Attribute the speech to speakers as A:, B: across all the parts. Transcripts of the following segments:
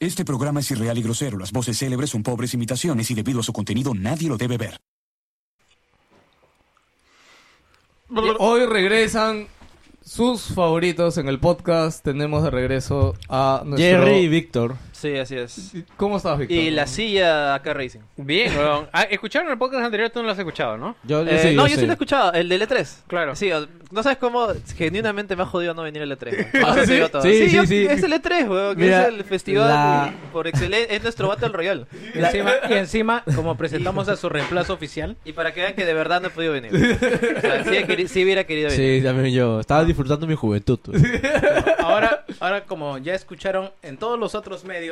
A: Este programa es irreal y grosero. Las voces célebres son pobres imitaciones y debido a su contenido nadie lo debe ver.
B: Eh,
C: Oh,
B: Hoy regresan sus favoritos en el podcast. Tenemos de regreso a nuestro...
D: Jerry y Víctor.
E: Sí, así es.
B: ¿Cómo estás, Víctor?
E: Y la silla acá Racing.
F: Bien, weón. Ah, ¿Escucharon el podcast anterior? Tú no lo has escuchado, ¿no?
D: Yo, yo
E: Eh,
D: sí,
E: no,
D: yo
E: yo sí
D: sí.
E: lo he escuchado, el del E3.
F: Claro.
E: Sí, o- no sabes cómo genuinamente me ha jodido no venir el E E3. weón.
B: ¿Ah,
E: Eso te
B: sí?
E: digo todo.
D: Sí, sí,
E: yo-
D: sí.
E: Es el E3, weón, que
D: Mira,
E: es el festival
D: la-
E: por excelencia, es nuestro Battle Royale.
F: Y encima, y encima, como presentamos a su reemplazo oficial,
E: Y para que vean que de verdad no he podido venir. O sea, sí, he queri- sí hubiera querido venir.
D: Sí, también yo. Estaba disfrutando mi juventud. pues. güey.
F: ahora, ahora como ya escucharon en todos los otros medios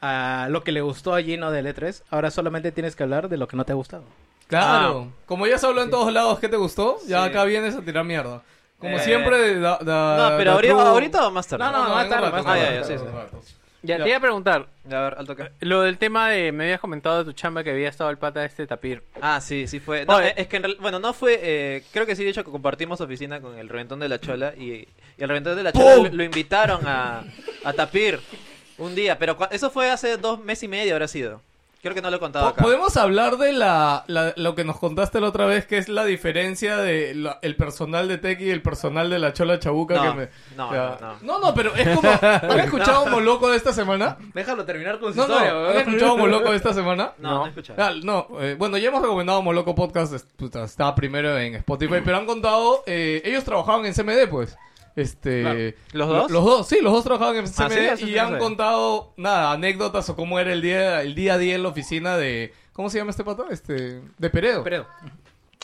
F: a lo que le gustó a Gino del E3, ahora solamente tienes que hablar de lo que no te ha gustado.
B: Claro. Como ya se habló en todos lados, ¿qué te gustó? Ya
E: Sí.
B: acá vienes a tirar mierda. Como
E: Eh,
B: siempre... da- da-
E: No, pero
B: da
E: ahorita,
B: tu-
E: ahorita o más tarde.
F: No, no, más
B: en
F: tarde,
B: un rato,
F: más
B: en un
E: tarde.
B: rato,
E: Ah, ya, ya,
B: en
E: sí,
B: un
E: sí.
B: rato.
C: Ya,
B: Ya.
C: te iba a preguntar,
E: A ver, al toque.
C: lo del tema de, me habías comentado de tu chamba que había estado el pata de este tapir.
B: Oh,
E: Ah, sí, sí fue. No,
C: Oye.
E: eh, es que en real- bueno, no fue. eh, creo que sí, de hecho, que compartimos oficina con el Reventón de la Chola. Y, y el Reventón de la Chola lo, lo invitaron a, a tapir un día. Pero cua- eso fue hace dos meses y medio, habrá sido. Creo que no lo he contado
B: Po-
E: acá.
B: Podemos hablar de la, la- lo que nos contaste la otra vez, que es la diferencia de la- el personal de Tech y el personal de la Chola Chabuca.
E: No,
B: que me,
E: no,
B: ya.
E: no,
B: no, no, pero es como. ¿Han escuchado Moloco de esta semana?
F: Déjalo terminar con su
B: No, no,
F: historia,
B: ¿han
F: weón.
B: escuchado Moloco de esta semana?
E: No, no he escuchado.
B: Ah, no, eh, bueno, ya hemos recomendado Moloco Podcast, es- puta, estaba primero en Spotify, pero han contado, eh, ellos trabajaban en CMD, pues. Este,
E: ¿Los
B: lo-
E: dos? Ah,
B: Los dos, sí, los dos trabajaban en CMD
E: sí, eso
B: y
E: sí lo
B: han
E: sé.
B: contado, nada, anécdotas o cómo era el día, el día a día en la oficina de, ¿cómo se llama este pata? Este, de Peredo.
F: Pero,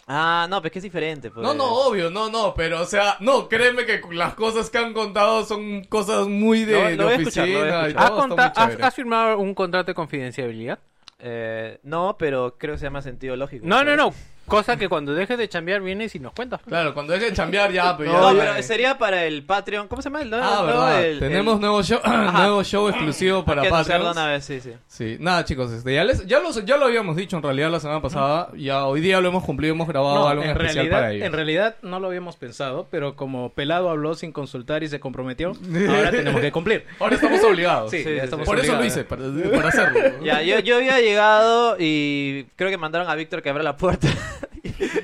E: Ah, no, pero es que es diferente. Pues.
B: No, no, obvio, no, no, pero o sea, no, créeme que las cosas que han contado son cosas muy de,
E: Lo- lo
B: de
E: voy a
B: oficina.
E: escuchar, lo voy a
B: y
E: escuchar.
B: todo,
C: ¿Has,
B: está muy
C: conta- has-
B: chévere.
C: has firmado un contrato de confidenciabilidad?
E: Eh, no, pero creo que se llama sentido lógico.
C: No, no,
E: ¿sabes?
C: no. Cosa que cuando dejes de chambear vienes y nos cuentas.
B: Claro, cuando deje de chambear ya, pero ya.
E: pues. No,
B: ya,
E: pero
B: eh.
E: sería para el Patreon. ¿Cómo se llama el no,
B: Ah,
E: no,
B: verdad.
E: el-
B: Tenemos
E: el-
B: nuevo show, nuevo show exclusivo para
E: que anunciar de
B: Patreons.
E: una vez, sí, sí.
B: Sí, nada, chicos, este, ya, les, ya, los- ya lo habíamos dicho en realidad la semana pasada. Ya hoy día lo hemos cumplido, hemos grabado
F: no,
B: algo
F: en,
B: especial
F: realidad,
B: para ellos.
F: en realidad no lo habíamos pensado, pero como Pelado habló sin consultar y se comprometió, ahora tenemos que cumplir.
B: Ahora estamos obligados.
F: Sí,
E: Sí,
F: ya estamos
B: Por eso lo
F: obligados.
B: hice, para, para hacerlo.
E: Ya, yo, yo había llegado y creo que mandaron a Víctor que abra la puerta.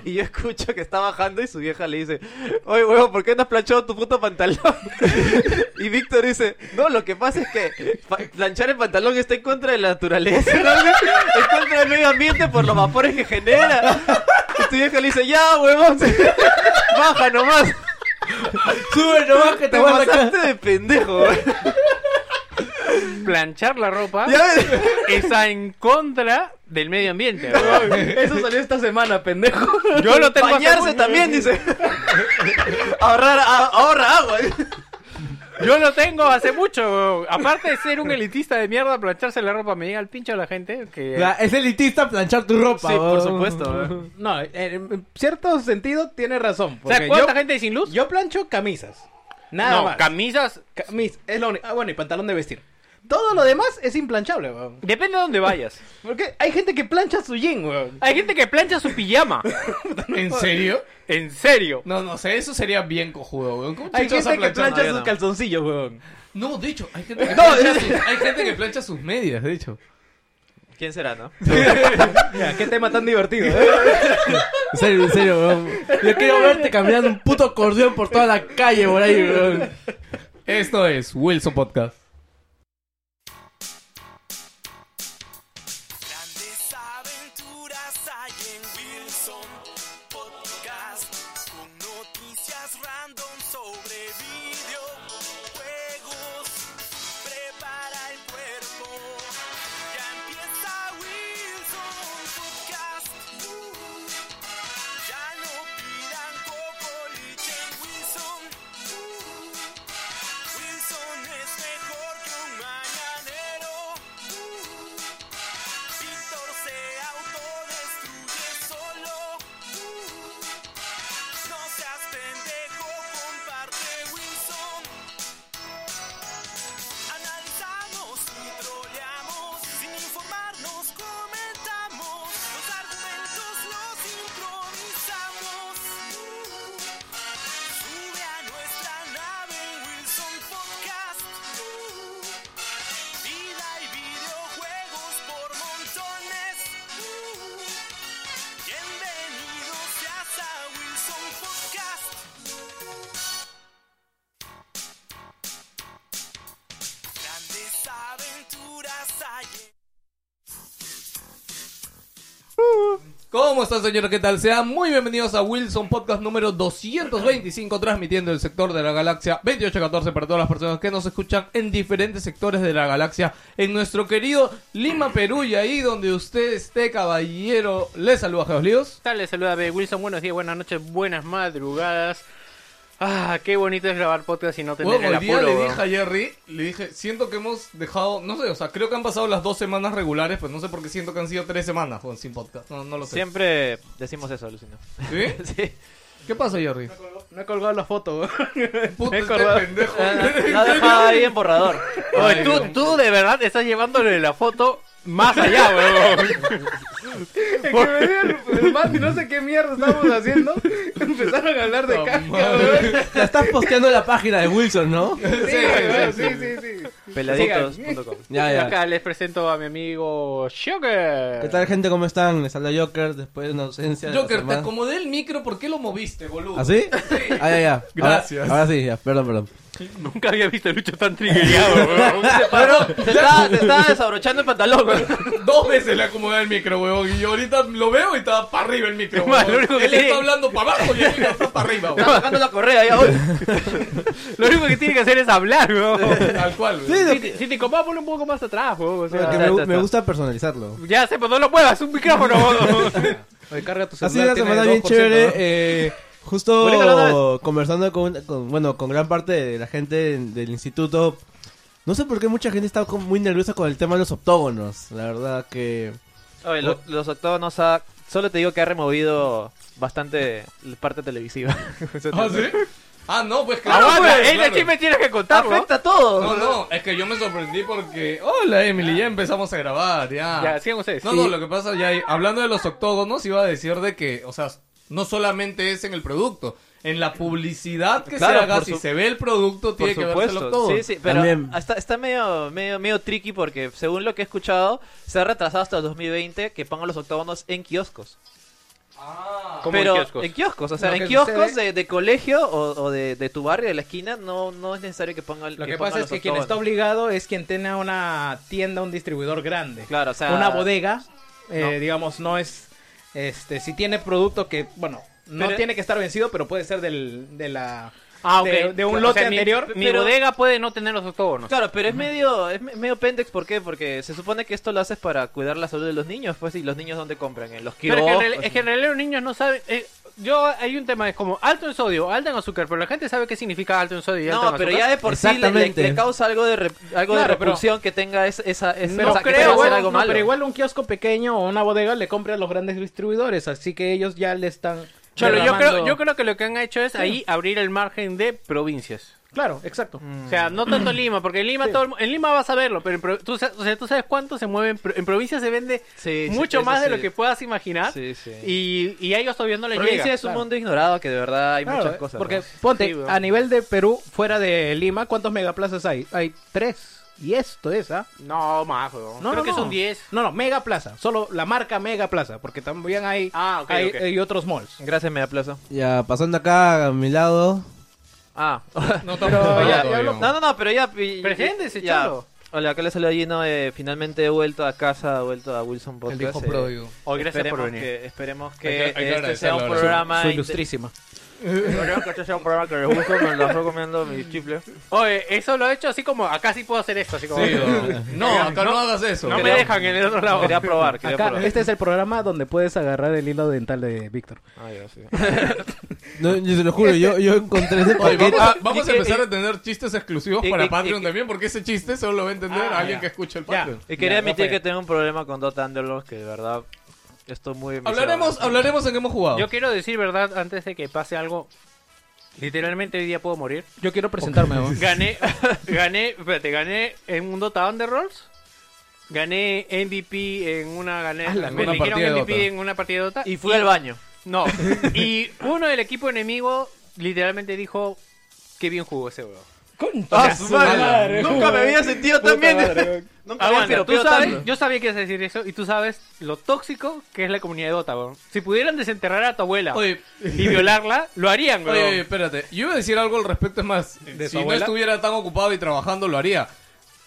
E: Y, y yo escucho que está bajando y su vieja le dice, oye, huevo, ¿por qué no has planchado tu puto pantalón? Y Víctor dice, no, lo que pasa es que pa- planchar el pantalón está en contra de la naturaleza, ¿no? en contra del medio ambiente por los vapores que genera. Y tu vieja le dice, ya, huevón, baja nomás.
D: Sube nomás que
E: Te pasaste de pendejo, huevón".
C: Planchar la ropa
E: Ya ves.
C: está en contra del medio ambiente. ¿verdad?
F: Eso salió esta semana, pendejo.
C: Yo lo tengo
E: Bañarse
C: asegurado.
E: también, dice. Ahorrar, a- ahorra agua.
C: Yo lo tengo hace mucho. weón. Aparte de ser un elitista de mierda, plancharse la ropa me llega al pincho a la gente. Que...
D: Es elitista planchar tu ropa.
E: Sí, por
D: weón.
E: supuesto.
F: No, en, en cierto sentido tiene razón.
C: O sea,
F: porque
C: ¿cuánta
F: yo-
C: gente hay sin luz?
F: Yo plancho camisas. Nada
C: no,
F: más.
C: camisas.
F: Camis, es lo único. Ah, bueno, y pantalón de vestir. Todo lo demás es implanchable, weón.
C: Depende de dónde vayas.
F: Porque hay gente que plancha su jean, weón.
C: Hay gente que plancha su pijama.
B: ¿En serio?
C: En serio.
B: No, no sé, eso sería bien cojudo, weón. ¿Cómo
F: Hay
B: chuchas
F: gente que
B: vas a planchar?
F: plancha
E: No, yo
F: sus
E: no.
F: calzoncillos, weón.
B: No, de hecho, hay gente que plancha, sus, hay gente que plancha sus medias, de hecho.
E: ¿Quién será, no?
F: Mira, qué tema tan divertido, eh.
D: En serio, en serio, weón. Yo quiero verte caminando un puto acordeón por toda la calle por ahí, weón.
B: Esto es Wilson Podcast.
G: Grandes aventuras hay en Wilson Podcast con noticias random sobre videojuegos. Prepara el cuerpo. Ya empieza Wilson Podcast. Ya no pidan coco en Wilson. Wilson es mejor que un mañanero. Víctor se autodestruye solo. No seas pendejo con salle.
B: ¿Cómo están, señores? ¿Qué tal? Sean muy bienvenidos a Wilson Podcast número 225, transmitiendo el sector de la galaxia 2814 para todas las personas que nos escuchan en diferentes sectores de la galaxia, en nuestro querido Lima, Perú, y ahí donde usted esté, caballero. Les saluda, Geos Líos.
C: tal? Les saluda B. Wilson. Buenos días, buenas noches, buenas madrugadas. Ah, qué bonito es grabar podcast y no tener
B: Bueno,
C: el
B: hoy día
C: apuro.
B: le
C: weón.
B: dije a Jerry, le dije, siento que hemos dejado, no sé, o sea, creo que han pasado las dos semanas regulares, pues no sé por qué siento que han sido tres semanas, Juan, sin podcast, no, no lo sé.
E: Siempre Eh, decimos eso, Lucino.
B: ¿Sí?
E: Sí.
B: ¿Qué pasa, Jerry?
F: No he colgado la foto.
B: Puta,
C: he
B: este
C: acordado.
B: pendejo.
E: Lo ha dejado ahí en borrador.
C: Oye, tú, tú de verdad estás llevándole la foto más allá, weón.
F: que me dio el, el más y no sé qué mierda estábamos haciendo. Empezaron a hablar de
B: Puta
F: caca,
B: madre.
F: weón.
D: La estás posteando en la página de Wilson, ¿no?
F: Sí, weón, sí, sí, sí.
E: Peladitos.com.
D: Ya, ya.
C: Acá les presento a mi amigo Shocker.
D: ¿Qué tal, gente? ¿Cómo están? Les habla Joker después de una ausencia. de la
B: Joker, te
D: semana.
B: acomodé el micro, ¿por qué lo moviste, boludo?
D: ¿Así? Ah, ya, ya. Ahora-
B: Gracias.
D: Ahora, sí, ya. Perdón, perdón.
E: Ah,
C: Nunca había visto a Lucho tan trigueado, weón.
E: Te estaba, te estaba desabrochando el pantalón, weón.
B: Dos veces le acomodé el micro, huevón. Y yo ahorita lo veo y estaba para arriba el micro,
C: Es más,
B: huevón.
C: lo único que
B: Él
C: tiene-
B: está hablando para abajo y él está para arriba,
E: Estaba
B: huevón.
E: sacando la correa ya, hoy.
C: Lo único que tiene que hacer es hablar, weón.
B: Tal cual, huevón.
D: Sí,
C: Si, te- si te comas, ponlo un poco más atrás, weón. o sea,
D: Porque
E: está,
D: me,
E: está,
D: me
E: está.
D: gusta personalizarlo.
C: ya sé, pues no lo muevas, un micrófono, weón.
F: Oye, carga tu
D: Ha
F: celular.
D: sido una
F: tiene
D: semana bien
F: 2%,
D: chévere.
F: ¿no?
D: eh,
E: Bonita la
D: justo
E: nave.
D: conversando con, con- bueno, con gran parte de la gente del, del instituto. No sé por qué mucha gente está como muy nerviosa con el tema de los octógonos. La verdad que...
E: Oye, lo- los octógonos ha... Solo te digo que ha removido bastante la parte televisiva.
B: ¿Ah, sí? Ah, no, pues claro.
C: Aguanta,
B: pues,
C: ese
B: claro.
C: chisme tienes que contar, weón.
E: Afecta a todo.
B: No, no, es que yo me sorprendí porque. Hola, Emily, ya empezamos a grabar, ya.
C: Ya, sigan ustedes.
B: No, no, lo que pasa, ya hablando de los octógonos, iba a decir de que, o sea, no solamente es en el producto, en la publicidad que
E: Claro,
B: se haga,
E: por
B: si
E: su-
B: se ve el producto,
E: Por
B: tiene que verse el
E: supuesto,
B: octógono.
E: sí, sí, pero
D: También.
E: hasta- está medio, medio, medio tricky porque según lo que he escuchado, se ha retrasado hasta el 2020 que pongan los octógonos en kioscos.
C: Como
E: pero
C: en kioscos.
E: o sea,
F: Ah. Lo
E: en
F: que
E: kioscos
F: sucede-
E: de, de colegio o, o de, de tu barrio, de la esquina, no, no es necesario que pongan
F: Lo que
E: pongan
F: pasa
E: los
F: es que quien está
E: octógonos.
F: obligado es quien tenga una tienda, un distribuidor grande.
E: Claro, o sea-
F: Una bodega, eh, digamos, no es... Este, si tiene producto que, bueno, no
E: Pero-
F: tiene que estar vencido, pero puede ser del, de la...
C: Ah, ok.
F: de, de un
C: Claro,
F: lote
C: o sea, mi-
F: anterior.
C: Mi,
E: pero-
C: bodega puede no tener los octógonos.
E: Claro, pero es medio, es me- medio pendex, ¿por qué? Porque se supone que esto lo haces para cuidar la salud de los niños, pues, y los niños ¿dónde compran? En los
C: Pero es
E: kioscos.
C: que, en real- es que en realidad los niños no saben. eh, yo, hay un tema, es como alto en sodio, alto en azúcar, pero la gente sabe qué significa alto en sodio y alto
E: No,
C: en
E: pero ya
C: azúcar.
E: de por sí le- le,
D: Exactamente.
E: le causa algo de, re- algo de
F: Claro, pero-
E: repulsión que tenga es- esa... esa
F: No
E: o sea, que tenga
F: creo,
E: que hacer
F: bueno,
E: algo
F: no,
E: malo.
F: pero igual un kiosco pequeño o una bodega le compra a los grandes distribuidores, así que ellos ya le están...
C: Cholo, yo
F: derramando-
C: creo, yo creo que lo que han hecho es ahí abrir el margen de provincias.
F: Claro, exacto.
C: O sea, no tanto en Lima, porque en Lima todo el mu- en Lima vas a verlo, pero en pro- tú, sa- o sea, tú sabes cuánto se mueve en, pro- en provincias se vende
E: Sí, sí,
C: mucho
E: eso
C: más de
E: sí.
C: lo que puedas imaginar
E: Sí, sí.
C: y, y a ellos todavía no les
E: Provincia
C: llega.
E: es un
F: claro.
E: mundo ignorado que de verdad hay
F: Claro,
E: muchas
F: eh,
E: cosas.
F: Porque,
E: ¿no?
F: ponte,
C: Sí, weón.
F: a nivel de Perú, fuera de Lima, ¿cuántos megaplazas hay? Hay tres. Y esto es, ¿ah?
C: No, más, weón.
F: No,
C: Creo
F: no,
C: que
F: no.
C: son 10.
F: No, no, Megaplaza. Solo la marca Megaplaza. Porque también hay,
C: Ah, ok,
F: hay,
C: ok.
F: hay otros malls.
E: Gracias, Media Plaza.
D: Ya, pasando acá a mi lado...
E: Ah.
B: No estamos preparados
F: ya- ya
B: todavía,
F: lo-
B: huevón.
E: no, no, no, pero ya. y-
C: Preséntese,
E: ya.
C: cholo.
E: Hola, acá le salió Gino. Eh, finalmente he vuelto a casa, he vuelto a Wilson
B: El
E: Podcast.
B: hijo
E: eh,
B: pródigo.
C: Hoy gracias por
E: esperemos
C: venir.
E: Que, esperemos que,
B: Hay que- hay que
E: este sea
B: agradecerlo
E: un
B: ahora.
E: programa.
F: Su
E: inte-
F: ilustrísima.
E: Esperemos que este sea un programa que les guste. Me lo estoy comiendo mis chifles.
C: Oye, eso lo he hecho así como, acá sí puedo hacer esto, así como...
B: Sí, huevón. No, acá no, hagas eso.
C: No me
B: Quería-
C: dejan en el otro lado.
E: Quería probar, quería
F: Acá,
E: probar.
F: este es el programa donde puedes agarrar el hilo dental de Víctor.
E: Ay, Dios, sí.
D: No, yo te lo juro, yo, yo encontré ese
B: Oye,
D: paquete.
B: vamos a,
F: eh,
E: Ah,
B: vamos
E: y
B: a
E: que-
B: empezar
E: y-
B: a tener chistes exclusivos
E: y-
B: para
E: y-
B: Patreon
E: y-
B: también, porque ese chiste solo lo va a entender
F: Ah,
B: alguien
F: ya.
B: que escucha el
F: Ya.
B: Patreon.
E: Y quería
F: Ya,
E: admitir
F: Rafael.
E: que tengo un problema con Dota Underlords que de verdad estoy muy.
B: Hablaremos,
E: miserable.
B: hablaremos en qué hemos jugado.
C: Yo quiero decir verdad antes de que pase algo. Literalmente hoy día puedo morir.
F: Yo quiero presentarme. ¿no?
C: Gané, gané, espérate, gané en un Dota Underworlds. Gané MVP en una gané,
B: Ah, la
C: me
B: una
C: eligieron
B: partida de
C: MVP
B: Dota.
C: en una partida de Dota.
E: Y fui al baño.
C: no. Y uno del equipo enemigo literalmente dijo qué bien jugó ese huevo.
E: ¡Ah,
B: su madre!
E: Nunca me había sentido tan bien. Nunca había
C: Aguanta, tú
E: piropeado
C: sabes,
E: tanto.
C: yo sabía que ibas a decir eso y tú sabes lo tóxico que es la comunidad de Dota, weón. Si pudieran desenterrar a tu abuela
B: Oye,
C: y violarla, lo harían, weón.
B: Oye, oye, espérate. Yo iba a decir algo al respecto, es más, si no
F: abuela?
B: estuviera tan ocupado y trabajando, lo haría.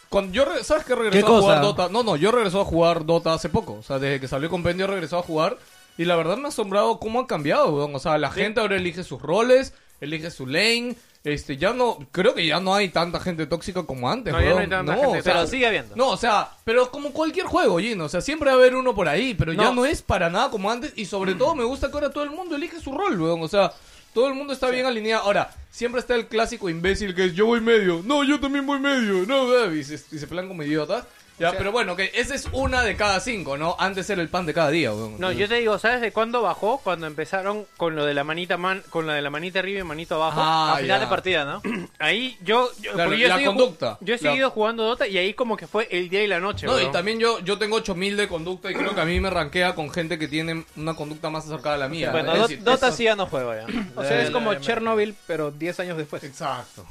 B: Cuando yo re- ¿Sabes que regresó
D: ¿Qué
B: a jugar
D: cosa?
B: Dota? No, no, yo regresó a jugar Dota hace poco. O sea, desde que salió el compendio he regresado a jugar. Y la verdad me ha asombrado cómo han cambiado, weón. O sea, la gente ahora elige sus roles, elige su lane. Este, ya no, creo que ya no hay tanta gente tóxica como antes,
C: No, ya no hay
B: weón.
C: tanta gente
B: o sea,
E: Pero sigue habiendo.
B: No, o sea, pero como cualquier juego, Gino. O sea, siempre va a haber uno por ahí, pero ya
E: No.
B: no es para nada como antes. Y sobre todo me gusta que ahora todo el mundo elige su rol, weón. O sea, todo el mundo está bien alineado. Ahora, siempre está el clásico imbécil que es yo voy medio. No, yo también voy medio. No, eh", y se, y se pelan como idiotas. Ya, pero bueno, que esa es una de cada cinco, ¿no? Antes era el pan de cada día, weón.
C: No, yo te digo, ¿sabes de cuándo bajó? Cuando empezaron con lo de la manita man, con la de la manita arriba y manito abajo.
B: Ah,
E: a
B: ya.
E: final de partida, ¿no?
C: Ahí yo, yo,
B: Claro,
C: porque yo he
B: la
C: seguido ju-
B: conducta.
C: Yo he
B: La-
C: seguido jugando Dota y ahí como que fue el día y la noche.
B: No, y
C: weón.
B: también yo, yo tengo 8000 de conducta y creo que a mí me rankea con gente que tiene una conducta más acercada a la mía.
E: Bueno,
B: Es
E: Do-
B: decir,
E: Dota
B: eso-
E: sí ya no juego ya.
F: O sea, es como
E: Ya, ya, ya.
F: Chernobyl, pero 10 años después. Ah,
B: Exacto.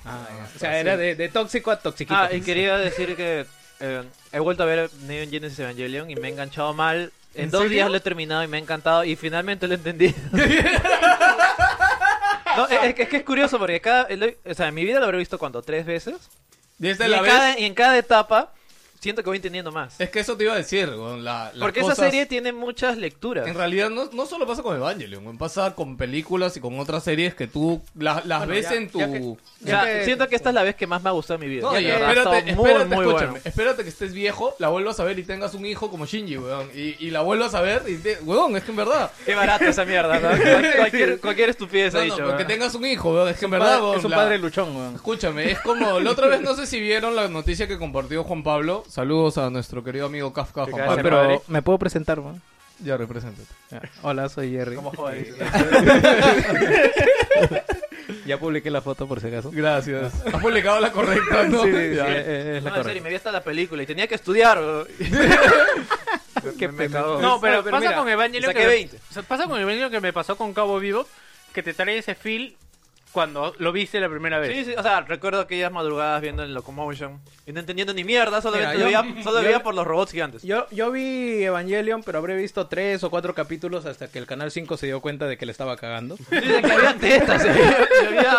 F: O sea, era de, de tóxico a toxiquito.
E: Ah, y quería decir que eh, he vuelto a ver Neon Genesis Evangelion y me he enganchado mal. En,
F: ¿En
E: dos
F: serio?
E: días lo he terminado y me ha encantado y finalmente lo entendí. no, es, es que- es que es curioso porque cada, el- o sea, en mi vida lo habré visto cuando tres veces
B: Desde
E: y,
B: la
E: en
B: vez-
E: cada, y en cada etapa siento que voy entendiendo más.
B: Es que eso te iba a decir, weón. La, las
E: Porque
B: cosas-
E: esa serie tiene muchas lecturas.
B: En realidad no, no solo pasa con Evangelion, weón, pasa con películas y con otras series que tú la- las
F: Bueno,
B: ves
F: ya-
B: en tu...
F: ya que-
E: O sea,
F: Ya que-
E: siento que esta es la vez que más me ha gustado en mi vida.
B: No,
E: De
B: y
E: verdad, ha
B: espérate,
E: estado muy,
B: espérate,
E: muy
B: escúchame,
E: bueno.
B: espérate que estés viejo, la vuelvas a ver y tengas un hijo como Shinji, weón. Y, y la vuelvas a ver y te... Weón, es que en verdad...
E: Qué barato esa mierda, ¿no? Cual- cualquier, cualquier estupidez
B: No, no,
E: ha dicho.
B: pero que
E: ¿verdad?
B: tengas un hijo, weón, es que en verdad, weón,
F: es un
B: la-
F: padre luchón, weón.
B: Escúchame, es como la otra vez no sé si vieron la noticia que compartió Juan Pablo. Saludos a nuestro querido amigo Kafka Juan
F: Ah,
B: Pablo.
F: pero
C: Madrid.
F: me puedo presentar, weón.
B: Ya represéntate.
F: Ya. Hola, soy Jerry. ya publiqué la foto por si acaso.
B: Gracias. Has publicado la correcta, ¿no?
F: Sí, sí,
B: Ya.
F: sí, eh, es la
E: No, en
F: correcta.
E: serio, me vi hasta la película y tenía que estudiar. bro.
F: Qué pecado.
C: No, pero,
E: pero
C: pasa
E: mira,
C: con Evangelion
E: saqué
C: que me-
E: 20.
C: o sea, pasa con Evangelion que me pasó con Cabo Vivo, que te trae ese feel cuando lo viste la primera vez.
E: Sí, sí, o sea, recuerdo aquellas madrugadas viendo en Locomotion y no entendiendo ni mierda, solo
F: Mira,
E: veía,
F: yo-
E: solo
F: yo-
E: veía por los robots gigantes.
F: Yo, yo vi Evangelion, pero habré visto tres o cuatro capítulos hasta que el Canal 5 se dio cuenta de que le estaba cagando.
E: Dice que había tetas, eh, que había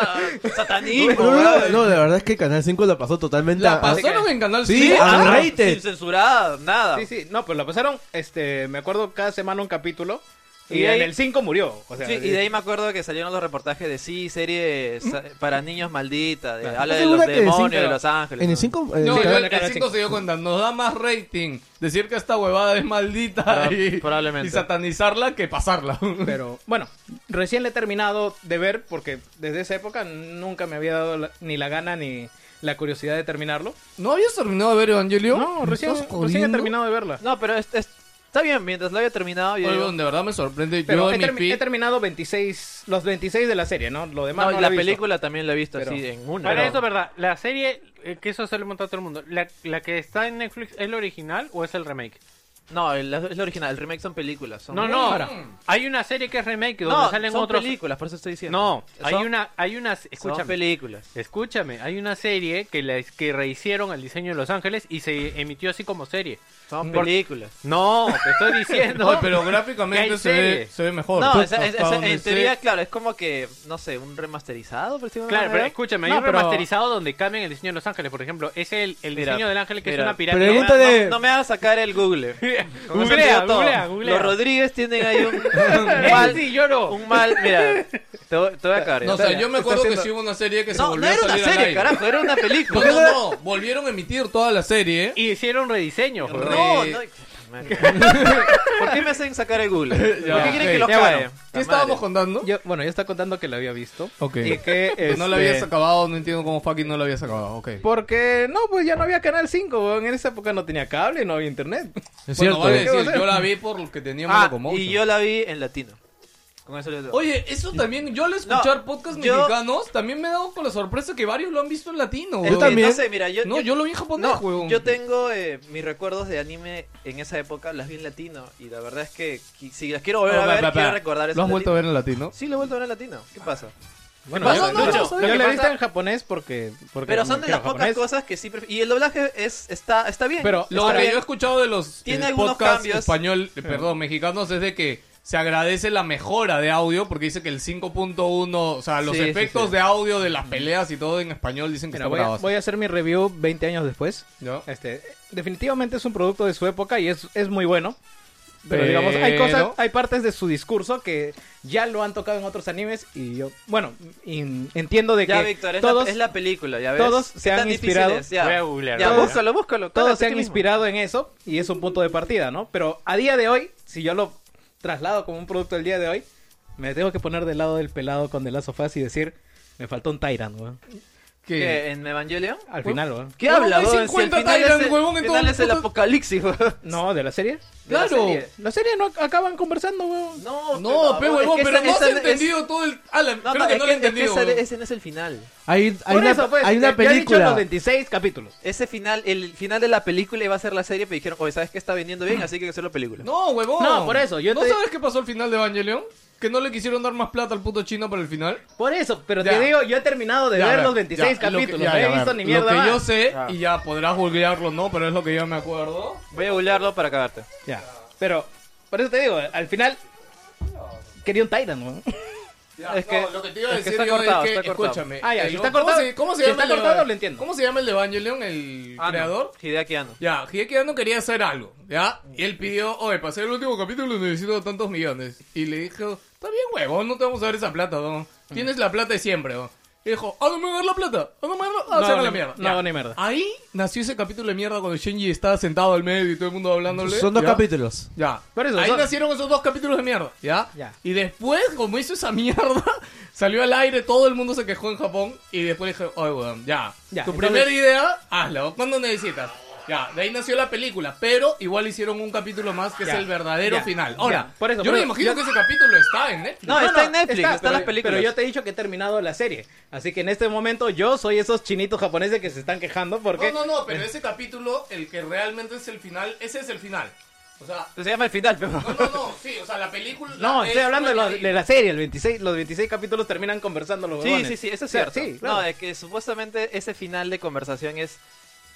E: satanismo.
D: No, no, no,
E: ¿verdad?
D: no, la verdad es que Canal 5 la pasó totalmente
B: La
D: a-
B: pasaron en Canal
D: Sí,
B: 7.
D: ah,
E: Ah,
D: Rated.
E: Sin censurada, nada.
F: Sí, sí, no, pues la pasaron, este, me acuerdo cada semana un capítulo y,
E: Y de ahí-
F: en el 5 murió. O sea,
E: Sí, y de ahí me acuerdo que salieron los reportajes de sí, series eh, para niños maldita, de-
F: Claro.
E: habla
D: ¿Estás
E: de los
D: segura que de cinco-
E: demonios, de los ángeles.
D: En
E: ¿no?
D: el 5...
B: No,
F: Sí,
B: yo-
F: claro,
B: el
F: claro,
B: 5
F: sí.
B: se dio cuenta, nos da más rating decir que esta huevada es maldita
E: Proba-
B: y,
E: probablemente.
B: y satanizarla que pasarla.
F: Pero bueno, recién le he terminado de ver porque desde esa época nunca me había dado la- ni la gana ni la curiosidad de terminarlo.
B: ¿No habías terminado de ver Evangelio?
F: No, recién, recién he terminado de verla.
E: No, pero es- es- está bien, mientras lo había terminado, yo. digo,
B: de verdad me sorprende.
F: Pero
B: yo
F: he,
B: en mi
F: termi- he
B: feed...
F: terminado 26, los 26 de la serie, ¿no? Lo demás
E: no,
F: no,
E: y
F: lo
E: la
F: he visto.
E: película también la he visto así
F: Pero-
E: en una.
C: Para
E: ¿no?
C: eso es verdad, la serie, eh, que eso se lo monta todo el mundo, la, la que está en Netflix, ¿es la original o es el remake?
E: No, el- es la original, el remake son películas. son-
C: No, no, hay una serie que es remake donde
E: No,
C: salen
E: son
C: otros...
E: películas, por eso estoy diciendo.
C: No, hay
E: Son-
C: una, hay una,
E: Son
C: escúchame,
E: películas.
C: escúchame, hay una serie que, la, que rehicieron el diseño de Los Ángeles y se emitió así como serie.
E: Son
C: Por-
E: películas.
C: No, te estoy diciendo.
B: Ay, pero gráficamente
C: hay
B: se ve,
C: serie.
B: se ve mejor.
E: No,
B: Pues,
E: esa- esa-
B: hasta
E: esa-
B: donde
E: en
B: sé-
E: teoría, claro, es como que, no sé, un remasterizado. por decirlo de
C: Claro,
E: alguna
C: pero
E: manera.
C: escúchame, hay
F: No,
C: un
F: pero-
C: remasterizado donde cambian el diseño de Los Ángeles, por ejemplo. Es el, el
E: Mira,
C: diseño del ángel que
E: mira.
C: es una pirámide.
E: No,
D: Pregunta de-
E: no, no me hagas sacar el Google. Con eso te
C: Googlea,
E: digo todo.
C: googlea, googlea.
E: Los Rodríguez tienen ahí un, un
C: Ese
E: mal.
C: sí, yo no.
E: Un mal, mira, te voy, te voy a caer.
B: No, o sea, yo me acuerdo que sí hubo una serie que se
E: no,
B: volvió
E: no era
B: a
E: una
B: salir al
E: serie,
B: aire.
E: carajo, era una
B: No,
E: película.
B: no, no, volvieron a emitir toda la serie.
C: Y hicieron rediseño, joder.
E: No,
B: Re-
E: no. ¿Por qué me hacen sacar el Google? ¿Por qué
B: Ya,
E: quieren
B: ok.
E: que los
F: Ya, bueno.
E: cague?
B: ¿Qué estábamos
E: con?
B: contando?
F: Yo- bueno, ya está contando que la había visto.
B: Ok.
F: Y que
B: Que No la habías
F: este,
B: acabado, no entiendo cómo fucking no la habías acabado. Ok.
F: Porque no, pues ya no había Canal 5, weón. En esa época no tenía cable, no había internet.
D: Es
B: bueno,
D: cierto. ¿eh?
B: vale
F: ¿Qué va a
B: decir,
F: ser?
B: yo la vi por lo que teníamos
E: Ah,
B: como
E: y yo la vi en latino. Con eso les digo.
B: Oye, eso también, yo al escuchar podcasts
E: yo-
B: mexicanos, también me he dado con la sorpresa que varios lo han visto en latino.
E: Es
B: weón.
E: que, No sé, mira, yo,
B: No, yo lo vi en japonés,
E: No,
B: weón.
E: yo tengo eh, mis recuerdos de anime en esa época, las vi en latino. Y la verdad es que qui- si las quiero volver
B: No,
E: a
B: pa,
E: ver,
B: pa, pa.
E: quiero recordar eso.
B: ¿Lo has vuelto a ver en latino?
E: Sí, lo he vuelto a ver en latino. ¿Qué pasa?
F: Bueno,
E: pasa?
F: yo,
E: No, no,
F: yo-
E: no, ¿sabes
F: yo
E: qué
F: la he visto
E: pasa?
F: en japonés porque. porque
E: Pero son de
F: que
E: las
F: era
E: pocas
F: japonés.
E: cosas que sí prefiero. Y el doblaje es, está, está bien.
F: Pero
B: Lo
E: está
B: que
E: bien.
B: yo he escuchado de los
E: Tiene
B: eh,
E: algunos
B: podcasts
E: cambios.
B: español, eh, perdón, mexicanos es de que se agradece la mejora de audio porque dice que el 5.1, o sea, los
E: Sí, sí,
B: efectos
E: sí.
B: de audio de las peleas y todo en español dicen que
F: Mira,
B: está
F: voy, a,
B: bravazo.
F: voy a hacer mi review 20 años después.
B: ¿No?
F: Este, definitivamente es un producto de su época y es, es muy bueno. Pero,
B: Pero-
F: digamos, hay cosas, hay partes de su discurso que ya lo han tocado en otros animes y yo, bueno, in- entiendo de
E: Ya,
F: que
E: Víctor, es,
F: todos,
E: la, es la película, ya ves.
F: todos se
E: ¿Qué
F: han
E: tan difícil
F: inspirado?
E: es? Ya,
C: Voy a googlear,
E: ya
C: voy a
E: búscalo, búscalo.
F: todos
E: cálate
F: se han
E: tú mismo.
F: inspirado en eso y es un punto de partida, ¿no? Pero a día de hoy, si yo lo traslado como un producto del día de hoy, me tengo que poner del lado del pelado con The Last of Us y decir, me faltó un Tyrant, weón.
B: Que-
E: ¿Qué? ¿En Evangelion?
F: Al final, weón.
E: ¿Qué
B: Huevón,
E: habla,
B: hay
E: weón? Si el
B: 50
E: final
B: Tyrant,
E: es el,
B: huevón, en
E: final
B: todo
E: es el
B: puto-
E: apocalipsis, weón.
F: No, de la serie.
B: Claro.
E: serie.
F: La serie no acaban conversando, weón.
E: No,
B: No, pe
E: huevón,
B: huevón,
E: es que
B: pero
E: esa-
B: no se ha
E: esa- es-
B: entendido todo el. Ah, la-
E: No,
B: creo
E: no,
B: que
E: es
B: no lo he
E: que, es que
B: entendido.
E: esa-
B: huevón.
E: ese no es el final.
D: Hay, hay
F: Por
D: una,
F: eso, pues,
D: hay una
F: ya- ya han dicho
D: película.
F: los 26 capítulos.
E: Ese final, el final de la película iba a ser la serie, pero dijeron, oye, ¿sabes qué está vendiendo bien? Así que hay que hacer la película.
B: No, huevón.
F: No, por eso, yo
B: ¿No
F: te-
B: sabes qué pasó al final de Evangelion? Que no le quisieron dar más plata al puto chino para el final.
F: Por eso, pero
B: Ya.
F: te digo, yo he terminado de
B: Ya,
F: ver
B: a
F: los 26
B: ya, lo que-
F: capítulos.
B: ya,
F: no
B: ya,
F: he
B: a
F: visto
B: ver,
F: ni mierda.
B: Lo que
F: más.
B: yo sé,
E: Ya.
B: y ya podrás googlearlo, ¿no? Pero es lo que yo me acuerdo.
E: Voy a googlearlo para cagarte.
F: Ya. Pero, por eso te digo, al final. Quería un Titan, weón.
E: Es que-
B: no, lo que te iba a
E: es que
B: decir
E: está
B: yo
E: cortado,
B: es que,
E: está cortado.
B: escúchame.
F: Ah, ya, si
B: el-
F: está
B: ¿cómo
F: cortado-
B: se- ¿Cómo se
F: si
B: llama
F: está
B: el-
F: cortado, lo entiendo.
B: ¿Cómo se llama el de Evangelion, el
E: Ah, no,
B: creador?
E: Hideaki Anno.
B: Ya, Hideki Anno quería hacer algo, ¿ya? Y él pidió, oye, para hacer el último capítulo necesito tantos millones. Y le dijo, está bien, huevón, no te vamos a dar esa plata, ¿no? Tienes la plata de siempre, ¿no? Y dijo, ah, no me va a dar la plata, ah, no me va a dar la... Ah,
F: No,
B: se haga
F: ni-
B: la mierda.
F: no,
B: Ya.
F: ni mierda.
B: Ahí nació ese capítulo de mierda cuando Shenji estaba sentado al medio y todo el mundo hablándole.
D: Son dos
B: ¿ya?
D: capítulos.
B: Ya.
F: Por eso,
B: Ahí
F: son-
B: nacieron esos dos capítulos de mierda, ¿ya?
F: Ya.
B: Y después, como hizo esa mierda, salió al aire, todo el mundo se quejó en Japón y después dije, oye, weón, ya.
F: Ya,
B: tu
F: entonces-
B: primera idea, hazla, cuando necesitas. Ya, de ahí nació la película, pero igual hicieron un capítulo más que es
F: Ya,
B: el verdadero
F: ya,
B: final.
F: ya.
B: Ahora,
F: Por eso,
B: yo
F: por
B: me
F: eso,
B: imagino
F: ya-
B: que ese capítulo está en Netflix.
E: No, está en Netflix, está en
F: pero-
E: las películas.
F: Pero yo te he dicho que he terminado la serie. Así que en este momento yo soy esos chinitos japoneses que se están quejando porque.
B: No, no, no, pero ese capítulo, el que realmente es el final, ese es el final. O sea,
E: Se llama el final, pero...
B: no, no, no, sí, o sea, la película...
F: No,
B: es
F: estoy hablando de,
B: una
F: los- de la serie, el 26, los 26 capítulos terminan conversando los
E: Sí,
F: huevones.
E: sí, sí, eso es
F: O sea,
E: cierto.
F: Sí, claro.
E: No, es que supuestamente ese final de conversación es...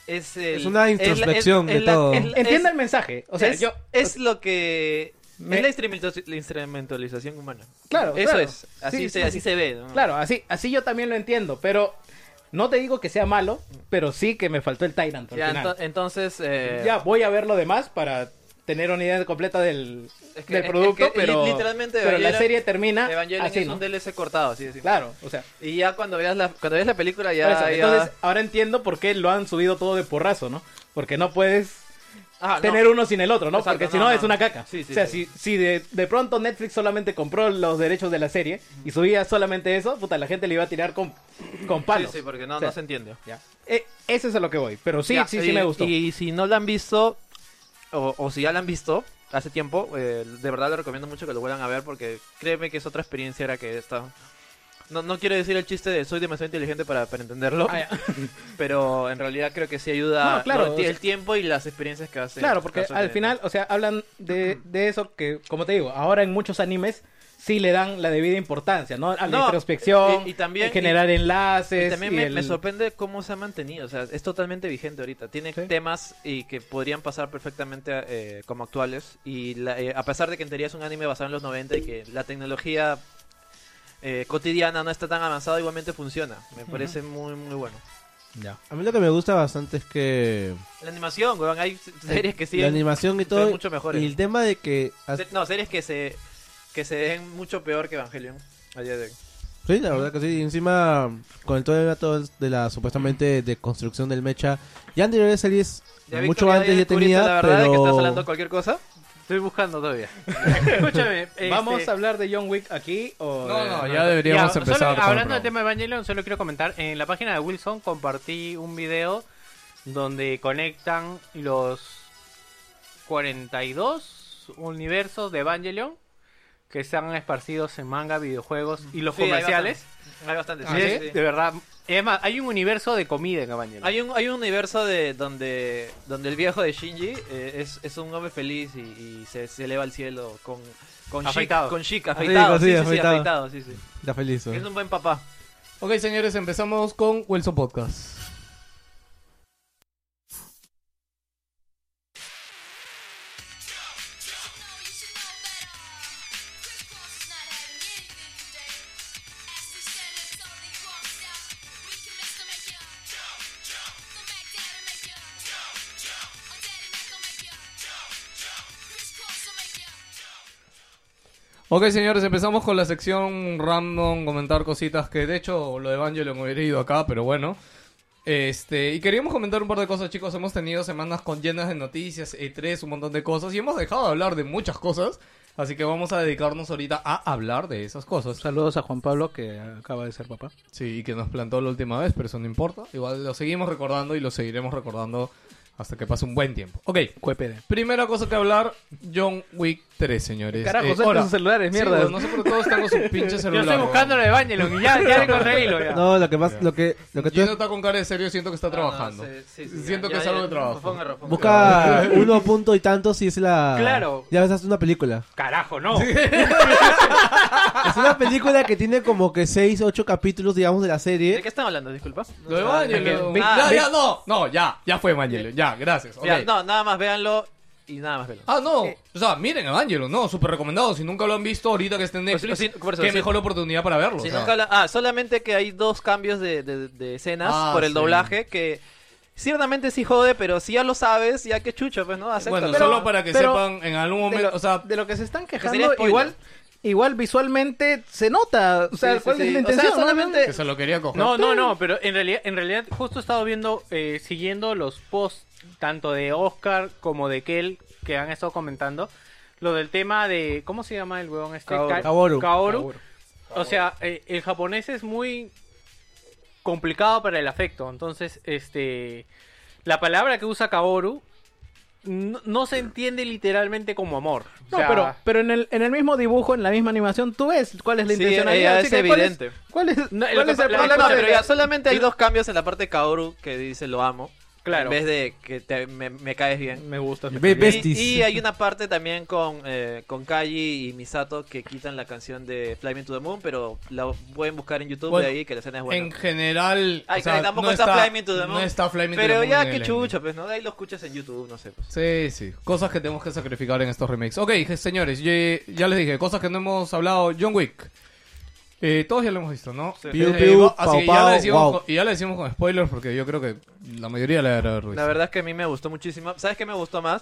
E: Es, el-
D: Es una
E: la-
D: introspección de todo.
E: es la-
F: Entienda
E: es-
F: el mensaje. O sea,
E: es,
F: yo.
E: es lo que...
F: Me-
E: Es la instrumento- la instrumentalización humana.
F: Claro,
E: Eso
F: claro.
E: es. Así,
F: Sí,
E: se,
F: sí,
E: así
F: sí.
E: se ve. ¿no?
F: Claro, así, así yo también lo entiendo, pero no te digo que sea malo, pero sí que me faltó el Tyrant al
E: Ya,
F: final.
E: ento- entonces... eh,
F: Ya, voy a ver lo demás para tener una idea completa del,
E: Es que-
F: del
E: es- es
F: producto,
E: que
F: pero,
E: literalmente
F: pero la
E: Evangelion-
F: serie termina
E: Evangelion
F: así,
E: es
F: ¿no?
E: un DLC cortado, así decimos.
F: Claro, o sea,
E: Y ya cuando veas la, cuando veas la película ya...
F: por eso,
E: ya-
F: entonces ahora entiendo por qué lo han subido todo de porrazo, ¿no? Porque no puedes
E: Ah, no.
F: tener uno sin el otro, ¿no?
E: Exacto,
F: Porque si
E: no,
F: no,
E: no.
F: es una caca.
E: Sí, sí,
F: o sea,
E: sí.
F: si, si de, de pronto Netflix solamente compró los derechos de la serie y subía solamente eso, puta, la gente le iba a tirar con, con palos.
E: Sí, sí, porque no,
F: O sea,
E: no se entiende.
F: ya. Eh, eso es a lo que voy, pero sí,
E: Ya,
F: sí, sí
E: y-
F: me gustó.
E: Y si no la han visto, o, o si ya la han visto hace tiempo, eh, de verdad les recomiendo mucho que lo vuelvan a ver porque créeme que es otra experiencia era que esta. No, no quiero decir el chiste de soy demasiado inteligente para, para entenderlo,
F: Ah, ya.
E: pero en realidad creo que sí ayuda
F: No, claro,
E: lo-
F: o
E: el
F: sea-
E: tiempo y las experiencias que hace.
F: claro, porque
E: caso
F: al
E: este, de-
F: final, o sea, hablan de, de eso que, como te digo, ahora en muchos animes sí le dan la debida importancia, ¿no? A la
E: No,
F: introspección,
E: y- y también-
F: en generar enlaces.
E: Y también
F: y
E: me,
F: el-
E: me sorprende cómo se ha mantenido. O sea, es totalmente vigente ahorita. Tiene
F: Sí.
E: temas y que podrían pasar perfectamente eh, como actuales. Y la- eh, a pesar de que en teoría es un anime basado en los 90 y que la tecnología eh, cotidiana no está tan avanzada, igualmente funciona. Me parece muy, muy bueno.
D: A mí lo que me gusta bastante es que
E: La animación, weón. Hay series que
D: la
E: siguen.
D: animación y
E: son
D: todo.
E: mucho mejores.
D: Y el tema de que.
E: se- No, series que se, que se ven mucho peor que Evangelion. a día de hoy.
D: Sí, la verdad que sí. Y encima, con el tema todo de la supuestamente de construcción del mecha. Ya anteriores series,
E: Ya,
D: mucho
E: Víctor, ya- ya
D: antes ya
E: descubriste
D: tenía.
E: La verdad de
D: pero...
E: que estás hablando cualquier cosa.
C: Estoy buscando todavía. Escúchame.
F: ¿Vamos
C: este,
F: a hablar de John Wick aquí o...?
B: No,
F: de-
B: no, ya deberíamos
C: ya, solo
B: empezar. con el
C: hablando del
B: programa.
C: tema de Evangelion, solo quiero comentar. En la página de Wilson compartí un video donde conectan los 42 universos de Evangelion que están esparcidos en manga, videojuegos y los
E: Sí, Ah, hay
C: comerciales.
E: Hay bastante.
C: Y es De verdad. y Es más, hay un universo de comida en Evangelion.
E: Hay un, hay un universo de donde, donde el viejo de Shinji eh, es, es un hombre feliz y, y se, se eleva al cielo con, con chic,
C: Afeitado.
E: con chic, afeitado,
D: Así,
E: Ah, sí, sí,
D: así,
E: sí,
D: afeitado.
E: afeitado, ¿eh? sí, sí.
D: Está feliz. ¿no?
E: Es un buen papá.
B: Ok, señores, empezamos con Wilson Podcast. Ok, señores, empezamos con la sección random, comentar cositas que de hecho lo de Evangelion hubiera ido acá, pero bueno. Este, y queríamos comentar un par de cosas, chicos. Hemos tenido semanas con llenas de noticias, E3, un montón de cosas, y hemos dejado de hablar de muchas cosas. Así que vamos a dedicarnos ahorita a hablar de esas cosas.
F: Saludos a Juan Pablo, que acaba de ser papá.
B: Sí, y que nos plantó la última vez, pero eso no importa. Igual lo seguimos recordando y lo seguiremos recordando hasta que pase un buen tiempo. Ok,
F: Cuepede.
B: primera cosa que hablar, John Wick 3, señores.
F: Carajo,
B: Eh,
F: saca
B: ahora-
F: sus celulares,
B: Sí,
F: mierda.
B: weón, no sé por qué todos están con sus pinches
C: Yo
B: celulares.
C: estoy buscando lo de Evangelion y ya, ya conseguílo ya.
D: No, lo que más, lo que, lo que tú
B: Yo no está con cara de serio, siento que
E: Ah,
B: está trabajando. Siento que es algo de trabajo.
D: busca uno punto y tantos y es la.
C: Claro.
D: Ya ves, es una película.
C: Carajo, no.
D: Es una película que tiene como que 6, 8 capítulos, digamos, de la
E: ¿De
D: serie.
E: qué están hablando? Disculpa.
B: Lo de Evangelion.
E: Ah,
B: Ya, ya, no. No, ya, ya fue Evangelion. Ya, gracias. ok.
E: Ya, No, nada más véanlo y nada más véanlo.
B: Ah, no. O sea, miren Evangelion, no, súper recomendado. Si nunca lo han visto ahorita que está en
E: Pues,
B: Netflix,
E: sí, por eso,
B: qué
E: sí.
B: mejor oportunidad para verlo.
E: Sí,
B: o sea.
E: nunca habla- Ah, solamente que hay dos cambios de, de- de escenas
B: Ah,
E: por el
B: sí.
E: doblaje que ciertamente sí jode, pero si ya lo sabes, ya que chucho, pues no, acepta.
B: Bueno, solo para que
F: pero-
B: sepan en algún
F: De
B: momento,
F: lo,
B: o sea,
F: de lo que se están
E: sería
F: quejando,
E: spoiler.
F: igual, igual visualmente se nota. O sea,
E: Sí, sí,
F: ¿cuál
E: sí.
F: es
E: O
F: la
E: sea,
F: intención? no?
E: solamente-
B: que se lo quería coger.
C: No, no, no, pero en realidad, en realidad justo he estado viendo, eh, siguiendo los posts tanto de Oscar como de Kel que han estado comentando, lo del tema de, ¿cómo se llama el huevón este?
F: Kaoru.
C: Ka-
D: Kaoru.
C: Kaoru. O sea, eh, el japonés es muy complicado para el afecto, entonces, este, la palabra que usa Kaoru no, no se entiende literalmente como amor. O
F: No,
C: sea,
F: pero, pero en, el, en el mismo dibujo, en la misma animación, tú ves cuál es la
E: Sí,
F: intencionalidad.
E: ya
F: así
E: es
F: que ¿cuál
E: evidente.
F: ¿Cuál es,
C: No,
F: cuál
C: lo que
F: es
C: pa-
F: el
C: la-
E: No,
F: problema?
E: no,
C: de-
E: pero ya solamente hay dos cambios en la parte de Kaoru que dice lo amo.
C: Claro.
E: En vez de que te- me, me caes bien.
F: Me gusta.
D: Ve-
E: Y-
D: Besties.
E: Y, hay una parte también con, eh, con Kaji y Misato que quitan la canción de Fly Me to the Moon, pero la pueden buscar en YouTube
B: Bueno,
E: de ahí que la escena es buena.
B: En general,
E: Ay,
B: o sea,
E: tampoco
B: no
E: está,
B: está
E: Fly Me to the
B: No
E: Moon.
B: está Fly Me to the
E: Pero
B: Moon
E: ya
B: en el
E: que
B: anime.
E: chucha, pues no, de ahí lo escuchas en YouTube, no sé. Pues.
B: Sí, sí. Cosas que tenemos que sacrificar en estos remakes. Ok, je- señores, ye- ya les dije, cosas que no hemos hablado. John Wick. Eh, todos ya lo hemos visto, ¿no?
D: Piu,
B: Eh,
D: piu,
B: va- así
D: pau,
B: que ya
D: pau,
B: le decimos
D: guau.
B: con- y ya le decimos con spoilers porque yo creo que la mayoría la habrá visto.
E: La verdad es que a mí me gustó muchísimo. ¿Sabes qué me gustó más?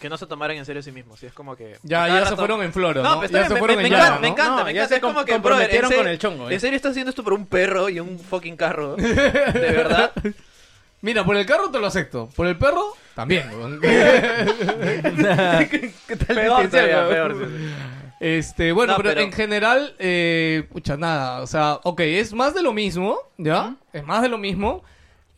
E: Que no se tomaran en serio a sí mismos. Y es como que.
B: Ya,
E: cada
B: ya se
E: rato-
B: fueron en floro, ¿no?
E: No, pero está
B: ya
E: bien,
B: se
E: me,
B: fueron
E: me
B: en
E: encanta,
B: llama,
E: me
B: ¿no?
E: encanta,
F: No,
E: me
F: ya
E: encanta.
F: se
E: Es como que, brother,
F: comprometieron
E: en serio,
F: con el chongo, ¿eh?
E: En serio estás haciendo esto por un perro y un fucking carro. De verdad.
B: Mira, por el carro te lo acepto. Por el perro, también. weón.
E: peor, todavía, peor.
B: Este, bueno,
E: No,
B: pero,
E: pero-
B: en general, eh, pucha, nada, o sea, ok, es más de lo mismo, ¿ya? Es más de lo mismo,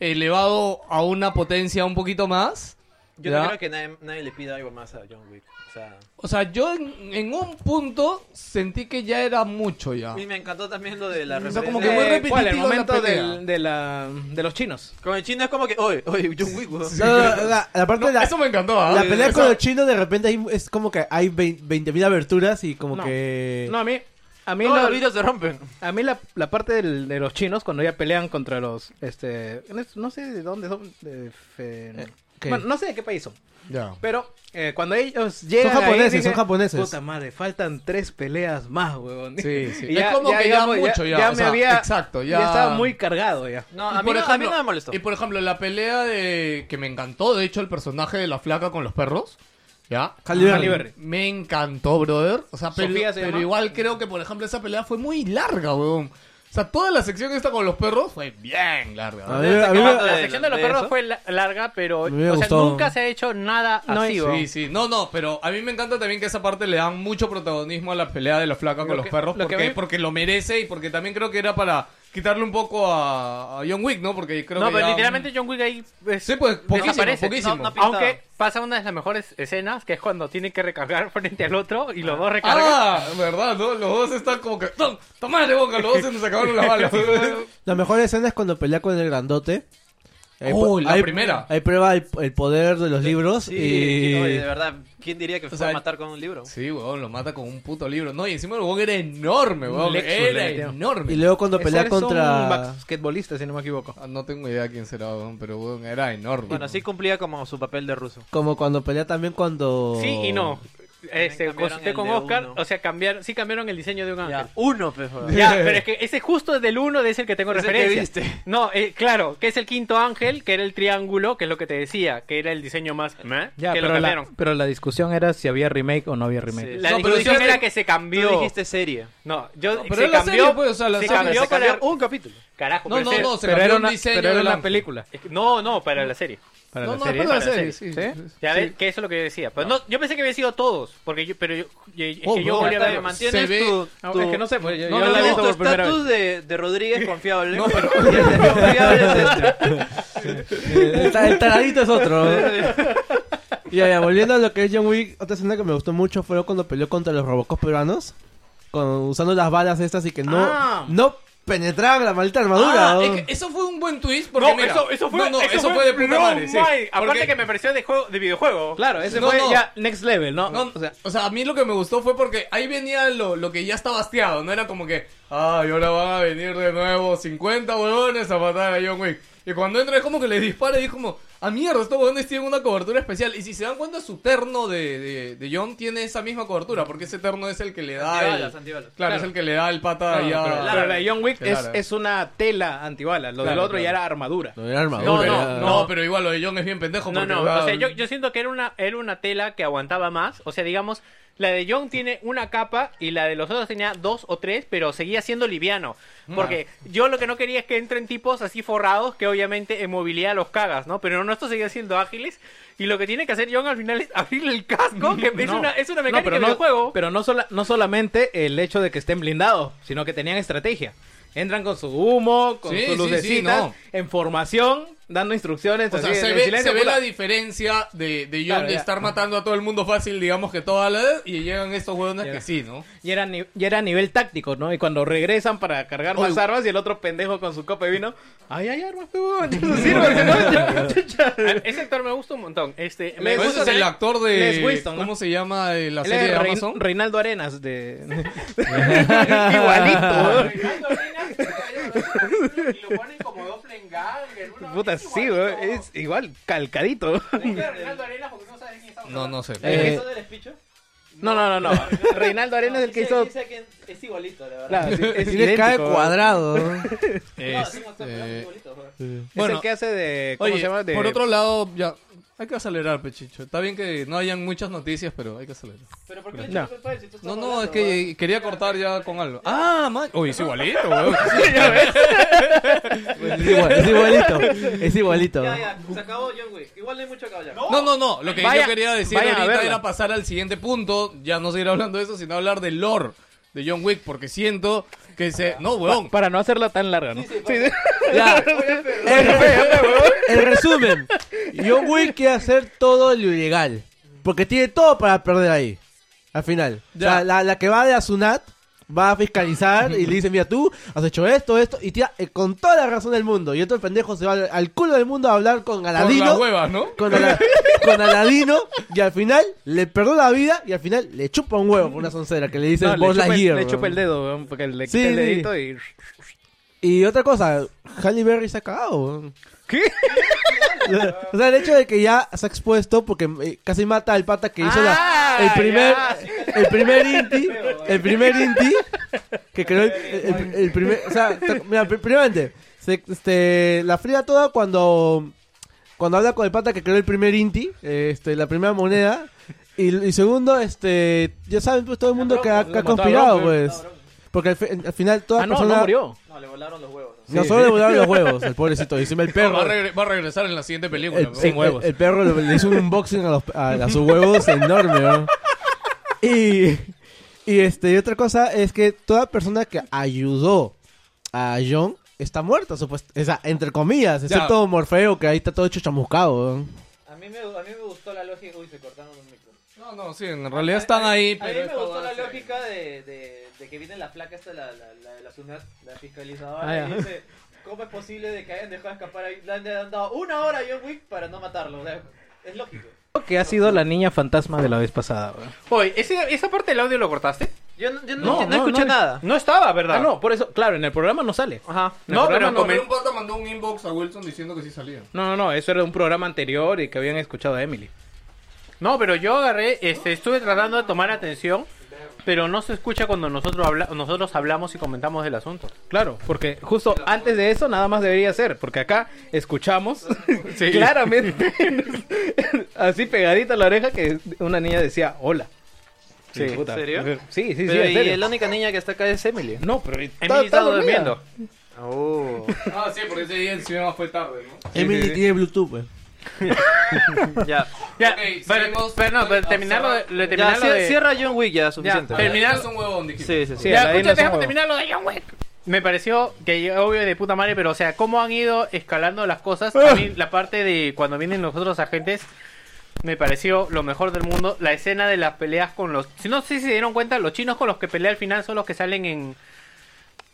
B: elevado a una potencia un poquito más.
E: Yo
B: ¿ya?
E: no creo que nadie, nadie le pida algo más a John Wick. O sea.
B: O sea, yo en, en un punto sentí que ya era mucho ya.
E: Y me encantó también lo de la
B: O sea,
E: referencia.
B: como que muy
F: Eh,
B: repetitivo
F: ¿cuál? El
B: la
F: momento
B: pelea.
F: del- de, la, de los chinos.
E: Con el chino es como que. Oye, oye, John Wick, weón.
D: No, no, no, la, la parte
B: No,
D: de la,
B: eso me encantó, ¿ah?
D: la pelea
B: Eso-
D: con los chinos de repente ahí es como que hay 20 mil aberturas y como
F: No.
D: que...
F: No, a mí. A mí,
E: Todos
F: la-
E: los vidrios se rompen.
F: a mí la, la parte del- de los chinos, cuando ya pelean contra los. este No sé de dónde son. de fe-
D: ¿qué?
F: Bueno, no sé de qué país son.
B: Ya.
F: Pero eh, cuando ellos llegan.
D: Son japoneses,
F: ahí, dije,
D: son japoneses.
F: Puta madre, faltan tres peleas más, huevón.
B: Sí, sí.
F: Y
B: Es como que ya mucho, ya,
F: Ya
B: o
F: me
B: sea,
F: había.
B: exacto, ya-
F: estaba muy cargado ya.
E: No,
B: Y
E: a mí,
B: por
E: no, a mí
B: ejemplo-
E: no me molestó.
B: Y por ejemplo, la pelea de que me encantó, de hecho, el personaje de la flaca con los perros, ¿ya?
D: Caliber.
F: Caliber.
B: Me encantó, brother. O sea, pero,
F: Sofía se
B: pero
F: llama.
B: igual creo que, por ejemplo, esa pelea fue muy larga, weón. O sea, toda la sección esta con los perros fue bien larga.
D: A
B: ¿no?
D: mí, a mí me-
C: La sección de los
E: de
C: perros
E: eso.
C: fue la- larga, pero
D: Me hubiera
C: o sea,
D: gustado.
C: nunca se ha hecho nada así. weón.
B: Sí, sí. No, no, pero a mí me encanta también que esa parte le dan mucho protagonismo a la pelea de la flaca con
F: Lo
B: los
F: que-
B: perros
F: lo que
B: porque,
F: a mí-
B: porque lo merece y porque también creo que era para quitarle un poco a, a John Wick, ¿no? Porque creo
C: No,
B: que
C: pero
B: ya-
C: literalmente John Wick ahí es-
B: Sí, pues, poquísimo,
C: desaparece.
B: poquísimo.
E: No, no pintaba.
C: Aunque pasa una de las mejores escenas, que es cuando tiene que recargar frente al otro y los dos recargan.
B: Ah, verdad, ¿no? Los dos están como que... ¡Tom! ¡Tomale, boca! Los dos se nos acabaron las balas.
D: La mejor escena es cuando pelea con el grandote.
B: Oh,
D: pu-
B: la primera.
D: Ahí prueba el, el poder de los libros
E: Sí,
D: y...
E: oye, de verdad, ¿quién diría que fue
B: sea,
E: a matar con un libro?
B: Sí, weón, lo mata con un puto libro. No, y encima el weón era enorme, weón.
F: Lexus
B: era
F: le metió.
B: enorme.
D: Y luego cuando pelea
F: Eres un
D: contra...
F: basquetbolista, si no me equivoco.
B: Ah, no tengo idea quién será, weón, pero weón, era enorme.
E: Bueno, sí cumplía como su papel de ruso.
D: Como cuando pelea también cuando...
C: Sí y no. este,
E: cambiaron
C: consulté
E: el
C: con
E: de
C: Oscar,
E: uno.
C: o sea, cambiaron, sí cambiaron el diseño de un ángel.
E: Ya, uno, pues, joder.
C: Ya, pero es que ese justo es del uno de ese el que tengo
E: Es el que
C: referencia.
E: viste.
C: No, eh, claro, que es el quinto ángel, que era el triángulo, que es lo que te decía, que era el diseño más ¿eh?
F: Ya,
C: que lo
F: pero la,
C: cambiaron.
F: pero la discusión era si había remake o no había remake.
E: Sí.
C: La
B: No, pero
C: discusión
B: dijiste-
C: era que se cambió.
E: Tú dijiste serie.
C: No, yo
B: No, pero
C: se
B: es la
C: cambió,
B: serie, pues, o sea, la
C: se
B: serie.
C: cambió
B: Se
C: para
E: un capítulo.
F: Eh,
C: carajo,
B: No,
C: pero
B: no,
C: se-
B: no, se
F: pero
B: cambió
F: era
B: el
F: una,
B: diseño
F: pero era
B: del
F: una
B: ángel.
F: película.
C: es que- no, no, para la serie.
F: Para
B: No,
F: la
B: no,
F: serie.
B: es para la
C: para la
B: serie, sí.
F: serie. ¿Sí?
C: Ya ves, que eso es lo que yo decía. Pues no, yo pensé que había sido todos, porque yo, pero yo, yo- es
B: Oh,
C: que yo
B: bro,
C: volví a
B: está
C: ver-
B: bien, man.
E: mantienes
B: ve-
E: tu,
F: Ah,
E: tu-
F: Es que no sé, pues yo,
E: No,
F: yo
E: no,
F: la he
E: no,
F: visto
E: tu
F: por primera vez.
E: estatus de, de Rodríguez confiable.
B: No, pero-
E: Confiable es este.
H: Eh, El, ta- el taradito es otro. Ya, ya, volviendo a lo que es John Wick, otra escena que me gustó mucho fue cuando peleó contra los robocos peruanos. Con, usando las balas estas y que no,
F: Ah.
H: no penetraban la maldita armadura.
B: Ah,
H: ¿no?
B: es que eso fue un buen twist porque
C: no,
B: mira,
C: eso, eso fue,
B: no, no, eso fue de puta
C: no
B: madre, sí.
C: my- Aparte
B: Porque-
C: que me pareció de, juego, de videojuego.
F: Claro, ese
B: No,
F: fue
B: no.
F: ya next level, ¿no?
B: No, o, sea, a mí lo que me gustó fue porque ahí venía lo, lo que ya estaba hastiado, no era como que, ay, ahora van a venir de nuevo 50 huevones a matar a John Wick. Y cuando entra es como que le dispara y es como, ah, mierda, estos huevones tienen una cobertura especial. Y si se dan cuenta, su terno de, de, de John tiene esa misma cobertura, porque ese terno es el que le da el...
E: Antibalas,
B: Claro,
E: antibalas.
B: es el que le da el pata
F: No,
B: allá.
F: pero,
E: claro.
F: pero la de John Wick
B: Claro.
F: es, es una tela antibala. Lo del
B: Claro,
F: otro ya
B: claro.
F: era armadura.
H: No era armadura.
B: No,
C: No,
B: pero,
C: no,
B: no,
C: no.
B: pero igual lo de John es bien pendejo.
C: No,
B: porque,
C: no,
B: ah,
C: o sea, yo, yo siento que era una, era una tela que aguantaba más. O sea, digamos, la de John tiene una capa y la de los otros tenía dos o tres, pero seguía siendo liviano. Porque yo lo que no quería es que entren tipos así forrados que obviamente en movilidad los cagas, ¿no? Pero no, estos seguían siendo ágiles. Y lo que tiene que hacer John al final es abrirle el casco, que es,
F: No.
C: una, es una
F: No,
C: mecánica
F: pero no,
C: del juego.
F: Pero no, sola- no solamente el hecho de que estén blindados, sino que tenían estrategia. Entran con su humo, con
B: Sí, sí,
F: sus
B: sí,
F: lucecitas,
B: no.
F: en formación, dando instrucciones.
B: O sea,
F: así,
B: se
F: Pues en
B: ve,
F: silencio,
B: se ve
F: puta.
B: la diferencia de, de John
F: Claro,
B: de
F: ya.
B: estar matando a todo el mundo fácil, digamos que toda la... Y llegan estos huevones
F: Ya.
B: que sí, ¿no?
F: Y era, ni- y era a nivel táctico, ¿no? Y cuando regresan para cargar más
B: Oye.
F: armas y el otro pendejo con su copa de vino, ¡ay, ay, armas, huevón! Eso sirve, ¿no?
C: A-
F: Chucha.
C: Ah, Ese actor me gusta un montón. Este, me
F: Les-
B: Pues
C: gusta-
B: ese es
F: Winston,
B: el
F: ¿eh?
B: actor de.
F: Les Winston, ¿no?
B: ¿Cómo se llama eh, la
F: Él
B: serie de
F: es Rein-
B: Amazon?
F: Reinaldo Arenas de... Igualito.
C: Y lo ponen como doble enganche, en una-
F: Puta,
C: es
F: sí,
C: igualito.
F: weón. Es igual, calcadito.
C: Dice Reinaldo Arenas porque no sabes quién está
B: No, no sé.
F: Eh,
E: ¿Eso del espicho?
F: No, no, no, no. Reinaldo Arenas es el que
E: Dice-
F: hizo...
E: dice que es igualito, la verdad.
F: Claro, sí, es
H: Tiene cada
F: idéntico.
H: cuadrado.
E: No,
B: Es-
E: sí, no, pero es
B: eh,
E: igualito, joder.
F: Es
B: Bueno,
F: el que hace de... ¿Cómo
B: oye,
F: se llama? De...
B: por otro lado, ya. Hay que acelerar, Pechicho. Está bien que no hayan muchas noticias, pero hay que acelerar.
E: Pero ¿por qué le
F: No.
E: chupas todo eso si tú estás
B: No, no,
E: hablando,
B: es
E: weón?
B: que quería cortar ya con algo. Ah, man. Oye, es igualito, weón.
H: Es, igual- es igualito. Es igualito.
E: Ya, ya, se acabó John Wick. Igual no hay mucho que hablar.
B: No, no, no. Lo que yo
F: Vayan-
B: quería decir
F: vayan a
B: ahorita
F: verla.
B: era pasar al siguiente punto. Ya no seguir hablando de eso, sino hablar del lore de John Wick, porque siento que se. No, weón.
F: Para no hacerla tan larga, ¿no? Sí, sí.
H: Ya. El, el resumen. John Wick quiere hacer todo lo ilegal. Porque tiene todo para perder ahí. Al final. O sea,
B: Ya.
H: la, la que va de Asunat va a fiscalizar y le dice, mira tú, has hecho esto, esto. Y tira eh, con toda la razón del mundo. Y otro pendejo se va al, al culo del mundo a hablar con
B: Por las
H: Aladino.
B: huevas, ¿no?
H: Con, Ala- con Aladino. Y al final le perdona la vida. Y al final le chupa un huevo por una soncera que le dice
F: No,
H: Buzz
F: le, chupa el,
H: Lightyear,
F: le
H: weón.
F: chupa el dedo, weón, porque le
H: Sí,
F: quita el
H: sí.
F: dedito y...
H: Y otra cosa, Halle Berry se ha cagado. weón.
F: ¿Qué?
H: O sea, el hecho de que ya se ha expuesto porque eh, casi mata al pata que hizo la-
F: Ah,
H: el primer
F: ya,
H: el primer inti, el primer inti que creó el, el- el- el primer, o sea, te- mira, pr- primeramente se- este, la fría toda cuando cuando habla con el pata que creó el primer inti, eh, este, la primera moneda y, y segundo, este, ya saben pues todo el mundo que ha, que ha conspirado pues. Porque al, fi- al final toda
F: Ah, no,
H: persona
F: no murió.
E: No, le volaron los huevos.
H: no solo le volaron los huevos al pobrecito, y encima el perro.
B: Va a, regre- va a regresar en la siguiente película.
H: El,
B: weón.
H: el- el- el perro le le hizo un unboxing a, los- a, a sus huevos enorme, ¿no? Y, y, este, y otra cosa es que toda persona que ayudó a John está muerta, supuest- o sea, entre comillas,
B: Ya.
H: excepto Morfeo, que ahí está todo hecho chamuscado. ¿no?
E: A mí, me, a mí me gustó la lógica. Uy, se cortaron los micros.
B: No, no, sí, en realidad están ahí,
E: A mí
B: pero
E: me
B: esta
E: gustó
B: va
E: la
B: a ser-
E: lógica de, de, de que viene la placa esta, la, la, la de la SUNAT, la fiscalizadora,
F: Ah, ya.
E: y dice, ¿cómo es posible de que hayan dejado escapar ahí? Le han le han dado una hora a John Wick para no matarlo, o sea, es lógico.
F: Que ha sido la niña fantasma de la vez pasada, weón.
C: Oye, ¿ese- ¿esa parte del audio lo cortaste?
E: Yo no, yo no,
F: No,
E: no,
F: no,
E: escuché
F: no.
E: nada.
C: No estaba, ¿verdad?
F: Ah, no, por eso, claro, en el programa no sale.
C: Ajá.
F: El
C: No, pero
F: programa no,
C: comen-
F: pero
B: un pata mandó un inbox a Wilson diciendo que sí salía.
F: No, no, no, eso era de un programa anterior y que habían escuchado a Emily.
C: No, pero yo agarré, este, estuve tratando de tomar atención, pero no se escucha cuando nosotros, habla- nosotros hablamos y comentamos del asunto.
F: Claro, porque justo antes de eso nada más debería ser, porque acá escuchamos claramente así pegadita a la oreja que una niña decía hola.
E: Sí,
F: Y puta,
E: ¿en serio?
F: Sí, sí, sí,
E: Pero,
F: en
E: y
F: serio.
E: la única niña que está acá es Emily.
F: No, pero está,
C: Emily está
F: dormida.
C: durmiendo.
E: Oh.
B: Ah, sí, porque ese día el cinema fue tarde, ¿no?
D: Emily tiene Bluetooth, pues.
E: ya.
C: Ya,
B: Ok,
C: pero,
B: seguimos.
C: pero no, pero terminarlo de, lo de
E: Ya,
C: terminarlo
E: cier-
C: de-
E: cierra John Wick ya, suficiente.
C: Ya, terminar-
B: Es un huevón, dijiste.
E: Sí, sí, sí.
F: Sí,
C: Ya,
F: a la
C: escucha,
F: Dina es un
C: déjame
F: huevo.
C: terminarlo de John Wick. Me pareció que obvio de puta madre, pero o sea, cómo han ido escalando las cosas. A
F: Ah.
C: mí, la parte de cuando vienen los otros agentes me pareció lo mejor del mundo. La escena de las peleas con los. Si no sé si se dieron cuenta, los chinos con los que pelea al final son los que salen en.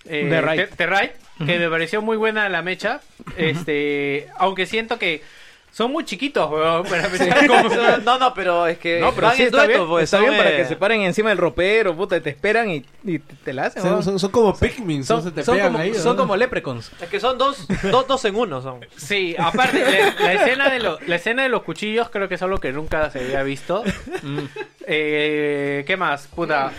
C: eh,
F: The Raid.
C: The- The Raid, que me pareció muy buena la mecha. Este, aunque siento que son muy chiquitos, weón, para pelear con-
E: No, no, pero es que.
F: No, pero
E: van
F: sí
E: en
F: está
E: dueto,
F: bien,
E: pues,
F: está
E: son,
F: bien para
E: eh,
F: que se paren encima del ropero, puta, y te esperan y, y te, te la hacen.
D: Son,
F: ¿no?
D: son- son como Pikmin,
F: Son-
D: son, se te
F: son
D: pegan
F: como,
D: ahí,
F: son
D: ¿no?
F: como leprechauns.
E: Es que son dos, dos, dos en uno son.
C: Sí, aparte, la, la escena de lo- la escena de los cuchillos creo que es algo que nunca se había visto. Mm. Eh, ¿Qué más? Puta.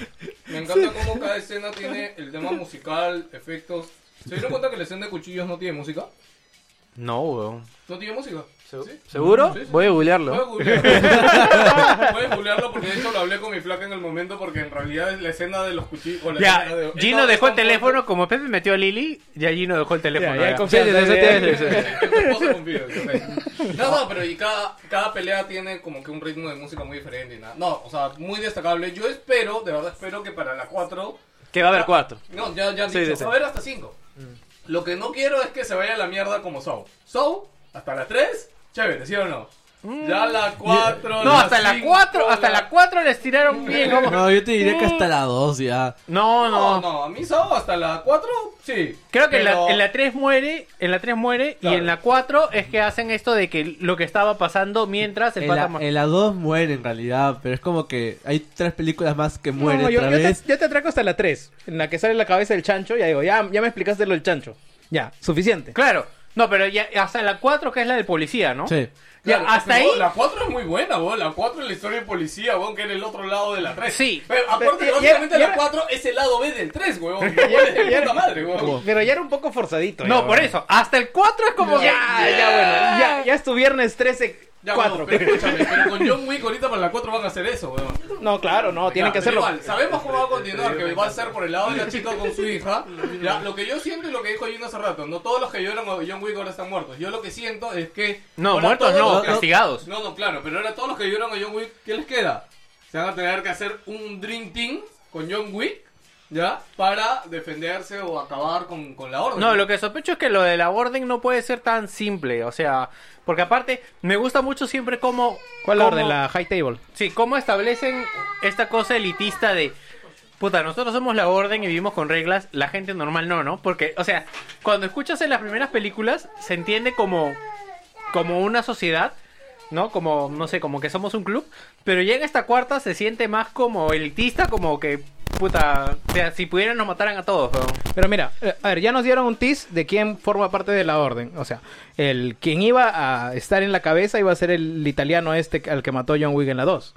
B: Me encanta cómo cada escena tiene el tema musical, efectos. ¿Se dieron cuenta que la escena de cuchillos no tiene música?
C: No, weón.
B: ¿No tiene música? ¿Sí?
E: ¿Seguro?
B: Sí, sí.
E: Voy
B: Puedes
E: a googlearlo.
B: googlearlo. Puedes googlearlo porque de hecho lo hablé con mi flaca en el momento porque en realidad es la escena de los cuchillos. o la
C: Ya,
B: escena de-
C: Gino
B: Esta-
C: dejó el
B: esta-
C: teléfono. Como Pepe metió a Lili, ya Gino dejó el teléfono.
F: Ya, ya,
C: ya.
F: con-
E: Sí, sí, sí, sí, sí, sí.
B: El esposo confía, ok. No, no, pero y cada, cada pelea tiene como que un ritmo de música muy diferente. y nada. No, o sea, muy destacable. Yo espero, de verdad espero que para la 4...
E: Que va a haber cuatro.
B: No, ya, ya han
E: Sí,
B: dicho,
E: sí, sí.
B: va a haber hasta 5.
C: Mm.
B: Lo que no quiero es que se vaya a la mierda como Soul. Soul, hasta la 3, chévere, ¿sí o no? Ya la 4...
C: No, hasta la 4, hasta la 4 les tiraron bien. vamos.
D: No, yo te diría que hasta la 2 ya.
C: No,
B: No,
C: no.
B: no, a mí Soul hasta la 4, sí.
C: Creo que en la-
B: Pero-
C: en la 3 muere, en la 3 muere
B: Claro.
C: y en la 4 es que hacen esto de que lo que estaba pasando mientras el
D: En
C: pata
D: la,
C: ma-
D: en la 2 muere en realidad, pero es como que hay tres películas más que mueren
F: No, yo,
D: otra
F: yo te,
D: vez.
F: yo te atraco hasta la 3, en la que sale la cabeza del chancho, ya digo, ya, ya me explicaste lo del chancho. Ya, suficiente.
C: Claro. No, pero ya hasta la 4 que es la del policía, ¿no?
D: Sí.
C: Ya,
B: Claro,
C: hasta
B: pero,
C: ahí.
B: oh, La 4 es muy buena, vos. La 4 es la historia de policía, weón, que era el otro lado de la 3.
C: Sí.
B: Pero aparte,
F: Pero, y- y
B: básicamente
F: era-
B: la 4 es el lado B del 3, weón. Que huele de puta madre, weón.
F: Oh. Pero ya era un poco forzadito.
C: No,
F: ya,
C: por
F: bueno.
C: eso. Hasta el 4 es como. que-
F: Ya, ya, bueno. Ya, ya es tu viernes 13,
B: Ya,
F: 4.
B: weón, pero escúchame, pero con John Wick ahorita para la 4 van a hacer eso, weón.
F: No, claro, no, tienen
B: Ya,
F: que
B: pero
F: hacerlo.
B: Igual, sabemos cómo va a continuar, que va a ser por el lado de la chica con su hija. Ya, este, lo que yo siento y lo que dijo Gino hace rato, no todos los que lloran o John Wick ahora están muertos. Yo lo que siento es que.
C: No,
B: ahora
C: muertos
B: todos
C: no,
B: los que-
C: castigados.
B: No, no, claro, pero ahora todos los que lloran a John Wick, ¿qué les queda? Se van a tener que hacer un Dream Team con John Wick, ¿ya? Para defenderse o acabar con, con la orden.
C: No, lo que sospecho es que lo de la orden no puede ser tan simple. O sea, porque aparte, me gusta mucho siempre cómo.
F: ¿Cuál
C: cómo-
F: la orden? La high table.
C: Sí, cómo establecen esta cosa elitista de. Puta, nosotros somos la orden y vivimos con reglas, la gente normal no, ¿no? Porque, o sea, cuando escuchas en las primeras películas, se entiende como. como una sociedad, ¿no? Como, no sé, como que somos un club. Pero llega esta cuarta, se siente más como elitista, como que. Puta, o sea, si pudieran nos mataran a todos, weón.
F: Pero mira, eh, a ver, ya nos dieron un tease de quién forma parte de la orden. O sea, el quien iba a estar en la cabeza iba a ser el italiano este al que mató John Wick en la 2.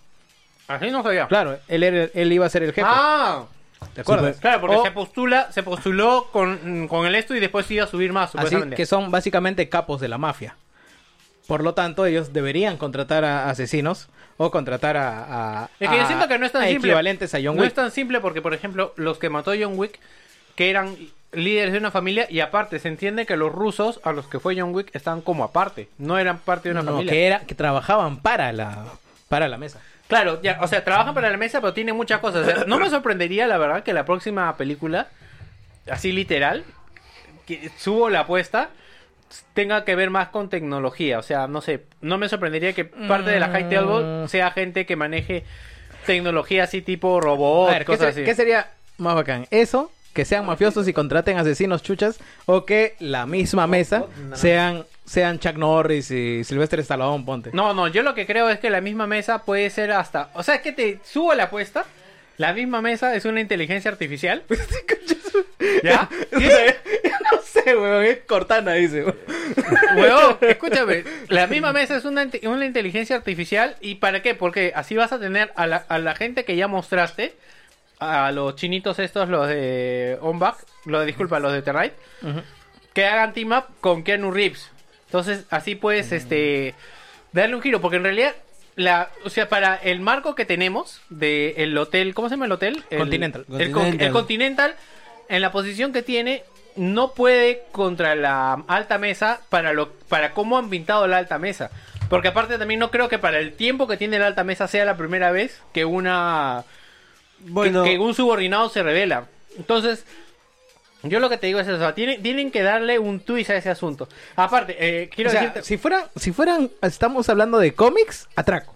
C: Así no sabía.
F: Claro, él, era- él iba a ser el jefe.
C: Ah,
F: ¿Te acuerdas?
C: claro, porque
F: O-
C: se postula, se postuló con, con el esto y después iba a subir más,
F: Así
C: supuestamente.
F: que son básicamente capos de la mafia. Por lo tanto, ellos deberían contratar a asesinos o contratar a, a-
C: Es que yo
F: a-
C: siento que no es tan
F: a
C: simple.
F: Ah, equivalentes a John
C: No
F: Wick.
C: es tan simple porque, por ejemplo, los que mató John Wick, que eran líderes de una familia, y aparte se entiende que los rusos a los que fue John Wick estaban como aparte, no eran parte de una
F: No,
C: familia.
F: que era que trabajaban para la para la mesa.
C: Claro, ya, o sea, trabajan para la mesa, pero tienen muchas cosas. O sea, no me sorprendería, la verdad, que la próxima película, así literal, que subo la apuesta, tenga que ver más con tecnología. O sea, no sé, no me sorprendería que parte de la high
F: Mm.
C: table sea gente que maneje tecnología así tipo robot,
F: A ver, ¿qué,
C: cosas
F: ser-
C: así.
F: qué sería más bacán? ¿Eso? ¿Que sean mafiosos y contraten asesinos chuchas? ¿O que la misma mesa sean, sean Chuck Norris y Sylvester Stallone, ponte?
C: No, no, yo lo que creo es que la misma mesa puede ser hasta... O sea, que te subo la apuesta. La misma mesa es una inteligencia
F: Este
C: artificial. ¿Ya?
F: O sea, no sé, weón, es Cortana, dice. weón.
C: Weón, escúchame, la misma mesa es una, inte- una inteligencia artificial y ¿para qué? Porque así vas a tener a la, a la gente que ya mostraste, a los chinitos estos, los de Onback, los de, disculpa, los de Territe, que hagan team up con Keanu Reeves. Entonces así puedes este darle un giro, porque en realidad, la, o sea, para el marco que tenemos del hotel, ¿cómo se llama el hotel? El-
F: Continental.
C: el con- el Continental, en la posición que tiene, no puede contra la alta mesa para lo para cómo han pintado la alta mesa. Porque aparte también no creo que para el tiempo que tiene la alta mesa sea la primera vez que una
H: Bueno,
C: que, que un subordinado se revela. Entonces, yo lo que te digo es eso, o sea, tienen, tienen que darle un twist a ese asunto. Aparte, eh, quiero
F: O sea,
C: decirte...
F: si fuera, si fueran, estamos hablando de cómics, atraco.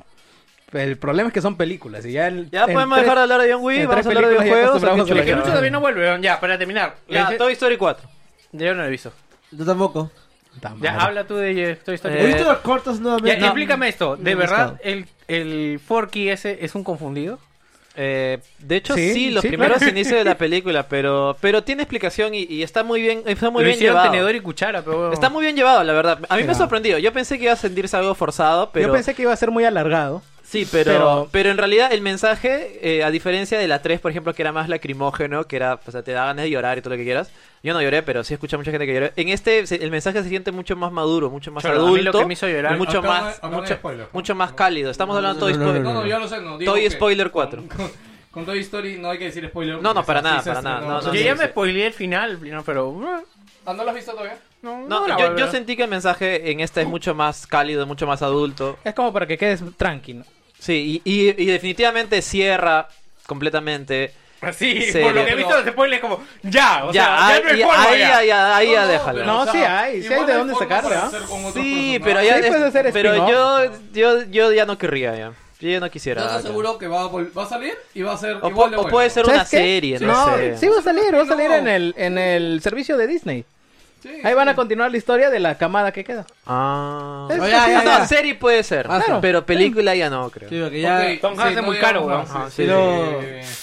F: El problema es que son películas y ya el-
E: Ya
F: en
E: podemos
F: tres-
E: dejar de hablar de John Wick,
F: en
E: vamos a
F: tres
E: hablar de
F: películas ya
E: videojuegos. a
F: acostumbramos a
C: el
F: la
C: que
F: gente.
C: mucho todavía no vuelve, weón. ya, para terminar.
E: Ya,
C: Le-
E: Toy Story 4.
C: Yo no lo he visto.
H: yo tampoco.
F: Puta madre.
C: Ya, habla tú de eh, Toy Story.
H: ¿He visto los cortos
C: Ya,
H: nuevamente?
C: explícame esto.
H: no
C: ¿De
H: he
C: verdad el, el Forky ese es un confundido?
E: Eh, de hecho,
F: Sí,
E: sí, los
F: sí,
E: primeros
F: claro.
E: inicios de la película, pero, pero tiene explicación y, y está muy bien, está muy
C: Lo
E: bien
C: hicieron
E: llevado.
C: tenedor y cuchara, pero... bueno.
E: Está muy bien llevado, la verdad. A mí me
F: Ya.
E: ha sorprendido. Yo pensé que iba a sentirse algo forzado, pero
F: Yo pensé que iba a ser muy alargado.
E: sí, pero,
F: pero-
E: pero en realidad el mensaje, eh, a diferencia de la 3, por ejemplo, que era más lacrimógeno, que era, o sea, te da ganas de llorar y todo lo que quieras. Yo no lloré, pero sí escuché a mucha gente que lloró. En este se- el mensaje se siente mucho más maduro, mucho más
C: Cholo, a mí
E: adulto,
C: lo que me hizo llorar-
E: y mucho
B: Acá no hay-
E: más,
B: acá no hay
E: mucho,
B: spoiler.
E: mucho más cálido. Estamos hablando de Toy Story.
B: No, no, yo lo sé, no. digo
E: Toy
B: que
E: Spoiler
B: con-
E: 4.
B: Con, con Toy Story no hay que decir spoiler.
E: No, no,
B: porque
E: para
B: sí
E: nada,
B: se
E: para
B: estrenó.
E: nada, no, no,
C: Yo
E: sí,
C: ya
E: sí.
C: me spoileé el final, no, pero...
B: Ah, ¿no lo has visto todavía?
C: No,
E: No,
C: la
E: yo,
C: voy a
E: yo
C: ver.
E: sentí que el mensaje en esta es mucho más cálido, mucho más adulto.
F: Es como para que quedes tranquilo.
E: Sí, y, y- y definitivamente cierra completamente.
C: Sí,
E: Sí,
C: por lo que he
E: pero-
C: visto los spoilers como... Ya, o sea,
E: ya,
C: ya
E: ahí,
C: no hay
E: ya-
C: forma
E: ahí,
C: ya.
E: ya- ya- ahí ya
B: no,
E: déjalo.
B: pero,
F: No,
B: o sea,
F: sí hay, sí hay
B: igual
F: de
B: hay
F: dónde
B: formas
F: sacar,
B: para
F: ¿ah?
B: hacer con otros
E: sí,
B: personajes.
E: pero ya.
F: Sí, puedes hacer
E: pero
F: spin-off.
E: yo, yo, yo ya no querría ya. Yo ya no quisiera.
B: Yo estoy
E: ya.
B: seguro que va a, vol- va a salir y va a ser
E: O,
B: igual
E: pu-
B: de
E: o
B: bueno.
E: puede ser
F: ¿Sabes
E: una
F: qué?
E: serie, no,
F: no,
E: sé.
F: sí va a salir, va a salir
B: No.
F: en el en el servicio de Disney.
B: Sí.
F: Ahí van a continuar la historia de la camada que queda.
E: Ah.
F: Es-
E: No,
F: es-
E: ya,
F: es-
E: no, serie puede ser.
F: Ah, claro.
E: Pero película ya no, creo.
H: Sí, porque ya...
B: Ok,
C: Tom Hanks es
B: no
C: muy
B: digamos
C: caro, weón.
B: más,
E: Ajá,
B: este,
E: sí,
H: Pero-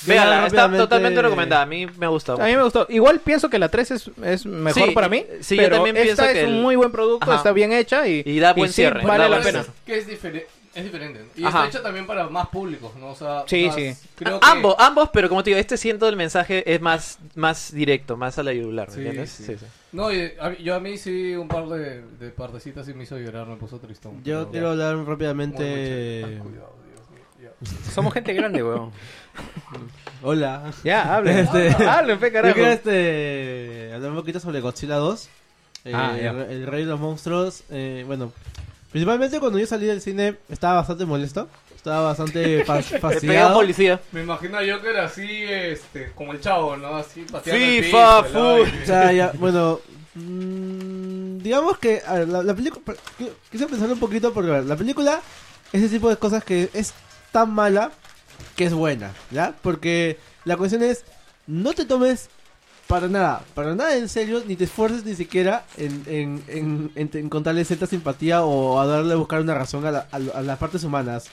E: Véala, está
H: rápidamente-
E: totalmente recomendada. A mí me ha gustado.
F: A mí me gustó. Igual pienso que la 3 es, es mejor
E: Sí,
F: para mí.
E: sí, yo
F: pero
E: también pienso
F: esta es
E: que
F: un
E: el-
F: muy buen producto,
E: Ajá.
F: está bien hecha y,
E: Y da buen
F: sí,
E: cierre,
F: vale
E: da
F: la
E: buen
F: pena.
E: cierre.
B: Que es diferente. Es diferente. Y
E: Ajá.
B: está hecha también para más públicos, ¿no? O sea,
F: Sí,
B: o sea,
F: sí.
B: creo que-
E: Ah, Ambos, ambos, pero como te digo, este siento el mensaje es más, más directo, más a la yugular, ¿me
B: Sí,
E: entiendes?
B: sí.
E: Sí, sí.
B: No, y a mí- yo a mí sí un par de, de partecitas y me hizo llorar, me puso tristón.
H: Yo
B: pero-
H: quiero hablar
B: Muy, muy
H: rápidamente...
B: chato. Ten cuidado, Dios mío, ya.
C: Somos gente grande, weón.
H: Hola.
F: Ya, hablen.
H: Este-
F: Hablen, fe,
H: Yo
F: carajo.
H: quiero este, hablar un poquito sobre Godzilla 2. eh,
F: Ah, ya.
H: el, re- el rey de los monstruos. eh, bueno, principalmente cuando yo salí del cine estaba bastante molesto. Estaba bastante fas-
E: Le pega un
H: fastidiado.
E: Eh, policía.
B: Me imagino a Joker así, este, como el chavo, ¿no? Así pateando el
E: FIFA,
B: piso, la vaina.
H: O sea, ya, bueno, mm, digamos que a ver, la, la película. Quise pensar un poquito porque a ver, la película es ese tipo de cosas que es tan mala que es buena, ¿ya? Porque la cuestión es: no te tomes para nada, para nada en serio, ni te esfuerces ni siquiera en, en, en, en- en encontrarle cierta simpatía o a darle a buscar una razón a, la- a lo- a las partes humanas.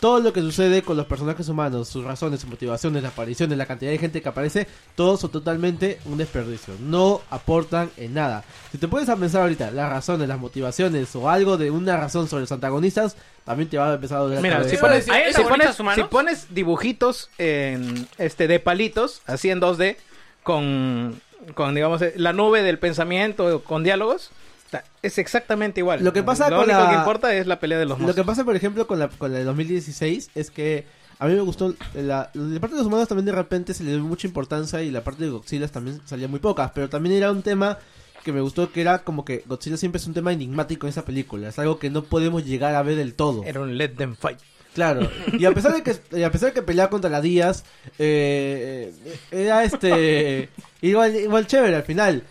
H: Todo lo que sucede con los personajes humanos, sus razones, sus motivaciones, las apariciones, la cantidad de gente que aparece, todos son totalmente un desperdicio. No aportan en nada. Si te puedes a pensar ahorita las razones, las motivaciones o algo de una razón sobre los antagonistas, también te va a empezar a doler la
F: Mira,
H: cabeza.
F: si pones,
C: ¿Hay
F: si,
C: antagonistas
F: pones, si
C: humanos?
F: pones dibujitos en, este, de palitos, así en 2D, con, con, digamos, eh, la nube del pensamiento, con diálogos, está- es exactamente igual.
H: Lo que pasa
F: Lo
H: con
F: único
H: la-
F: que importa es la pelea de los
H: Lo que
F: monstruos.
H: pasa, por ejemplo, con la, con la de 2016 es que a mí me gustó. La, la parte de los humanos también de repente se le dio mucha importancia y la parte de Godzilla también salía muy pocas. Pero también era un tema que me gustó que era como que Godzilla siempre es un tema enigmático en esa película. Es algo que no podemos llegar a ver del todo.
F: Era un let them fight.
H: Claro. Y a pesar de que, y a pesar de que peleaba contra la Díaz, eh, eh, era este. igual, igual chévere al final.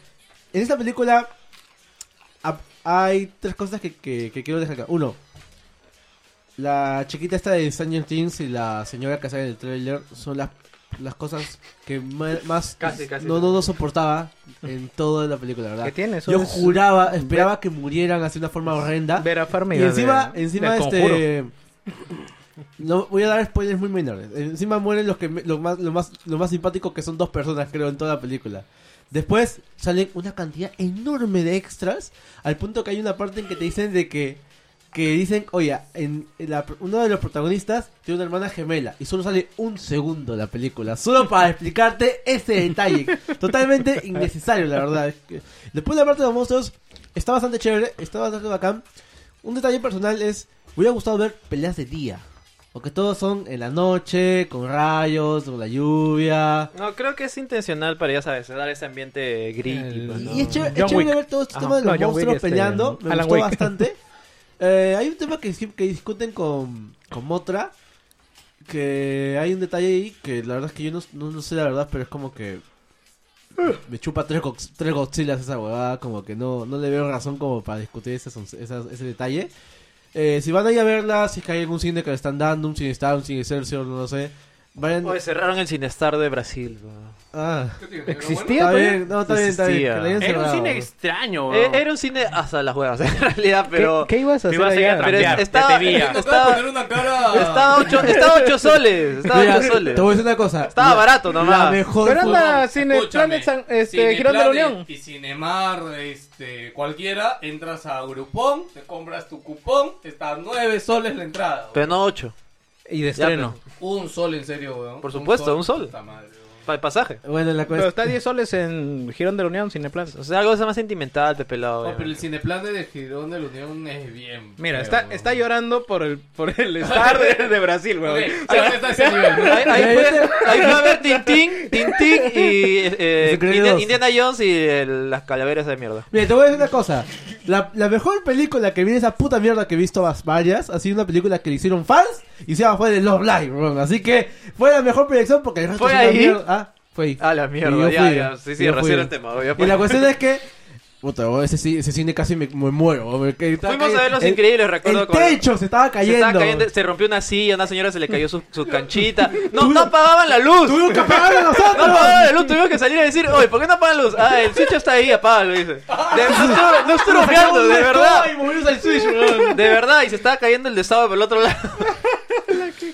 H: En esta película ha- hay tres cosas que, que- que quiero dejar acá. Uno, la chiquita esta de Stranger Things y la señora que sale en el trailer son las, las cosas que ma- más
C: Casi, casi.
H: no, no, no soportaba en toda la película, la ¿verdad?
F: ¿Qué tiene? Eso
H: Ah. Yo
F: es-
H: juraba, esperaba que murieran así de una forma horrenda.
F: Vera Farmiga.
H: Y encima,
F: de-
H: encima
F: del Conjuro.
H: este. No, voy a dar spoilers muy menores. Encima mueren los que me- lo más, lo más, lo más simpático que son dos personas, creo, en toda la película. Después salen una cantidad enorme de extras, al punto que hay una parte en que te dicen de que, que dicen, oye, en, en la- uno de los protagonistas tiene una hermana gemela, y solo sale un segundo la película, solo para explicarte ese detalle, totalmente innecesario, la verdad. Después la parte de los monstruos, está bastante chévere, está bastante bacán. Un detalle personal es, me hubiera gustado ver peleas de día. Porque todos son en la noche, con rayos, con la lluvia.
E: No, creo que es intencional para, ya sabes, dar ese ambiente
F: El-
E: gris. pues, ¿no?
H: Y es chévere, es
F: John
H: chévere
F: Wick.
H: ver todo este
E: Ajá.
H: tema de los
F: No, John
H: monstruos
F: Wick, este,
H: peleando. Me
F: Alan
H: gustó
F: Wake.
H: bastante. Eh, hay un tema que, sí- que discuten con, con Motra. Que hay un detalle ahí que la verdad es que yo no, no, no sé la verdad, pero es como que. Me chupa tres, gox- tres Godzillas esa huevada. Como que no, no le veo razón como para discutir ese, son- esas- ese detalle. Eh, si van a ir a verla, si es que hay algún cine que le están dando, un cine Star, un cine Excelsior, no lo sé. Vayan.
E: Oye, cerraron el Cinestar de Brasil. pues.
H: Ah,
B: ¿Qué tiene? ¿Era
F: ¿Existía?
H: está
F: todavía?
H: bien, no, está bien, está bien. que
E: Existía.
H: la
C: Era
H: hayan
C: un
H: cerrado.
C: cine extraño,
E: Eh,
C: weón.
E: Era un cine hasta las huevas, en realidad, pero...
F: ¿Qué, qué ibas a
C: Te
F: hacer
C: ibas a ir a
F: allá?
E: Pero es-
C: trampear,
E: estaba-
C: te debía.
B: bueno?
E: Estaba-
B: Acaba de poner una cara.
E: Está a 8 está a ocho soles. Está a
H: Mira,
E: 8 soles.
H: Te voy a decir una cosa.
E: Estaba
H: La-
E: barato
H: La
E: nomás.
H: mejor
F: Pero
H: forma-
F: anda,
B: Escúchame,
F: Cineplanet, San- este,
B: Cineplanet
F: Girón de la Unión.
B: Y Cinemar, este, cualquiera, entras a Grupón, te compras tu cupón, está a 9 soles la entrada.
E: Pero
B: weón.
E: no 8.
F: Y de
E: Ya,
F: estreno.
B: Un sol, en serio, weón.
E: Por supuesto, un sol.
B: Puta madre, weón.
E: Para el pasaje.
H: Bueno, la
F: Pero
H: cuestión.
F: está 10 soles en Girón de la Unión, Cineplan.
E: O sea, algo más sentimental, pe pelado.
B: No, Oh, pero el
E: obviamente.
B: Cineplanet de Girón de la Unión es bien.
F: Mira,
B: feo,
F: está,
B: weón.
F: está llorando por el, por el estar de, de Brasil,
B: Ok,
F: weón.
B: ya está ese nivel,
E: Ahí,
B: ¿no?
E: ahí
H: Ya,
E: fue,
H: ya
E: ahí fue a ver Tintín, Tintín y eh,
H: Los Increíbles
E: Indi-
H: dos.
E: Indiana Jones y eh, las calaveras de mierda.
H: Mira, te voy a decir una cosa. La, la mejor película que vi de esa puta mierda que he visto vas- varias ha sido una película que le hicieron fans y se llama fue de Love Live, weón. Así que fue la mejor proyección porque el resto
E: ¿Fue
H: es una
E: ahí?
H: mierda. Ah, fue ahí.
E: A la
H: Y
E: mierda,
H: yo
E: ya,
H: fui,
E: ya. Sí,
H: y
E: sí,
H: yo fui.
E: recién el tema. ya,
H: Y
E: pues.
H: la cuestión es que. Puta, weón, ese, ci- ese cine casi me, me muero. weón, porque estaba
E: Fuimos a ver Los
H: el-
E: Increíbles, recuerdo.
H: El
E: con-
H: techo se estaba
E: se,
H: cayendo.
E: estaba cayendo, se rompió una silla, una señora se le cayó su, su canchita. No,
H: Tuvimos-
E: no apagaban la luz.
H: Tuvimos que apagarlo
E: No
H: nosotros.
E: apagaban la luz, tuvimos que salir a decir, oye, ¿por qué no apagan la luz? Ah, el switch está ahí, apágalo, dice. De- no estoy, no estoy bromeando, de verdad.
H: Y movimos el switch, weón.
E: De verdad, y se estaba cayendo el de sábado por el otro lado.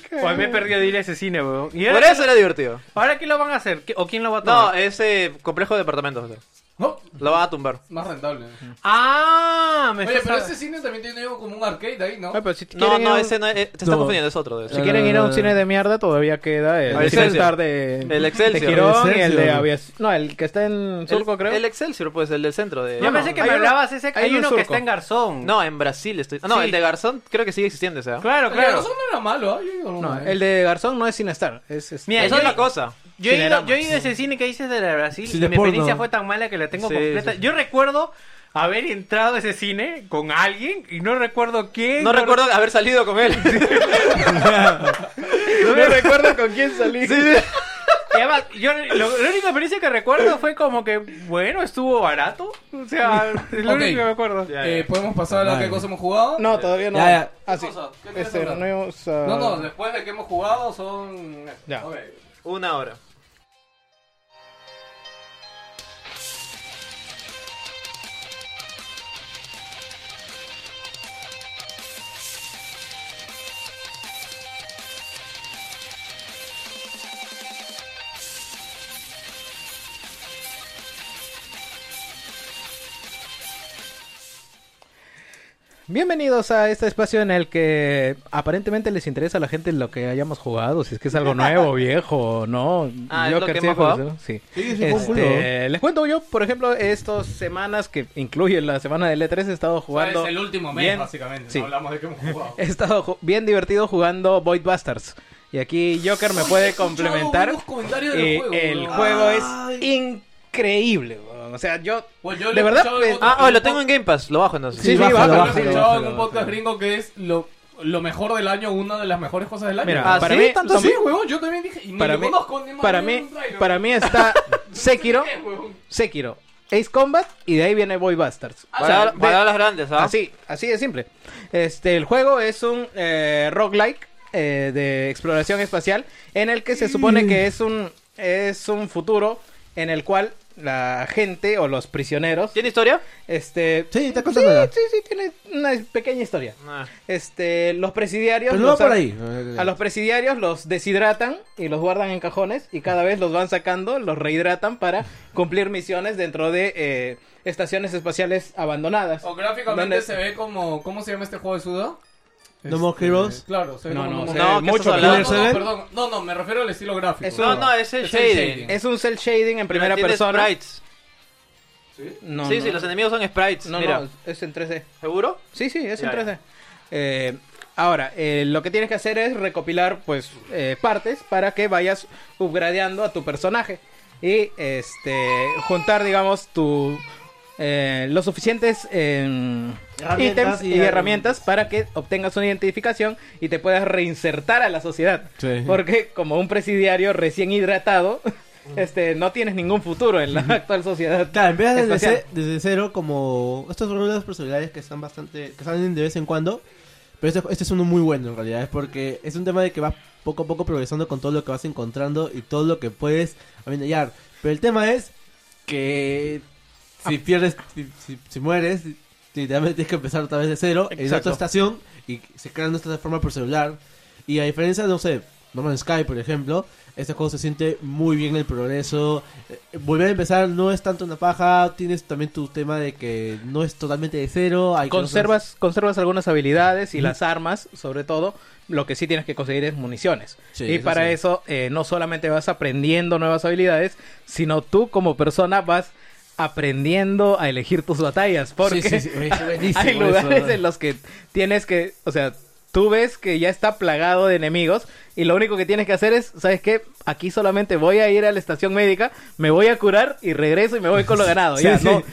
C: Pues me he perdido de ir a ese cine, weón. ¿Y
E: Por
C: ahora,
E: eso era divertido.
C: ¿Ahora qué lo van a hacer? ¿Qué- ¿O quién lo va a tomar?
E: No, ese complejo de departamentos. o sea,
B: No,
E: Lo van a tumbar.
B: más rentable.
C: Ah, me
B: Oye,
C: estás
B: pero
C: hab-
B: ese cine también tiene como un arcade ahí, ¿no?
F: Ay, pero si te
E: No,
F: quieren
E: no,
F: ir a-
E: ese no es. eh, Se está
H: No.
E: confundiendo, es otro. de
F: Si
E: hecho.
H: Eh,
F: quieren ir a
H: Eh,
F: un cine de mierda, todavía queda el,
E: El Excelsior.
F: Star de,
E: El Excelsior.
F: de Girón y el de
H: Excelsior.
F: Aviación. No, el que está en Surco,
E: el,
F: creo.
E: El Excelsior, pues, el del centro de.
C: Yo pensé que
F: hay
C: me
F: uno-
C: hablabas ese.
F: hay
C: Hay
F: uno
C: uno que
F: surco.
C: está en Garzón.
E: No, en Brasil estoy. No,
C: Sí.
E: el de Garzón creo que sigue existiendo, o sea.
C: Claro,
B: Pero
C: claro.
B: eso no era malo, ¿eh? Yo digo,
F: No,
B: eh.
F: el de Garzón no es Cinestar. Es, es-
C: Mira,
E: Es
C: yo-
E: otra cosa.
C: Yo he, ido,
F: Cinerama.
C: yo he ido a ese cine que dices de la Brasil
H: Cine
C: y mi
H: porno.
C: experiencia fue tan mala que la tengo
E: Sí,
C: completa.
E: sí.
C: Yo recuerdo haber entrado a ese cine con alguien y no recuerdo quién.
E: No recuerdo haber salido con él.
F: no me recuerdo con quién salí.
C: Y además, yo, lo- la única experiencia que recuerdo fue como que, bueno, estuvo barato. O sea, es lo
B: Ok.
C: único que me acuerdo.
B: Eh, ¿Podemos pasar a la
H: Vale.
B: que cosa hemos jugado?
F: No, todavía no.
H: Ya, ya.
F: Ah, sí.
B: ¿Qué cosa? ¿Qué quieres
F: Este,
B: hablar?
F: no íbamos a-
B: No, no, después de que hemos jugado son...
F: Ya.
B: Ok.
E: Una hora.
F: Bienvenidos a este espacio en el que aparentemente les interesa a la gente lo que hayamos jugado, si es que es algo nuevo, viejo, ¿no?
E: Ah, ¿es lo que
F: crecí
E: hemos
F: con
E: jugado?
F: eso, Sí.
H: Sí, sí, fue un culo.
F: Este, les cuento yo, por ejemplo, estas semanas que incluye la semana del E3 he estado
B: O sea,
F: jugando...
B: Es el último mes,
F: bien.
B: básicamente.
F: Sí.
B: No hablamos de que hemos jugado.
F: He estado ju- bien divertido jugando Void Bastards. Y aquí Joker me puede complementar.
B: Los comentarios del
F: Eh,
B: juego,
F: el
B: weón.
F: juego es
B: Ay.
F: increíble, weón. O sea, yo...
B: Pues yo
F: de
B: lo he
F: verdad,
B: escuchado en
F: eh,
B: otro-
E: Ah, oh, lo
B: un
E: tengo en Game Pass, lo bajo entonces.
F: Sí, sí,
H: Sí, bájalo,
B: Lo
F: bájalo,
B: he
H: bájalo,
F: sí.
B: escuchado
H: bájalo,
B: en un
H: bájalo.
B: podcast gringo que es lo, lo mejor del año, una de las mejores cosas del año.
F: Mira,
E: Ah,
F: para
E: ¿sí?
F: mí...
E: ¿Tanto
F: lo-
B: sí, huevón, yo también dije. Y ni
F: para
B: lo
F: mí,
B: conozco, ni más
F: para
B: ni
F: mí,
B: un trailer.
F: para mí está Sekiro,
B: Eh, huevón.
F: Sekiro, Ace Combat y de ahí viene Boy Bastards.
B: Ah,
F: O sea,
E: Para,
F: de-
E: para las grandes, ¿ah?
F: así, así de simple. Este, el juego es un eh, roguelike eh, de exploración espacial en el que se supone que es un es un futuro en el cual la gente o los prisioneros.
E: ¿Tiene historia?
F: Este,
H: Sí, está
F: sí,
H: contando.
F: sí, sí, tiene una pequeña historia.
E: Ah.
F: Este, los presidiarios.
H: Pero no va
F: los
H: por
F: ha-
H: ahí.
F: A los presidiarios los deshidratan y los guardan en cajones y cada vez los van sacando, los rehidratan para cumplir misiones dentro de eh, estaciones espaciales abandonadas.
E: Oh,
B: O gráficamente
F: ¿Dónde-
B: se ve como. ¿Cómo se llama este juego de Sudo? Este,
H: No More Heroes.
B: Claro, se ve
F: No,
B: como
F: no,
B: No,
F: se
B: More
F: ve
E: No, ¿qué
F: mucho
E: estás
B: Heroes.
E: hablando?
B: No, no,
H: ¿se ve?
B: perdón. No, no, me refiero al estilo gráfico.
F: Es
E: No,
F: un-
E: no, es el
B: Es el
E: shading.
F: Es un cel shading
E: Pero
F: en primera
E: tiene
F: persona.
E: sprites.
F: No,
E: sí,
F: no.
E: sí, los enemigos son sprites.
F: No,
E: Mira,
F: no, es en 3D.
E: ¿seguro?
F: Sí, sí, es en
E: Ya,
F: 3D. Eh, ahora, eh, lo que tienes que hacer es recopilar, pues, eh, partes para que vayas upgradeando a tu personaje. Y, este, juntar, digamos, tu... eh, los suficientes eh,
H: Herramientas
F: ítems
H: y
F: y,
H: armas.
F: herramientas para que obtengas una identificación y te puedas reinsertar a la sociedad.
H: Sí.
F: Porque como un presidiario recién hidratado, este, no tienes ningún futuro en la actual sociedad.
H: Claro, empiezas desde,
F: espacial.
H: ce- desde cero como... Estos son unas personalidades que están bastante... que salen de vez en cuando. Pero este, este es uno muy bueno en realidad. Es porque es un tema de que vas poco a poco progresando con todo lo que vas encontrando y todo lo que puedes amenallar. Pero el tema es que
F: Ah.
H: si pierdes, si, si- si mueres, literalmente tienes que empezar otra vez de cero en
F: Exacto.
H: otra estación y se crean nuestra forma por celular. Y a diferencia, no sé, No Man's Sky, por ejemplo, este juego se siente muy bien el progreso. Eh, Volver a empezar no es tanto una paja, tienes también tu tema de que no es totalmente de cero. Hay cosas-
F: conservas, conservas algunas habilidades y
H: Ujú.
F: las armas, sobre todo, lo que sí tienes que conseguir es municiones.
H: Sí,
F: y
H: eso
F: para
H: sí.
F: eso eh, no solamente vas aprendiendo nuevas habilidades, sino tú como persona vas aprendiendo a elegir tus batallas. Porque
H: Sí, sí, sí, oye, es buenísimo
F: hay
H: eso,
F: lugares
H: ¿verdad?
F: en los que tienes que, o sea, tú ves que ya está plagado de enemigos y lo único que tienes que hacer es, ¿sabes qué? Aquí solamente voy a ir a la estación médica, me voy a curar y regreso y me voy con lo ganado.
H: Sí,
F: ya,
H: sí.
F: No,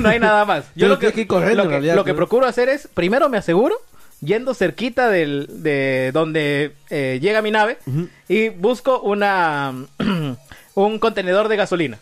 F: no hay nada más. Yo
H: Tienes-
F: lo que,
H: tienes que ir corriendo,
F: lo
H: en
F: que-
H: realidad,
F: lo que
H: ¿no?
F: procuro hacer es, primero me aseguro, yendo cerquita del, de donde eh, llega mi nave,
H: Ujú.
F: y busco una un contenedor de gasolina.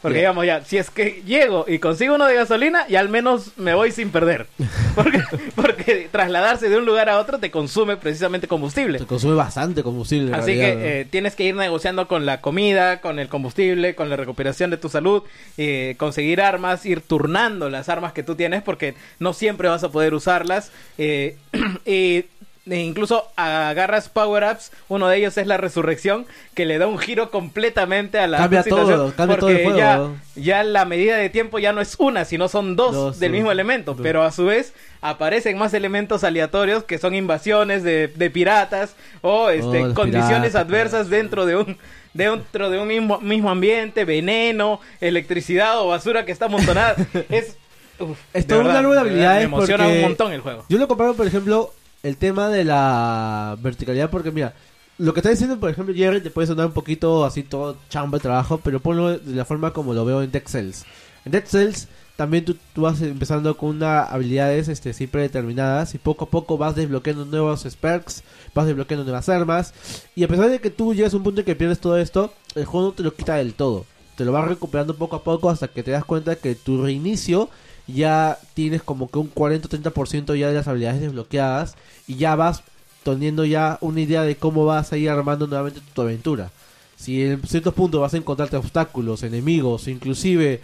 F: Porque
H: Ya.
F: digamos ya, si es que llego y consigo uno de gasolina, ya al menos me voy sin perder. Porque, porque trasladarse de un lugar a otro te consume precisamente combustible.
H: Se consume bastante combustible. en
F: Así
H: realidad, ¿no?
F: que eh, tienes que ir negociando con la comida, con el combustible, con la recuperación de tu salud, eh, conseguir armas, ir turnando las armas que tú tienes porque no siempre vas a poder usarlas. eh, y- e incluso agarras power-ups, uno de ellos es la resurrección, que le da un giro completamente a la
H: Cambia todo, cambia todo el
F: porque
H: juego,
F: ya-
H: ¿no?
F: ya la medida de tiempo ya no es una, sino son dos,
H: Dos,
F: del
H: sí.
F: mismo elemento.
H: Dos.
F: Pero a su vez aparecen más elementos aleatorios que son invasiones de, de piratas o este,
H: los
F: condiciones
H: Oh, piratas,
F: adversas dentro de un dentro de un mismo, mismo ambiente, veneno, electricidad o basura que está amontonada. es uf,
H: Es
F: de
H: todo un
F: verdad,
H: árbol de
F: de verdad,
H: habilidades
F: Me emociona
H: porque-
F: un montón el juego.
H: Yo lo comparo, por ejemplo, el tema de la verticalidad, porque mira, lo que está diciendo, por ejemplo, Jerry, te puede sonar un poquito así todo chamba de trabajo, pero ponlo de la forma como lo veo en Dead Cells. En Dead Cells también tú, tú vas empezando con unas habilidades este, siempre determinadas y poco a poco vas desbloqueando nuevos perks, vas desbloqueando nuevas armas. Y a pesar de que tú llegas a un punto en que pierdes todo esto, el juego no te lo quita del todo. Te lo vas recuperando poco a poco hasta que te das cuenta que tu reinicio ya tienes como que un 40-30% ya de las habilidades desbloqueadas y ya vas teniendo ya una idea de cómo vas a ir armando nuevamente tu aventura. Si en ciertos puntos vas a encontrarte obstáculos, enemigos, inclusive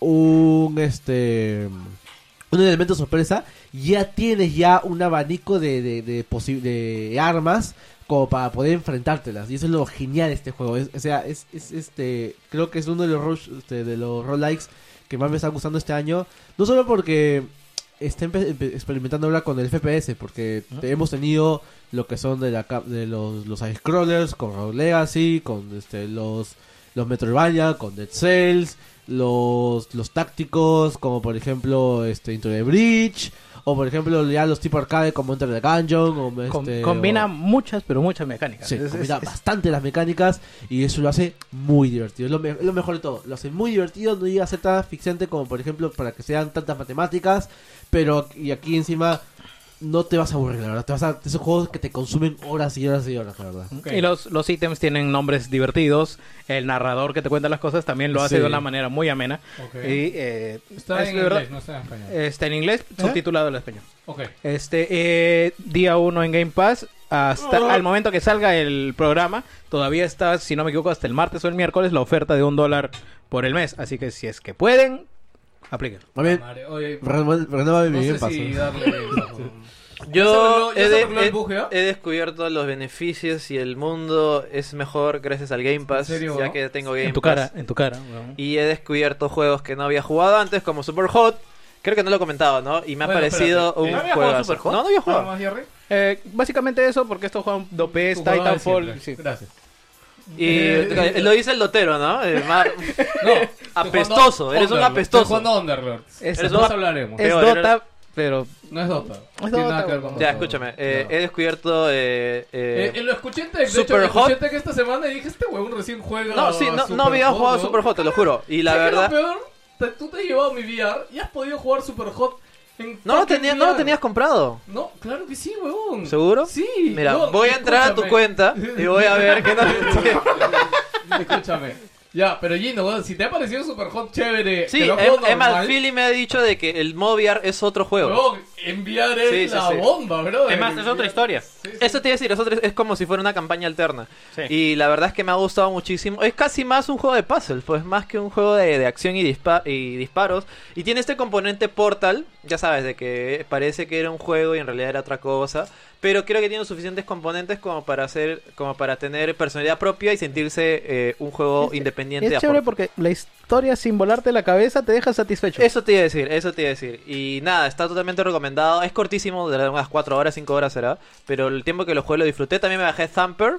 H: un este un elemento sorpresa, ya tienes ya un abanico de, de, de, posi- de armas como para poder enfrentártelas. Y eso es lo genial de este juego. Es- o sea, es, es, este creo que es uno de los rush, este, de los roguelikes que más me está gustando este año. No solo porque está empe- empe- experimentando ahora con el FPS, porque te- hemos tenido lo que son de, la, cap- de los, los scrollers con Rogue Legacy, con este, los, los Metroidvania, con Dead Cells, los, los tácticos, como por ejemplo este, Into the Bridge, o por ejemplo ya los tipo arcade como Enter the Gungeon, o
F: Com-
H: este,
F: combina
H: o-
F: muchas, pero muchas mecánicas.
H: Sí,
F: Es- es-
H: combina
F: es-
H: bastante las mecánicas y eso lo hace muy divertido. Es lo, me- es lo mejor de todo. Lo hace muy divertido, no llega a ser tan asfixiante como, por ejemplo, para que sean tantas matemáticas. Pero y aquí encima no te vas a aburrir, la verdad. Te vas a, esos juegos que te consumen horas y horas y horas, la verdad.
F: Y los, los ítems tienen nombres divertidos. El narrador que te cuenta las cosas también lo hace
H: Sí.
F: de una manera muy amena.
B: Ok.
F: Y, eh,
B: Está
F: es
B: en
F: de verdad-
B: inglés, no está en español.
H: ¿Eh?
F: Está en inglés, subtitulado al español.
B: Ok.
F: Este, eh, día 1 en Game Pass, hasta al momento que salga el programa, todavía está, si no me equivoco, hasta el martes o el miércoles la oferta de un dólar por el mes. Así que si es que pueden, aplíquenlo.
D: Más
H: Eh,
D: bien,
B: Madre, oye,
D: renova renova mi
B: no
D: bien
B: sé si
D: paso.
B: darle... Ya
E: Yo
B: se arregló- ya
E: he,
B: se
E: de-
B: arregló el
E: he-
B: buje, ¿ah?
E: he descubierto los beneficios y el mundo es mejor gracias al Game Pass,
B: ¿En serio,
E: ya
B: no?
E: que tengo Game
F: En tu
E: Pass.
F: cara, en tu cara. weón.
E: Y he descubierto juegos que no había jugado antes, como Super Hot. Creo que no lo he comentado, ¿no? Y me ha
B: Bueno,
E: parecido
B: espérate. ¿No
E: un
C: había jugado
E: juego.
C: Super Hot?
E: No, no había
B: ¿Nada
E: jugado.
B: más, Jerry?
F: Eh, básicamente eso, porque esto juega un Dopes,
B: Tu jugador de
F: Titanfall.
B: siempre.
F: sí.
B: Gracias.
E: Y eh, lo dice el lotero, ¿no? Eh, ma-
B: No,
E: Apestoso, eres un apestoso.
B: Cuando Underlord.
F: Es
B: Después
E: Dota.
B: hablaremos.
F: Es
E: Peor, era-
F: Dota, pero
B: No es Dota. No
F: Dota,
B: Tiene nada que ver con
E: ya,
B: Dota.
E: escúchame. eh,
B: No.
E: He descubierto. eh, eh,
B: Eh, eh, lo escuché en Tech, de hecho,
E: Super
B: lo
E: Hot.
B: escuché en Tech esta semana y dije, este huevón recién juega
E: no, sí, no, no había jugado Super Hot, te lo juro. Y la
B: ¿Sabes qué es
E: verdad.
B: lo peor? Te- tú te has llevado mi VR y has podido jugar Super Hot en
E: No lo,
B: fucking
E: tenía, no lo
B: VR.
E: tenías comprado.
B: No, claro que sí, huevón.
E: ¿Seguro?
B: Sí.
E: Mira,
B: huevón,
E: voy a entrar a tu
B: escúchame.
E: cuenta y voy a ver qué no.
B: Escúchame. Ya, pero Gino, huevón, si te ha parecido Super Hot chévere,
E: Sí,
B: te lo
E: em-
B: has jugado
E: es más,
B: normal,
E: Philly me ha dicho de que el Moviar es otro juego.
B: Huevón, enviar es
E: Sí, sí,
B: la
E: sí.
B: bomba, bro.
C: Es más, es otra historia.
E: Eso te iba a decir, nosotros es como si fuera una campaña alterna.
C: Sí.
E: Y la verdad es que me ha gustado muchísimo. Es casi más un juego de puzzle, pues más que un juego de, de acción y, dispa- y disparos. Y tiene este componente portal, ya sabes, de que parece que era un juego y en realidad era otra cosa. Pero creo que tiene suficientes componentes como para hacer, como para tener personalidad propia y sentirse eh, un juego independiente.
F: es
E: a
F: chévere
E: por-
F: porque la historia sin volarte la cabeza te deja satisfecho.
E: Eso te iba a decir, eso te iba a decir. Y nada, está totalmente recomendado. Es cortísimo, de unas 4 horas, 5 horas será. Pero el tiempo que lo jugué lo disfruté. También me bajé Thumper.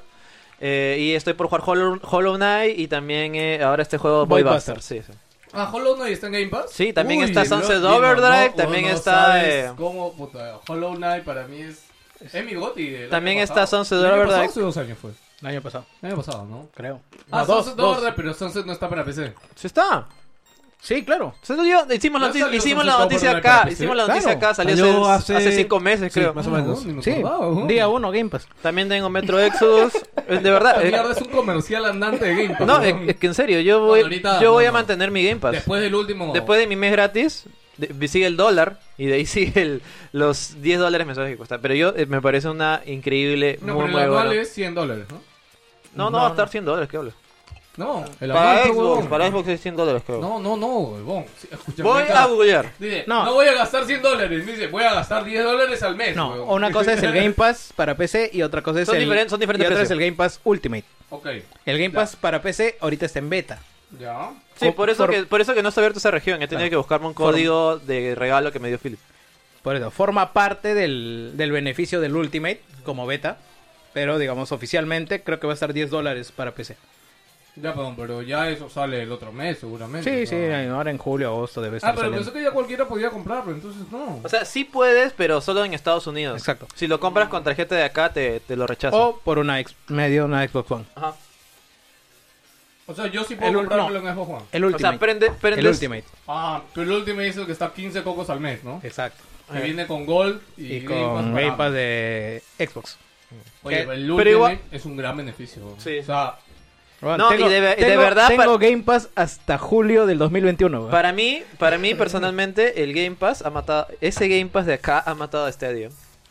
E: eh, y estoy por jugar Hollow, Hollow Knight. Y también eh, ahora este juego
F: Void
E: Boy Buster. Sí, sí.
B: Ah, Hollow Knight está en Game Pass.
E: Sí, también
B: Uy,
E: está
B: bro,
E: Sunset
B: Gino,
E: Overdrive,
B: no,
E: también
B: no
E: está,
B: sabes
E: eh,
B: cómo, puta, Hollow Knight para mí es. Es mi goti. del año
E: También está
B: pasado.
E: Sunset
B: ¿El año
E: Overdrive.
B: pasado hace dos años fue.
F: El año pasado,
B: El año pasado, ¿no?
F: creo.
B: Ah,
F: No,
B: Sunset Overdrive, pero Sunset no está para PC.
E: Sí está.
F: Sí, claro.
E: Se lo dio- hicimos la,
B: Ya
E: noti-
B: salió
E: hicimos la
B: Sunset
E: noticia
B: Overdrive para
E: acá.
B: PC.
E: Hicimos la noticia
F: Claro.
E: acá. Salió,
D: Salió
E: hace,
D: hace-
E: 5 cinco meses,
D: Sí,
E: creo.
D: más o menos.
B: No, ni me
F: Sí,
B: acordaba, ¿no?
F: día uno, Game Pass.
E: También tengo Metro Exodus. eh, de verdad.
B: Esta
E: eh,
B: mierda es un comercial andante de Game Pass.
E: no, eh, es,
B: weón.
E: es que en serio, yo voy,
B: Bueno, ahorita-
E: yo
B: no,
E: voy a
B: no.
E: mantener mi Game Pass.
B: Después del último.
E: Después de mi mes gratis, de- sigue el dólar y de ahí sigue el- los 10 dólares mensuales que cuesta. Pero yo eh, me parece una increíble,
B: No, pero
E: muy,
B: el
E: muy
B: anual
E: buena.
B: es 100 dólares, ¿no?
E: No, no va a estar 100 dólares, ¿qué hablo?
B: No, el
E: Para
B: anual,
E: Xbox,
B: huevón.
E: para Xbox es 100 dólares, ¿qué hablo?
B: No, no, no, huevón. Sí, escúchame
E: Voy
B: acá.
E: a googlear.
B: Dice, no.
F: No.
B: voy a gastar 100 dólares. Dice, voy a gastar 10 dólares al mes.
F: No,
B: huevón.
F: una cosa es el Game Pass para PC y otra cosa es
E: Son
F: el
E: diferentes- son diferentes
F: y otra es
E: precios.
F: el Game Pass Ultimate.
B: Ok,
F: El Game Pass para PC ahorita está en beta.
B: ya.
E: Sí,
F: O-
E: por eso,
F: por-
E: que, por eso que no está abierto esa región. He tenido que buscarme un código de regalo que me dio Philip.
F: Por eso forma parte del, del beneficio del Ultimate como beta, pero digamos oficialmente creo que va a estar 10 dólares para PC.
B: Ya, perdón, pero ya eso sale el otro mes, seguramente.
F: Sí,
B: o
F: sí,
B: sea.
F: ahora en julio, agosto debe estar
B: Ah, pero
F: saliendo.
B: pensé que ya cualquiera podía comprarlo, entonces no.
E: O sea, sí puedes, pero solo en Estados Unidos.
F: Exacto.
E: Si lo compras con tarjeta de acá, te, te lo rechazan.
F: O por una ex- medio una Xbox One.
E: Ajá.
B: O sea, yo sí puedo
F: El ul-
B: comprármelo en Xbox One.
F: El
E: O
F: Ultimate.
E: sea, prende,
F: el
E: prendes,
F: Ultimate.
B: Ah, pero el último es el que está 15 cocos al mes, ¿no?
F: Exacto.
B: Que viene con Gold y,
F: Y,
B: Game Pass
F: con
B: para-
F: Game Pass de Eh, Xbox.
B: Oye,
F: que-
B: pero el
E: pero
B: Ultimate
E: igual-
B: es un gran beneficio.
E: Sí.
B: O sea,
F: Bueno,
E: No, y de ve- y de
F: tengo-
E: verdad
F: Tengo Game Pass hasta julio del 2021. weón.
E: Para mí, para mí personalmente, el Game Pass ha matado. Ese Game Pass de acá ha matado a Stadia.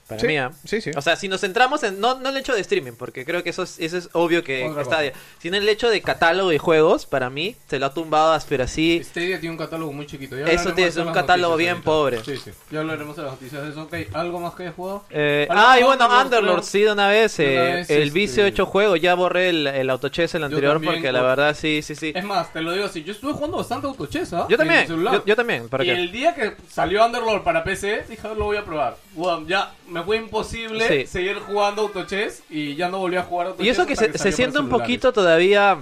E: Para
F: Sí,
E: mí, ¿ah?
F: sí, sí.
E: O sea, si nos centramos en. No, no el hecho de streaming, porque creo que eso es, eso es obvio que
B: Otra cosa.
E: Stadia. Sino el hecho de catálogo de juegos, para mí, se lo ha tumbado a Asperasí.
B: Stadia tiene un catálogo muy chiquito. Ya
E: Eso
B: hablaremos
E: tiene
B: de
E: un
B: las
E: catálogo
B: noticias
E: bien
B: ahorita.
E: pobre.
B: Sí, sí. Ya hablaremos de las noticias de eso. Ok, ¿algo más que hayas jugado?
E: Eh,
B: Algo
E: ah,
B: más,
E: y bueno,
B: Underlord,
E: Underlord,
B: creo.
E: sí, de una vez.
B: De una
E: eh,
B: vez,
E: el
B: este-
E: vicio hecho juego. Ya borré el, el autochess el anterior
B: también,
E: porque la
B: por-
E: verdad sí, sí, sí.
B: Es más, te lo digo así. Yo estuve jugando bastante autochesa.
E: Yo también.
B: celular.
E: Yo, yo también. ¿Para
B: y
E: qué?
B: el día que salió Underlord para PC, dije, lo voy a probar. Bueno, ya me fue imposible
E: Sí.
B: seguir jugando Autochess y ya no volví a jugar Autochess.
E: Y eso que
B: hasta
E: se, se
B: salió
E: siente
B: para
E: un
B: celulares.
E: poquito todavía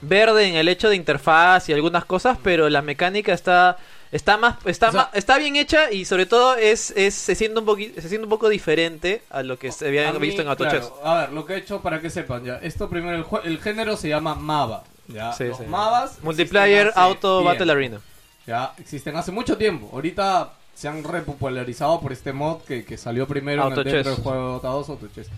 E: verde en el hecho de interfaz y algunas cosas, pero la mecánica está está más está
B: O sea-
E: más- está bien hecha y sobre todo es, es se siente un poquito se siente un poco diferente a lo que se había
B: A mí,
E: visto en AutoChess.
B: claro, a ver, lo que he hecho para que sepan ya. Esto primero, el, jue- el género se llama MABA. Ya,
E: Sí,
B: los
E: sí.
B: MABAs
E: Multiplayer
B: existen hace
E: Auto
B: tiempo.
E: Battle Arena.
B: Ya existen hace mucho tiempo. Ahorita se han repopularizado por este mod que, que salió primero en el-
E: Autochess.
B: dentro del juego Dota 2 Autochess.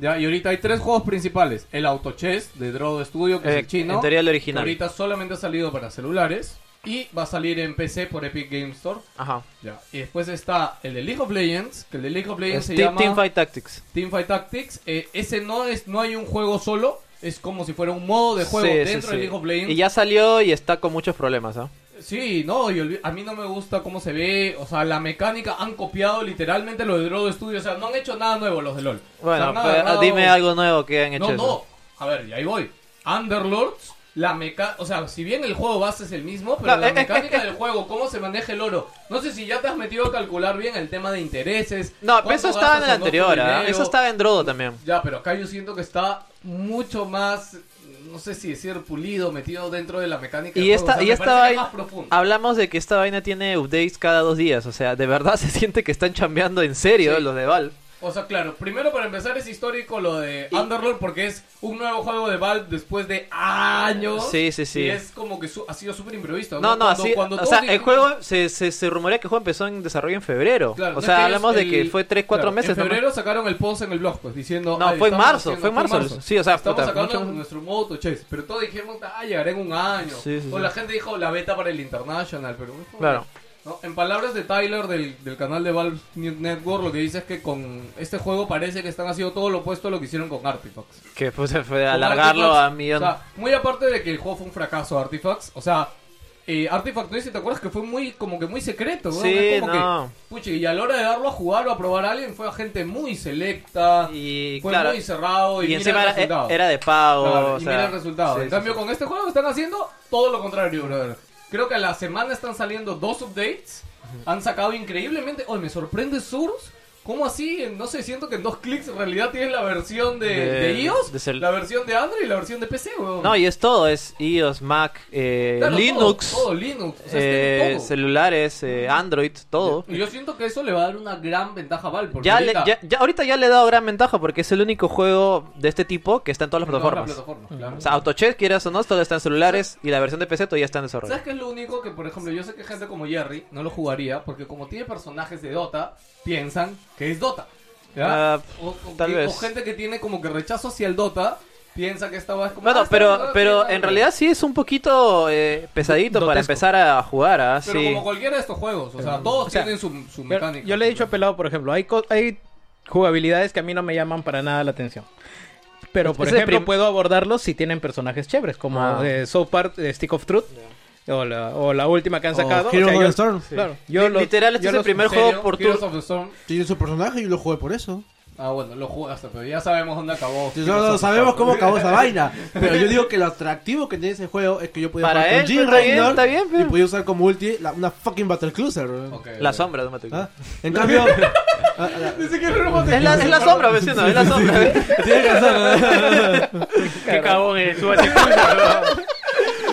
B: Ya, y ahorita hay tres juegos principales. El Autochess de Drogo Studio, que es
E: Eh,
B: el chino.
E: en teoría el
B: que
E: original.
B: ahorita solamente ha salido para celulares. Y va a salir en PC por Epic Game Store.
E: Ajá.
B: Ya. Y después está el de League of Legends, que el de League of Legends se
E: Team-
B: llama
E: Teamfight Tactics.
B: Teamfight Tactics. Eh, ese no es no hay un juego solo, es como si fuera un modo de juego
E: Sí, sí,
B: dentro
E: sí.
B: de League of Legends.
E: Y ya salió y está con muchos problemas, ¿ah?
B: Sí, no, y olvi- a mí no me gusta cómo se ve, o sea, la mecánica han copiado literalmente lo de Draw Studio, o sea, no han hecho nada nuevo los de LOL.
E: Bueno,
B: O sea, han
E: pues,
B: agarrado-
E: dime algo nuevo que han hecho.
B: No,
E: eso.
B: no, a ver, y ahí voy. Underlords, la meca... O sea, si bien el juego base es el mismo, pero
E: No,
B: la
E: eh,
B: mecánica del juego, cómo se maneja el oro. No sé si ya te has metido a calcular bien el tema de intereses.
E: No, pero
B: cuánto
E: eso estaba en el
B: gastas tu
E: anterior, ¿ah?
B: dinero.
E: Eso estaba en Drodo también.
B: Ya, pero acá yo siento que está mucho más, no sé si decir pulido, metido dentro de la mecánica
E: Y
B: del juego.
E: esta,
B: O sea,
E: y
B: me
E: esta
B: parece que es
E: vaina-
B: más profundo.
E: hablamos de que esta vaina tiene updates cada dos días, o sea, de verdad se siente que están chambeando en serio
B: Sí.
E: los de Valve.
B: O sea, claro, primero para empezar es histórico lo de Underlord porque es un nuevo juego de Valve después de años.
E: Sí, sí, sí.
B: Y es como que su- ha sido súper improvisto.
E: No, no,
B: Cuando-
E: así,
B: cuando
E: o
B: todos
E: sea, el
B: dijimos-
E: juego, se, se, se rumorea que el juego empezó en desarrollo en febrero,
B: Claro, no
E: o
B: es
E: sea,
B: que
E: hablamos
B: ellos
E: de que
B: el-
E: fue tres, cuatro
B: claro,
E: meses
B: En
E: nomás.
B: febrero sacaron el post en el blog, pues diciendo.
E: No,
B: "Ay,
E: fue en
B: estamos
E: marzo, fue en marzo". Sí, o sea,
B: estamos
E: puta,
B: sacando
E: mucho-
B: nuestro modo to chase, Pero todos dijimos, ah, llegará en un año.
E: Sí, sí,
B: o
E: sí.
B: la gente dijo la beta para el International, pero. es como-
E: Claro.
B: ¿no? En palabras de Tyler del, del canal de Valve Network, lo que dice es que con este juego parece que están haciendo todo lo opuesto a lo que hicieron con Artifacts.
E: Que pues, fue
B: Con
E: alargarlo
B: Artifacts,
E: a millón.
B: O sea, muy aparte de que el juego fue un fracaso, Artifacts. O sea, eh, Artifacts, no sé si te acuerdas que fue muy, como que muy secreto, weón,
E: Sí,
B: es como
E: no.
B: que, pucha, y a la hora de darlo a jugar o a probar a alguien, fue a gente muy selecta.
E: y
B: fue
E: claro,
B: muy cerrado. Y,
E: y
B: mira
E: encima
B: el
E: era, e-
B: resultado.
E: era de pago.
B: Claro,
E: o
B: y
E: sea,
B: mira el resultado.
E: sí,
B: en
E: sí,
B: cambio,
E: sí.
B: con este juego están haciendo todo lo contrario, brother. Creo que a la semana están saliendo dos updates. Han sacado increíblemente. Hoy me sorprende Source. ¿Cómo así? En- No sé, siento que en dos clics en realidad tienes la versión de,
E: De-
B: de iOS,
E: de cel-
B: la versión de Android y la versión de PC, weón.
E: No, y es todo, es iOS, Mac, eh,
B: Claro, todo,
E: Linux,
B: Todo, Linux. o sea,
E: eh,
B: es que todo.
E: celulares, eh, Android, todo.
B: Y Yo siento que eso le va a dar una gran ventaja a Valve. Porque
E: Ya, le-
B: ahorita,
E: ya- ya- ahorita ya le he dado gran ventaja porque es el único juego de este tipo que está en todas las
B: en todas las
E: plataformas.
B: plataformas, claro.
E: O sea, AutoChess, quieras o no, todo está en celulares y la versión de PC todavía está en desarrollo.
B: ¿Sabes qué es lo único que, por ejemplo, yo sé que gente como Jerry no lo jugaría porque como tiene personajes de Dota, piensan que es Dota. ¿ya?
E: Ah,
B: o, o-
E: tal
B: o
E: vez.
B: gente que tiene como que rechazo hacia el Dota, piensa que esta va es como... ah,
E: Bueno,
B: esta va
E: pero,
B: a-
E: pero
B: tiene
E: en
B: algo.
E: realidad sí es un poquito eh, pesadito para
F: Dotesco.
E: empezar a jugar, ¿ah?
B: Pero
E: Sí.
B: como cualquiera de estos juegos, o sea, todos
F: o sea,
B: tienen su, su
F: Pero
B: mecánica.
F: Yo le he dicho a Pelado, por ejemplo, hay, co- hay jugabilidades que a mí no me llaman para nada la atención. Pero, por
E: Ese
F: ejemplo,
E: prim-
F: puedo abordarlos si tienen personajes chéveres, como
E: Ah.
F: eh, South Park, eh, Stick of Truth, o, la, o la última que han
D: O
F: sacado.
D: Heroes of
F: yo-
D: the Storm.
F: claro, yo
E: Li-
F: los-
E: literal, este
F: yo
E: es el
F: los-
E: primer
B: ¿En serio?
E: juego por
B: Heroes
E: turno.
B: of the Storm.
H: Tiene su personaje y yo lo jugué por eso.
B: Ah, bueno, lo jugaste, pero ya sabemos dónde acabó.
D: Si
B: Heroes
D: no,
B: of
D: no
B: the
D: sabemos
B: Storm.
D: cómo acabó esa vaina. Pero yo digo que lo atractivo que tiene ese juego es que yo podía
E: Para
D: jugar
E: él,
D: con Jim
E: pero está bien,
D: Raynor
E: está bien,
D: y
E: pero-
D: podía usar como ulti la- una fucking Battle Cruiser. bro.
B: Ok,
E: La
B: ok.
E: sombra de un Battlefield.
D: ¿Ah? En cambio, ah, ah,
B: Dice que es Heroes of the
E: Es la,
B: Storm.
E: es la sombra, vecino, es la sombra.
D: tiene razón. ¿no?
C: Qué cabón eres, tú, así, culo.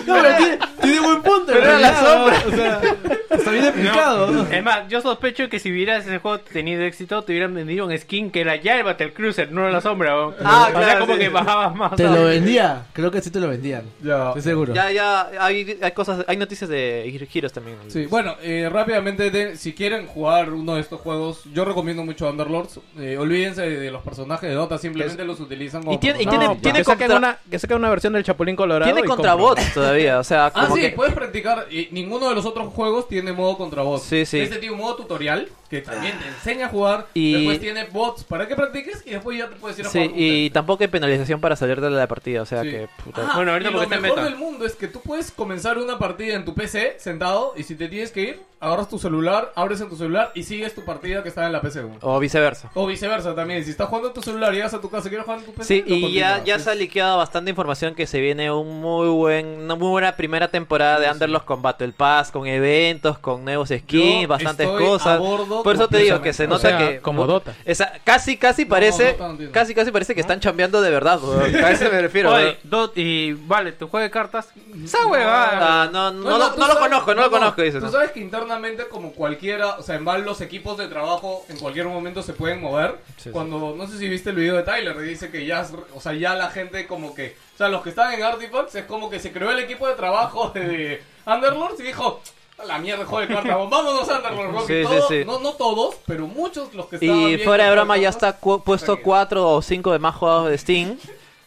D: No, pero tiene, tiene buen punto.
E: Pero era la
D: sombra. O sea, está bien explicado. ¿no?
C: Es más, yo sospecho que si hubieras ese juego tenido éxito, te hubieran vendido un skin que era ya el Battle Cruiser, no la sombra. ¿no?
E: Ah,
C: o sea,
E: claro,
C: como
E: sí.
C: que bajabas más.
D: Te
C: ¿no?
D: lo vendía. Creo que sí te lo vendían.
B: Ya.
D: Estoy seguro.
E: ya, ya, hay, hay cosas, hay noticias de giros también.
B: Sí, bueno, eh, rápidamente, de- si quieren jugar uno de estos juegos, yo recomiendo mucho Underlords. Eh, olvídense de, de los personajes de Dota, simplemente los utilizan como.
E: Y tiene- y
F: No,
B: personajes.
E: tiene-
F: ya.
E: tiene
F: que, saquen
E: contra-
F: una, que saquen una versión del Chapulín Colorado.
E: Tiene
F: y
E: contrabots todavía, o sea,
B: Ah,
E: como
B: sí,
E: que...
B: puedes practicar. Y ninguno de los otros juegos tiene modo contra bots.
E: Sí, sí.
B: Este tiene un modo tutorial que también te enseña a jugar.
E: Y-
B: Después tiene bots para que practiques y después ya te puedes ir a
E: Sí,
B: jugar. con
E: y
B: gente.
E: tampoco hay penalización para salir de la partida, o sea
B: Sí.
E: que... Puta.
B: Ah,
C: Bueno, ahorita
B: y lo
C: porque está en
B: mejor
C: beta.
B: del mundo es que tú puedes comenzar una partida en tu PC sentado y si te tienes que ir, agarras tu celular, abres en tu celular y sigues tu partida que está en la PC. güey.
E: O viceversa.
B: O viceversa también. Si estás jugando en tu celular y llegas a tu casa y quieres jugar en tu PC.
E: Sí,
B: Pues lo
E: y ya,
B: continúas.
E: ya
B: Es-
E: se ha liqueado bastante información que se viene un muy buen, una muy buena primera temporada de Underlords con Battle Pass, con eventos, con nuevos skins,
B: Yo
E: bastantes
B: estoy a
E: cosas.
B: bordo
E: Por eso te digo que
B: completamente.
E: se
F: O
E: nota
F: sea,
E: que
F: como Dota.
E: esa- casi casi parece,
B: Dota no ¿Mm? tiene.
E: casi casi parece que están chambeando de verdad, weón. a eso me refiero.
C: Oye,
H: eh.
E: weón.
C: Dot, y vale, tu juego de cartas. Esa huevada.
E: Ah, no, no,
B: tú
E: lo, no lo
B: sabes-
E: conozco, no, lo conozco, dices.
B: Tú sabes que internamente, como cualquiera, o sea, en Valve los equipos de trabajo en cualquier momento se pueden mover. cuando, no sé si viste el video de Tyler, dice que ya, es- o sea, ya la gente como que, o sea, los que están en Artifacts es como que se creó el equipo de trabajo de Underlords y dijo. "A La mierda, joder, carta, vámonos a Underlords. ¿no?"
E: Sí,
B: Y
E: sí,
B: todos-
E: sí.
B: No, no todos, pero muchos los que estaban
E: Y
B: bien
E: fuera de broma ya
B: contratados,
E: está cu- puesto
B: Tranquilo.
E: 4 o 5 de más jugados de Steam.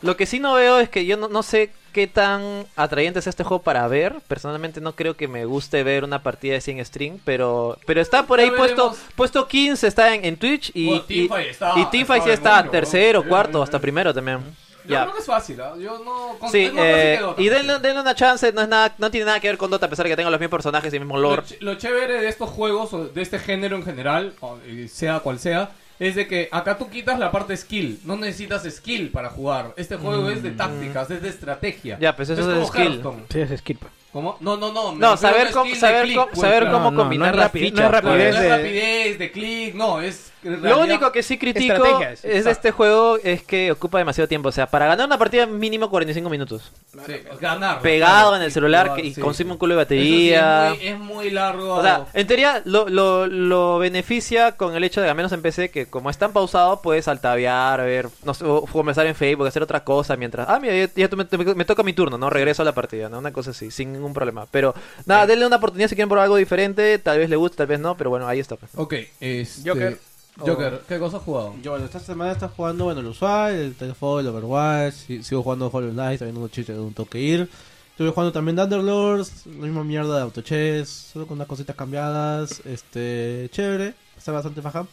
E: Lo que sí no veo es que yo no, no sé qué tan atrayente es este juego para ver. Personalmente no creo que me guste ver una partida de 100 string, pero, pero está por
B: Ya
E: ahí puesto,
B: veremos.
E: puesto 15, está en, en Twitch y,
B: Bueno,
E: y,
B: Teamfight está-
E: y Teamfight sí
B: está
E: está
B: demonio,
E: tercero, cuarto, hasta primero también.
B: Yo
E: Ya.
B: creo que es fácil, ¿ah? Yo no... con-
E: Sí,
B: es más fácil
E: eh,
B: que Dota.
E: y denle, denle una chance, no, es nada, no tiene nada que ver con Dota a pesar de que tengan los mismos personajes y el mismo lore.
B: Lo, ch- lo chévere de estos juegos, o de este género en general, o, eh, sea cual sea, es de que acá tú quitas la parte skill. No necesitas skill para jugar. Este juego es
H: Mm.
B: de tácticas, es de estrategia.
E: Ya, pues eso es
B: como
E: de skill.
B: Hearthstone.
F: Sí, es skip.
B: ¿Cómo? No, no, no. me refiero
E: No,
B: a
E: saber
B: skill
E: cómo,
B: de
E: saber
B: click,
E: cómo,
B: pues,
E: saber
F: no,
E: cómo
F: no, no
E: combinar pues.
F: es
E: las
F: rapi- no es
E: fichas.
B: No
F: rapidez.
B: es
F: de-
B: rapidez, de click, no, es... en
E: Lo
B: realidad-
E: único que sí critico
F: Estrategia
E: es
F: es,
E: de
F: exacto.
E: este juego es que ocupa demasiado tiempo. O sea, para ganar una partida mínimo 45 minutos.
B: sí, ganar.
E: Pegado
B: Ah, claro,
E: en el
B: sí,
E: celular
B: jugar,
E: que- y
B: sí.
E: consume un culo de
B: Eso sí,
E: batería.
B: es, muy, es muy largo.
E: O sea, en teoría lo, lo, lo beneficia con el hecho de, al menos en PC, que como es tan pausado, puedes altavear, ver, no sé, o comenzar en Facebook, hacer otra cosa mientras... Ah, mira, ya, ya to- me, me toca mi turno, ¿no? Regreso a la partida, ¿no? Una cosa así, sin ningún problema. Pero, nada, denle una oportunidad si quieren probar algo diferente. Tal vez le guste, tal vez no, pero bueno, ahí está. pues.
B: Ok, este...
F: Joker.
B: Joker, ¿qué cosa has jugado?
H: Yo, bueno, esta semana está jugando, bueno, el usual, el Titanfall, el Overwatch, si- sigo jugando Hollow Knight, también un chiste de un toque ir. Estuve jugando también Thunderlords, la misma mierda de Autochess, solo con unas cositas cambiadas, este, chévere, está bastante faja.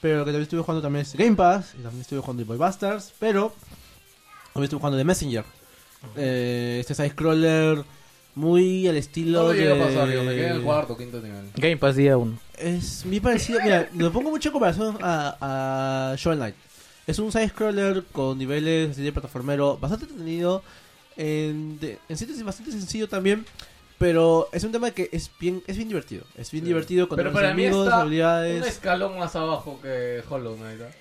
H: Pero lo que también estuve jugando también es Game Pass, y también estuve jugando Boy Bastards, pero también estuve jugando The Messenger. Eh, este side-scroller muy al estilo
B: No lo llegué
H: de...
B: a pasar, yo me quedé en el cuarto, quinto nivel.
F: Game Pass día 1.
H: Es muy parecido, mira, lo pongo mucho en comparación a, a Shovel Knight. Es un side-scroller con niveles así de plataformero bastante entretenido. En, de- en sitios bastante sencillo también. Pero es un tema que es bien, es bien divertido. Es bien
B: Sí.
H: divertido con
B: Pero
H: los
B: para mí
H: amigos,
B: está
H: habilidades.
B: Un escalón más abajo que Hollow Knight. ¿ah?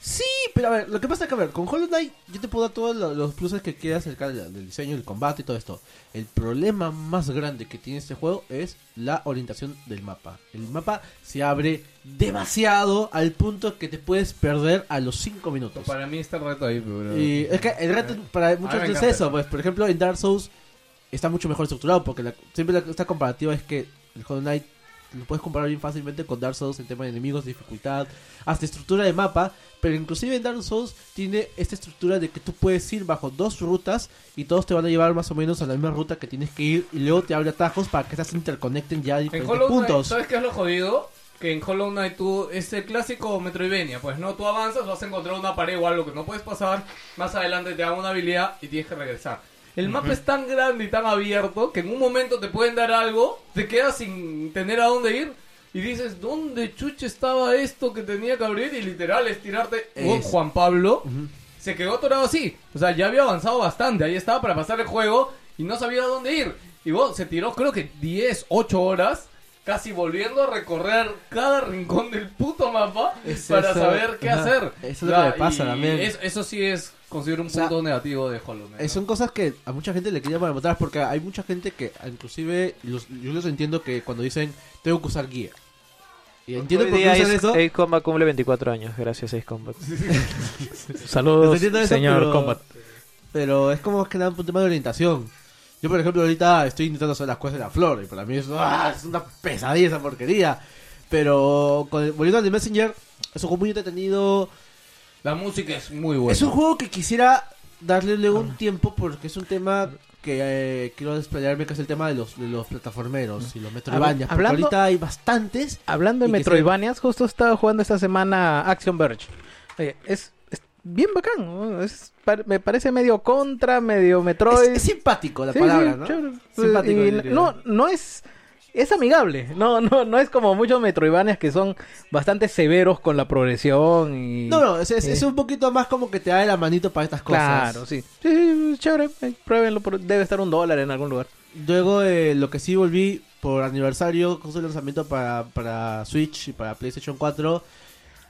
H: Sí, pero a ver, lo que pasa es que, a ver, con Hollow Knight yo te puedo dar todos lo- los pluses que quieras acerca del del diseño, del combate y todo esto. El problema más grande que tiene este juego es la orientación del mapa. El mapa se abre demasiado al punto que te puedes perder a los 5 minutos.
B: Pues Para mí está el reto ahí, pero... Eh,
H: Y es que el reto para muchos
B: me
H: es
B: encanta.
H: eso, pues por ejemplo en Dark Souls está mucho mejor estructurado porque la- siempre la- esta comparativa es que el Hollow Knight lo puedes comparar bien fácilmente con Dark Souls en tema de enemigos, dificultad, hasta estructura de mapa, pero inclusive en Dark Souls tiene esta estructura de que tú puedes ir bajo dos rutas y todos te van a llevar más o menos a la misma ruta que tienes que ir y luego te abre atajos para que estas se interconecten ya a
B: En
H: diferentes
B: Hollow Knight,
H: puntos.
B: ¿sabes qué es lo jodido? Que en Hollow Knight tú es el clásico Metroidvania, pues no, tú avanzas, vas a encontrar una pared o algo que no puedes pasar, más adelante te dan una habilidad y tienes que regresar. El mapa es tan grande y tan abierto que en un momento te pueden dar algo, te quedas sin tener a dónde ir y dices, ¿dónde chuche estaba esto que tenía que abrir? Y literal es tirarte, Oh,
H: Es-
B: Juan Pablo se quedó atorado así. O sea, ya había avanzado bastante. Ahí estaba para pasar el juego y no sabía a dónde ir. Y vos se tiró, creo que 10, 8 horas, casi volviendo a recorrer cada rincón del puto mapa
H: Es
B: para
H: eso,
B: saber qué
H: ajá.
B: hacer.
H: Eso es lo que me pasa
B: y
H: también.
B: es- eso sí es, considero un
H: sea,
B: punto negativo de Hollow Knight.
H: Eh, son cosas que a mucha gente le quería para matar porque hay mucha gente que inclusive los- yo los entiendo que cuando dicen tengo que usar guía. Y entiendo
E: Hoy
H: por qué
E: día eh,
H: usan
E: Ace-
H: eso.
E: Ace Combat cumple 24 años, gracias Ace Combat.
H: los
F: Saludos,
H: entiendo eso,
F: señor
H: pero,
F: Combat.
H: Pero es como que nada un tema de orientación. Yo, por ejemplo, ahorita estoy intentando hacer las cosas de la flor y para mí es, ¡ah! es una pesadilla esa porquería. Pero con el, volviendo al de Messenger, es un juego muy entretenido.
B: La música es muy buena.
H: Es un juego que quisiera darle luego un tiempo porque es un tema que eh, quiero desplayarme, que es el tema de los, de los plataformeros y los metroidvanias. porque
F: Hablando-
H: ahorita hay bastantes.
F: Hablando de
H: Y que
F: Metroidvanias, justo estaba jugando esta semana Action Verge. Oye, es, es bien bacán. ¿no? Es par- me parece medio contra, medio Metroid.
H: Es, es simpático la
F: Sí,
H: palabra,
F: sí,
H: ¿no?
F: chévere.
H: Simpático,
F: Y
H: yo diría.
F: no, no es. Es amigable. No, no, no es como muchos Metroidvanias que son bastante severos con la progresión y.
H: No, no, es, es-
F: eh,
H: es un poquito más como que te da la manito para estas cosas.
F: Claro, sí. Sí, sí, sí, chévere. eh, Pruébenlo. por- Debe estar un dólar en algún lugar.
H: Luego eh, lo que sí volví por aniversario, con su lanzamiento para, para Switch y para PlayStation 4,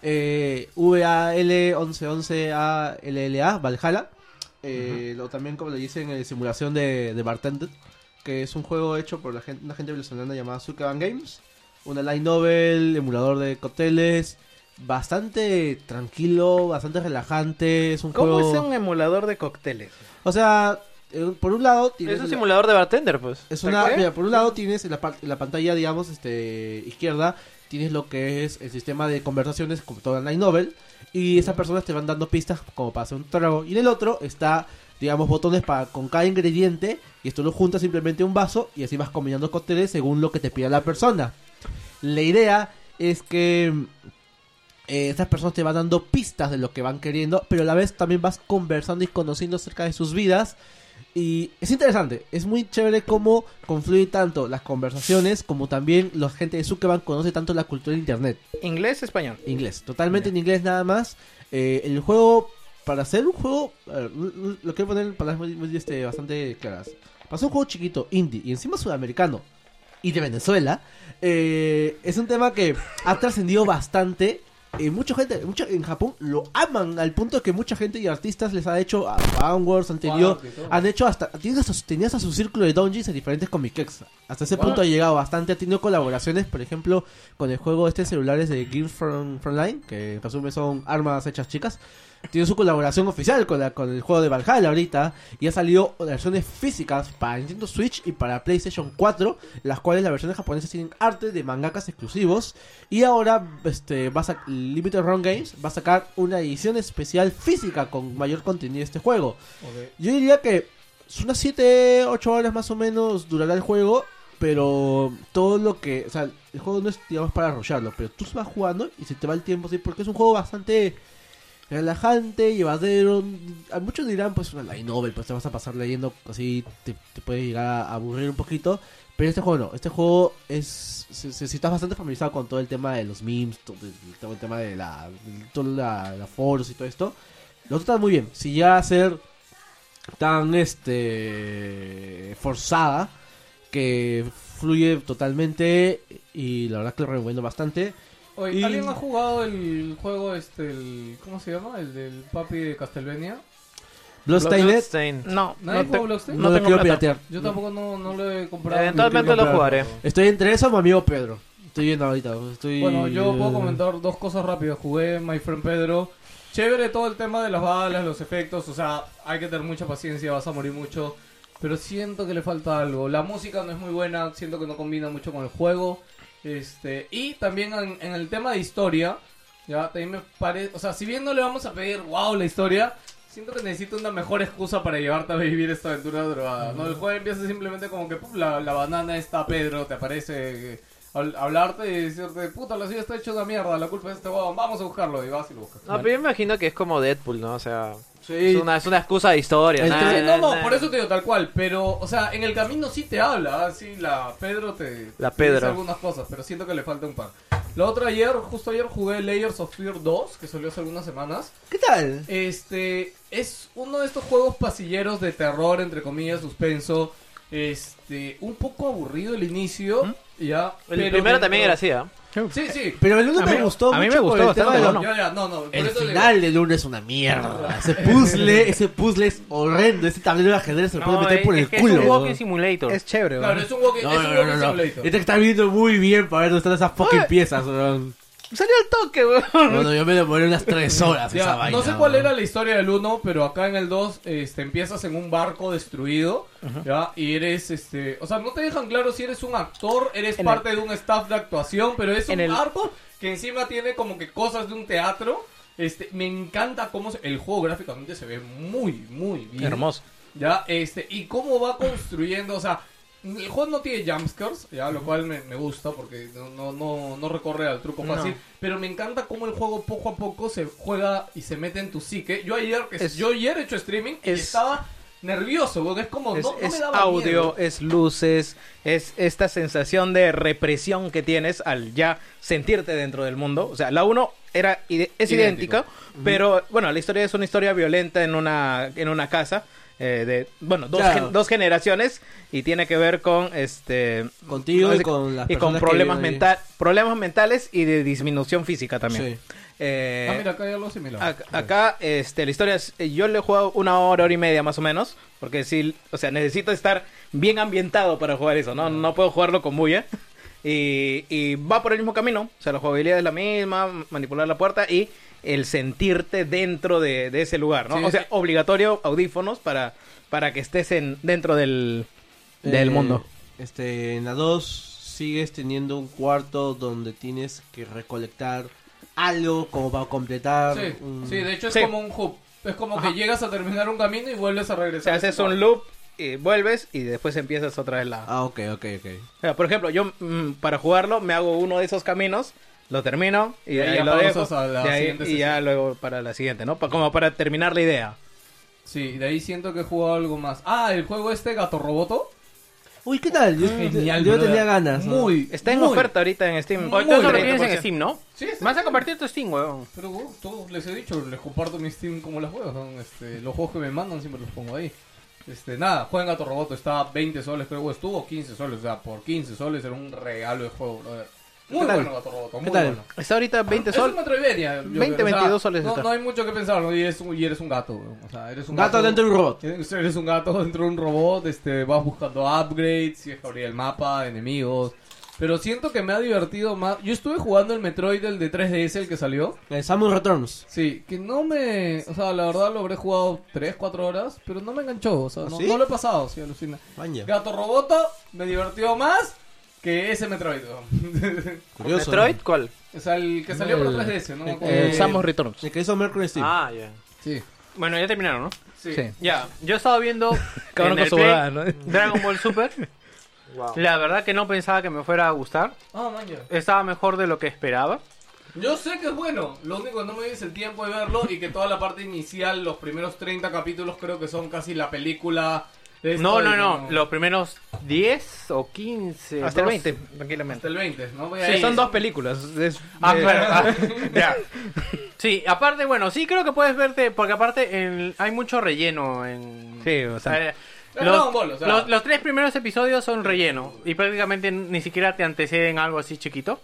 H: eh, VAL1111ALLA, Valhalla, eh, o también como le dicen, eh, simulación de, de Bartender, que es un juego hecho por la gente, una gente venezolana llamada Zuckerman Games, una light novel, emulador de cócteles, bastante tranquilo, bastante relajante, es un
F: ¿Cómo
H: juego...
F: es un emulador de cócteles?
H: O sea, eh, por un lado... tienes
E: Es un
H: la-
E: simulador de bartender, pues.
H: es
F: ¿Tal
H: una,
F: cual?
H: mira, por un lado tienes en la, par- en la pantalla, digamos, este, izquierda, tienes lo que es el sistema de conversaciones como todo en Light Novel y esas personas te van dando pistas como para hacer un trago. Y en el otro está, digamos, botones para con cada ingrediente y esto lo juntas simplemente en un vaso y así vas combinando cócteles según lo que te pida la persona. La idea es que mm, eh, estas personas te van dando pistas de lo que van queriendo, pero a la vez también vas conversando y conociendo acerca de sus vidas. Y es interesante, es muy chévere cómo confluye tanto las conversaciones como también la gente de Zuckerman conoce tanto la cultura de internet.
F: Inglés, español.
H: Inglés, totalmente en inglés nada más. Eh, el juego, para ser un juego, a ver, lo quiero poner en palabras muy, muy, este, bastante claras. Para ser un juego chiquito, indie, y encima sudamericano, y de Venezuela, eh, es un tema que ha trascendido bastante. Eh, mucha gente mucha, en Japón lo aman al punto de que mucha gente y artistas les ha hecho a Downwards anterior. han hecho hasta. Tienes a sus- tenías a su círculo de donjis en diferentes comiquex. Hasta ese punto ha llegado bastante. Ha tenido colaboraciones, por ejemplo, con el juego este de celulares de Gear From, Frontline, que en resumen son armas hechas chicas. Tiene su colaboración oficial con, la, con el juego de Valhalla ahorita. Y ha salido versiones físicas para Nintendo Switch y para PlayStation 4. Las cuales las versiones japonesas tienen arte de mangakas exclusivos. Y ahora, este, va a sa- Limited Run Games va a sacar una edición especial física con mayor contenido de este juego. Yo diría que unas 7, 8 horas más o menos durará el juego, pero todo lo que, o sea, el juego no es, digamos, para arrollarlo, pero tú vas jugando y se te va el tiempo, sí, porque es un juego bastante relajante, llevadero. A muchos dirán, pues, una light novel, pues te vas a pasar leyendo, así te, te puede llegar a aburrir un poquito. Pero este juego no, este juego es. Si, si- si estás bastante familiarizado con todo el tema de los memes, todo el, todo el tema de la. toda la, la foros y todo esto, lo tratan muy bien. Si ya a ser tan este forzada que fluye totalmente y la verdad que lo recomiendo bastante.
B: Oye,
H: Y-
B: ¿alguien ha jugado el juego este, el, ¿cómo se llama? El del papi de Castlevania.
H: Bloodstained
E: Bloodstained.
C: No,
B: ¿Nadie
C: no,
B: jugó
C: te-
B: Bloodstained?
H: no,
C: no
H: lo
C: tengo
H: quiero
C: plata.
H: piratear.
B: Yo tampoco no, no lo he comprado.
E: Eventualmente lo
H: Claro.
E: jugaré.
H: Estoy entre eso, mi amigo Pedro. Estoy viendo ahorita. Estoy...
B: Bueno, yo puedo comentar dos cosas rápidas. Jugué My Friend Pedro. Chévere todo el tema de las balas, los efectos. O sea, hay que tener mucha paciencia, vas a morir mucho. Pero siento que le falta algo. La música no es muy buena, siento que no combina mucho con el juego. Este, y también en, en el tema de historia, ya también me parece. O sea, si bien no le vamos a pedir wow la historia, siento que necesito una mejor excusa para llevarte a vivir esta aventura drogada. ¿no? El juego empieza simplemente como que pum, la, la banana está Pedro, te aparece. eh, Habl- hablarte y decirte, puta, la ciudad está hecha una mierda, la culpa es de este huevón, vamos a buscarlo, y vas y lo buscas.
E: No, pero yo me imagino que es como Deadpool, ¿no? O sea,
H: Sí.
E: es, una, es una excusa de historia.
H: El
E: nah,
B: Sí,
H: tres-
B: no,
E: nah,
B: no,
E: nah.
B: por eso te digo tal cual, pero, o sea, en el camino sí te habla, ah, sí, la Pedro te,
E: La
B: te dice
E: Pedro.
B: algunas cosas, pero siento que le falta un par. La otra ayer, justo ayer jugué Layers of Fear 2, que salió hace algunas semanas.
H: ¿Qué tal?
B: Este es uno de estos juegos pasilleros de terror, entre comillas, suspenso. Este, un poco aburrido el inicio, ya.
E: El
B: pero
E: primero
B: dentro-
E: también era así, ¿ah?
B: Sí, sí.
H: ¿Mm? Pero el uno
F: A
H: me
F: mí-
H: gustó
F: a mí
H: mucho
F: me
H: por
F: gustó
H: el tema
F: bastante,
H: de-
F: ¿no?
B: Ya, ya, no, no. por
H: El
B: eso le digo.
H: final del uno es una mierda. Ese puzzle, ese puzzle es horrendo. Ese tablero de ajedrez se lo puede
C: no,
H: meter por
C: es
H: el
C: que es un
H: culo.
C: walking simulator.
F: Es chévere,
B: Claro,
F: weón.
B: es un walking,
H: No,
B: es
H: no,
B: un
H: no,
B: walking
H: no, no.
B: simulator.
H: Este que está viendo muy bien para ver dónde están esas fucking piezas. weón.
C: Salió el toque, weón.
H: Bueno, yo me demoré unas tres horas
B: Ya,
H: esa vaina.
B: no sé cuál
H: weón.
B: era la historia del 1, pero acá en el 2 este, empiezas en un barco destruido, ¿ya? Y eres, este... O sea, no te dejan claro si eres un actor, eres
F: En
B: parte de un staff de actuación, pero es un
F: en el-
B: barco que encima tiene como que cosas de un teatro. Este, me encanta cómo se- el juego gráficamente se ve muy, muy bien.
F: Hermoso.
B: ¿Ya? Este, y cómo va construyendo, o sea, el juego no tiene jumpscares, ¿ya? Lo cual me, me gusta porque no, no, no, no recorre al truco fácil. Pero me encanta cómo el juego poco a poco se juega y se mete en tu psique. Yo ayer, que
F: Es-
B: yo ayer he hecho streaming y
F: es-
B: estaba nervioso, porque es como,
F: Es,
B: no, no
F: es
B: me daba
F: audio,
B: miedo.
F: es luces, es esta sensación de represión que tienes al ya sentirte dentro del mundo. O sea, la 1 era, ide- es
B: Idéntico.
F: idéntica, pero bueno, la historia es una historia violenta en una, en una casa. eh, de, bueno, dos,
H: Claro.
F: gen- dos generaciones y tiene que ver con este
H: Contigo y
F: así-
H: con las
F: y
H: personas que
F: problemas
H: viven ahí.
F: mental problemas mentales y de disminución física también
H: Sí.
F: Eh, ah,
B: Ah, mira, acá hay algo similar.
F: Ac- Acá, este, la historia es, eh, yo le he jugado una hora, hora y media más o menos, porque sí, o sea, necesito estar bien ambientado para jugar eso, ¿no? No puedo jugarlo con bulla. Y, y va por el mismo camino, o sea, la jugabilidad es la misma, manipular la puerta y el sentirte dentro de, de ese lugar, ¿no?
B: Sí,
F: o sea,
B: sí.
F: obligatorio audífonos para, para que estés en, dentro del, del
H: Eh,
F: mundo.
H: Este, en la 2 sigues teniendo un cuarto donde tienes que recolectar algo como para completar.
B: Sí,
H: un-
B: sí, de hecho es
F: ah, mm, Sí.
B: como un hub. Es como que llegas a terminar un camino y vuelves a
F: O sea,
B: regresar.
F: haces un loop, eh, vuelves y después empiezas otra vez la...
H: Ah, ok, ok, ok.
F: O sea, por ejemplo, yo mm, para jugarlo me hago uno de esos caminos, lo termino y de
B: Y
F: ahí
B: ya
F: lo dejo.
B: pasas a la
F: de ahí-
B: siguiente
F: y ya luego para la siguiente, ¿no? Pa- como para terminar la idea.
B: Sí, de ahí siento que he jugado algo más. Ah, el juego este, Gato Roboto.
H: Uy, ¿qué tal? Yo,
B: Genial,
H: yo
B: brother.
H: tenía ganas. ¿no?
B: Muy.
F: Está en
B: muy-
F: oferta ahorita en Steam.
C: O entonces lo tienes
F: 30%.
C: en Steam, ¿no?
B: Sí, está
C: Vas a
B: bien.
C: compartir tu Steam, weón.
B: Pero uh, todos les he dicho, les comparto mi Steam como los juegos. Son, este, los juegos que me mandan siempre los pongo ahí. Este, nada, jueguen Gato Roboto, está a 20 soles, creo que estuvo 15 soles. O sea, por 15 soles era un regalo de juego, brother. Muy
H: ¿Qué tal?
B: bueno Gato Roboto, muy
H: tal?
B: bueno.
F: Está ahorita 20
B: Es un
F: sol.
B: Metroidvania. yo
F: 20,
B: creo, o sea,
F: 22 soles
B: No,
F: está.
B: no hay mucho que pensar, ¿no? y, eres un, y eres un gato. weón, O sea, eres un
H: Un gato dentro de un robot.
B: Eres un gato dentro de un robot, este, vas buscando upgrades, tienes que abrir el mapa, enemigos. Pero siento que me ha divertido más. Yo estuve jugando el Metroid, el de 3DS, el que salió.
H: Eh, Samus Returns.
B: Sí, que no me... O sea, la verdad lo habré jugado 3, 4 horas, pero no me enganchó. O sea,
C: ¿Ah,
B: no,
H: ¿Sí?
B: no lo he pasado, sí, alucina.
H: Vaya.
B: Gato Roboto me divertió más que ese Metroid. weón.
H: Curioso.
E: ¿Metroid? ¿Cuál?
B: o sea, el que salió para
H: El-
B: 3DS, ¿no? me acuerdo.
H: Eh,
F: Samus Returns.
H: El que hizo Mercury Steam.
E: Ah, ya.
B: Sí.
C: Bueno, ya terminaron, ¿no?
B: Sí.
F: Sí.
C: Ya, yo he estado viendo
F: Cabrón
C: en
F: con
C: el
F: su
C: Play
F: huevada, ¿no?
C: Dragon Ball Super.
E: Wow.
C: La verdad que no pensaba que me fuera a gustar.
B: Ah, man, ya.
C: Estaba mejor de lo que esperaba.
B: Yo sé que es bueno. Lo único que no me dice el tiempo de verlo y que toda la parte inicial, los primeros 30 capítulos, creo que son casi la película. Esto
C: No, no,
B: y
C: no. Los primeros 10 o 15.
F: Hasta el
C: 12.
F: 20,
B: Hasta
F: tranquilamente.
B: el 20, ¿no? Voy a
F: Sí,
B: ir.
F: son dos películas. es-
C: Ah,
F: eh,
C: claro. ah, ya. Sí, aparte, bueno, sí creo que puedes verte, porque aparte en- hay mucho relleno en...
F: Sí, o sea,
C: Eh,
B: Pero
C: Los,
B: Dragon Ball, o sea.
C: los- los tres primeros episodios son relleno y prácticamente ni siquiera te anteceden algo así chiquito.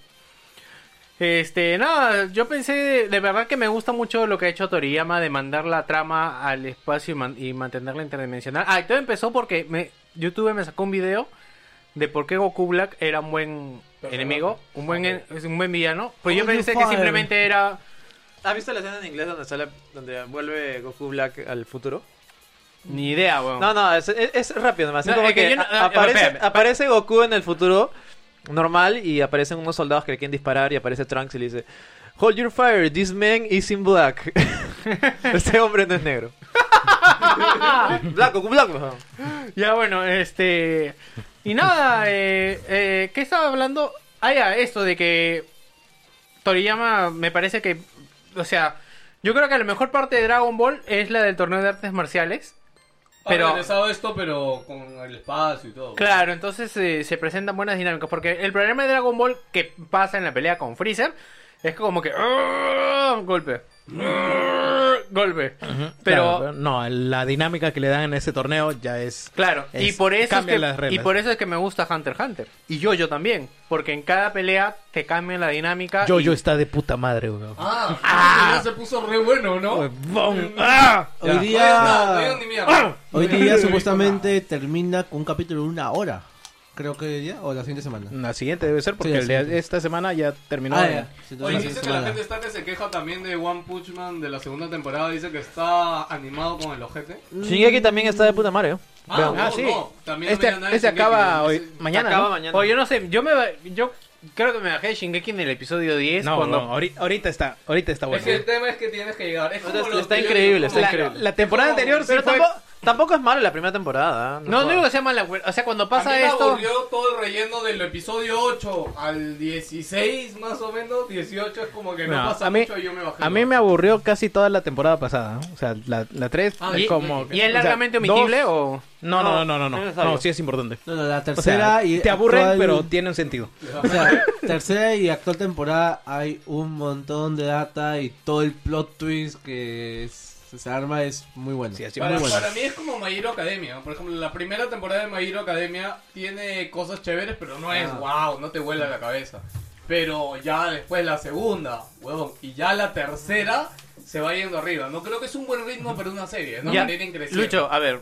C: Este, nada, yo pensé, de, de verdad que me gusta mucho lo que ha hecho Toriyama de mandar la trama al espacio y, man- y mantenerla interdimensional. Ah, y todo empezó porque me, YouTube me sacó un video de por qué Goku Black era un buen
B: Personaje.
C: enemigo, un buen, en- es un buen villano. Pues yo
H: Oh, you
C: pensé que
H: fire.
C: simplemente era...
E: ¿Has visto la escena en inglés donde sale, donde vuelve Goku Black al futuro?
C: Ni idea, weón.
E: No, no, es, es- es rápido nomás. Es
C: No,
E: como
C: es que
E: que
C: yo no-
E: a-
C: espérame,
E: aparece,
C: espérame.
E: aparece Goku en el futuro normal y aparecen unos soldados que le quieren disparar y aparece Trunks y le dice, Hold your fire, this man is in black. este hombre no es negro. black, Goku Black. weón.
C: Ya bueno, este... Y nada, eh, eh, ¿qué estaba hablando? Ah, ya, esto de que Toriyama me parece que... O sea, yo creo que la mejor parte de Dragon Ball es la del torneo de artes marciales.
B: Ha
C: pero-
B: regresado esto, pero con el espacio y todo.
C: Claro, entonces eh, se presentan buenas dinámicas. Porque el problema de Dragon Ball que pasa en la pelea con Freezer es como que... "Ah", Golpe. "Ah", Golpe.
F: claro,
C: Pero...
F: no, la dinámica que le dan en ese torneo ya es.
C: Claro, y,
F: Es-
C: por eso es
F: cambian
C: que,
F: las reglas.
C: y por eso es que me gusta Hunter x Hunter. Y yo, yo también. Porque en cada pelea te cambian la dinámica.
F: Yo,
C: y-
F: yo está de puta madre, weón.
B: Ah, ya se puso re bueno, ¿no?
F: Bom. ¡Ah!
H: Hoy
B: No digan nada, no
H: día.
B: digan ni mierda.
H: Hoy
B: No digan
H: día
B: ni
H: supuestamente termina con un capítulo de una hora. Creo que hoy día o la siguiente semana.
F: La siguiente debe ser porque
H: Sí, la
F: el de
H: siguiente.
F: esta semana ya terminó.
H: Ah,
F: en-
H: ya. Sí,
B: Oye,
H: entonces
B: dice
H: la
B: que la
H: semana.
B: gente está que Este se queja también de One Punch Man de la segunda temporada. Dice que está animado con el ojete.
E: Shingeki también está de puta madre. ¿eh?
B: Ah,
F: Ah,
B: no,
F: sí.
B: no. También
F: Este,
B: no me digan
F: este
B: nada de
F: acaba
B: Shingeki,
F: hoy,
B: ¿no?
F: mañana.
E: Acaba
F: ¿no?
E: mañana.
C: Oye, yo no sé, yo me yo creo que me bajé de Shingeki en el episodio 10
F: No,
C: cuando
F: no, ahori- ahorita está, ahorita está bueno.
B: Es que el tema es que tienes que llegar. Es como
E: Está-
B: los
E: está
B: que yo
E: increíble,
B: digo,
E: está
B: como-
E: increíble.
F: La temporada anterior sí
E: Pero
F: fue-
E: tampoco, tampoco es malo la primera temporada. ¿eh?
C: No, no
E: jodas.
C: digo que sea mala, güey. o sea, cuando
B: A mí
C: pasa
B: me
C: esto
B: aburrió todo el relleno del episodio 8 al 16, más o menos. 18 es como que no,
F: No,
B: pasa
F: a mí-
B: mucho y yo me bajé.
F: A mí me aburrió casi toda la temporada pasada. ¿no? O sea, la, la 3
B: Ah,
F: es
B: y-
F: como...
C: y es
F: o sea,
C: largamente
F: dos-
C: omitible o
F: No, no, no, no,
E: No,
F: no.
E: no
F: No,
E: es sabio.
F: sí es importante.
H: No, no, la
F: O sea,
H: tercera y
F: te aburren,
H: actual-
F: pero tiene un sentido.
H: O sea, tercera y actual temporada hay un montón de data y todo el plot twist que es- se arma es muy bueno.
F: Sí, así,
B: Para,
F: muy bueno.
B: para mí es como My Hero Academia. Por ejemplo, la primera temporada de My Hero Academia tiene cosas chéveres, pero no es wow, no te vuela la cabeza. Pero ya después la segunda, huevón, y ya la tercera se va yendo arriba. No creo que es un buen ritmo para una serie, es una
C: Ya.
B: manera increíble.
C: Lucho, a ver,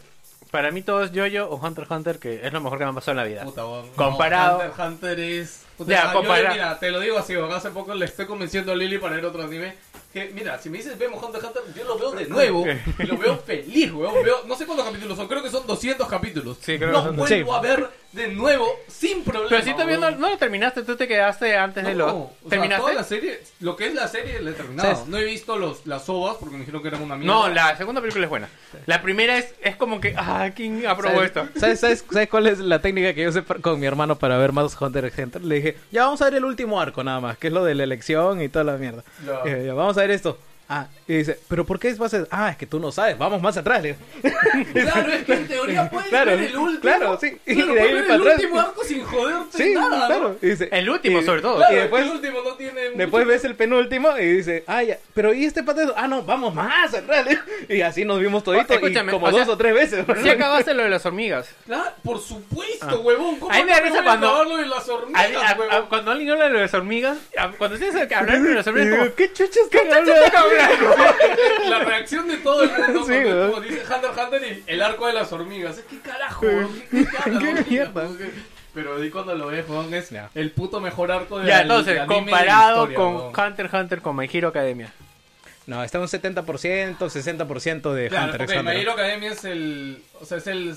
C: para mí todo es yo o Hunter x Hunter que es lo mejor que me ha pasado en la vida.
B: Puta, huevón.
C: Comparado-
B: No, Hunter x Hunter es Puta,
C: Ya,
B: yo,
C: compara-
B: mira, te lo digo así, weón, hace poco le estoy convenciendo a Lili para ver otro anime. Que, mira, si me dices vemos Hunter x Hunter, yo lo veo de nuevo y lo veo feliz, weón. Veo, no sé cuántos capítulos son, creo que son 200 capítulos.
C: Sí, creo que
B: Los
C: son-
B: vuelvo
C: sí.
B: a ver de nuevo sin problema.
C: Pero sí también no,
B: weón.
C: no lo terminaste, tú te quedaste antes de
B: No,
C: lo...
B: o sea,
C: ¿Terminaste?
B: toda la serie, lo que es la serie la he terminado.
C: ¿Sabes?
B: No he visto los, las ovas porque me dijeron que eran una mierda.
C: No, la segunda película es buena. La primera es, es como que, ah, ¿quién aprobó esto?
F: ¿Sabes, sabes, sabes cuál es la técnica que yo usé par- con mi hermano para ver más Hunter x Hunter? Le dije, ya vamos a ver el último arco nada más, que es lo de la elección y toda la mierda.
B: Ya.
F: Eh, ya, vamos a ver esto. Ah, y dice, ¿pero por qué es más? Ah, es que tú no sabes, vamos más atrás. Le digo.
B: Claro, es que en teoría puedes
F: Claro,
B: ver el último.
F: claro, sí. Y
B: Claro,
F: de ahí
B: puedes ver
F: para
B: el
F: atrás.
B: último arco sin joderte
F: Sí,
B: nada, ¿no?
F: claro. Y dice,
C: El último,
F: y-
C: sobre todo.
B: Claro,
F: Y
B: es que
F: después-
B: el último no tiene. mucho-
F: Después ves el penúltimo y dices, ah, ya, pero ¿y este pata? Ah, no, vamos más atrás. Le digo. Y así nos vimos toditos y
C: Escúchame,
F: como
C: o
F: dos
C: sea,
F: o tres veces.
C: Si acabaste lo de las hormigas.
B: Claro, por supuesto, huevón. ¿Cómo
C: A mí Ah. me da
B: no
C: risa
B: voy a
C: cuando-
B: acabar lo de las
C: A-
B: hormigas,
C: a- a-
B: huevón?
C: cuando alguien habla de las hormigas, a- cuando tienes que hablar de las
F: Y
C: hormigas, es
F: digo,
C: como,
F: ¿qué chuchas
C: ¿qué
F: están
C: chucha está
F: hablando?
C: hablando?
B: La reacción de todo el mundo
F: Sí,
B: cuando es
F: ¿verdad?
B: como dice Hunter x Hunter y el arco de las hormigas. Es que carajo, ¿qué, hablas,
F: ¿Qué
B: hormigas?
F: mierda?
B: Como que- Pero de ahí cuando lo ves, huevón, es
F: Ya.
B: el puto mejor arco de
C: Ya,
B: la-
C: entonces,
B: de anime de la
C: comparado
B: historia,
C: con
B: huevón.
C: Hunter x Hunter con My Hero Academia.
F: No, está un 70%, 60% de
B: Claro,
F: Hunter
B: ok,
F: x Hunter.
B: My Hero Academia es el, o sea, es el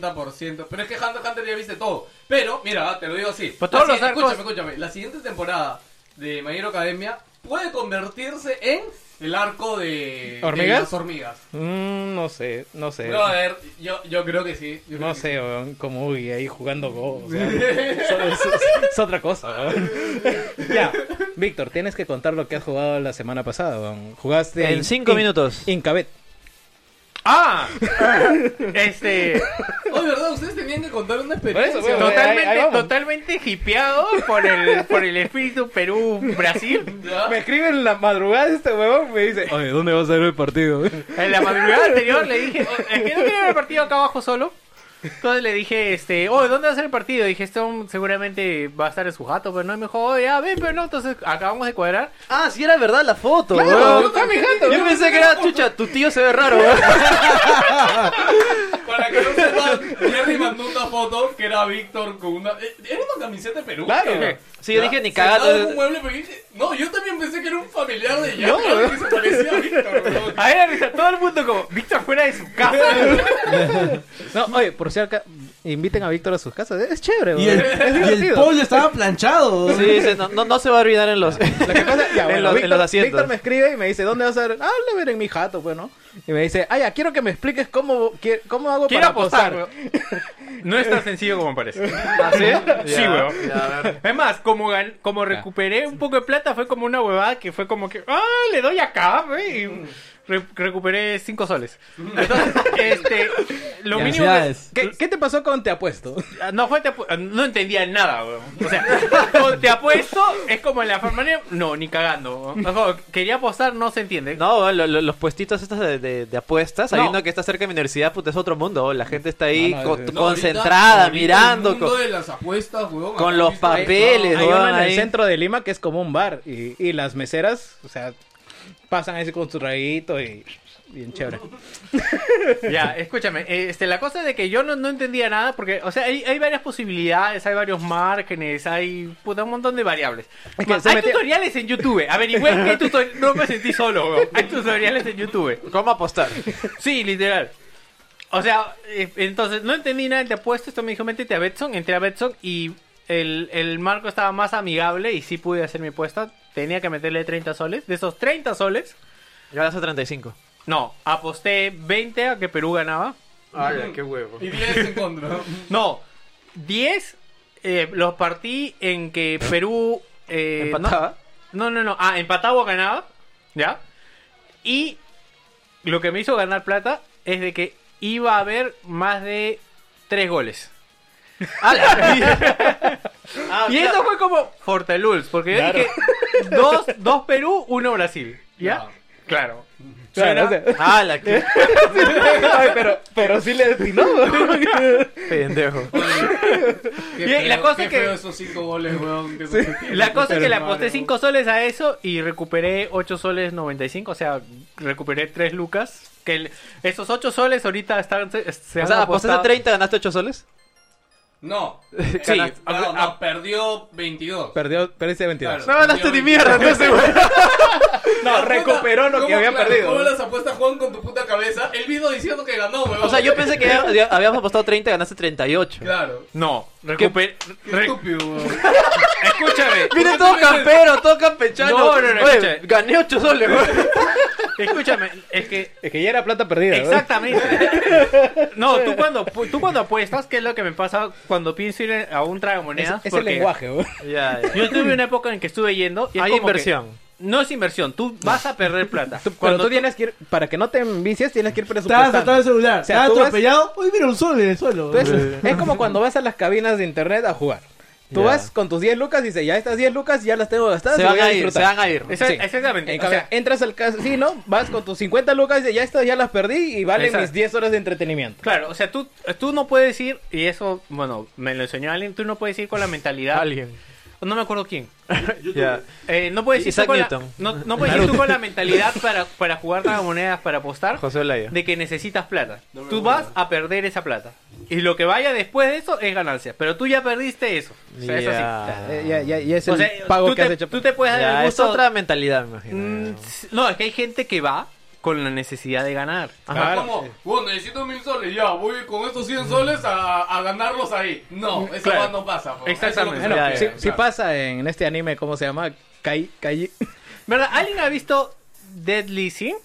B: 70%. Pero es que Hunter x Hunter ya viste todo. Pero, mira, te lo digo así.
C: Pues todos
B: La
C: los
B: si-
C: arcos-
B: Escúchame, escúchame. La siguiente temporada de My Hero Academia puede convertirse en el arco de, de
F: ¿Hormigas?
B: las hormigas.
F: Mm, no sé, no eh. sé.
B: No, a ver, yo, yo creo que sí. Yo creo
F: No
B: que
F: sé, weón, como Ugi ahí jugando Go. o sea,
B: sí.
F: es, es- es otra cosa, weón. ya, Víctor, tienes que contar lo que has jugado la semana pasada, weón. Jugaste.
E: En cinco minutos.
F: Incabet.
C: ¡Ah! este...
B: Oh, de verdad, ustedes tenían que contar una experiencia.
F: Por eso, bueno,
C: Totalmente,
F: ahí- ahí vamos.
C: totalmente hipeado por el, por el espíritu Perú-Brasil.
B: ¿Ya?
F: Me escribe en la madrugada este weón me dice: Oye, ¿dónde vas a ver el partido?
C: En la madrugada anterior le dije, "Oh, es que no quería ver el partido acá abajo solo. Entonces le dije, este, oh, ¿dónde va a ser el partido? Dije, esto seguramente va a estar en su jato, pero no. Y me dijo, oh, ya, ven, pero no. Entonces acabamos de cuadrar.
E: Ah, sí era verdad la foto,
F: Claro,
E: weón.
F: yo también, Ah, jato,
E: Yo
F: weón.
E: pensé que era, chucha, tu tío se ve raro, weón.
B: Para que no sepan, Jerry mandó una foto que era Víctor con una. eh, Era una camiseta de Perú.
F: Claro.
B: ¿eh?
E: Sí, yo
B: Ya,
E: dije ni
B: sentado en
E: cagado.
B: un mueble, pero dije, no, yo también pensé que era un familiar de Jerry que se parecía a Víctor. weón.
C: A ver, risa, todo el mundo como, Víctor fuera de su casa.
F: No, oye, por si acá inviten a Víctor a sus casas. Es chévere,
H: Y
F: weón.
H: el,
F: Es
H: y el
F: divertido.
H: pollo estaba planchado.
E: Sí, sí, no, no, no se va a arruinar en los,
F: Lo que pasa, ya,
E: en
F: bueno,
E: los, en
F: Víctor,
E: los asientos.
F: Víctor me escribe y me dice, ¿dónde vas a ver? Ah, lo veré en mi jato, pues, ¿no? Y me dice, ah, ya, quiero que me expliques cómo, qui- cómo hago
C: Quiero
F: para
C: apostar,
F: apostar.
C: weón. No es tan sencillo como parece.
E: ¿Ah, sí?
C: Sí,
E: Ya,
C: weón.
E: ya, a ver.
C: Es más, como, gan- como recuperé un poco de plata, fue como una huevada que fue como que, ah, le doy acá, wey. y re- recuperé cinco soles. Entonces, este, lo mínimo
H: Ya,
C: que,
H: felicidades.
F: ¿Qué, qué te pasó con Te Apuesto?
C: Ah, No fue te apu- no entendía nada, weón. O sea, con te apuesto es como en la farmacia, no, ni cagando. weón. Ojo, quería apostar, no se entiende.
E: No, weón, lo- lo- los puestitos estos de, de- de apuestas, hay
C: No.
E: uno que está cerca de mi universidad, puta, es otro mundo, weón. la gente está ahí
F: No, no,
E: con-
F: no,
B: No, ahorita-
E: concentrada,
B: ahorita
E: mirando.
B: El mundo
E: con-
B: de las apuestas, weón.
E: con
B: acá
E: los
B: viste-
E: papeles.
F: Hay
E: weón,
F: uno en el
E: ahí.
F: centro de Lima que es como un bar y, y las meseras, o sea, pasan ahí con su traguito y bien chévere.
C: Ya, escúchame. eh, Este, la cosa es de que yo no, no entendía nada porque, o sea, hay, hay varias posibilidades, hay varios márgenes, hay puta, un montón de variables.
F: Es que
C: Ma-
F: se
C: hay
F: metió-
C: tutoriales en YouTube. Averigüé que hay tutoriales. No me sentí solo, weón. Hay tutoriales en YouTube.
E: ¿Cómo apostar?
C: Sí, literal. O sea, eh, entonces no entendí nada, te apuesto, esto me dijo, métete a Betson, entré a Betson y el, el marco estaba más amigable y sí pude hacer mi apuesta. Tenía que meterle 30 soles. De esos 30 soles,
E: Yo ganas a 35.
C: no, aposté 20 a que Perú ganaba.
E: Ay, qué huevo.
B: Y 10 en contra.
C: No, 10 eh, los partí en que Perú... eh,
E: ¿Empataba?
C: No, no, no. Ah, empatado o ganaba. ¿Ya? Y lo que me hizo ganar plata es de que iba a haber más de tres goles.
E: Ah,
C: Y eso fue como Forteluls, porque yo dije dos, dos Perú, uno Brasil. ¿Ya? Claro.
F: Claro, o sea,
E: Ah, la que
F: ay, pero, pero sí le destinó.
E: pendejo.
B: Qué
C: Bien, y la
B: feo-
C: cosa
B: qué
C: es que-
B: feo esos 5 goles, weón. que se metieron.
C: La cosa es que le
B: Madre,
C: aposté
B: weón.
C: 5 soles a eso y recuperé 8 soles 95, o sea, recuperé 3 lucas. Que el- esos 8 soles ahorita están, se se han
E: O sea,
C: apostado-
E: apostaste 30, ganaste 8 soles.
B: No.
C: Sí,
B: Ganas- no,
C: habla-
B: no,
C: ah.
B: perdió 22.
F: Perdió, perdiste 22.
B: Claro,
E: No ganaste ni
B: perdió
E: mierda,
B: 22.
E: entonces, güey.
F: No, recuperó lo
B: ¿Cómo,
F: que había
B: claro, ¿Cómo
F: perdido.
B: las apuestas Juan con tu puta cabeza? Él vino diciendo que ganó, weón.
E: O sea, yo pensé que ya- ya habíamos apostado 30 y ganaste 38.
B: Claro.
C: No, recuperé.
B: Qué estúpido, weón.
C: Escúchame,
E: Mire, todo campero, todo campechano.
C: No, no, no,
E: Oye,
C: escucha.
E: gané 8 soles, güey.
C: escúchame. Es que
F: Es que ya era plata perdida. ¿no?
C: Exactamente. No, tú cuando, tú cuando apuestas, que es lo que me pasa cuando pienso ir a un
F: Es,
C: tragamonedas.
F: es el
C: porque
F: lenguaje, güey.
E: Ya, ya.
C: Yo tuve una época en que estuve yendo y es
E: Hay
C: como que-
E: inversión.
C: no es inversión, tú vas a perder plata.
F: Tú- Cuando tú tienes que ir, para que no te envicies, tienes que ir
H: Estaba saltando
F: presupuestando.
H: el celular,
F: O sea,
H: estaba
F: tú Pues, vas-
H: atropellado. Uy, mira, un sol en el suelo.
F: Entonces, es como cuando vas a las cabinas de internet a jugar. Tú
E: Ya.
F: vas con tus 10 lucas y dices, ya estas 10 lucas ya las tengo gastadas.
E: Se
F: y
E: van
F: voy
E: a ir, se
F: disfrutar".
E: van a ir.
C: Esa-
F: Sí.
C: Exactamente.
F: En
C: o
F: cambio,
C: sea,
F: entras al casino, vas con tus 50 lucas y dices, ya estas ya las perdí y valen
C: Exacto.
F: mis 10 horas de entretenimiento.
C: claro, o sea, tú, tú no puedes ir, y eso, bueno, me lo enseñó alguien, tú no puedes ir con la mentalidad. Alguien. No me acuerdo quién.
E: Ya.
C: Eh, no puedes ir tú
E: Isaac
C: con la-
E: Newton.
C: no, no puedes ir tú con la mentalidad para, para jugar tragamonedas, para apostar.
E: José Olaya.
C: de que necesitas plata. tú vas a perder esa plata. Y lo que vaya después de eso es ganancia. Pero tú ya perdiste eso. O sea, es así.
E: Ya.
F: Eh, ya, ya, ya es el
C: O sea,
F: pago
C: tú,
F: que
C: te,
F: has hecho.
C: tú te puedes dar
E: Ya,
C: el
E: es
C: gusto.
E: otra mentalidad, me imagino.
C: Mm, s- No, es que hay gente que va con la necesidad de ganar.
B: Ajá. Como, bueno, necesito mil soles, ya, voy con estos 100 soles a, a ganarlos ahí. No, eso
C: Mm, Claro.
B: más no pasa. weón.
C: Exactamente.
B: Eso es lo que se
F: Bueno,
E: Ya,
F: sí,
B: refiere,
F: sí
B: claro.
F: pasa en este anime, ¿cómo se llama? Kai, Kai...
C: ¿Verdad? ¿Alguien ha visto Deadly Sins?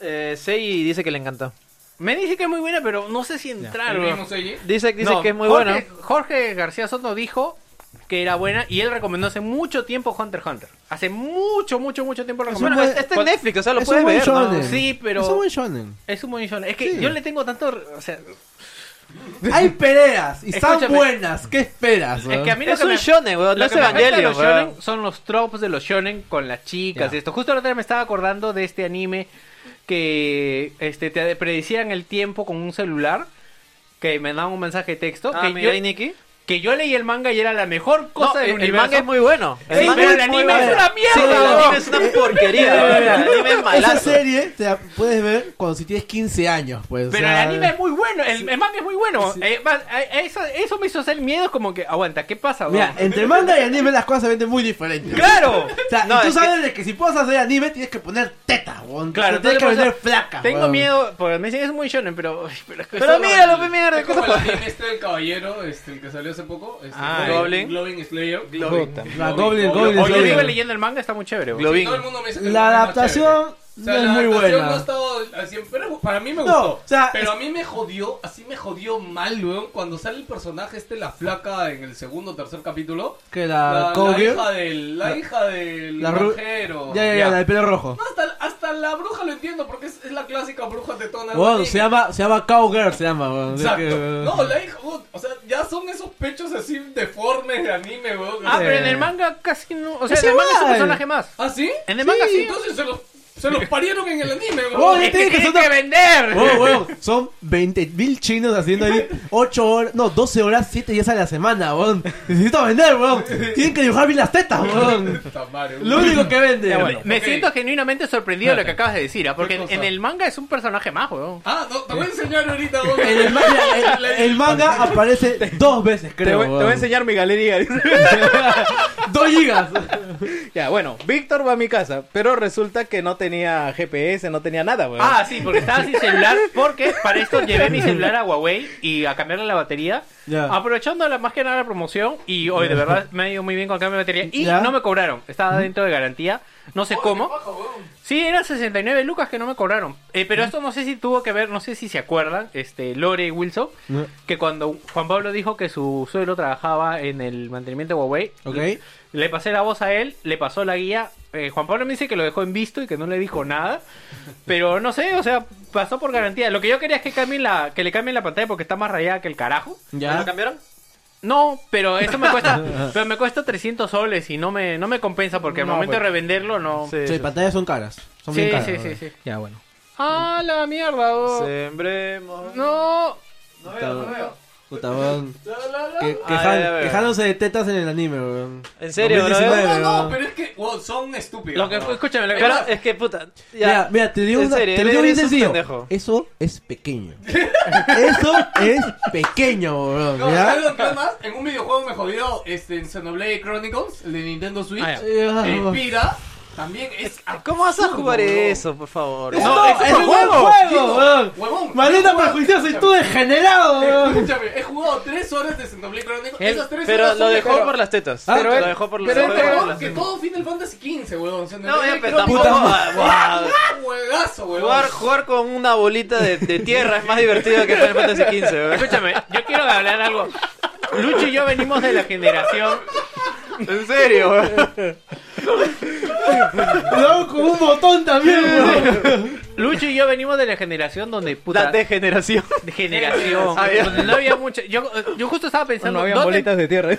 E: Eh, Sei dice que le encantó.
C: Me dice que es muy buena, pero no sé si entrar.
B: ¿El
C: weón.
B: mismo Seiji?
E: Dice, dice
C: No,
E: que es muy
C: Jorge-
E: bueno.
C: Jorge García Soto dijo que era buena y él recomendó hace mucho tiempo Hunter x Hunter. Hace mucho, mucho, mucho tiempo lo
H: Es
C: recomendó.
E: Bueno,
H: buen-
E: es- está en Netflix, o sea, lo
H: es
E: puedes
H: un buen
E: ver. ¿no?
H: shonen.
C: Sí, pero-
H: Es un buen shonen.
C: Es un buen shonen. Es que
H: Sí.
C: yo le tengo tanto. O sea,
H: Hay peleas y
C: Escúchame.
H: están buenas. ¿Qué esperas?
C: es que a mí lo
E: Es
C: que
E: un
C: me,
E: shonen, weón. No
C: lo
E: es
C: que me afecta de
E: Evangelion,
C: los
E: weón.
C: shonen son los tropes de los shonen con las chicas
H: Ya.
C: y esto. Justo ahora me estaba acordando de este anime que este, te predecían el tiempo con un celular. Que me daban un mensaje de texto.
E: Ah,
C: que,
E: mira,
C: yo,
E: ahí, Nicky.
C: que yo leí el manga y era la mejor
E: No,
C: cosa del
E: el, el
C: universo.
E: manga es muy bueno. El
C: Sí,
E: manga
C: pero el
E: es muy
C: anime es
E: bueno.
C: una mierda,
E: Sí, el
C: weón.
E: anime es una porquería. weón. El anime es
H: Esa
E: malazo.
H: serie te la puedes ver cuando si tienes 15 años, pues. o
C: Pero el
H: sea,
C: anime es muy bueno, el, el manga es muy bueno. Eh, va- eh, eso, eso me hizo hacer miedo, como que, aguanta, ¿qué pasa? weón?
H: Mira, eh, entre manga y anime las cosas se venden muy diferentes.
C: ¡Claro!
H: O sea,
E: No,
H: y tú
E: es que-
H: sabes de que si puedes hacer anime tienes que poner teta, weón.
C: Claro,
H: Te tienes que
C: entonces,
H: vender
C: o
H: flaca.
C: Tengo
H: weón.
C: miedo, porque me dicen que es muy shonen, pero... uy, Pero,
E: Pero míralo, pe
B: Es
E: mierda.
B: como el
E: cosa-
B: anime este del caballero, este, el que salió hace poco. Este,
C: Ah,
E: Goblin.
B: Glowing Slayer.
F: Puta.
H: La Goblin, Goblin,
C: Oye,
H: Goblin.
C: sigo leyendo el manga, está muy chévere. weón.
B: Sí,
E: Globin.
B: todo el mundo me dice que
H: La
B: es más
H: adaptación
B: chévere. O
H: no
B: sea,
H: es
B: la
H: muy
B: adaptación
H: buena.
B: No ha estado así, pero para mí me
H: No,
B: gustó.
H: o sea,
B: pero
H: es-
B: a mí me jodió, así me jodió mal, weón, cuando sale el personaje este, la flaca, en el segundo o tercer capítulo.
H: Que
B: La,
H: la,
B: la
H: Kogyo-
B: hija del, la, hija del
H: la ru-
B: granjero.
H: Ya, ya, ya, la del pelo rojo.
B: No, hasta, hasta la bruja lo entiendo, porque es, es la clásica bruja tetona.
H: Weón,
B: Y-
H: se llama, se llama Cowgirl, se llama, weón. Así
B: Exacto.
H: que, weón.
B: No, la hija, weón, o sea, ya son esos pechos así deformes de anime, weón.
C: Ah,
H: Sí.
C: pero en el manga casi no... O sea,
H: Es
C: en el manga es un
H: igual.
C: personaje más.
B: ¿Ah, sí?
C: En el manga sí.
B: Entonces se los, se los parieron en el anime, weón.
H: Weón,
C: Es
H: ya te
C: que
H: dije,
C: tienen
H: son
C: que
H: de-
C: vender.
H: Weón, weón, son 20.000 chinos haciendo ahí 8 horas, no, 12 horas, 7 días a la semana, weón. Necesito vender, weón. Tienen que dibujar bien las tetas, weón.
B: Puta madre, weón.
H: Lo único que vende.
C: Ya, bueno, me
B: ok.
C: siento genuinamente sorprendido de lo que acabas de decir, ¿ah? porque en,
B: cosa?
C: en el manga es un personaje más, weón.
B: Ah, no, te voy a enseñar ahorita, weón.
H: Eh, En el, manga, el- el manga aparece dos veces,
F: Te,
H: creo.
F: voy, te voy a
H: weón.
F: enseñar mi galería.
H: Dos gigas.
F: ya, bueno, Víctor va a mi casa, pero resulta que no tenía GPS, no tenía nada, weón.
C: Ah, sí, porque estaba sin celular, porque para esto llevé mi celular a Huawei y a cambiarle la batería,
H: Ya.
C: aprovechando la, más que nada la promoción, y hoy de verdad me ha ido muy bien con el cambio de batería, y
H: Ya.
C: no me cobraron, estaba dentro de garantía, no sé cómo. Sí, eran 69 lucas que no me cobraron, Eh, pero esto no sé si tuvo que ver, no sé si se acuerdan, este, Lore y Wilson,
H: Ya.
C: que cuando Juan Pablo dijo que su suegro trabajaba en el mantenimiento de Huawei,
H: Ok.
C: le pasé la voz a él, le pasó la guía. Eh, Juan Pablo me dice que lo dejó en visto y que no le dijo nada. Pero no sé, o sea, pasó por garantía. Lo que yo quería es que cambien la, que le cambien la pantalla porque está más rayada que el carajo.
E: ¿Lo
H: Ya.
E: cambiaron?
C: No, pero esto me cuesta, pero me cuesta 300 soles y no me, no me compensa porque al
F: No,
C: momento
F: pues.
C: de revenderlo no. Sí,
E: Sí.
H: Sí, pantallas son caras. Son bien
C: sí,
H: caras.
C: sí, sí,
H: weón.
F: Ya, bueno.
C: Ah, la mierda. oh.
E: Sembremos.
C: No.
E: No veo, no veo.
D: Puta, weón. Que-
E: A
D: quejan-
E: ver, a ver.
D: Quejándose de tetas en el anime, weón.
E: En serio, bro.
D: 2019.
E: Pero
B: No, no,
D: weón.
B: pero es que wow, son estúpidos.
C: Lo que,
B: ¿no?
C: escúchame, lo que pasa-
E: es que puta.
D: Mira,
E: Ya.
D: mira, te digo,
E: en
D: una-
E: serio,
D: te lo digo
E: eres
D: bien
E: un
D: sencillo.
E: pendejo.
D: Eso es pequeño. Eso es pequeño, weón.
B: No,
D: ¿ya?
B: ¿sabes lo que es más? En un videojuego me jodió este, en Xenoblade Chronicles, el de Nintendo Switch.
C: Ah,
D: ya.
B: el Pira también es.
E: ¿Cómo vas a
B: absurdo,
E: jugar
B: huevón.
E: eso, por favor?
D: No, es un juego,
B: Digo,
D: weón.
B: Huevón.
D: Maldita
B: yo he jugado-
D: prejuiciosa y tú
B: escúchame,
D: degenerado, weón.
B: Escúchame, he jugado tres horas de Xenoblade Chronicles.
C: Él-
B: Esas tres
E: Pero
B: horas
E: lo
B: son de
E: dejó
B: juego.
E: por las tetas.
D: Ah,
E: Pero
D: pero
E: lo
D: él-
E: dejó por las
B: Pero el
E: lo dejó por
B: huevón
E: las
B: que
E: tetas.
B: todo Final Fantasy XV, huevón.
E: No, ya, pero
D: Puta
E: tampoco. ah,
D: madre.
E: guau,
B: Juegazo, huevón.
E: Jugar, jugar con una bolita de, de tierra es más divertido que Final Fantasy XV, weón.
C: escúchame, yo quiero hablar algo. Lucho y yo venimos de la generación.
E: En serio, weón.
D: Luego con un botón también, weón.
C: Lucho y yo venimos de la generación donde puta.
E: La degeneración.
C: de generación.
E: Ah, ya.
C: donde no había mucha. Yo, yo justo estaba pensando.
F: No había
C: ¿dónde,
F: bolitas de tierra.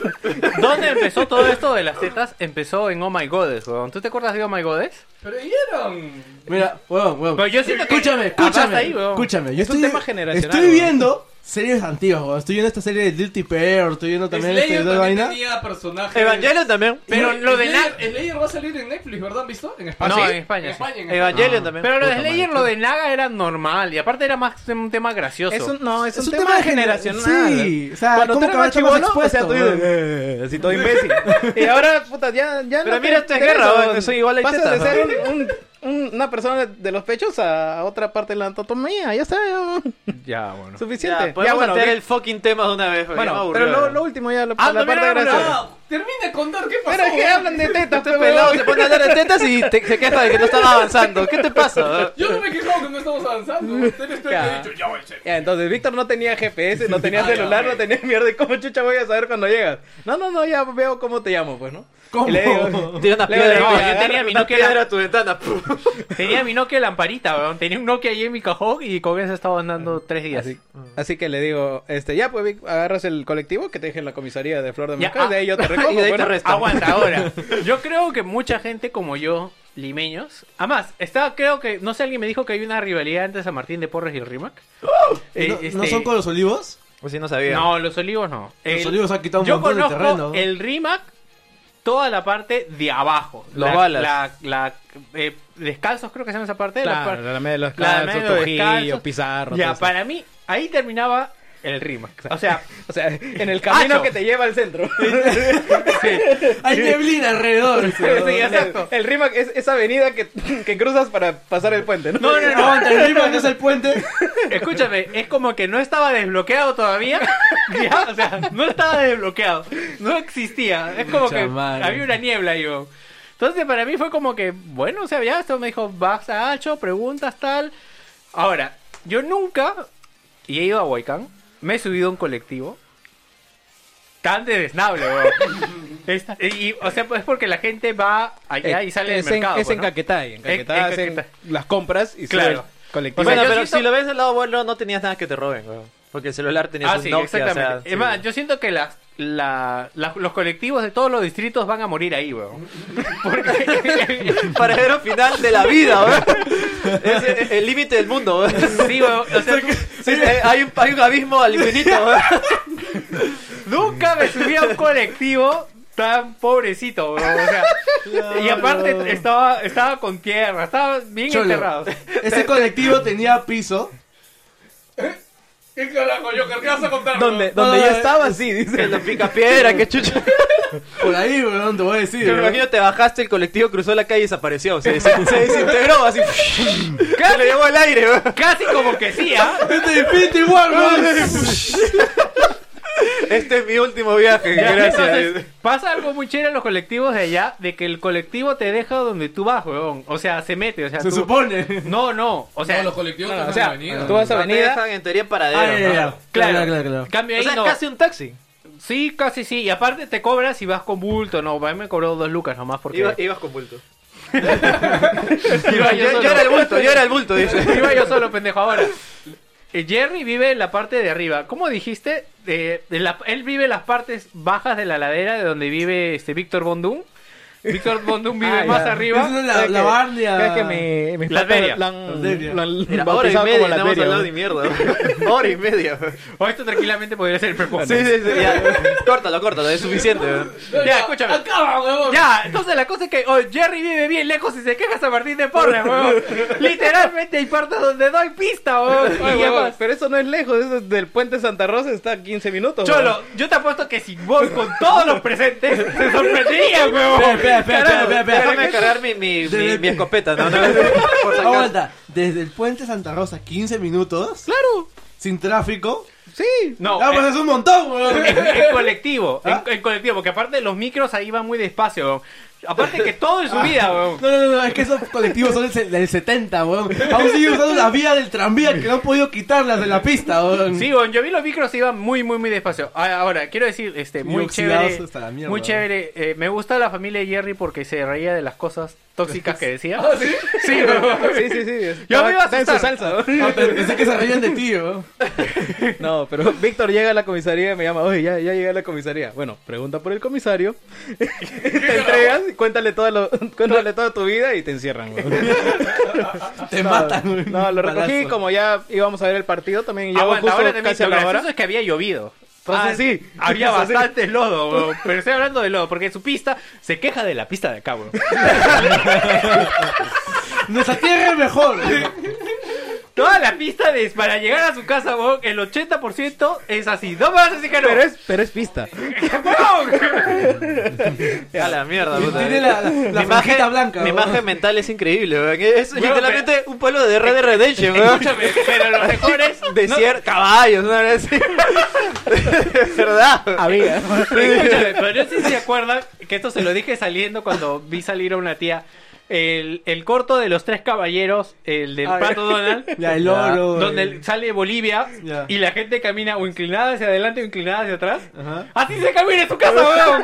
C: dónde empezó todo esto de las tetas? Empezó en Oh My Goddess, weón. ¿Tú te acuerdas de Oh My Goddess?
B: Pero dieron.
D: Mira, weón, weón.
C: Pero yo siento que-
D: escúchame,
C: Ah, basta
D: escúchame.
C: ahí, weón.
D: escúchame, yo
F: Es un
D: estoy,
F: tema generacional,
D: Estoy
F: weón.
D: viendo series antiguas, weón. Estoy viendo esta serie de Dirty Pair, estoy viendo también este
B: Slayer
D: de
B: también
D: vaina.
B: tenía personajes.
E: Evangelion también.
C: Pero lo de
B: Slayer,
C: Naga.
B: Slayer va a salir en Netflix, ¿verdad? ¿Han visto? En
C: No,
B: España.
C: en España,
B: En
C: sí.
B: España. en España.
E: Evangelion también.
C: Pero lo de
E: Puta
C: Slayer,
E: madre.
C: lo de Naga era normal. Y aparte era más un tema gracioso.
F: Es un, no, es,
D: Es
F: un, tema, generacional.
D: Sí, o sea,
F: Cuando
D: ¿cómo
F: tú
D: que
F: eres más
D: ahora estamos
F: chibolo, o sea,
D: expuestos,
F: tú-
D: weón?
F: eh, así todo imbécil. y ahora, puta, ya, ya
E: Pero
F: no te
E: mira, esto es
F: interesa,
E: guerra,
F: weón.
E: weón, soy igual a
F: Pasas
E: Iteta,
F: de ser
E: ¿no?
F: un- un- un- una persona de los pechos a otra parte de la anatomía, ya está, ya,
C: Ya, bueno.
F: suficiente.
E: Ya, podemos
F: bueno,
E: meter
F: vi-
E: el fucking tema de una vez, weón. ya me
F: bueno,
E: aburrió,
F: pero lo,
E: weón.
F: lo último ya, lo,
C: Ah,
F: la
C: no, mira,
F: parte
C: mira,
F: graciosa.
B: Ah, termina de contar qué pasó.
F: Pero es que
B: huevón.
F: hablan de tetas, pues,
E: Este
F: pero
E: pelado se pone a hablar de tetas y te- se queja de que no están avanzando. ¿Qué te pasa? weón?
B: Yo no me he quejado que no estamos avanzando. Ustedes te
F: Ya.
B: han dicho, ya voy a ser.
F: Ya, entonces Víctor no tenía GPS, no tenía
B: Ah, ya,
F: celular, no
B: ok.
F: tenía mierda. ¿Y cómo chucha voy a saber cuando llegas? No, no, no, ya veo cómo te llamo, pues, ¿no?
D: ¿Cómo?
F: Y le digo,
E: Tira una
F: le digo,
E: piedra.
F: no,
E: weón.
F: yo
E: Agarra
C: tenía mi
E: una
C: Nokia.
E: piedra a tu ventana. pum.
C: Tenía mi Nokia lamparita, weón. Tenía un Nokia ahí en mi cajón y con eso estaba andando tres días.
F: Así, así que le digo, este, ya pues Vic, agarras el colectivo que te deje en la comisaría de Flor de
C: Ya,
F: Mercado,
C: ah.
F: de ahí yo te recojo. pues, Ah,
E: Y de ahí te
F: bueno.
E: arresto.
C: Aguanta, ahora. Yo creo que mucha gente como yo, limeños. Además, está, creo que, no sé, alguien me dijo que hay una rivalidad entre San Martín de Porres y el Rimac. Eh,
D: ¡Oh! ¿No, no
C: este,
D: son con los olivos?
E: Pues sí, no sabía.
C: No, los olivos no.
D: Los
C: El-
D: olivos han quitado un
C: yo
D: montón de
C: conozco
D: terreno.
C: el Rimac, toda la parte de abajo.
E: Los
C: la,
E: balas.
C: La, la- eh, descalzos creo que se llama esa parte. la par-
F: Claro, pues, la media de los
C: la media de
F: calzos,
C: los
F: Trujillo,
C: descalzos.
F: Pizarro. todo
C: Ya,
F: eso.
C: para mí, ahí terminaba el Rimac. O sea,
F: O sea, en el camino
C: Acho.
F: que te lleva al centro.
D: Hay neblina alrededor.
F: Sí, exacto. El Rimac es esa avenida que, que cruzas para pasar el puente, ¿no?
C: no, no, no.
D: Aguanta, el mismo que es el puente.
C: Escúchame, es como que no estaba desbloqueado todavía. Ya, O sea, no estaba desbloqueado. No existía. Es como
D: Mucha
C: que
D: madre.
C: había una niebla, yo. Entonces, para mí fue como que, bueno, o sea, ya esto me dijo, vas a Hacho, preguntas, tal. Ahora, yo nunca, y he ido a Huaycán, me he subido a un colectivo tan de desnable, weón. Es- y, O sea, pues es porque la gente va allá y sale
F: Eh, es
C: del mercado.
F: En, es en
C: pues, ¿no?
F: Caquetá, en Caquetá
C: en
F: hacen
C: Caquetá.
F: las compras y
C: Claro.
F: claro. colectivo.
C: O sea,
E: bueno,
C: yo
E: pero
C: siento-
E: si lo ves del lado bueno, no tenías nada que te roben, weón. Porque el celular tenías
C: Ah,
E: un
C: sí,
E: Nokia,
C: exactamente.
E: o sea,
C: es más, yo siento que las, la- la- los colectivos de todos los distritos van a morir ahí, weón. Porque...
E: paradero final de la vida, weón. Es el- el límite del mundo, weón.
C: sí, weón. O sea,
E: Sí, eh, hay, un, hay un abismo al infinito, weón.
C: nunca me subí a un colectivo tan pobrecito, weón. O sea, y aparte estaba, estaba con tierra, estaba bien
D: Cholo.
C: enterrado.
D: Ese colectivo tenía piso.
B: ¿Qué carajo, Joker? ¿Qué vas a contar?
F: Donde,
B: huevón?
F: donde
D: no,
F: yo
D: no,
F: estaba, sí, dice.
E: Que lo pica piedra, que chucha.
D: Por ahí, weón, te voy a decir.
E: Yo me
D: weón.
E: imagino te bajaste, el colectivo cruzó la calle y desapareció. Se, des- se desintegró así. Se le llevó el aire, weón.
C: Casi como que sí, ¿ah?
D: Este Infinity War, weón.
E: Este es mi último viaje,
C: Ya,
E: gracias.
C: entonces, pasa algo muy chévere en los colectivos de allá, de que el colectivo te deja donde tú vas, weón. O sea, se mete, o sea,
D: Se
C: tú-
D: supone.
C: No, no, o sea,
B: No, los colectivos
F: O
B: no
F: sea,
B: han venido.
F: tú vas a
E: No te
F: avenida. Ah,
E: dejan en teoría en paradero. ¿no?
C: Claro,
D: claro.
C: Cambio
E: O
C: ahí
E: sea,
C: no.
E: casi un taxi.
C: Sí, casi sí. Y aparte te cobras si vas con bulto, no. A mí me cobró dos lucas nomás porque.
E: Iba- ibas con bulto.
C: Iba yo,
E: yo,
C: solo.
E: yo era el bulto, yo era el bulto, dice.
C: Iba yo solo, pendejo. Ahora, eh, Jerry vive en la parte de arriba. ¿Cómo dijiste? Eh, en la- él vive en las partes bajas de la ladera de donde vive este Víctor Bondum. Víctor Bond un vive
F: Ah,
C: más
F: ya.
C: arriba.
H: Esa es la,
F: ¿Sabes
H: la
F: qué?
H: Barnea.
F: Cada vez que me, mis
E: Las
F: patas
E: Veria.
F: la han-
H: Veria.
F: la han
E: Mira, hora y
F: bautizado
E: media
F: como
E: estamos
F: las Veria,
E: hablando de
F: weón.
E: mierda. weón. hora y media. weón.
C: O esto tranquilamente podría ser el prepon.
E: Sí, sí, sí. ya. Córtalo, córtalo, es suficiente. weón.
C: Ya, escúchame.
B: Acaba, huevón.
C: Ya, entonces la cosa es que oh, Jerry vive bien lejos y se queja San Martín de Porres, weón. Literalmente hay partes donde doy pista, weón.
F: Oye,
C: Y
F: huevón,
C: además,
F: pero eso no es lejos, eso es del puente Santa Rosa está a 15 minutos. weón.
C: Cholo, yo te apuesto que si voy con todos los presentes, se sorprenderían, weón.
D: Espera, espera, espera,
C: Carajo,
D: espera, espera.
E: Déjame cargar mi, mi, mi, mi escopeta, ¿no? Por si acaso.
H: Aguanta, desde el puente Santa Rosa, 15 minutos. Claro. Sin tráfico.
F: Sí.
C: No,
H: Ah, pues
C: eh,
H: es un montón, weón.
C: en, en colectivo,
H: ¿Ah?
C: en, en colectivo, porque aparte los micros ahí van muy despacio, weón. Aparte que todo en su vida, weón.
H: No, no, no, es que esos colectivos son del se- del 70, weón. Aún siguen usando la vía del tranvía que no han podido quitarlas de la pista, weón.
C: Sí, bueno, yo vi los micros iban muy, muy, muy despacio. A- Ahora, quiero decir, este,
H: Y
C: muy
H: oxidados
C: chévere.
H: hasta la mierda.
C: Muy chévere. eh, me gusta la familia de Jerry porque se reía de las cosas tóxicas que decía. sí?
F: Sí, sí, sí.
C: Yo me iba a
F: Está en su
C: asustar.
F: salsa. weón.
H: Ah, pe- Pensé que se reían de ti, weón.
F: No, pero Víctor llega a la comisaría y me llama, oye, ya, ya llegué a la comisaría. Bueno, pregunta por el comisario, te entregas, y cuéntale todo lo- cuéntale toda tu vida y te encierran. weón.
H: Te matan, weón.
F: No, lo recogí
H: Balazo.
F: como ya íbamos a ver el partido también y llegó
C: Aguanta,
F: justo
C: Ah, ahora también
F: casi a
C: lo
F: la
C: gracioso
F: hora.
C: es que había llovido.
F: Ah,
C: Entonces,
F: sí.
C: Había
F: Eso sí.
C: bastante lodo, weón. Pero estoy hablando de lodo, porque su pista se queja de la pista de acá, weón.
H: Nuestra tierra es mejor.
C: Toda la pista de, para llegar a su casa, weón, el 80% es así. No me vas a decir que no.
F: Pero es, pero es pista.
E: A la mierda, puta.
H: Tiene la, la, la
E: mi
H: franjita
E: imagen,
H: blanca,
E: mi
H: weón.
E: imagen mental es increíble, weón. Es
C: Weón,
E: literalmente un pueblo de Red Dead Redemption, weón.
C: Escúchame, pero lo mejor es
E: De cier- caballos, ¿no? Es verdad. weón.
F: Había.
C: Escúchame, pero no sé si se acuerdan que esto se lo dije saliendo cuando vi salir a una tía. El, el corto de los tres caballeros, el del
H: Ah,
C: Pato Donald,
H: Ya, el oro.
C: donde
H: el-
C: el- sale Bolivia
H: Ya.
C: y la gente camina o inclinada hacia adelante o inclinada hacia atrás.
H: Ajá.
C: Así se camina en su casa, weón.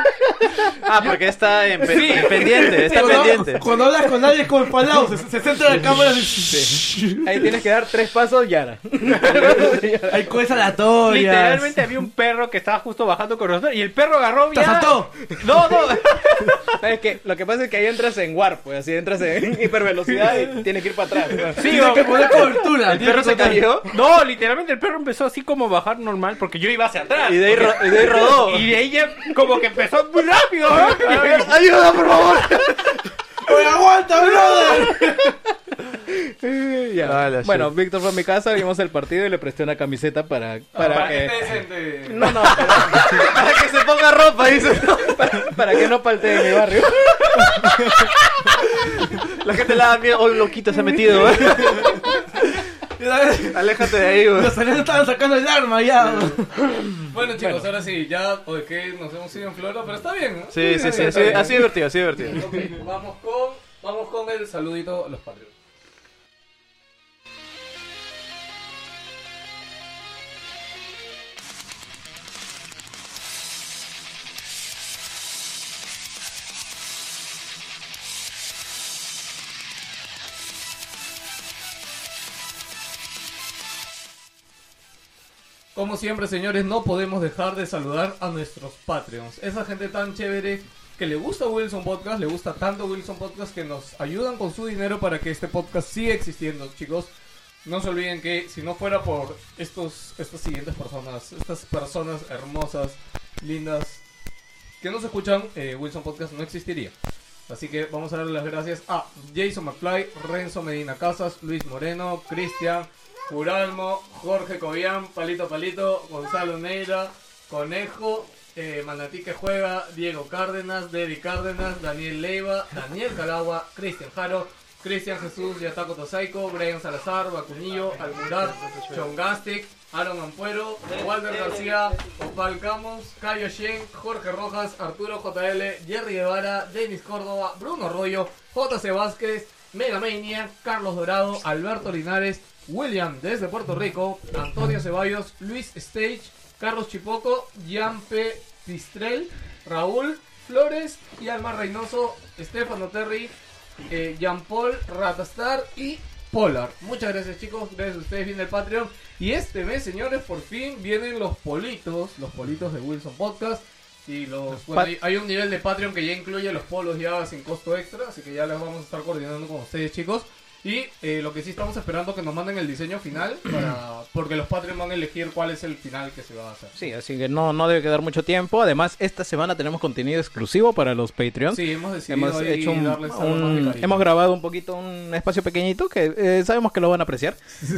E: Ah, porque está en pe-
C: Sí.
E: en pendiente, está
H: Cuando,
E: pendiente.
H: cuando hablas con nadie es como el palau, se, se centra la cámara y
F: Ahí tienes que dar tres pasos, Yara.
H: hay cosas aleatorias.
C: Literalmente había un perro que estaba justo bajando con nosotros y el perro agarró
H: ¡Te
C: ya-
H: asaltó!
C: No, no.
F: ¿Sabes qué? Lo que pasa es que ahí entras en warp, pues así entras en hipervelocidad y tienes que ir para atrás.
C: Sí,
H: Tiene
C: weón.
H: que poner cobertura.
E: El perro se cayó
C: No, literalmente el perro empezó así como bajar normal porque yo iba hacia atrás.
E: y de ahí, ro- y de ahí rodó.
C: Y de ahí ya como que empezó muy rápido, ¿no?
E: ¡Ayuda, por favor!
H: ¡Oye, aguanta, brother!
F: Ya.
E: Ah, la
F: Bueno, Víctor fue a mi casa, vimos el partido y le presté una camiseta para, para,
H: Ah,
F: que,
B: Este
C: No, no.
E: Para que se ponga ropa, dice.
F: para, que no paltee mi barrio.
E: La gente la da miedo. ¡Oh, loquito se ha metido! ¿eh?". weón. Aléjate de ahí, weón.
H: Los alemanes estaban sacando el arma ya.
B: Bueno, chicos, ahora sí, ya o de que nos hemos ido en flora, pero está bien, ¿no?
E: Sí, sí, sí. Ha sido, ha sido divertido, ha sido divertido.
B: Ok, vamos con, vamos con el saludito a los Patreons. Como siempre, señores, no podemos dejar de saludar a nuestros Patreons. Esa gente tan chévere que le gusta Wilson Podcast, le gusta tanto Wilson Podcast que nos ayudan con su dinero para que este podcast siga existiendo, chicos. No se olviden que si no fuera por estos, estas siguientes personas, estas personas hermosas, lindas, que nos escuchan, eh, Wilson Podcast no existiría. Así que vamos a darle las gracias a Jason McFly, Renzo Medina Casas, Luis Moreno, Cristian, Juralmo, Jorge Cobian, Palito Palito, Gonzalo Neira, Conejo, eh, Manatí que juega, Diego Cárdenas, Debbie Cárdenas, Daniel Leiva, Daniel Calagua, Cristian Jaro, Cristian Jesús, Yataco Tosaico, Brian Salazar, Bacunillo, Almurat, Chongastic, Aaron Ampuero, Walter García, Opal Camus, Cayo Shen, Jorge Rojas, Arturo JL, Jerry Guevara, Denis Córdoba, Bruno Arroyo, JC Vázquez, Megamania, Carlos Dorado, Alberto Linares, William desde Puerto Rico, Antonio Ceballos, Luis Stage, Carlos Chipoco, Yampe Pistrel, Raúl Flores y Alma Reynoso, Estefano Terry, eh, Jean Paul, Ratastar y Polar. Muchas gracias chicos, gracias a ustedes, viene el Patreon. Y este mes, señores, por fin vienen los politos, los politos de Wilson Podcast. Sí, los, bueno, hay, hay un nivel de Patreon que ya incluye los polos ya sin costo extra, así que ya les vamos a estar coordinando con ustedes, chicos. Y eh, lo que sí estamos esperando que nos manden el diseño final, para, porque los Patreon van a elegir cuál es el final que se va a hacer.
F: Sí, así que no, no debe quedar mucho tiempo. Además, esta semana tenemos contenido exclusivo para los Patreons.
B: Sí, hemos decidido
F: Hemos,
B: ahí
F: hecho un-
B: darles algo
F: un-
B: más de cariño.
F: hemos grabado un poquito un espacio pequeñito que eh, sabemos que lo van a apreciar.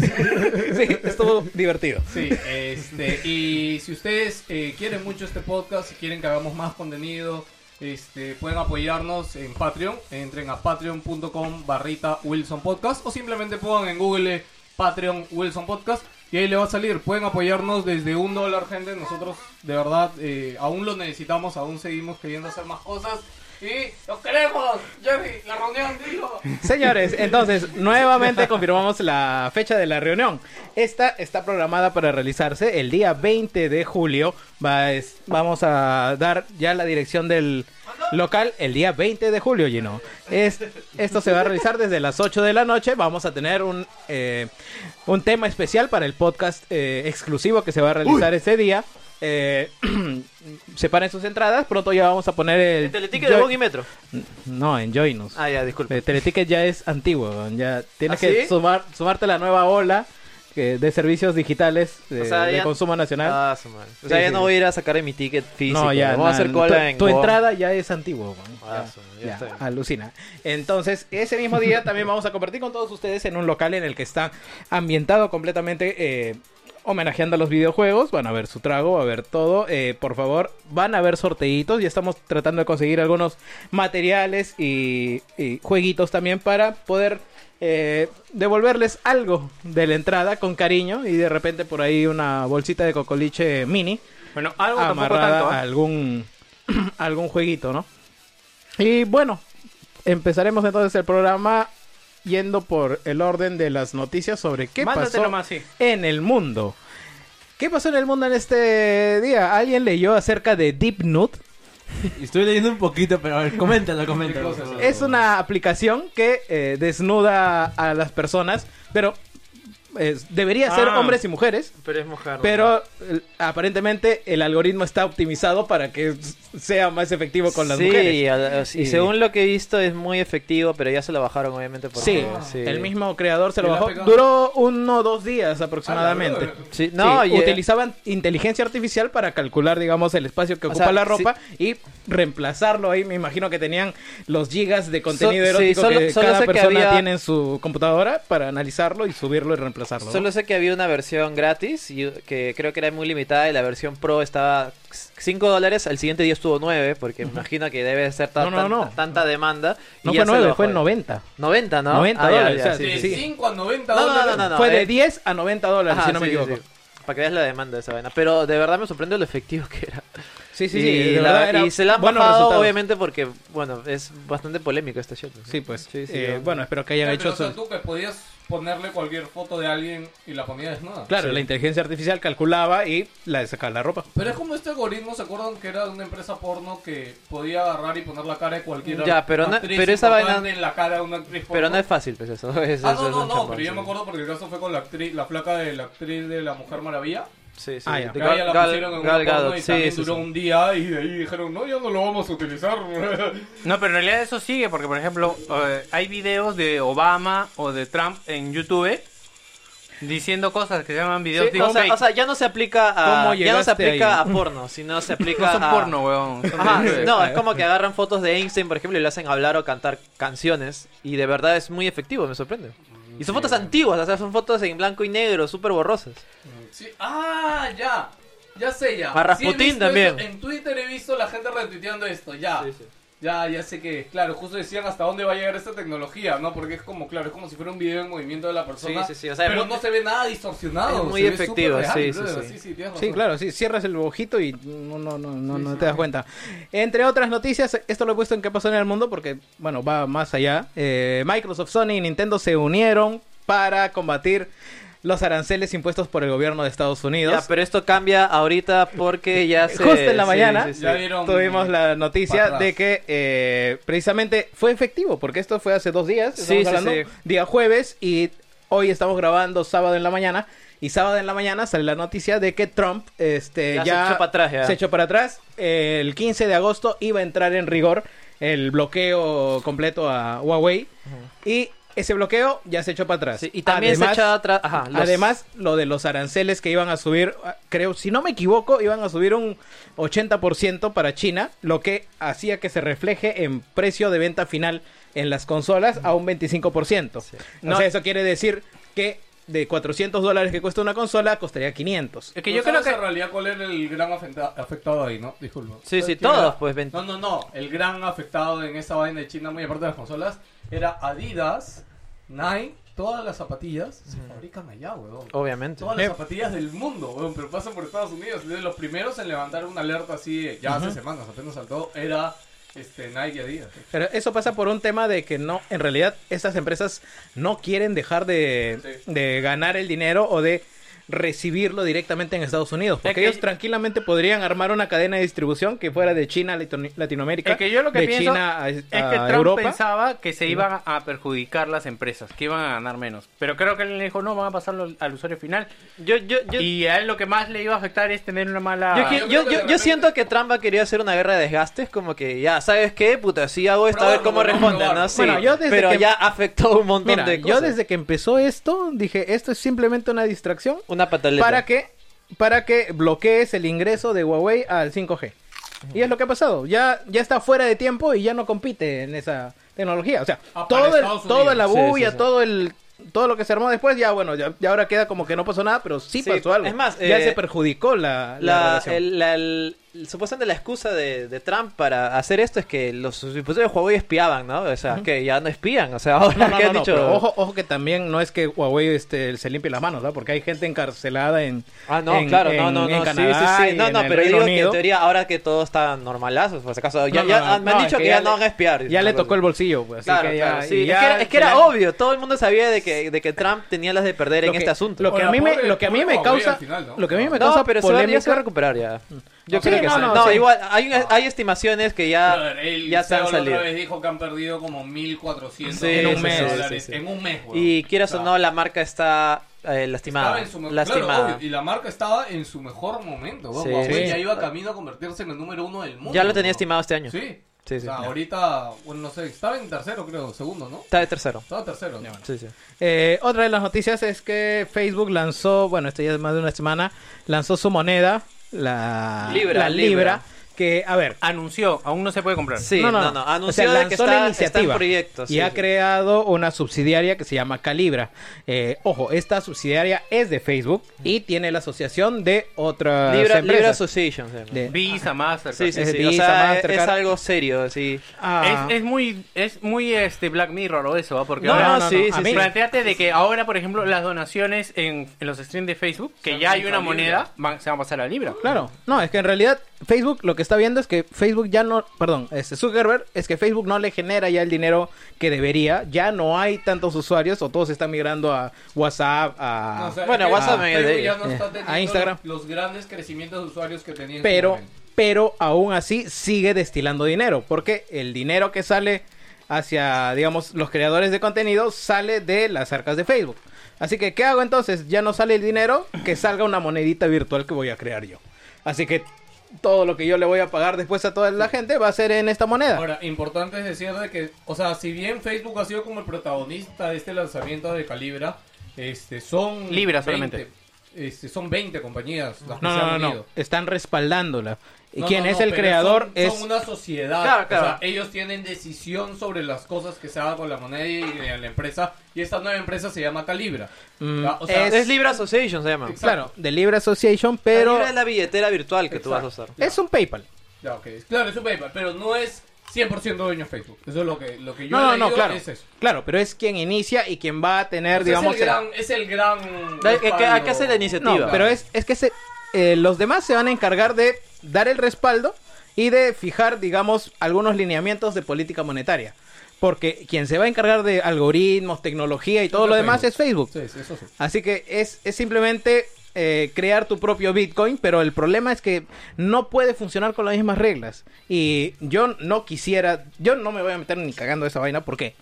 F: sí, estuvo divertido.
B: Sí, este, y si ustedes eh, quieren mucho este podcast, si quieren que hagamos más contenido, este, pueden apoyarnos en Patreon. Entren a patreon.com barrita Wilson Podcast o simplemente pongan en Google Patreon Wilson Podcast y ahí le va a salir. Pueden apoyarnos desde un dólar, gente. Nosotros, de verdad, eh, aún lo necesitamos, aún seguimos queriendo hacer más cosas. Y los queremos, Jerry, la reunión, digo.
F: Señores, entonces, nuevamente confirmamos la fecha de la reunión. Esta está programada para realizarse el día 20 de julio. Va- es- vamos a dar ya la dirección del local el día 20 de julio, Gino. Es- esto se va a realizar desde las 8 de la noche. Vamos a tener un, eh, un tema especial para el podcast eh, exclusivo que se va a realizar ese día. Eh, separen sus entradas. Pronto ya vamos a poner el.
E: El teleticket de
F: Joy-
E: Boggy Metro.
F: No, en Joinus.
E: Ah, ya, disculpe.
F: El Eh, Teleticket ya es antiguo, weón, ya tienes
E: ¿Ah,
F: que
E: sí?
F: sumar, sumarte a la nueva ola que- de servicios digitales de,
E: sea,
F: de
E: ya-
F: consumo nacional.
E: Ah, su madre. O sea,
F: Sí,
E: ya
F: sí.
E: no voy a ir a sacar mi ticket físico.
F: no, ya,
E: Voy a
F: na-
E: hacer
F: tu-
E: cola
F: tu,
E: en Go-
F: entrada ya es antigua, weón.
E: Ah,
F: Ya,
E: su- ya
F: ya,
E: está bien.
F: alucina. Entonces, ese mismo día también vamos a compartir con todos ustedes en un local en el que está ambientado completamente eh, homenajeando a los videojuegos. Van a ver su trago, va a ver todo. Eh, por favor, van a ver sorteitos. Ya estamos tratando de conseguir algunos materiales y, y jueguitos también para poder eh, devolverles algo de la entrada con cariño y de repente por ahí una bolsita de cocoliche mini
C: Bueno, algo tampoco
F: amarrada
C: tanto.
F: a
C: ¿ah?
F: algún algún jueguito, ¿no? Y bueno, empezaremos entonces el programa yendo por el orden de las noticias sobre qué
C: Mándate
F: pasó
C: nomás, sí.
F: en el mundo. ¿Qué pasó en el mundo en este día? ¿Alguien leyó acerca de Deep Note?
D: Estoy leyendo un poquito, pero a ver, coméntalo, coméntalo.
B: Qué cosa,
F: Es una aplicación que eh, desnuda a las personas, pero eh, debería ser
C: Ah.
F: hombres y mujeres.
C: Pero es mojarlo.
F: Pero eh, aparentemente el algoritmo está optimizado para que s- sea más efectivo con las
E: sí,
F: mujeres.
E: al- y
F: Sí.
E: según lo que he visto es muy efectivo, pero ya se lo bajaron obviamente por
F: Sí,
E: sí.
F: el mismo creador se lo
B: ¿Y la
F: bajó.
B: pegó?
F: Duró uno o dos días aproximadamente.
B: Ah,
E: Sí, no,
F: No,
E: y- eh,
F: utilizaban inteligencia artificial para calcular, digamos, el espacio que
E: O
F: ocupa
E: sea,
F: la ropa y reemplazarlo ahí. Me imagino que tenían los gigas de contenido
E: So- sí,
F: erótico
E: solo-
F: que
E: solo
F: cada
E: sé que
F: persona
E: había-
F: tiene en su computadora para analizarlo y subirlo y reemplazarlo. ¿no?
E: Solo sé que había una versión gratis y- uh, que creo que era muy limitada y la versión pro estaba 5 dólares, al siguiente día estuvo 9 porque me imagino que debe ser ta-
F: No, no,
E: tan-
F: no.
E: tanta demanda. y
F: No
E: ya se
F: fue
E: lo
F: 9,
E: bajó
F: fue
E: ahí.
F: 90.
E: 90, ¿no? Ah,
F: 90
E: ya,
F: dólares,
E: ya,
F: o sea,
E: sí,
B: De
E: sí.
B: 5 a 90
E: No, no,
B: dólares.
E: no, no, no.
F: fue de
E: eh.
F: 10 a 90 dólares,
E: Ajá,
F: si no me
E: sí, sí,
F: equivoco.
E: sí. Para que veas la demanda de esa vaina. Pero de verdad me sorprendió lo efectivo que era.
F: Sí, sí,
E: y,
F: sí. de
E: la-
F: verdad era
E: y se la han
F: buenos
E: bajado
F: resultados.
E: obviamente porque, bueno, es bastante polémico este shit. ¿no?
F: Sí, pues.
E: sí,
F: eh,
E: yo-
F: bueno, espero que hayan
B: Ya,
F: hecho
B: pero, o sea,
F: eso.
B: tú que podías ponerle cualquier foto de alguien y la ponía desnuda.
F: Claro, la inteligencia artificial calculaba y la sacaba la ropa.
B: Pero es como este algoritmo, ¿se acuerdan que era de una empresa porno que podía agarrar y poner la cara de cualquier
E: Ya, pero no-
B: actriz
E: pero esa
B: importante
E: vaina-
B: en la cara de una actriz porno?
E: Pero no es fácil, pues eso. es-
B: Ah,
E: eso
B: no,
E: es
B: no, no,
E: un chambón,
B: pero yo
E: sí.
B: me acuerdo porque el caso fue con la actriz, la flaca de la actriz de La Mujer Maravilla.
E: Sí, sí.
F: Ah, ya.
B: Que
E: Gal-
B: a ella la
E: Gal-
B: pusieron en una
E: Gal Gadot,
B: porno y
E: sí,
B: también
E: sí,
B: duró
E: sí.
B: un día y de ahí dijeron, no, ya no lo vamos a utilizar.
I: No, pero en realidad eso sigue, porque por ejemplo, eh, hay videos de Obama o de Trump en YouTube diciendo cosas que se llaman
E: Sí,
I: videos
E: o, sea,
I: deepfake.
E: o sea, ya no se aplica a,
F: ¿Cómo
E: ya no se
F: llegaste
E: aplica
F: ahí?
E: a porno, sino se aplica
I: no son
E: a...
I: porno, weón. son
E: Ajá,
I: deepfake.
E: no, es como que agarran fotos de Einstein, por ejemplo, y le hacen hablar o cantar canciones. Y de verdad es muy efectivo, me sorprende. Y son fotos antiguas, o sea, son fotos en blanco y negro, súper borrosas.
B: Sí. Ah, ya. Ya sé, ya.
E: A
B: Sí, he
E: Rasputín
B: visto
E: también.
B: eso. En Twitter he visto la gente retuiteando esto, ya. Ya, ya sé que, claro, justo decían hasta dónde va a llegar esta tecnología, ¿no? Porque es como, claro, es como si fuera un video en movimiento de la persona.
E: Sí, sí, sí, o sea,
B: pero
E: es-
B: no se ve nada distorsionado.
E: es muy
B: se ve
E: efectivo,
B: súper
E: sí, sí,
B: brother.
E: sí.
B: sí, tienes razón.
F: Sí, claro, sí, cierras el ojito y no, no, no, no, no te das cuenta. Entre otras noticias, esto lo he puesto en qué pasó en el mundo porque, bueno, va más allá. Eh, Microsoft, Sony y Nintendo se unieron para combatir los aranceles impuestos por el gobierno de Estados
E: Ya,
F: Unidos.
E: pero esto cambia ahorita porque ya se...
F: Justo en la
E: sí,
F: mañana.
E: sí, sí.
B: Ya vieron.
F: Tuvimos la
B: para
F: noticia
B: atrás.
F: de que eh, precisamente fue efectivo, porque esto fue hace dos días,
E: Sí,
F: estamos
E: sí,
F: hablando,
E: sí.
F: día jueves, y hoy estamos grabando sábado en la mañana, Y sábado en la mañana sale la noticia de que Trump este,
E: Ya
F: ya,
E: se echó para atrás, ya.
F: se echó para atrás. Eh, el 15 de agosto iba a entrar en rigor el bloqueo completo a Huawei. Y ese bloqueo ya se echó para atrás.
E: Sí, y también se
F: Además-
E: echaba atrás. Ajá, los-
F: Además, lo de los aranceles que iban a subir, ah, creo, si no me equivoco, iban a subir un 80% para China, lo que hacía que se refleje en precio de venta final en las consolas a un 25%. No,
C: No.
F: eso quiere decir que de 400 dólares que cuesta una consola, costaría 500.
C: Es que yo
B: No
C: creo
B: sabes
C: que...
B: en realidad cuál era el gran afecta- afectado ahí, ¿no? Disculpa.
E: Sí, sí,
B: ¿Sabes quién era?
E: todos, pues, ven-
B: No, no, no. El gran afectado en esa vaina de China, muy aparte de las consolas, era Adidas, Nike, todas las zapatillas se fabrican allá, weón.
E: Obviamente.
B: Todas las zapatillas del mundo, weón, pero pasan por Estados Unidos. De los primeros en levantar una alerta así, de- ya hace semanas, apenas saltó, era este, Nike y Adidas.
F: Pero eso pasa por un tema de que no, en realidad, estas empresas no quieren dejar de, de ganar el dinero o de recibirlo directamente en Estados Unidos. Porque
I: que-
F: ellos tranquilamente podrían armar una cadena de distribución que fuera de China a Latino- Latinoamérica.
I: Es que yo lo que
F: de
I: pienso
F: China a,
I: es que
F: a
I: Trump
F: Europa.
I: pensaba que se iban a perjudicar las empresas, que iban a ganar menos. Pero creo que él le dijo, no, van a pasarlo al- al usuario final.
E: Yo, yo, yo,
I: Y a él lo que más le iba a afectar es tener una mala...
E: Yo,
B: yo
E: qui-
B: creo
E: yo-
B: que de
E: yo- yo
B: repente-
E: siento que Trump ha querido hacer una guerra de desgastes, como que ya, ¿sabes qué? Puta, si hago esto, a ver
B: Probarlo,
E: cómo
B: vamos a
E: responden,
B: probarlo.
E: ¿no? Sí,
F: Bueno, yo desde
E: pero
F: que-
E: ya afectó un montón
F: Mira,
E: de
F: yo
E: cosas.
F: desde que empezó esto, dije, esto es simplemente una distracción
E: Una pataleta.
F: para que, para que bloquees el ingreso de Huawei al 5G. Y es lo que ha pasado. Ya, ya está fuera de tiempo y ya no compite en esa tecnología. O sea,
B: Ah, para
F: todo el,
B: Estados
F: toda la
B: Unidos.
F: bulla,
E: Sí, sí, sí.
F: todo el todo lo que se armó después, ya bueno, ya, ya ahora queda como que no pasó nada, pero sí,
E: Sí,
F: pasó algo.
E: es más,
F: ya
E: eh,
F: se perjudicó la, la
E: La,
F: relación.
E: el- la- el- supuestamente la excusa de, de Trump para hacer esto es que los dispositivos de Huawei espiaban, ¿no? O sea, que ya no espían. O sea, ahora
F: No, no,
E: que
F: no,
E: han
F: no,
E: dicho...
F: pero ojo, ojo que también no es que Huawei este, se limpie las manos, ¿no? Porque hay gente encarcelada en
E: Ah, no,
F: en-
E: claro, no,
F: en-
E: no,
F: en
E: no,
F: Canadá
E: sí, sí, sí.
F: y
E: No,
F: en
E: no,
F: el
E: pero
F: Reino
E: digo que en
F: Unido.
E: teoría ahora que todo está normalazos, por si acaso, ya,
F: No,
E: ya
F: no,
E: han- me han
F: no,
E: dicho
F: es
E: que,
F: que
E: ya
F: ya
E: no
F: le-
E: van a espiar.
F: Ya le
E: Una
F: tocó
E: cosa
F: el bolsillo, pues, así
E: Claro,
F: que ya-
E: claro, sí.
F: y
E: Es
F: ya
E: que era, es que
F: se
E: era
F: le han-
E: obvio, todo el mundo sabía de que, de que Trump tenía las de perder en
F: Lo que-
E: este asunto.
F: Lo que a
B: Ahora,
F: mí me,
B: pobre-
F: lo que a mí
B: pobre
F: me
B: Huawei
F: causa,
B: al final, ¿no?
F: lo que a mí me
E: No,
F: causa
E: pero se va, ya
F: polémica. Mm.
E: se va a recuperar ya. Yo
F: Sí,
E: creo que
F: no,
E: sí.
F: no,
E: No,
F: sí.
E: igual, hay, una- hay estimaciones que ya,
B: Brother, el
E: ya se han
B: CEO la otra
E: salido.
B: vez dijo que han perdido como 1.400
E: Sí, en
B: millones de
E: un mes,
B: dólares
F: sí, sí.
B: en un mes, weón.
E: Y quieras o
B: sea,
E: no, la marca está eh, lastimada.
B: Estaba en su me-
E: lastimada.
B: claro, obvio, y la marca estaba en su mejor momento. ¿no?
E: Sí.
B: Huawei
E: Sí.
B: ya iba camino a convertirse en el número uno del mundo.
E: ya lo tenía
B: ¿no?
E: estimado este año.
B: Sí.
E: Sí, sí.
B: O sea, ahorita, bueno, no sé, estaba en tercero, creo, segundo, ¿no?
E: Está de tercero.
B: Estaba tercero.
E: Sí, sí.
F: Eh, otra de las noticias es que Facebook lanzó, bueno, esto ya es más de una semana, lanzó su moneda, la
E: Libra,
F: la
E: libra.
F: libra que a ver,
I: Anunció, aún no se puede comprar.
E: Sí, no, no. Anunció
F: O sea,
E: de que
F: lanzó la
E: está, está
F: iniciativa
E: en proyecto.
F: y
E: sí,
F: ha
E: sí.
F: creado una subsidiaria que se llama Calibra. Eh, ojo, esta subsidiaria es de Facebook y tiene la asociación de otras
E: Libra,
F: empresas.
E: Libra Association. se llama.
F: De-
I: Visa, Mastercard.
E: Sí, sí,
F: Es
E: sí. O
F: Visa,
E: sea, es,
F: Mastercard.
E: es algo serio, sí.
F: Ah,
I: Es, es muy, es muy este Black Mirror o eso, ¿va? Porque
E: No,
I: ahora-
E: no, sí, sí,
I: A mí-
E: sí.
I: Plantéate de que ahora, por ejemplo, las donaciones en, en los streams de Facebook, que ya hay una moneda, van- se van a pasar a Libra.
F: Claro, no, es que en realidad Facebook lo que está viendo es que Facebook ya no, perdón, este Zuckerberg es que Facebook no le genera ya el dinero que debería, ya no hay tantos usuarios o todos están migrando a WhatsApp, a...
B: No, Ah, o sea,
E: Bueno,
B: es que
E: WhatsApp me-
B: Facebook ya no
F: eh,
B: está
F: a
B: teniendo
F: Instagram.
B: Los, los grandes crecimientos de usuarios que tenía. en su
F: pero,
B: momento.
F: pero aún así sigue destilando dinero, porque el dinero que sale hacia, digamos, los creadores de contenido sale de las arcas de Facebook. Así que, ¿qué hago entonces? Ya no sale el dinero, que salga una monedita virtual que voy a crear yo. Así que todo lo que yo le voy a pagar después a toda la gente va a ser en esta moneda.
B: Ahora, importante es decir de que, o sea, si bien Facebook ha sido como el protagonista de este lanzamiento de Calibra, este, son...
I: Libra
B: 20,
I: solamente.
B: este, son 20 compañías las que
F: No,
B: se han
F: no, no,
B: unido.
F: no. Están respaldándola. Y
B: No,
F: quien
B: no,
F: es
B: no,
F: el
B: pero
F: creador
B: son,
F: es.
B: Son una sociedad.
E: Claro, claro.
B: O sea, ellos tienen decisión sobre las cosas que se hagan con la moneda y eh, la empresa. Y esta nueva empresa se llama Calibra.
F: Mm,
B: Ya, o sea,
E: Es, es Libra Association, se llama.
B: Exacto.
F: Claro, de Libre Association, pero.
E: Libra es la billetera virtual que tú vas a
B: Exacto.
E: usar.
F: Es un PayPal.
B: ya, ok. Claro, es un PayPal, pero no es 100% dueño de Facebook. Eso es lo que, lo que yo
F: No,
B: he
F: no, no,
B: leído,
F: claro.
B: es eso.
F: Claro, pero es quien inicia y quien va a tener,
B: O sea,
F: digamos.
B: es
F: el-
B: el gran... Es el gran
E: Hay que- que- hay que
B: respaldo.
E: hacer la iniciativa.
F: No, pero es, es que se, eh, los demás se van a encargar de dar el respaldo y de fijar, digamos, algunos lineamientos de política monetaria. Porque quien se va a encargar de algoritmos, tecnología y todo
B: Es
F: lo
B: Facebook.
F: demás es Facebook.
B: Sí, sí, eso sí.
F: Así que es, es simplemente eh, crear tu propio Bitcoin, pero el problema es que no puede funcionar con las mismas reglas. Y yo no quisiera, yo no me voy a meter ni cagando esa vaina, ¿por qué?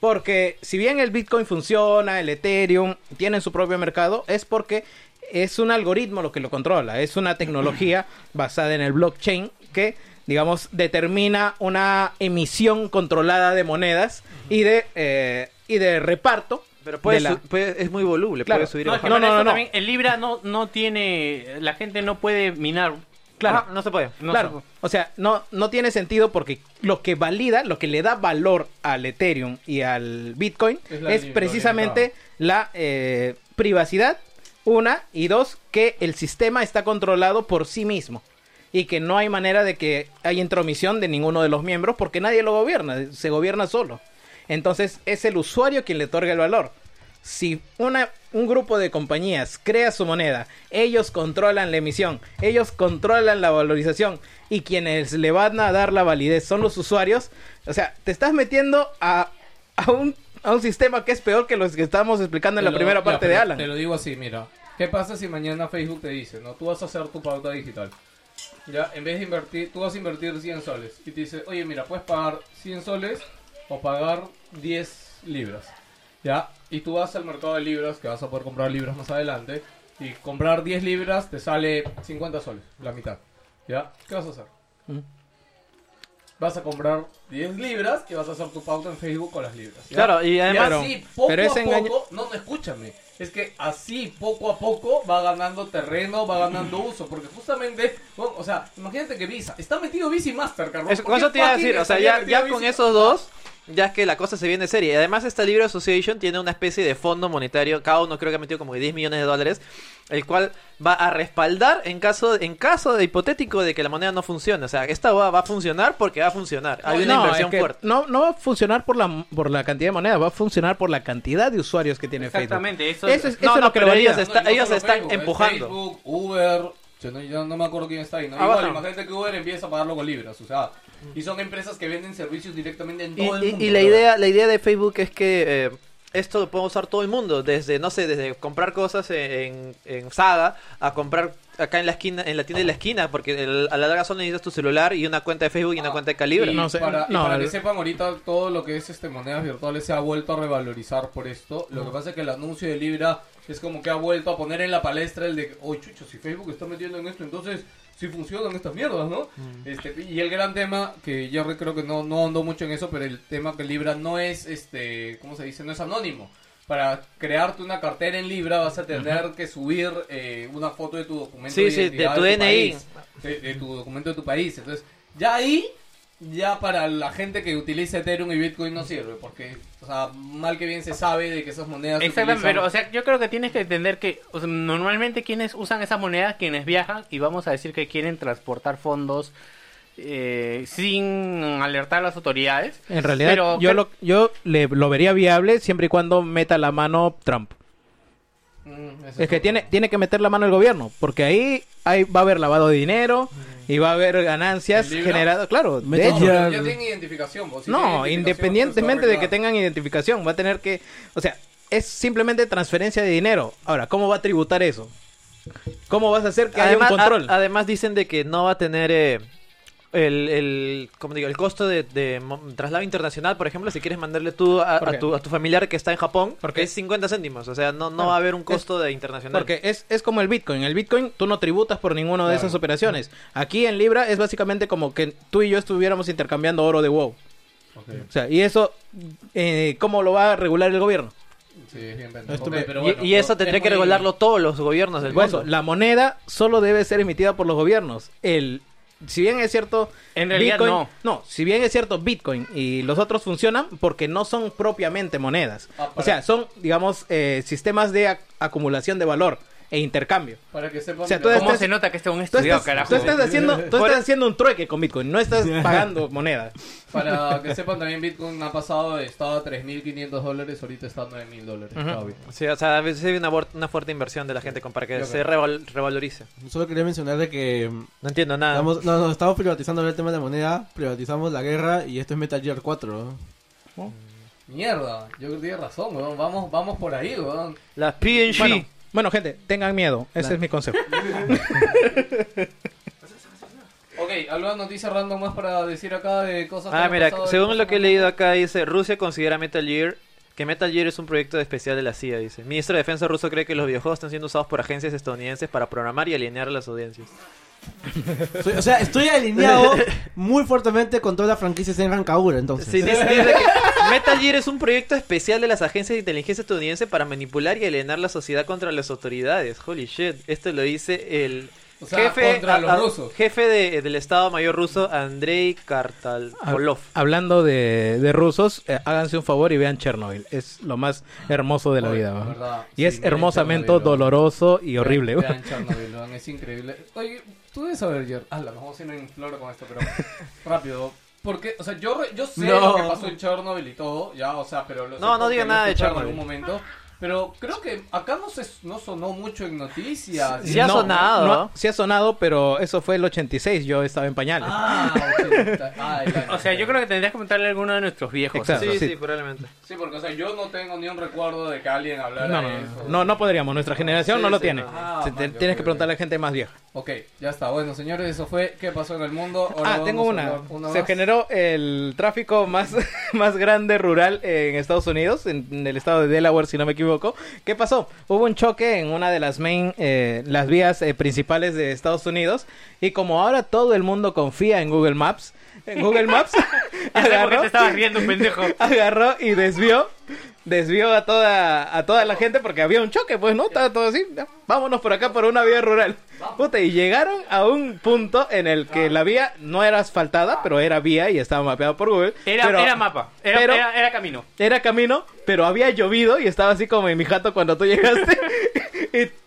F: Porque si bien el Bitcoin funciona, el Ethereum tienen su propio mercado, es porque es un algoritmo lo que lo controla. Es una tecnología basada en el blockchain que, digamos, determina una emisión controlada de monedas y de, eh, y de reparto.
E: Pero puede
F: de la-
E: su- puede- es muy voluble,
F: Claro.
E: puede subir y
F: No,
E: bajar.
F: no, no, no.
I: el Libra no, no tiene. La gente no puede minar. Ah,
F: Claro.
E: Ajá, no se puede.
I: No
F: claro,
I: sé.
F: o sea, no, no tiene sentido porque lo que valida, lo que le da valor al Ethereum y al Bitcoin
B: Es
F: es,
B: la individualidad.
F: precisamente la eh, privacidad, una, y dos, que el sistema está controlado por sí mismo y que no hay manera de que haya intromisión de ninguno de los miembros porque nadie lo gobierna, se gobierna solo. Entonces es el usuario quien le otorga el valor. Si una, un grupo de compañías crea su moneda, ellos controlan la emisión, ellos controlan la valorización y quienes le van a dar la validez son los usuarios. O sea, te estás metiendo a, a, un, a un sistema que es peor que los que estábamos explicando en
B: Te
F: la
B: lo-
F: primera
B: ya,
F: parte
B: pero
F: de Alan.
B: Te lo digo así, mira. ¿Qué pasa si mañana Facebook te dice, no, tú vas a hacer tu pauta digital? Ya, en vez de invertir, tú vas a invertir 100 soles. Y te dice, oye, mira, puedes pagar 100 soles o pagar 10 libras. Ya, y tú vas al mercado de libras, que vas a poder comprar libras más adelante. Y comprar 10 libras te sale 50 soles, la mitad. ¿Ya? ¿Qué vas a hacer?
F: Mm.
B: Vas a comprar 10 libras y vas a hacer tu pauta en Facebook con las libras. ¿ya?
E: Claro, y además.
F: Pero-
B: así, poco
F: pero es
B: a
F: engaño-
B: poco, no, no, escúchame. Es que así, poco a poco, va ganando terreno, va ganando uso. Porque justamente, bueno, o sea, imagínate que Visa, está metido Visa y Mastercard. ¿no?
E: Eso,
B: ¿Por
E: con
B: qué
E: eso te iba a
B: fucking
E: decir, o sea,
B: estaría
E: ya,
B: metido
E: ya con
B: Visa?
E: esos dos, ya es que la cosa se viene seria. Y además, esta Libre Association tiene una especie de fondo monetario, cada uno creo que ha metido como 10 millones de dólares, el cual va a respaldar en caso, en caso de hipotético de que la moneda no funcione. O sea, esta va, va a funcionar porque va a funcionar. Hay una
F: no,
E: inversión
F: es que
E: fuerte.
F: No, no va a funcionar por la, por la cantidad de moneda, va a funcionar por la cantidad de usuarios que tiene
I: Exactamente, eso-
F: Facebook. Eso es,
E: No,
F: eso es
E: no,
F: lo que lo
E: pero
F: valida.
E: ellos
B: No,
E: está-
B: y no
E: ellos
B: solo
E: están
B: Facebook, es
E: empujando.
B: Facebook, Uber, yo no, yo no me acuerdo quién está ahí. ¿no?
E: Ah,
B: Igual,
E: baja.
B: imagínate que Uber empieza a pagarlo con libras, o sea. Y son empresas que venden servicios directamente en
E: Y,
B: todo el
E: y-
B: mundo.
E: y la
B: ¿no?
E: idea, la idea de Facebook es que eh, esto lo puede usar todo el mundo, desde, no sé, desde comprar cosas en, en Saga a comprar acá en la esquina, en la tienda de la esquina, porque el- a la larga solo necesitas tu celular y una cuenta de Facebook Ah, y una cuenta de Calibre.
B: Y
F: No sé,
B: para, y
F: no,
B: para
F: el-
B: que sepan ahorita todo lo que es este monedas virtuales se ha vuelto a revalorizar por esto. Lo que pasa es que el anuncio de Libra es como que ha vuelto a poner en la palestra el de, oye chucho, si Facebook está metiendo en esto, entonces sí funcionan estas mierdas, ¿no? Este, y el gran tema, que Jerry creo que no, no andó mucho en eso, pero el tema que Libra no es, este, ¿cómo se dice? No es anónimo. Para crearte una cartera en Libra vas a tener que subir eh, una foto de tu documento
E: Sí,
B: de
E: sí, de
B: identidad
E: tu DNI.
B: país de, de tu documento de tu país. Entonces, ya ahí, ya para la gente que utiliza Ethereum y Bitcoin no sirve, porque, o sea, mal que bien se sabe de que esas monedas. se
I: Exactamente,
B: utilizan-
I: pero o sea, yo creo que tienes que entender que o sea, normalmente quienes usan esas monedas, quienes viajan y vamos a decir que quieren transportar fondos eh, sin alertar a las autoridades.
F: En realidad,
I: Pero
F: yo,
I: que-
F: lo, yo le, lo vería viable siempre y cuando meta la mano Trump.
B: Mm, eso
F: Es que
B: todo.
F: tiene, tiene que meter la mano el gobierno, porque ahí, ahí va a haber lavado de dinero y va a haber ganancias
B: ¿El libro?
F: generadas, claro, de
B: No,
F: ellos.
B: pero ya tienen identificación. vos, si
F: No,
B: tienen identificación,
F: independientemente de que
B: está arreglado.
F: tengan identificación, va a tener que, o sea, es simplemente transferencia de dinero. Ahora, ¿cómo va a tributar eso? ¿Cómo vas a hacer que
E: además,
F: haya un control?
E: a- además dicen de que no va a tener eh, el, el, ¿cómo digo? el costo de, de mo- traslado internacional, por ejemplo, si quieres mandarle tú a,
F: ¿Por
E: a
F: qué?
E: tu, a tu familiar que está en Japón,
F: ¿Por qué?
E: es 50 céntimos, o sea, no, no
F: Claro.
E: va a haber un
F: Es-
E: costo de internacional.
F: Porque es, es como el Bitcoin. El Bitcoin tú no tributas por ninguna de
B: Claro.
F: esas operaciones. Aquí en Libra es básicamente como que tú y yo estuviéramos intercambiando oro de WoW. O sea, y eso, eh, ¿cómo lo va a regular el gobierno?
B: Ok, sí, es bien pendejo.
H: Estúpido.
B: Ok, pero
E: Y-
B: bueno,
E: y,
B: pero
E: eso tendría
B: es
E: que
B: muy-
E: regularlo todos los gobiernos del
F: Por
E: mundo.
F: eso, la moneda solo debe ser emitida por los gobiernos. El, si bien es cierto...
I: En realidad,
F: Bitcoin-
I: no.
F: No, si bien es cierto Bitcoin y los otros funcionan porque no son propiamente monedas.
B: Ah,
F: o
B: para-
F: sea, son, digamos, eh, sistemas de ac- acumulación de valor e intercambio.
B: Para que sepan.
F: O sea,
B: mira,
F: todo
I: ¿Cómo
F: este-
I: se nota que este es un
F: Tú
I: estudiado,
F: estás,
I: carajo?
F: tú estás haciendo, tú estás haciendo un trueque con Bitcoin, no estás pagando moneda.
B: Para que sepan también, Bitcoin ha pasado, estaba a 3.500 dólares, ahorita está a 9.000 dólares. Está bien.
E: Sí, o sea, a veces hay una, bor- una fuerte inversión de la gente con para que
B: Yo
E: se reval- revalorice.
H: Solo quería mencionar de que
E: No entiendo
C: Ah.
E: nada.
H: estamos, no, no, estamos privatizando el tema de la moneda, privatizamos la guerra y esto es Metal Gear 4.
B: Mierda, yo creo que tienes razón, weón. Vamos, vamos por ahí, weón.
E: Las PNG.
F: Bueno, bueno, gente, tengan miedo, ese es mi consejo.
B: Ok, Ok, alguna noticia random más para decir acá de cosas.
E: Ah,
B: han
E: mira,
B: pasado
E: según
B: en
E: lo que he
B: esta
E: leído
B: semana.
E: acá, dice: Rusia considera Metal Gear. Que Metal Gear es un proyecto especial de la CIA, dice. Ministro de Defensa ruso cree que los videojuegos están siendo usados por agencias estadounidenses para programar y alinear a las audiencias.
D: Soy- o sea, estoy alineado muy fuertemente con toda la franquicia Senran Kaura, entonces.
E: Sí, dice, dice que Metal Gear es un proyecto especial de las agencias de inteligencia estadounidense para manipular y alienar la sociedad contra las autoridades. Holy shit, esto lo dice el
B: O sea,
E: jefe,
B: contra los
E: a- a-
B: rusos.
E: jefe de- del Estado Mayor ruso, Andrei Kartalov.
F: Ah, Hablando de, de rusos, eh, háganse un favor y vean Chernobyl. Es lo más hermoso de la
B: Oye,
F: vida.
B: la
F: ¿va?
B: verdad,
F: y
B: sí,
F: es
B: miren
F: hermosamente
B: Chernobyl, ¿no?
F: doloroso y horrible. ¿va?
B: Vean Chernobyl, weón, es increíble. Oye, tú debes saber, Jer. Ah, la vamos a ir en flor con esto, pero rápido. Porque, o sea, yo, re- yo sé
E: No.
B: lo que pasó en Chernobyl y todo, ya, o sea, pero lo
E: No, no diga
B: diga
E: nada de
B: En
E: Chernobyl.
B: algún momento. Pero creo que acá no, se, no sonó mucho en noticias.
E: Sí ha
B: No.
E: sonado, ¿no?
F: sí ha sonado, pero eso fue el 86. Yo estaba en pañales.
B: Ah, ochenta. Ah, ya, ya,
C: O sea,
B: ya.
C: yo creo que tendrías que preguntarle a alguno de nuestros viejos.
F: Exacto.
E: Sí,
F: sí.
E: sí, probablemente.
B: Sí, porque, o sea, yo no tengo ni un recuerdo de que alguien
F: no,
B: hablara
F: no,
B: de
F: no,
B: eso.
F: no, no podríamos. Nuestra generación
E: Sí,
F: no lo
E: sí,
F: tiene.
E: no.
B: Ah,
F: Se- te-
B: man, yo
F: tienes que
B: creo
F: preguntarle a gente más vieja.
B: Ok, ya está. Bueno, señores, eso fue ¿Qué pasó en el mundo? Ahora
F: Ah, tengo
B: vamos a
F: una.
B: hablar una
F: Se
B: más.
F: generó el tráfico más, más grande rural en Estados Unidos, en, en el estado de Delaware, si no me equivoco. ¿Qué pasó? Hubo un choque en una de las main, eh, las vías eh, principales de Estados Unidos. Y como ahora todo el mundo confía en Google Maps, en Google Maps
C: Ya sé por qué
F: agarró-
C: te estabas riendo, pendejo.
F: agarró y desvió desvió a toda a toda la gente porque había un choque pues no estaba todo así ya, vámonos por acá por una vía rural puta y llegaron a un punto en el
B: Ah.
F: que la vía no era asfaltada pero era vía y estaba mapeado por Google
C: Era,
F: pero
C: era mapa, era,
F: pero-
C: era, era camino.
F: era camino pero había llovido y estaba así como en mi jato cuando tú llegaste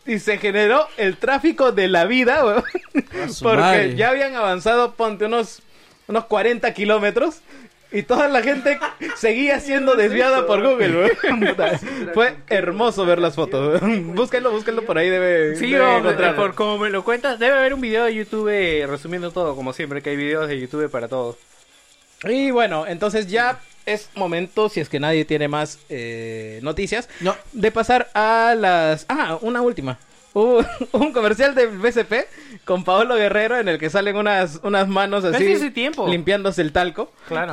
F: y, y se generó el tráfico de la vida weón.
D: su
F: porque
D: madre.
F: ya habían avanzado ponte unos unos 40 kilómetros y toda la gente seguía siendo desviada por Google, weón. Puta, Fue hermoso ver las fotos. weón. Búsquenlo, búsquenlo por ahí debe,
C: Sí,
F: debe
C: o-
F: encontrarlo.
C: por como me lo cuentas, debe haber un video de YouTube eh, resumiendo todo, como siempre, que hay videos de YouTube para todo.
F: Y bueno, entonces ya es momento, si es que nadie tiene más eh, noticias,
D: No.
F: de pasar a las... Ah, una última. Hubo un comercial del BCP con Paolo Guerrero en el que salen unas, unas manos
C: Pero
F: así
C: es ese tiempo.
F: limpiándose el talco.
C: Claro.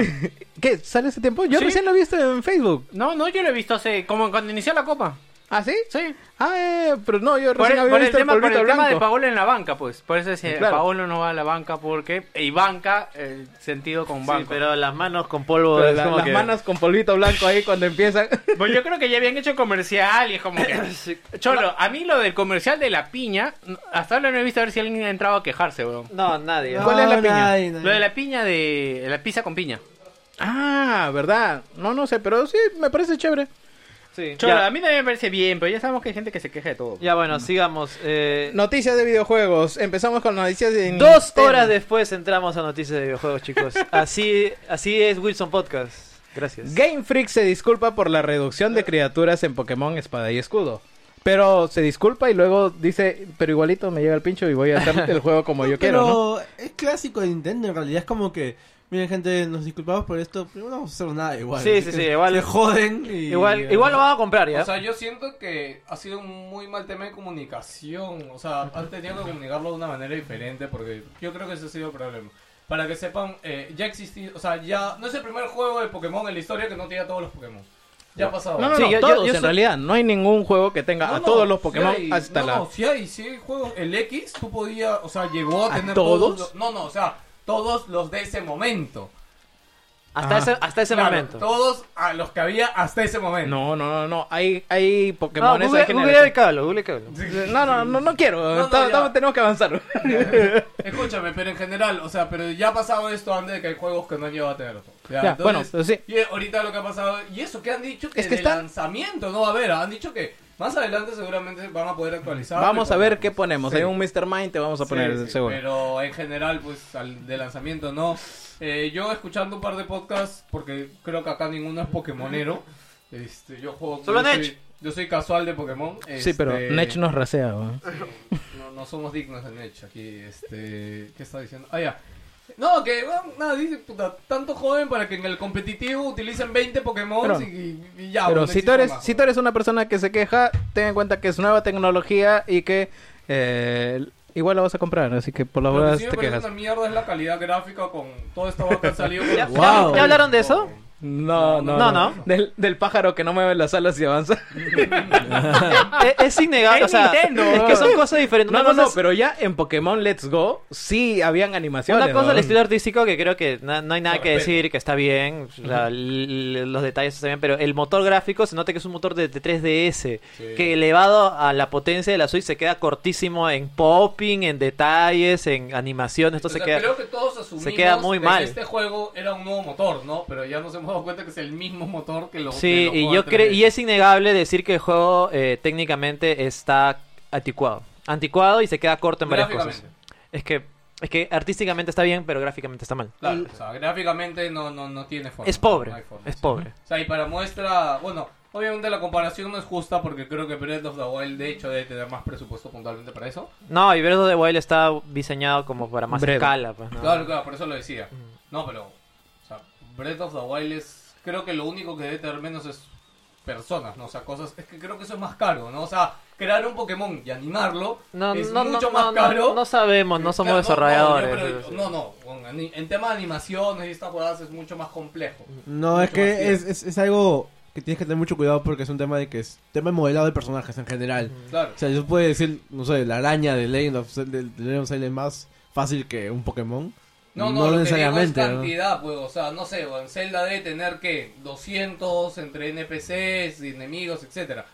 F: ¿Qué? ¿Sale ese tiempo? Yo
C: Sí.
F: recién lo he visto en Facebook.
C: No, no, yo lo he visto hace, como cuando inició la copa.
F: ¿Ah, sí?
C: Sí.
F: Ah, eh, pero no, yo
C: Por
F: recién
C: el,
F: había
C: por el
F: visto el,
C: tema, por el
F: polvito
C: tema de
F: blanco.
C: Paolo en la banca, pues. Por eso dice,
F: Claro.
C: Paolo no va a la banca porque... Y banca, el sentido con
E: Sí,
C: banco.
E: pero las manos con polvo
F: Pero
E: es Pues
F: la-
E: como
F: las
E: que-
F: manos con polvito blanco ahí cuando empiezan.
C: Pues yo creo que ya habían hecho comercial y es como que... Cholo, a mí lo del comercial de la piña, hasta ahora no he visto a ver si alguien ha entrado a quejarse, weón.
E: No, nadie.
F: ¿Cuál es la piña?
D: nadie, nadie.
C: Lo de la piña de... La pizza con piña.
F: Ah, ¿verdad? No, no sé, pero sí, me parece chévere.
E: Sí.
C: Cholo,
E: Ya,
C: a mí también me parece bien, pero ya sabemos que hay gente que se queja de todo.
E: ya, bueno, sigamos. Eh,
F: Noticias de videojuegos. Empezamos con noticias de
E: Dos
F: Nintendo.
E: horas después entramos a noticias de videojuegos, chicos. Así, así es Wilson Podcast. Gracias.
F: Game Freak se disculpa por la reducción de criaturas en Pokémon Espada y Escudo. Pero se disculpa y luego dice, pero igualito me llega el pincho y voy a hacer el juego como yo quiero, ¿no?
H: pero es clásico de Nintendo, en realidad es como que, miren gente, nos disculpamos por esto, pero no vamos a hacer nada igual.
E: Sí,
H: Así
E: sí,
H: que
E: sí, igual-
H: Se joden y...
E: Igual, igual lo van a comprar, ¿ya?
B: O sea, yo siento que ha sido un muy mal tema de comunicación. O sea, han tenido que comunicarlo de una manera diferente porque yo creo que ese ha sido el problema. Para que sepan, eh, ya existía, o sea, ya no es el primer juego de Pokémon en la historia que no tenía todos los Pokémon. Ya ha pasado.
F: No, no,
E: Sí,
F: no,
E: yo- yo-
F: todos
E: yo
F: en
E: sé-
F: realidad. No hay ningún juego que tenga
B: No,
F: a
B: no,
F: todos los
B: sí
F: Pokémon
B: hay-
F: hasta
B: no,
F: la...
B: No, sí hay, sí hay juegos. El X, tú podías, o sea, llegó a,
F: ¿A
B: tener
F: todos?
B: los- no, no, o sea, todos los de ese momento.
F: ah.
E: Hasta ese, hasta ese
B: Claro,
E: momento.
B: Todos a los que había hasta ese momento.
F: No, no, no, no. Hay, hay
E: No,
F: Pokémon
E: Google, Google el cablo, Google el cablo.
F: No, no, no, no quiero.
B: no,
F: Ta-
B: ya.
F: ta- tenemos que avanzar.
B: Escúchame, pero en general, o sea, pero ya ha pasado esto antes de que hay juegos que no han llegado a tener. Ya,
F: Ya,
B: entonces,
F: bueno, pero sí.
B: Y ahorita lo que ha pasado, y eso que han dicho que,
F: Es que
B: de
F: están-
B: lanzamiento no va a haber, han dicho que más adelante seguramente van a poder actualizar.
F: Vamos a ver qué
B: ponemos.
F: ponemos.
B: Sí.
F: Hay un Mr. Mind, te vamos a poner
B: Sí,
F: el
B: sí,
F: seguro.
B: Pero en general, pues al de lanzamiento no. Eh, yo escuchando un par de podcasts, porque creo que acá ninguno es Pokémonero. Este, yo juego.
E: Solo
B: yo soy-
E: Nech.
B: Yo soy casual de Pokémon.
F: Sí, pero
B: este, Ah,
F: Nech nos rasea. weón.
B: no, no somos dignos de Nech aquí, este... ¿Qué está diciendo? Ah, ya. No, que, bueno, nada, dice, puta, tanto joven para que en el competitivo utilicen 20 Pokémon
F: Pero-
B: y, y ya.
F: Pero
B: pues, no
F: si tú,
B: existe
F: eres,
B: más,
F: si
B: ¿no?
F: tú eres una persona que se queja, ten en cuenta que es nueva tecnología y que eh, Igual la vas a comprar, así que por la
B: Lo
F: hora
B: que sí me
F: te
B: parece
F: quejas.
B: una mierda es la calidad gráfica con todo esto que ha salido.
E: ¿Ya,
B: con-
E: ya- ya hablaron de eso?
F: No, no,
E: No,
F: no.
E: no.
F: Del, del pájaro que no mueve las alas y avanza.
E: Eh, es, innegable,
F: Es
E: o sea,
F: Nintendo,
E: es que
F: weón.
E: son cosas diferentes.
F: No,
E: Una
F: no,
E: cosa
F: no,
E: es-
F: pero ya en Pokémon Let's Go sí habían animaciones.
E: Una cosa
F: ¿no?
E: el estilo artístico que creo que na- no hay nada
B: Se
E: que
B: respeta.
E: decir, que está bien, o sea, l- l- los detalles están bien, pero el motor gráfico se nota que es un motor de, de 3DS, que elevado a la potencia de la Switch se queda cortísimo en popping, en detalles, en animaciones,
B: O
E: entonces
B: sea,
E: queda...
B: creo que todos asumimos
E: se queda muy
B: que
E: mal.
B: este juego era un nuevo motor, ¿no? Pero ya nos hemos dado cuenta que es el mismo motor que lo
E: Sí,
B: que lo
E: y
B: juega
E: yo creo
B: 3D.
E: y es innegable decir que el juego eh, técnicamente está anticuado, anticuado y se queda corto en varias cosas.
B: Gráficamente.
E: Es que es que artísticamente está bien, pero gráficamente está mal.
B: Claro, o sea, gráficamente no, no, no tiene forma.
E: Es pobre,
B: no hay forma,
E: es
B: sí.
E: pobre.
B: O sea, y para muestra, bueno, obviamente la comparación no es justa porque creo que Breath of the Wild de hecho debe tener más presupuesto puntualmente para eso.
E: No, y Breath of the Wild está diseñado como para más
F: Breath.
E: escala. Pues, ¿no?
B: Claro, claro, por eso lo decía.
E: Mm.
B: No, pero, o sea, Breath of the Wild es, creo que lo único que debe tener menos es personas, ¿no? O sea, cosas, es que creo que eso es más caro, ¿no? O sea, crear un Pokémon y animarlo
E: No,
B: es
E: no, no,
B: mucho
E: no,
B: más
E: no,
B: caro.
E: no sabemos, no
B: Claro,
E: somos
B: no,
E: desarrolladores.
B: No, yo creo- no, no, con ani- en tema de animaciones y estas jugadas es mucho más complejo.
E: Mm.
H: No,
B: Mucho más
H: es que
B: fiel.
H: es, es, es algo que tienes que tener mucho cuidado porque es un tema de que es tema de modelado de personajes en general.
B: Claro.
H: O sea, yo puedo decir, no sé, la araña de Legend of Zelda, de Legend of Zelda es más fácil que un Pokémon.
B: No, no, lo
H: necesariamente.
B: Que digo
H: ¿no?
B: es cantidad, pues, o sea, no sé, en Zelda debe tener que 200 entre NPCs, enemigos, etcétera.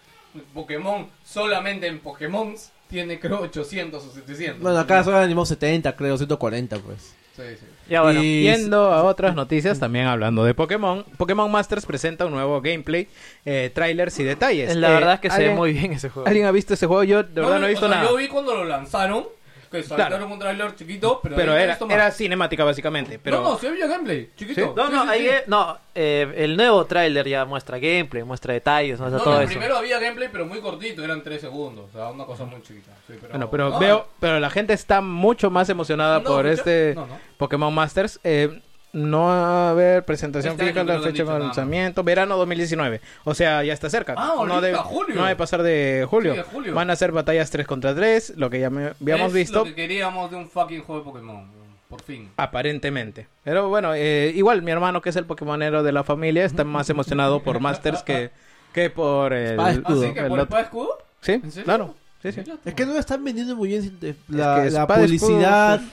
B: Pokémon, solamente en Pokémon tiene creo 800 o 700.
H: Bueno, acá solo animó 70, creo, 140, pues.
B: Sí, sí.
E: Ya bueno.
H: Y-
F: Yendo a otras noticias, también hablando de Pokémon, Pokémon Masters presenta un nuevo gameplay, eh, trailers y detalles.
E: La
F: Eh,
E: verdad es que se ve
F: ¿alguien-
E: muy bien ese juego.
F: ¿Alguien ha visto ese juego? Yo de verdad no, he
B: o
F: visto
B: sea,
F: nada.
B: Yo vi cuando lo lanzaron, que saltaron un trailer chiquito, pero,
F: Pero
B: ahí no he
F: era,
B: visto más.
F: era cinemática básicamente. Pero...
B: No, no, sí había gameplay, chiquito.
F: ¿Sí?
E: No,
B: Sí,
E: no,
B: sí,
E: ahí
B: sí.
E: es- no eh, el nuevo tráiler ya muestra gameplay, muestra detalles, muestra
B: No,
E: todo
B: no,
E: eso.
B: primero había gameplay, pero muy cortito, eran 3 segundos, o sea, una cosa muy chiquita. Sí, pero,
F: Bueno, pero
B: no,
F: veo, pero la gente está mucho más emocionada
B: No,
F: por
B: mucho-
F: este
B: no, no.
F: Pokémon Masters. Eh, no va a haber presentación
B: Este
F: fija,
B: año
F: la
B: creo que han
F: fecha
B: dicho
F: de
B: nada.
F: lanzamiento, verano 2019. O sea, ya está cerca.
B: Ah,
F: no,
B: ahorita,
F: debe,
B: julio.
F: no debe pasar de julio.
B: Sí, de julio.
F: Van a ser batallas 3 contra 3, lo que ya me- habíamos
B: es
F: visto.
B: lo que queríamos de un fucking juego de Pokémon, por fin.
F: Aparentemente. Pero bueno, eh, igual mi hermano, que es el Pokémonero de la familia, está más emocionado por Masters que, que por el.
H: Espada y escudo.
B: ¿Así Ah, que por
F: el
B: el
F: otro.
B: espada y escudo?
F: Sí,
B: ¿En serio?
F: claro. Sí, sí.
H: Es que no lo están vendiendo muy bien de- la,
F: que
H: la
F: espada,
H: publicidad.
E: pues,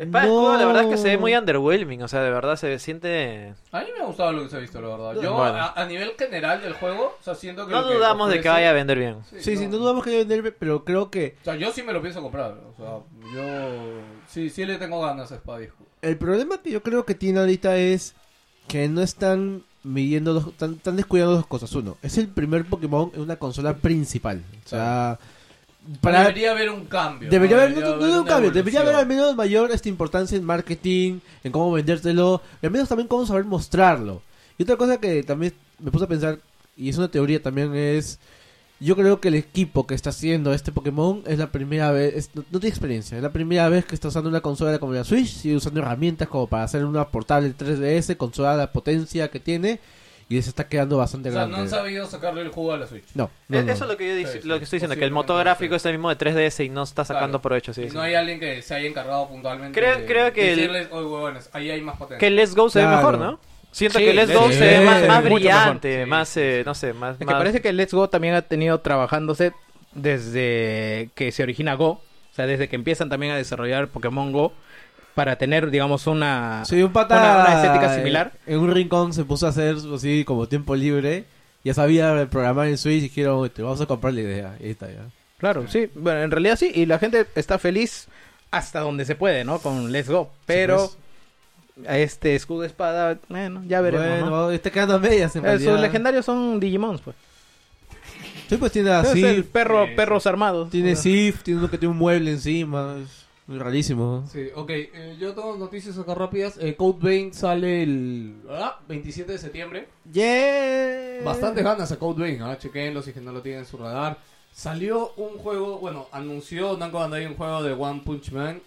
E: Espada y escudo, la verdad es que se ve
H: No.
E: muy underwhelming, o sea, de verdad se siente...
B: A mí me ha gustado lo que se ha visto, la verdad. Yo,
E: Bueno.
B: a, a nivel general del juego, o sea, siento que...
E: No
B: lo que
E: dudamos de que
B: ofrece-
E: vaya a vender bien.
H: Sí, sí, no dudamos que debe vender, pero creo que
B: O sea, yo sí me lo pienso comprar. O sea, yo... Sí, sí le tengo ganas a espada y escudo.
H: El problema que yo creo que tiene ahorita es que no están midiendo, dos, están, están descuidando dos cosas. Uno, es el primer Pokémon en una consola principal. O sea, para,
B: Debería
H: debería,
B: haber un cambio.
H: haber, no, no, no un
B: una
H: cambio, debería haber al
B: evolución.
H: menos mayor esta importancia en marketing, en cómo vendértelo, y al menos también cómo saber mostrarlo. Y otra cosa que también me puse a pensar, y es una teoría también, es... Yo creo que el equipo que está haciendo este Pokémon es la primera vez, es- no, no tiene experiencia, es la primera vez que está usando una consola como la Switch, sigue usando herramientas como para hacer una portable 3DS, consola la potencia que tiene, y se está quedando bastante
B: O sea, no
H: grande.
B: han sabido sacarle el jugo a la Switch.
H: no, no,
E: Eh,
H: no.
E: Eso es lo que yo dic-
B: Sí, sí,
E: lo que estoy diciendo, que
B: posiblemente
E: el motor
B: no
E: gráfico
B: sea.
E: es el mismo de 3DS y no está sacando
B: Claro.
E: provecho. Sí,
B: Y
E: sí.
B: no hay alguien que se haya encargado puntualmente
E: Creo-
B: de
E: creo que el-
B: decirles, oye, huevones, ahí hay más potencia.
E: Que el Let's Go se ve
H: Claro.
E: mejor, ¿no? Siento
F: Sí,
E: que el Let's
F: Let's
E: Go
F: Go
E: se ve
F: sí,
E: más,
F: se ve
E: más
F: mucho
E: brillante,
B: mejor. Sí,
E: más,
B: sí,
E: eh,
B: sí.
E: no sé, más...
F: Es que
E: más-
F: parece que Let's Go también ha tenido trabajándose desde que se origina Go, o sea, desde que empiezan también a desarrollar Pokémon Go para tener, digamos, una...
H: Sí, un pata
F: Una- una estética similar.
H: En, en un rincón se puso a hacer así como tiempo libre, ya sabía programar en Switch y dijeron, "Uy, te vamos a comprar la idea, y ahí está ya.
F: Claro, sí, bueno, en realidad sí, y la gente está feliz hasta donde se puede, ¿no? Con Let's Go, pero
H: Sí,
B: pues.
F: a este escudo espada, bueno, ya
H: pues.
F: veremos.
H: bueno,
F: ¿no?
H: está quedando a medias en
F: Eh, sus
H: realidad.
F: legendarios son Digimons, pues.
H: Sí, pues tiene
D: Ah,
F: Así,
H: así,
F: perro,
B: sí.
F: perros armados.
H: tiene Sif, tiene uno que tiene un mueble encima, es muy rarísimo.
B: Sí, ok. eh, yo tengo noticias acá rápidas. Eh, Code Vein sale el ah, 27 de septiembre.
F: Yeah.
B: Bastantes ganas a Code Vein, ¿ah? Chequenlo si es que no lo tienen en su radar. Salió un juego, bueno, anunció Namco Bandai un juego de One Punch Man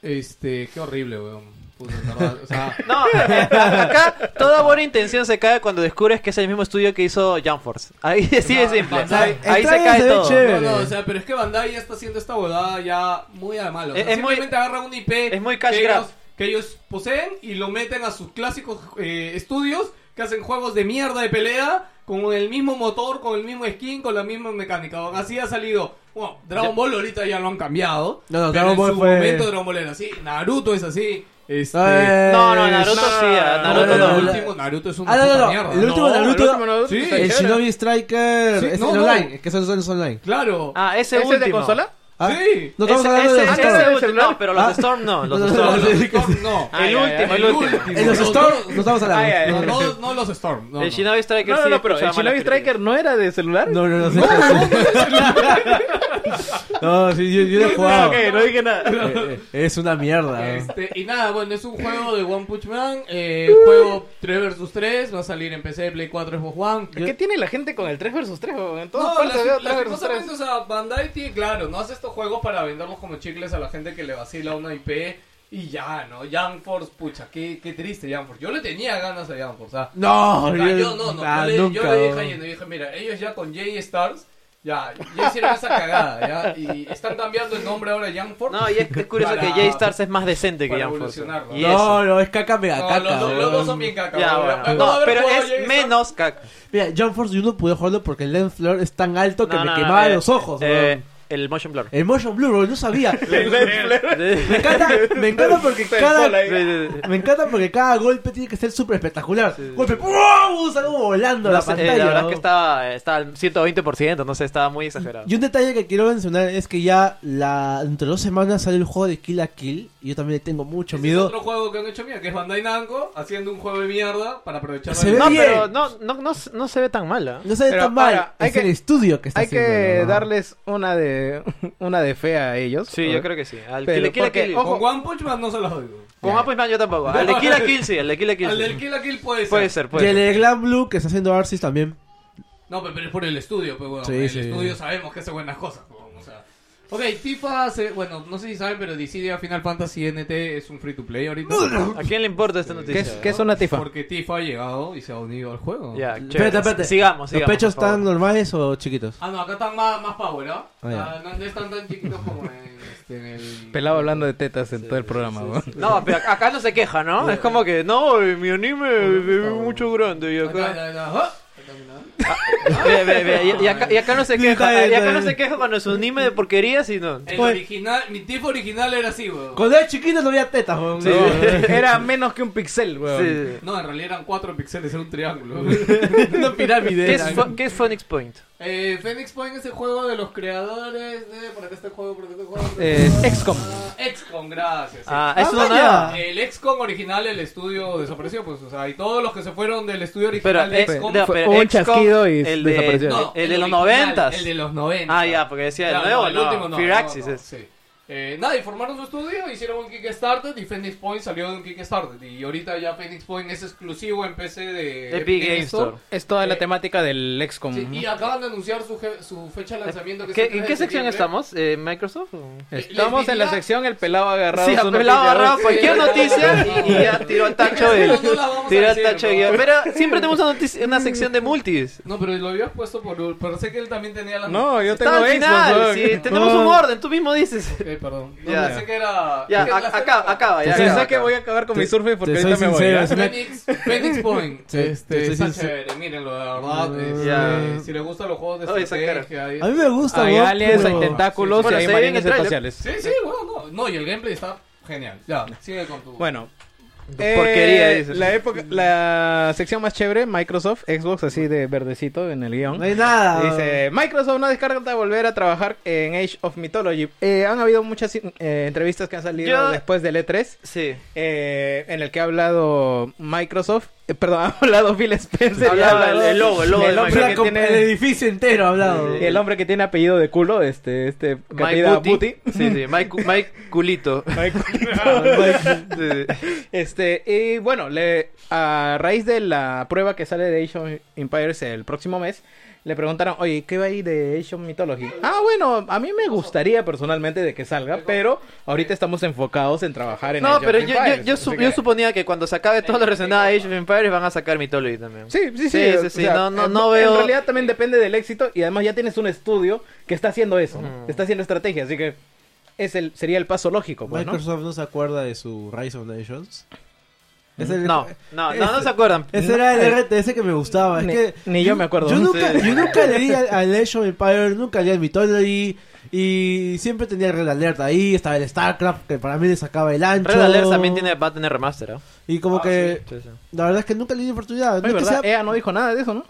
B: Este, qué horrible, weón. Puta, en verdad, o sea,
E: No, eh, acá toda buena intención se cae cuando descubres que es el mismo estudio que hizo Jamforce. Ahí sí es simple.
B: O sea,
E: Ahí, ahí
D: el
E: se
D: trailer
E: cae
D: se ve
E: todo.
D: chévere.
B: no, no, o sea, pero es que Bandai ya está haciendo esta huevada ya muy a la mala. O sea,
E: Es- es muy-
B: simplemente agarra un IP
E: es muy cash
B: que,
E: grab.
B: ellos, que ellos poseen y lo meten a sus clásicos eh, estudios que hacen juegos de mierda de pelea con el mismo motor, con el mismo skin, con la misma mecánica. Así ha salido. Bueno, Dragon Ball ahorita ya lo han cambiado.
D: No, no,
B: pero
D: Dragon
B: en
D: Ball
B: su
D: fue-
B: momento Dragon Ball era así. Naruto es así. Este...
D: Eh,
E: No, no, Naruto
C: no,
E: sí, ah,
B: No,
E: Naruto
B: no,
E: no.
B: el último Naruto es una
D: Ah, no,
B: puta
D: no, no.
B: mierda.
D: El último
F: No, el
D: Naruto.
F: último Naruto
B: Sí,
F: está
D: El
F: chévere.
D: Shinobi Striker
B: Sí,
D: es
B: no,
D: el
B: no.
D: online, es que eso es el online.
B: Claro.
E: Ah, ese
F: ¿Ese
E: último.
F: es de consola?
D: Ah,
B: Sí.
D: No estamos
E: Ese-
D: hablando de
E: ese-
D: los
E: ese
D: Storm.
E: último, No, pero los
D: Ah.
E: Storm no. Los
D: No, no,
E: Storm.
B: No,
E: no.
B: los Storm no.
E: El último, el último.
D: En los Storm no estamos
F: Ay, ay,
D: hablando.
B: No,
D: No,
B: no, no los Storm. No,
E: El
B: no.
E: Shinobi Striker
F: No, no,
E: sí
F: no, pero
E: escuchaba
F: el Shinobi
E: malas críticas.
F: Striker no era de celular.
D: No, no, no, sí, no, sí, yo,
B: Ah,
D: yo lo he jugado.
F: no dije nada.
D: Eh, eh, Es una mierda. eh.
B: Este, y nada, bueno, es un juego de One Punch Man. Eh, juego 3 vs 3. Va a salir en PC, Play 4, Xbox One.
F: ¿Qué tiene la gente con el 3 vs 3? En todas
B: No,
F: partes
B: las-
F: veo 3 vs 3.
B: lastimosamente, o sea, Bandai tiene, claro, no hace estos juegos para venderlos como chicles a la gente que le vacila una IP y ya, ¿no? Jam Force, pucha, qué, qué triste Jam Force. Yo le tenía ganas a Jam Force, o sea,
D: No,
B: O sea, yo no, no,
D: ah,
B: yo, le, yo
D: nunca,
B: le dije
D: no.
B: a Yendo, dije, mira, ellos ya con J Stars, ya, ya hicieron esa cagada, ya, y están cambiando el nombre ahora a Young Force.
E: No, y es, es curioso
B: Para-
E: que J-Stars es más decente que
B: para
E: Jamforce.
B: evolucionarlo.
E: Y eso.
D: No, no, es caca mega
B: No,
D: caca.
B: los, dos- los
D: weón.
B: dos son bien caca.
E: Ya,
B: weón.
E: bueno.
B: Puedo
E: No,
B: haber
E: pero
B: jugado J
E: es
B: Stars.
E: menos caca.
D: Mira, Jump Force yo no pude jugarlo porque el lens flare es tan alto que
E: No,
D: me
E: no, no,
D: quemaba
E: eh,
D: los ojos.
E: eh,
D: weón.
E: el motion blur.
D: El motion blur, weón, no sabía.
E: Sí,
D: Me encanta, me encanta porque
E: sí,
D: cada
E: sí.
D: me encanta porque cada golpe tiene que ser súper espectacular. Golpe, ¡wow! Salgo volando
E: No
D: la
E: sé, eh,
D: pantalla.
E: la verdad es
D: ¿no?
E: que estaba, estaba al 120%, no sé, estaba muy exagerado.
D: Y un detalle que quiero mencionar es que ya la entre dos semanas sale el juego de Kill a Kill y yo también le tengo mucho
B: Ese Es
D: miedo.
B: otro juego que han hecho mierda, que es Bandai Namco haciendo un juego de mierda para aprovechar
D: Se ve
B: la
E: No,
D: bien.
E: pero no, no, no, no se ve tan mal, ¿ah?
D: No sale
F: Pero
D: tan mal.
F: ahora, hay
D: es
F: que-
D: el estudio que está
F: Hay que
D: haciendo, este ¿no?
F: darles una de una de fe a ellos.
E: Sí, yo creo que sí. Al Kill
F: Pero
E: la Kill, la
F: porque,
E: Kill.
F: ojo,
B: Con One Punch Man no se los oigo.
E: Con One Punch Man yo tampoco. Al de Kill la Kill sí, al de Kill la Kill.
B: Al
E: sí.
B: del Kill la Kill puede ser.
E: Puede ser,
D: Y
E: puede
D: el
E: ser.
F: Pues,
D: de Glam Blue que está haciendo Arsis también.
B: No, pero pero es por el estudio, pues bueno,
D: Sí,
B: el
D: sí.
B: estudio sabemos que hace buenas cosas, pues, bueno, o sea. Ok, FIFA hace, bueno, no sé si saben, pero Dissidia Final Fantasy NT es un free to play ahorita.
E: ¿A quién le importa esta
F: ¿Qué
E: noticia?
F: es, qué es una tifa?
B: Porque Tifa ha llegado y se ha unido al juego.
E: Ya, chévere.
D: Espérate, espérate.
E: Sigamos, sigamos.
D: ¿Los pechos
E: por favor.
D: están normales o chiquitos?
B: Ah, no, acá están más, más power, ¿ah?
D: Ah, ya.
B: Ah, no, no están tan chiquitos como en, este, en el...
F: Pelado hablando de tetas en todo el programa, weón.
E: No, pero acá no se queja, ¿no? Es como que, no, eh, mi anime es mucho grande y
B: Acá,
E: acá...
B: acá, acá, ah, acá, mira.
E: Ve, ve, ve, y, y acá, y acá no se
D: Está
E: queja,
D: bien,
E: y
D: está
E: acá no
D: bien.
E: se queja cuando es un anime de porquerías y
F: Eh,
E: no...
B: El original, mi Tifa original era así, weón.
D: Cuando era chiquito no había tetas, weón.
F: No, era menos que un pixel,
E: Sí,
F: weón.
E: sí, sí.
B: No, en realidad eran cuatro píxeles, era un triángulo.
D: Una pirámide.
E: ¿Qué
D: era.
E: es, Pho- ¿Qué es Phoenix Point?
B: eh, Phoenix Point es el juego de los creadores de... ¿Por qué este juego? ¿Por qué este juego?
F: Eh, XCOM.
B: Ah, XCOM, gracias. sí.
E: Ah, es
D: Ah,
E: una
D: vaya.
E: nueva.
B: El XCOM original, el estudio desapareció, pues, o sea, y todos los que se fueron del estudio
E: Pero,
B: original de
E: ex,
B: XCOM...
E: eh, no,
F: Fue
E: pero
F: un
E: XCOM,
F: chasquido y
E: el de,
F: desapareció.
E: no, el de los
B: original,
E: noventas.
B: El de los 90.
E: Ah, ya, porque decía el
B: Claro,
E: nuevo,
B: el
E: no,
B: último no.
E: Fear
B: no,
E: Axis
B: no,
E: es.
B: sí. Eh, nada, y formaron su estudio, hicieron un Kickstarter y Phoenix Point salió de un Kickstarter. Y ahorita ya Phoenix Point es exclusivo en PC de
E: Epic Game Store.
F: Es toda
B: Eh,
F: la temática del XCOM.
B: Sí,
F: ¿no?
B: y acaban de anunciar su, je- su fecha de lanzamiento. Que es
E: Eh, ¿Qué-
B: el 3
E: ¿En
B: de
E: qué sección
B: septiembre.
E: estamos? ¿Eh, ¿Microsoft?
F: Estamos
B: les
F: en la
B: diría-
F: sección El pelado agarrado.
E: Sí,
F: su
E: me la
F: noticia.
E: agarrado
B: sí,
E: cualquier
B: sí,
E: noticia
B: sí,
E: y, y ya tiro al tacho
B: No,
E: de.
B: no la vamos a
E: Tiro al
B: decir,
E: tacho de
B: no.
E: guión. Pero siempre tenemos una, noticia- una sección de multis.
B: No, pero lo habías puesto por. Pero sé que él también tenía la.
F: No, yo
E: Está
F: tengo
E: al
F: Xbox,
E: final.
F: weón.
E: sí, tenemos un orden, tú mismo dices.
B: Eh, perdón. No,
E: Ya.
B: pensé que era.
E: Ya,
B: es que la
E: a- acaba, acaba. Ya,
D: Sí,
F: Pensé
E: acaba.
F: que voy a acabar con mi surfe porque
D: te
F: ahorita
D: soy
F: me voy.
D: sincero,
F: ¿ya?
D: es una-
B: Phoenix, Phoenix Point.
D: Sí,
B: este,
D: sí, sí,
B: está
D: sí. Mm,
B: chévere, mírenlo, la verdad. este,
E: Ya.
B: Si les gustan los juegos de
E: Oye, esa cara.
B: estrategia. y-
D: A mí me gusta,
F: Hay
D: weón,
F: aliens,
D: pero-
F: hay tentáculos
E: Bueno,
F: y
E: se
F: hay
E: ve bien
F: marines
E: el trailer.
F: espaciales.
B: Sí, sí, bueno, no. No, y el gameplay está genial. Ya, sigue con tu.
F: Bueno.
E: porquería,
F: eh,
E: dices.
F: la época, la sección más chévere, Microsoft, Xbox así de verdecito en el guión.
D: No hay nada.
F: Dice, Microsoft no descarta volver a trabajar en Age of Mythology. Eh, han habido muchas eh, entrevistas que han salido
E: Yo-
F: después del E3.
E: Sí.
F: eh, en el que ha hablado Microsoft, eh, perdón, ha hablado Phil Spencer. y ha
E: Hablaba
F: hablado
E: el- el logo, el logo de
F: hombre
D: Flaco,
F: que
D: el
F: tiene,
D: edificio entero ha hablado.
E: Sí,
F: el hombre que tiene apellido de culo, este, este, que
E: Mike
F: apellida
E: Booty.
F: Booty.
E: Sí, sí. Mike, Cu- Mike Culito. Sí, sí.
F: Este, y bueno, le, a raíz de la prueba que sale de Age of Empires el próximo mes, le preguntaron, oye, ¿qué va a ir de Asian Mythology? Ah, bueno, a mí me gustaría personalmente de que salga, pero ahorita estamos enfocados en trabajar en
E: No,
F: Age of
E: pero yo, yo,
F: Empires,
E: yo
F: así
E: su-
F: que-
E: yo suponía que cuando se acabe todo lo relacionado a Age of Empires van a sacar Mythology también.
F: Sí, sí,
E: Sí,
F: sí.
E: sí,
F: o
E: sí,
F: sea,
E: no- no-
F: en-
E: no veo-
F: En realidad también depende del éxito y además ya tienes un estudio que está haciendo eso, ¿no? está haciendo estrategia, así que es el, sería el paso lógico, pues, ¿no?
H: Microsoft no se acuerda de su Rise of Nations. Es
F: Mm.
H: el-
E: No, no, no, no se acuerdan.
H: Ese era el RTS que me gustaba. Es
F: Ni-
H: que
F: ni yo me acuerdo.
H: Yo nunca,
E: Sí.
H: yo nunca leí al, al Age of Empires, nunca leí al Mythology. Y siempre tenía Red Alert ahí. Estaba el StarCraft, que para mí le sacaba el ancho.
E: Red Alert también tiene, va a tener remaster, ¿ah?
H: Y como que.
E: Sí, sí.
H: La verdad es que nunca le di oportunidad.
F: Oye,
H: No es que
F: ¿verdad?
H: sea-
F: EA no dijo nada de eso, ¿no?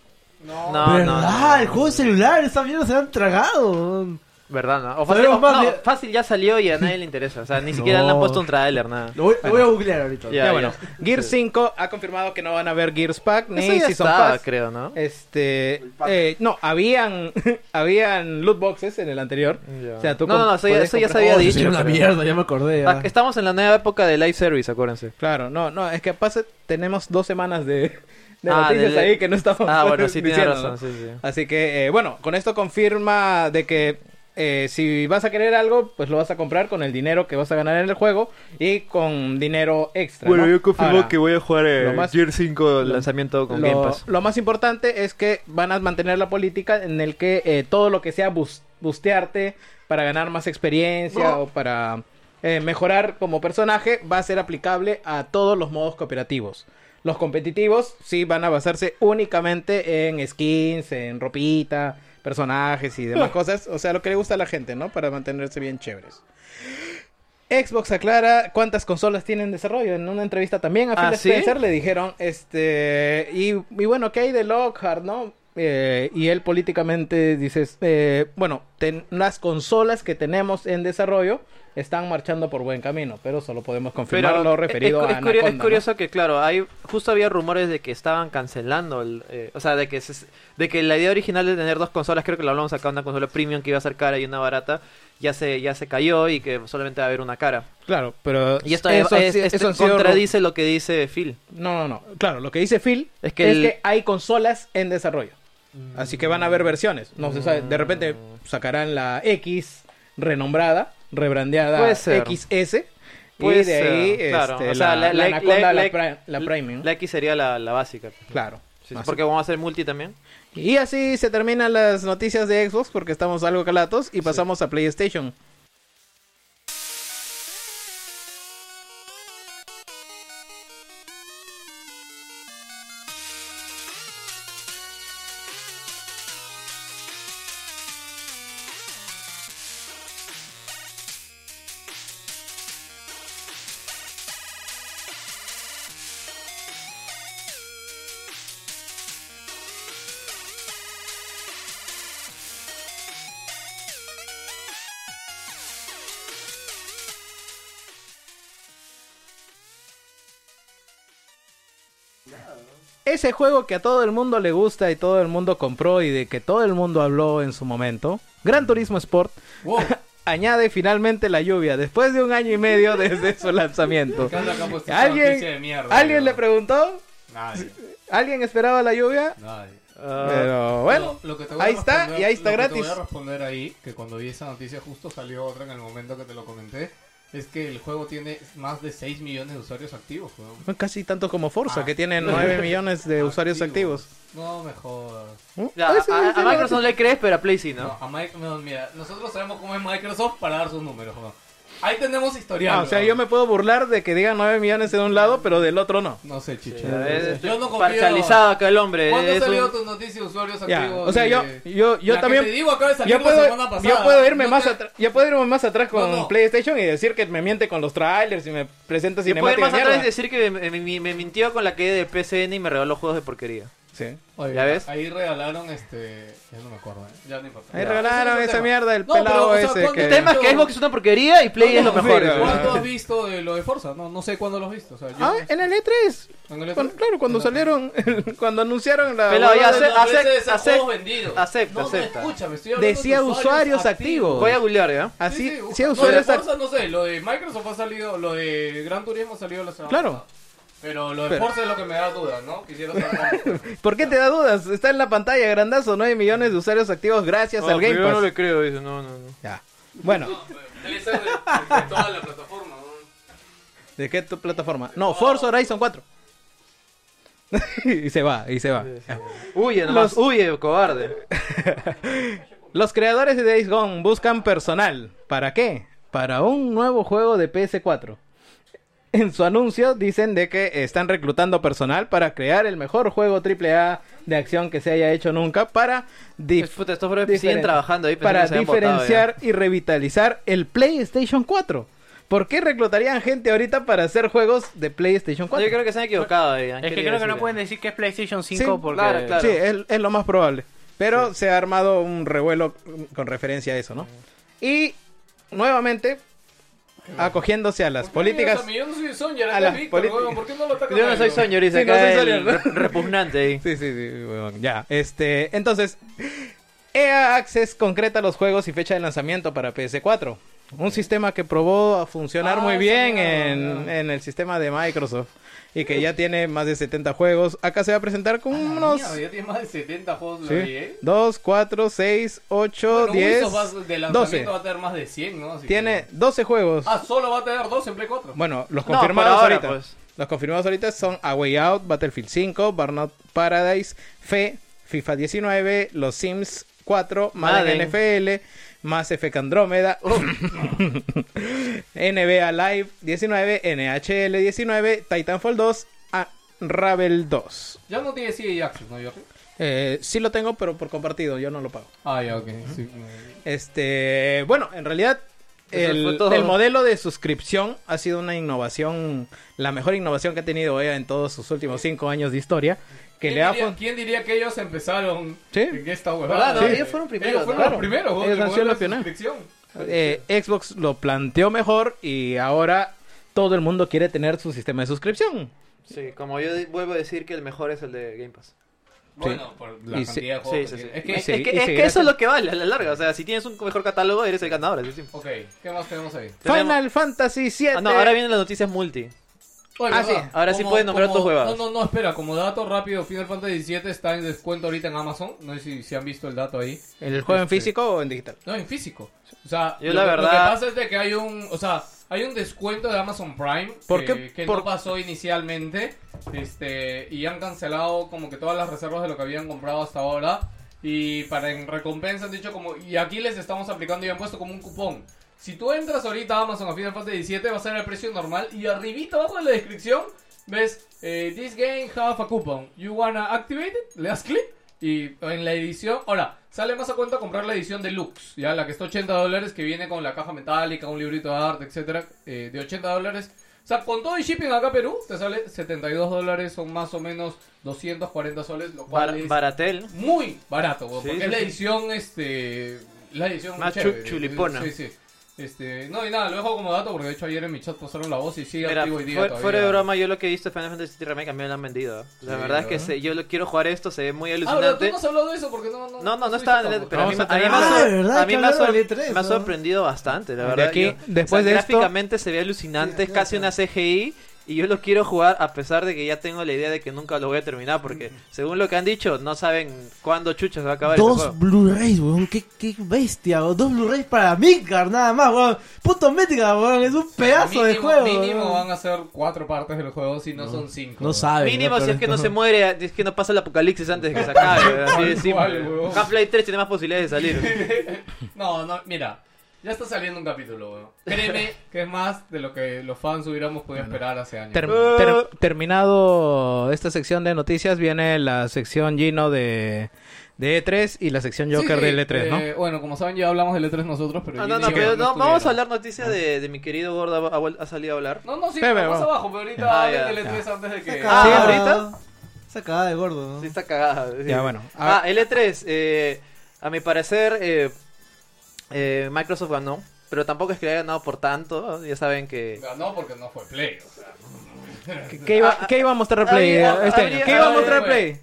E: No, no, no.
H: ¿Verdad? El juego de celular, esa mierda se la han tragado.
E: ¿Verdad, no? O fácil,
H: Sabemos
E: o-
H: más
E: no,
H: bien.
E: fácil ya salió y a nadie le interesa. O sea, ni siquiera le han puesto un trailer, nada.
H: Lo voy, lo voy a googlear ahorita.
F: Ya,
E: Ya,
F: bueno.
E: ya.
F: Gears 5 ha confirmado que no van a haber Gears Pack ni
E: Eso ya
F: Season
E: estaba,
F: Pass.
E: creo, ¿no?
F: Este, eh, no, habían habían loot boxes en el anterior.
E: Ya.
F: O sea, tú
E: No,
F: com-
E: no, no, eso ya-
F: podías
E: eso ya
F: comprar-
E: se había
H: Oh,
E: dicho,
H: sería una
E: pero-
H: mierda, ya me acordé. ya.
E: Ah, Estamos en la nueva época de live service, acuérdense.
F: Claro, no, no, es que pasa tenemos dos semanas de, de
E: Ah,
F: noticias
E: de-
F: ahí que no estamos
E: Ah, bueno, sí, tiene
F: diciendo,
E: razón,
F: ¿no?
E: sí, sí.
F: Así que, eh, bueno, con esto confirma de que eh, si vas a querer algo, pues lo vas a comprar con el dinero que vas a ganar en el juego y con dinero extra. ¿no? Ahora,
E: voy a jugar eh,
F: lo más-
E: Gear 5
F: lo-
E: lanzamiento con Game
F: lo,
E: Pass.
F: lo más importante es que van a mantener la política en el que eh, todo lo que sea bus- bustearte para ganar más experiencia o para eh, mejorar como personaje va a ser aplicable a todos los modos cooperativos. Los competitivos sí van a basarse únicamente en skins, en ropita, personajes y demás cosas. O sea, lo que le gusta a la gente, ¿no? Para mantenerse bien chéveres. Xbox aclara cuántas consolas tienen en desarrollo. En una entrevista también a
E: ¿Ah,
F: Phil
E: sí?
F: Spencer le dijeron, este, y, y bueno, ¿qué hay de Lockhart, no? Eh, y él políticamente dice, eh, bueno, ten- las consolas que tenemos en desarrollo están marchando por buen camino, pero solo podemos confirmar lo referido
E: es, es
F: a
E: curio- es
F: Anaconda, ¿no?
E: curioso que, claro, hay justo había rumores de que estaban cancelando, el, eh, o sea, de que, se- de que la idea original de tener dos consolas, creo que lo hablamos acá, una consola premium que iba a ser cara y una barata, ya se, ya se cayó y que solamente va a haber una cara.
F: Claro, pero
E: Y esto,
F: eso
E: es-
F: sí-
E: esto
F: eso han sido
E: contradice lo que dice Phil.
F: No, no, no. Claro, lo que dice Phil es
E: Es
F: que,
E: que el-
F: hay consolas en desarrollo. Así que van a haber versiones. No se sabe. De repente sacarán la X renombrada, rebrandeada
E: Puede ser.
F: XS.
E: Puede
F: y de ahí
E: ser, claro.
F: este,
E: O sea,
F: la,
E: la- la-
F: la Anaconda,
E: la-
F: la
E: la-
F: Pri- la Premium.
E: La X sería la, la básica.
F: Claro.
E: Sí, sí,
F: Así.
E: Ah, porque vamos a hacer multi también.
F: Y así se terminan las noticias de Xbox porque estamos algo calatos y pasamos a PlayStation. Ese juego que a todo el mundo le gusta y todo el mundo compró y de que todo el mundo habló en su momento, Gran Turismo Sport, añade finalmente la lluvia después de un año y medio desde su lanzamiento. ¿Alguien, ¿alguien le preguntó?
B: Nadie,
F: ¿Alguien esperaba la lluvia?
B: nadie.
F: Ah, Pero bueno,
B: Lo- lo que te voy a
F: ahí está
B: responder-
F: y ahí está
B: lo que
F: gratis.
B: te voy a responder ahí, que cuando vi esa noticia justo salió otra en el momento que te lo comenté. Es que el juego tiene más de 6 millones de usuarios activos, weón.
F: Casi tanto como Forza,
B: Ah.
F: que tiene 9 millones de usuarios activos.
B: No me jodas.
F: ¿Mm?
E: Ya,
F: Ah, sí,
E: a, a
F: sí,
E: Microsoft no le crees, pero a Play sí,
B: No,
E: ¿no?
B: a Mike- no, mira, nosotros sabemos cómo es Microsoft para dar sus números, weón. Ahí tenemos historial.
F: Ah, o sea,
B: weón.
F: yo me puedo burlar de que digan 9 millones de un lado, pero del otro no.
B: No sé, chicho.
E: A ver, estoy
B: yo no confío.
E: Parcializado acá el hombre.
B: ¿Cuándo
E: es
B: salió
E: un-
B: tu noticia de usuarios
F: Ya,
B: activos?
F: O sea,
B: de-
F: yo, yo, yo
B: La que
F: también.
B: te digo acaba de salir
F: yo,
B: la
F: puedo,
B: semana pasada.
F: yo puedo irme
B: No
F: más
B: te-
F: atrás. Yo puedo irme más atrás con
B: No, no.
F: PlayStation y decir que me miente con los trailers y me presenta
E: Y puedo ir
F: cinemáticas
E: más atrás y
F: mierda.
E: decir que me, me- me mintió con la caída de PCN y me regaló juegos de porquería.
F: Sí.
B: Oye,
E: ¿Ya ves?
B: Ahí regalaron este. Ya no me acuerdo, ¿eh? Ya no importa.
F: Ahí
B: Ya.
F: regalaron
B: Ese es
F: esa
B: el tema.
F: mierda del
B: No, pero,
F: pelado
B: o sea,
F: ese
B: ¿cuándo
F: que.
E: El tema es que Xbox es una porquería y Play es lo
F: Eh, no, eh.
E: mejor.
F: sí,
E: ¿no?
B: ¿Cuánto has visto de lo de Forza? No, no sé cuándo lo has visto. O sea, yo
F: Ah, en el E3.
B: en el-
F: Cuando- claro, cuando
B: en el- E
F: salieron, cuando anunciaron la.
E: Pelado,
F: huevada
E: ya
F: de-
E: sé-
B: Cuando
E: acepta,
B: veces a
E: acepta,
B: juegos vendidos.
E: acepta,
B: No,
E: acepta.
B: No, escúchame, estoy hablando
F: Decía
B: de
F: usuarios activos.
E: Voy a googlear, ¿ya?
F: Así,
B: Sí, sí,
F: sí,
B: no,
F: usuarios
B: de
F: act-
B: Forza no sé, lo de Microsoft ha salido, lo de Gran Turismo ha salido la semana
F: Claro.
B: pasada. Pero lo de Forza es lo que me da duda, ¿no? Quisiera saber. cómo.
F: ¿Por qué te da dudas? Está en la pantalla, grandazo. 9 millones de usuarios activos gracias al Game
E: Yo no
F: Pass.
E: le creo eso, no, no, no.
F: Ya. Bueno,
B: Debe ser de, de toda la plataforma, ¿no?
F: ¿de qué tu plataforma? No, Forza Horizon 4. y se va, y se va.
E: Huye nomás,
F: Los-
E: huye, cobarde.
F: Los creadores de Days Gone buscan personal. ¿Para qué? Para un nuevo juego de PS4. En su anuncio dicen de que están reclutando personal para crear el mejor juego AAA de acción que se haya hecho nunca para dif-
E: Es puta, estos brothers siguen
F: diferen-
E: trabajando ahí pensé
F: para
E: que se habían botado ya.
F: diferenciar y revitalizar el PlayStation 4. ¿Por qué reclutarían gente ahorita para hacer juegos de PlayStation 4?
E: Yo creo que se han equivocado ahí.
C: Es que creo que no pueden decir que es PlayStation 5
F: Sí,
C: porque...
E: claro, claro.
F: Sí, es, es lo más probable. Pero se ha armado un revuelo con referencia a eso, ¿no? Y nuevamente, acogiéndose a las políticas.
B: ¿Por qué me digas a mí? Yo no soy Songer,
F: a
B: este
F: las
B: es Víctor,
F: políticas-
B: weón, ¿Por qué no lo atacan
E: Yo
B: a
E: no
B: él,
E: soy
B: weón?
E: Soñor y se
F: Sí, eh, no
E: cae
F: soy
E: el
F: Soñor,
E: re- repugnante ahí.
F: Sí, sí, sí, huevón, ya. Este, entonces, EA Access concreta los juegos y fecha de lanzamiento para PS4. Un sistema que probó a funcionar
B: Ah,
F: muy
B: esa
F: bien
B: mierda,
F: en,
B: ya.
F: en el sistema de Microsoft y que ya tiene más de 70 juegos. Acá se va a presentar con unos
B: Mierda, ya tiene más de 70 juegos de la Wii, ¿eh?
F: 2, 4, 6, 8,
B: Bueno,
F: 10,
B: Ubisoft va- de lanzamiento
F: 12.
B: va a tener más de 100, ¿no? Así
F: Tiene
B: que-
F: 12 juegos.
B: Ah, solo va a tener 2 en Play 4.
F: Bueno, los
E: No, por
F: confirmados
E: ahora,
F: ahorita.
E: pues.
F: Los confirmados ahorita son A Way Out, Battlefield 5, Burnout Paradise, Fe, FIFA 19, Los Sims 4, Madden, NFL, Más Effect Andrómeda, NBA Live 19, NHL 19, Titanfall 2, Ravel 2.
B: Ya no tiene CD Access, ¿no, Jorge?
F: Eh, sí lo tengo, pero por compartido, yo no lo pago.
B: Ah, ya, ok. Sí.
F: Este, bueno, en realidad
E: Eso fue
F: el,
E: todo.
F: el modelo de suscripción ha sido una innovación, la mejor innovación que ha tenido EA en todos sus últimos cinco años de historia, que
B: ¿Quién,
F: le ha
B: diría,
F: fun-
B: quién diría que ellos empezaron
F: Sí.
B: en esta huevada?
E: ¿Verdad, no?
B: Sí.
E: Ellos fueron primeros,
B: Ellos fueron
F: claro.
B: los primeros, weón,
F: Ellos
B: que
F: han sido
B: movieron
F: los
B: la
F: pioneros.
B: suscripción.
F: eh, Xbox lo planteó mejor y ahora todo el mundo quiere tener su sistema de suscripción.
E: Sí, como yo de- vuelvo a decir que el mejor es el de Game Pass.
B: Bueno, por la
F: Y sí-
B: cantidad de
E: Sí,
B: juegos.
E: sí,
B: que
E: sí.
B: tiene.
E: Es
B: Oh, Es que,
E: que,
F: sí,
E: es que,
F: y
E: es
F: sí,
E: que
F: gracias.
E: eso es lo que vale a la larga. O sea, si tienes un mejor catálogo, eres el ganador. así de simple.
B: ok, ¿qué más tenemos ahí?
E: Tenemos-
F: Final Fantasy 7.
E: Ah, no, ahora vienen las noticias multi.
B: Oye,
F: Ah,
B: ¿verdad?
F: sí.
E: Ahora sí puedes nombrar
B: como-
E: tus huevadas.
B: No, no, no, espera, como dato rápido, Final Fantasy VII está en descuento ahorita en Amazon. No sé si, si han visto el dato ahí.
F: ¿El juego en
B: Este,
F: físico o en digital?
B: No, en físico. O sea,
E: Yo
B: lo,
E: la
B: que- lo que
E: verdad-
B: pasa es de que hay un, o sea, hay un descuento de Amazon Prime
F: ¿Por
B: que,
F: qué?
B: que
F: ¿Por-
B: no pasó inicialmente, este, y han cancelado como que todas las reservas de lo que habían comprado hasta ahora y para en recompensa han dicho como y aquí les estamos aplicando y han puesto como un cupón. Si tú entras ahorita a Amazon a Final Fantasy 17 va a ser el precio normal y arribita abajo en la descripción ves eh, this game have a coupon. You wanna activate it? Le das clic y en la edición, ahora, sale más a cuenta comprar la edición deluxe, ya la que está 80 dólares, que viene con la caja metálica, un librito de arte, etcétera, eh, de 80 dólares. O sea, con todo el shipping acá a Perú, te sale 72 dólares, son más o menos 240 soles, lo cual
E: Bar-
B: es
E: Baratel.
B: muy barato, weón,
E: Sí,
B: porque
E: sí,
B: es la
E: sí.
B: edición, este, la edición
E: Más chu-
B: chévere.
E: chulipona.
B: Sí, sí. Este, no, y nada, lo dejo como dato porque de hecho ayer en mi chat pasaron la voz y sigue
E: Mira,
B: activo hoy día
E: fuera,
B: todavía. Ah,
E: fuera de broma, yo lo que he visto de Final Fantasy VII Remake a mí me lo han vendido. La
B: Sí,
E: verdad es que
B: ¿verdad?
E: se- yo lo quiero jugar esto, se ve muy
B: Ah, pero tú
E: alucinante.
B: no has hablado de eso porque no... No,
E: No, no, no
B: estuviste
E: estaba en el
B: tampoco.
E: pero a mí,
D: Vamos a
E: a mí me
D: tener-
E: ha sor-
D: Ah, de verdad,
E: a
D: que
E: mí me ha,
D: hablaron
E: sor-
D: del E3,
E: me ha
D: ¿no?
E: sorprendido bastante, la
F: De
E: verdad.
F: aquí,
E: yo-
F: después de esto-
E: Gráficamente se ve alucinante, es casi una CGI. Y yo lo quiero jugar a pesar de que ya tengo la idea de que nunca lo voy a terminar. Porque según lo que han dicho, no saben cuándo chucha se va a acabar este
D: Dos
E: juego.
D: Blu-rays, weón. Qué, qué bestia, weón. Dos Blu-rays para Midgar, nada más, weón. Puto Midgar, weón. Es un pedazo de
B: Mínimo-
D: juego.
B: Mínimo
D: weón.
B: van a ser cuatro partes del juego si no, son cinco.
D: No sabe.
E: Mínimo si es que no se muere, es que no pasa el apocalipsis antes de que se acabe. así de simple.
B: huevón.
E: Half-Life 3 tiene más posibilidades de salir.
B: No, no, mira. Ya está saliendo un capítulo, weón. Créeme que es más de lo que los fans hubiéramos podido esperar hace años.
F: Ter-
E: Eh.
F: ter- terminado esta sección de noticias, viene la sección Gino de, de E3 y la sección
B: Sí,
F: Joker
B: sí,
F: del E3, ¿no?
B: eh, Bueno, como saben, ya hablamos del E3 nosotros, pero.
E: Ah,
B: yo
E: no, no,
B: dije que
E: pero no, vamos a
B: estuviera.
E: hablar noticias de, de mi querido gordo ha, ha vuel- ha salido a hablar.
B: No, no, sí,
F: Espera,
B: vamos
F: vamos.
B: abajo, pero ahorita
E: Ah,
B: hablen
E: ya.
B: del E3 antes de que.
E: Ah,
D: Ah,
E: ahorita.
D: Esa cagada de gordo, ¿no?
E: Sí, está cagada. sí.
F: Ya, bueno.
E: Ah, L3. eh, a mi parecer, eh, eh, Microsoft ganó. Pero tampoco es que haya ganado por tanto. ¿no? Ya saben que.
B: Ganó porque no fue Play, o sea.
F: ¿Qué iba, qué iba a mostrar Play
E: habría-
F: eh, este año?
E: habría-
F: ¿Qué iba a mostrar
B: habría-
F: Play?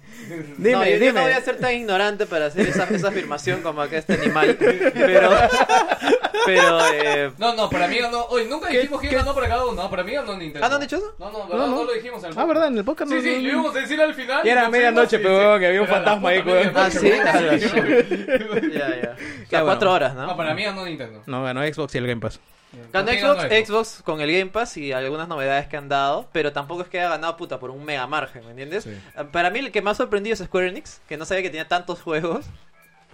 F: Dime,
E: No, yo- yo
F: dime.
E: no voy a ser tan ignorante para hacer esa, esa afirmación como que este animal. Pero. Pero, eh,
B: No, no, para mí ganó. Oye, nunca dijimos quién ganó para cada uno. No, para mí ganó Nintendo.
E: ¿Ah, no han dicho eso?
B: No, no, ¿verdad?
F: No,
B: No,
F: no.
B: lo dijimos en el
F: Ah, ¿verdad? En el podcast
B: Sí,
F: no-
B: sí,
F: no-
B: lo íbamos a decir al final.
F: Y era
B: no
F: medianoche,
B: fuimos,
F: huevón, que había un
B: Era la
F: fantasma ahí,
B: puta media
F: huevón.
E: Ah, sí.
B: noche,
E: Ah, la
B: huevón.
E: ya, ya. O sea,
F: Ya, bueno.
E: cuatro horas, ¿no?
B: No, para mí ganó Nintendo.
F: No, ganó Xbox y el Game Pass.
E: Ganó
B: ¿Quién
E: Xbox, Xbox con el Game Pass y algunas novedades que han dado, pero tampoco es que haya ganado puta por un mega margen, ¿me entiendes? Ah, Para mí el que más sorprendido es Square Enix, que no sabía que tenía tantos juegos.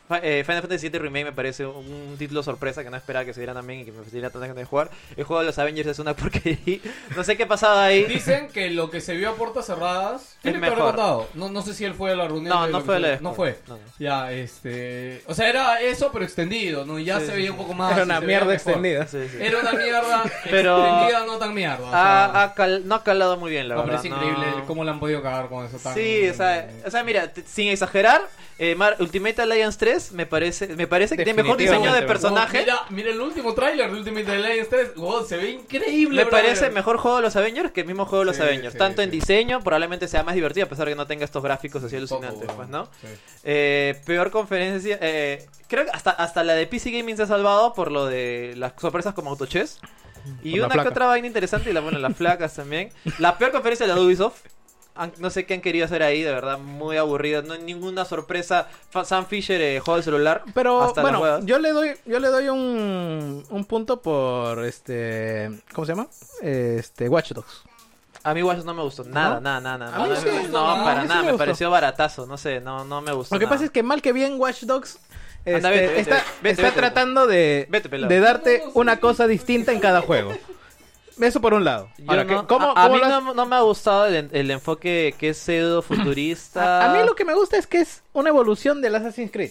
E: Fa- eh, Final Fantasy VII Remake me parece un título sorpresa que no esperaba que se diera también y que me diera tanta gente de jugar. El juego de los Avengers es una porquería. No sé qué pasaba ahí.
B: Dicen que lo que se vio a puertas cerradas.
E: Es
B: Felipe habrá
E: mejor.
B: contado. No, no sé si él fue a la reunión.
E: No,
B: de
E: no
B: lo
E: fue
B: que-
E: la de-
B: No fue.
E: no, no.
B: Ya, este. O sea, era eso, pero extendido, ¿no? Y ya se veía un
E: Ah,
B: poco más.
F: Era
B: y
F: una
B: se veía
F: mierda
B: mejor.
F: extendida.
E: Sí, sí.
B: Era una mierda
E: Pero-
B: extendida, no tan mierda. Eh, o sea,
E: Ha- ha cal- no ha calado muy bien, la
B: no, pero
E: verdad.
B: es increíble
E: no.
B: cómo la han podido cagar con eso tan.
E: Sí, o sea, o sea, mira, t- sin exagerar, eh, Mar- Ultimate Alliance 3 me parece, me parece que tiene mejor diseño de
F: Definitivamente,
E: personaje.
B: No, mira, mira el último tráiler de Ultimate Alliance 3. Wow, se ve increíble.
E: Me
B: brother.
E: parece mejor juego de los Avengers que el mismo juego de los
B: Sí,
E: Avengers.
B: sí,
E: Tanto en
B: sí.
E: diseño, probablemente sea más divertido, a pesar de que no tenga estos gráficos así
B: Poco,
E: alucinantes,
B: weón.
E: pues, ¿no?
B: Sí.
E: Eh, peor conferencia. eh, creo que hasta, hasta la de PC Gaming se ha salvado por lo de las sorpresas como Autochess. Y
F: Por la
E: una que
F: placa.
E: otra vaina interesante, y la, bueno, las placas también. La peor conferencia de la de Ubisoft. Han- no sé qué han querido hacer ahí, de verdad, muy aburrido. No hay ninguna sorpresa. Fa- Sam Fisher eh, juego de celular.
F: Pero
E: hasta las
F: bueno,
E: huevas.
F: yo le doy, yo le doy un, un punto por este, ¿cómo se llama? Este Watch Dogs.
E: A mí Watch Dogs no me gustó. Nada,
F: ¿No?
E: nada, nada, nada.
F: A mí
E: No,
F: sí,
E: no,
F: a mí
E: para
F: sí
E: nada.
F: me
E: Me,
F: gustó.
E: pareció baratazo. No sé, no, no me gustó.
F: Lo que
E: nada.
F: pasa es que mal que bien Watch Dogs este,
E: Ah. Anda, vete, vete,
F: está,
E: vete, vete,
F: está
E: vete.
F: tratando de,
E: Vete, pelado.
F: de darte una cosa distinta en cada juego. Eso por un lado.
E: Yo
F: Ahora,
E: no-
F: que- ¿cómo-
E: a, a
F: cómo
E: mí
F: lo has-
E: no, no me ha gustado el, el enfoque que es pseudo futurista.
F: A, a mí lo que me gusta es que es una evolución del Assassin's Creed.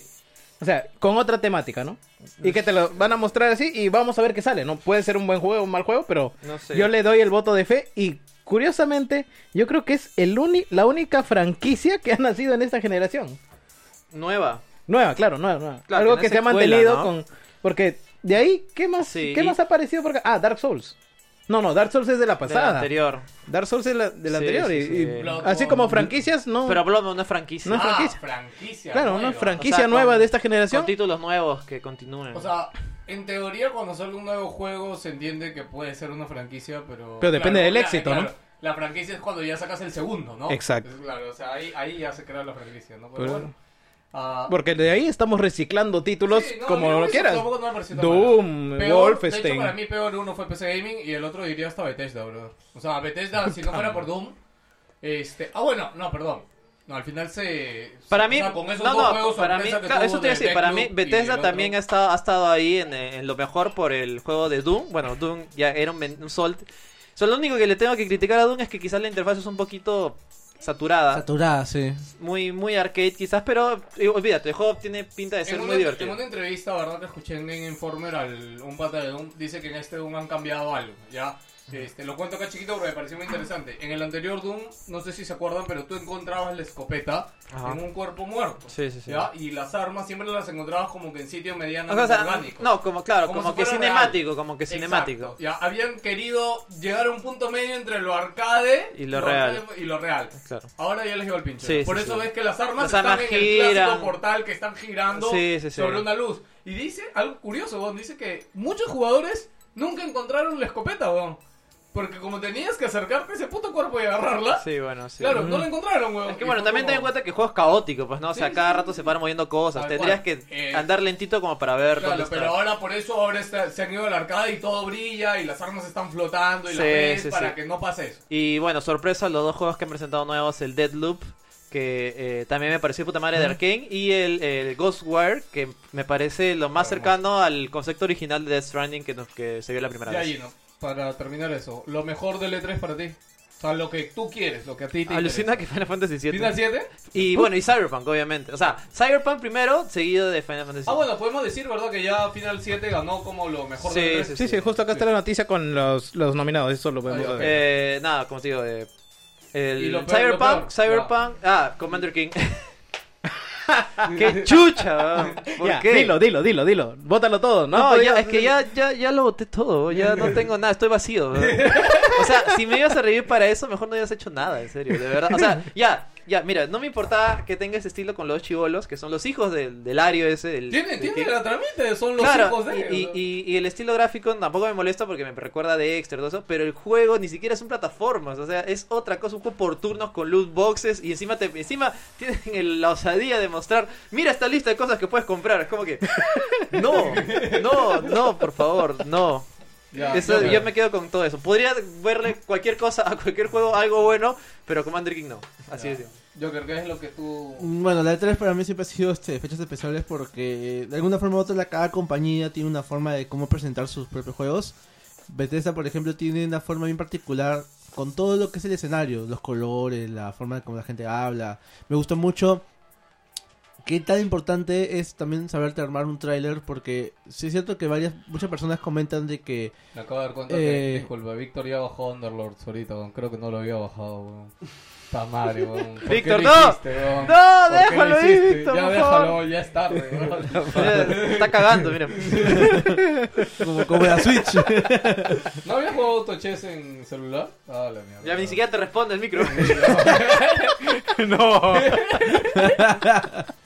F: O sea, con otra temática, ¿no? Y que te lo van a mostrar así y vamos a ver qué sale, ¿no? Puede ser un buen juego o un mal juego, pero
E: No sé.
F: yo le doy el voto de fe y curiosamente yo creo que es el uni- la única franquicia que ha nacido en esta generación.
E: Nueva.
F: Nueva, claro, nueva, nueva.
E: Claro,
F: Algo
E: que no
F: que
E: es
F: se ha
E: secuela,
F: mantenido
E: ¿no?
F: con... Porque de ahí, ¿qué más,
E: Sí.
F: ¿qué más ha aparecido? Por acá? Ah, Dark Souls. No, no, Dark Souls es de la
E: De la
F: pasada.
E: anterior.
F: Dark Souls es la, de la
E: Sí,
F: anterior.
E: sí,
F: y-
E: sí.
F: y
E: Bloodborne.
F: así como franquicias, no.
E: Pero Bloodborne no es franquicia.
F: No es
B: Ah,
F: franquicia.
B: franquicia.
F: Claro, una
B: nueva.
F: franquicia
E: O sea, con-
F: nueva de esta
E: Con
F: generación.
E: títulos nuevos que continúen.
B: O sea, en teoría cuando sale un nuevo juego se entiende que puede ser una franquicia, pero...
F: Pero depende del
B: la-
F: éxito, ¿no?
B: La franquicia es cuando ya sacas el segundo, ¿no?
F: Exacto.
B: Es claro, o sea, ahí, ahí ya se crea la franquicia, ¿no? Pero,
F: Pero-
B: bueno. ah,
F: Porque de ahí estamos reciclando títulos
B: sí, no, a mí
F: como lo
B: Ubisoft
F: quieras.
B: tampoco no me pareció tan
F: Doom,
B: mala. Peor, De
E: este,
B: hecho,
F: Wolfenstein.
B: para mí peor uno fue PC Gaming y el otro diría hasta Bethesda, bro. O sea, Bethesda, si no fuera por Doom... Este... Ah, bueno, no, perdón. No, al final se...
E: Para
B: o
E: mí,
B: sea, con esos
E: no,
B: dos
E: no,
B: juegos
E: para mí,
B: sorpresa que
E: claro,
B: tuvo
E: eso te iba a
B: de
E: decir, para mí
B: Deathloop y el
E: Bethesda
B: otro-
E: también ha estado, ha estado ahí en, eh, en lo mejor por el juego de Doom. Bueno, Doom ya era un, men- un sol. So, lo único que le tengo que criticar a Doom es que quizás la interfaz es un poquito saturada,
H: Saturada, sí.
E: muy muy arcade quizás, pero eh, olvídate, el juego tiene pinta de ser
B: en
E: muy
B: una,
E: divertido.
B: En una entrevista, ¿verdad? Que escuché en Informer, al, un pata de Doom, dice que en este Doom han cambiado algo, ¿ya? Este, lo cuento acá chiquito porque me pareció muy interesante. En el anterior Doom, no sé si se acuerdan, pero tú encontrabas la escopeta
E: Ajá.
B: en un cuerpo muerto.
E: Sí, sí, sí.
B: ¿ya? Y las armas siempre las encontrabas como que en sitio mediano
E: O sea, o sea,
B: orgánico.
E: no, como claro,
B: Como
E: como,
B: si
E: que
B: fuera
E: cinemático, como que cinemático.
B: Exacto. Ya, habían querido llegar a un punto medio entre lo arcade
E: Y lo real.
B: y lo real.
E: Claro.
B: Ahora ya les llevo el pinche.
E: Sí, sí,
B: Por eso
E: sí.
B: ves que las armas
E: Las
B: están
E: armas
B: en el
E: giran.
B: clásico portal que están girando
E: Sí, sí, sí.
B: sobre una luz. Y dice algo curioso, weón. Dice que muchos jugadores nunca encontraron la escopeta, weón. Porque como tenías que acercarte a ese puto cuerpo y agarrarla,
E: Sí, bueno, sí. Mm.
B: claro, no la encontraron, weón.
E: Es que
B: Y
E: bueno,
B: fue
E: también ten en
B: como-
E: cuenta que el juego es caótico, pues no, o sea,
B: Sí,
E: cada
B: sí.
E: rato se van moviendo cosas,
B: Tal
E: tendrías
B: cual.
E: que
B: Eh,
E: andar lentito como para ver dónde
B: Claro,
E: está.
B: pero ahora por eso ahora está- se han ido al arcade y todo brilla y las armas están flotando y las
E: Sí,
B: ves
E: sí,
B: para
E: sí.
B: que no pase eso.
E: Y bueno, sorpresa, los dos juegos que han presentado nuevos, el Deadloop, que eh, también me pareció puta madre de Arkane, y el, el Ghostwire, que me parece lo más cercano al concepto original de Death Stranding que, nos- que se vio la primera
B: Ya,
E: vez.
B: Gino, para terminar eso, lo mejor del E3 para ti. O sea, lo que tú quieres, lo que a ti te
E: Alucina
B: interesa.
E: que Final Fantasy VII.
B: ¿Final 7?
E: Y bueno, y Cyberpunk, obviamente. O sea, Cyberpunk primero, seguido de Final Fantasy
B: Ah,
E: VII.
B: bueno, podemos decir, ¿verdad? Que ya Final 7 ganó como lo mejor
E: Sí,
B: del E E3.
E: sí,
F: Sí, sí, justo acá está la noticia con los, los nominados. Eso lo podemos
B: Ah, ya,
F: ver.
E: Eh, nada, como te digo, eh,
B: Y
E: el
B: lo peor,
E: Cyberpunk,
B: lo peor.
E: Cyberpunk, ah, Commander King. ¡Qué chucha! weón. Eh, ¿Por
F: Ya,
E: qué?
F: Dilo, dilo, dilo, dilo. Bótalo todo. No,
E: No,
F: Podía-
E: ya, es que ya, ya, ya lo boté todo, ya no tengo nada, estoy vacío. weón. O sea, si me ibas a reír para eso, mejor no hubieras hecho nada, en serio, de verdad. O sea, ya, Ya, mira, no me importaba que tenga ese estilo con los chivolos, que son los hijos del, del Ario ese. el-
B: Tiene,
E: el
B: tiene
E: que-
B: la tramite, son los
E: Claro,
B: hijos de
E: y, y- y- y el estilo gráfico tampoco me molesta porque me recuerda de Dexter y todo eso, pero el juego ni siquiera son plataformas, o sea, es otra cosa, un juego por turnos con loot boxes y encima te, encima tienen el- la osadía de mostrar, mira esta lista de cosas que puedes comprar, es como que, no, no, no, por favor, no. Eso- yo me quedo con todo eso. Podría verle cualquier cosa a cualquier juego algo bueno, pero Commander King no. Así es.
B: Joker, ¿qué es lo que tú...?
H: Bueno, la E3 para mí siempre ha sido este, fechas especiales porque eh, de alguna forma u otra la- cada compañía tiene una forma de cómo presentar sus propios juegos. Bethesda, por ejemplo, tiene una forma bien particular con todo lo que es el escenario, los colores, la forma como la gente habla. Me gustó mucho qué tan importante es también saberte armar un tráiler porque sí es cierto que varias muchas personas comentan de que
B: Me acabo de dar cuenta
H: Eh.
B: que, disculpa, Víctor ya bajó Underlords ahorita, weón. creo que no lo había bajado, weón. Está mal, weón. ¿Por qué
E: Víctor,
B: lo
E: no.
B: hiciste, weón?
E: No,
B: ¿Por qué lo
E: déjalo ahí,
B: hiciste?
E: Víctor,
B: Ya
E: por
B: déjalo,
E: favor.
B: ya es tarde, weón.
E: Está cagando, mira.
H: como, como la Switch.
B: ¿No había jugado autochess en celular? Ah, la mierda.
E: Ya ni siquiera te responde el micro.
C: no.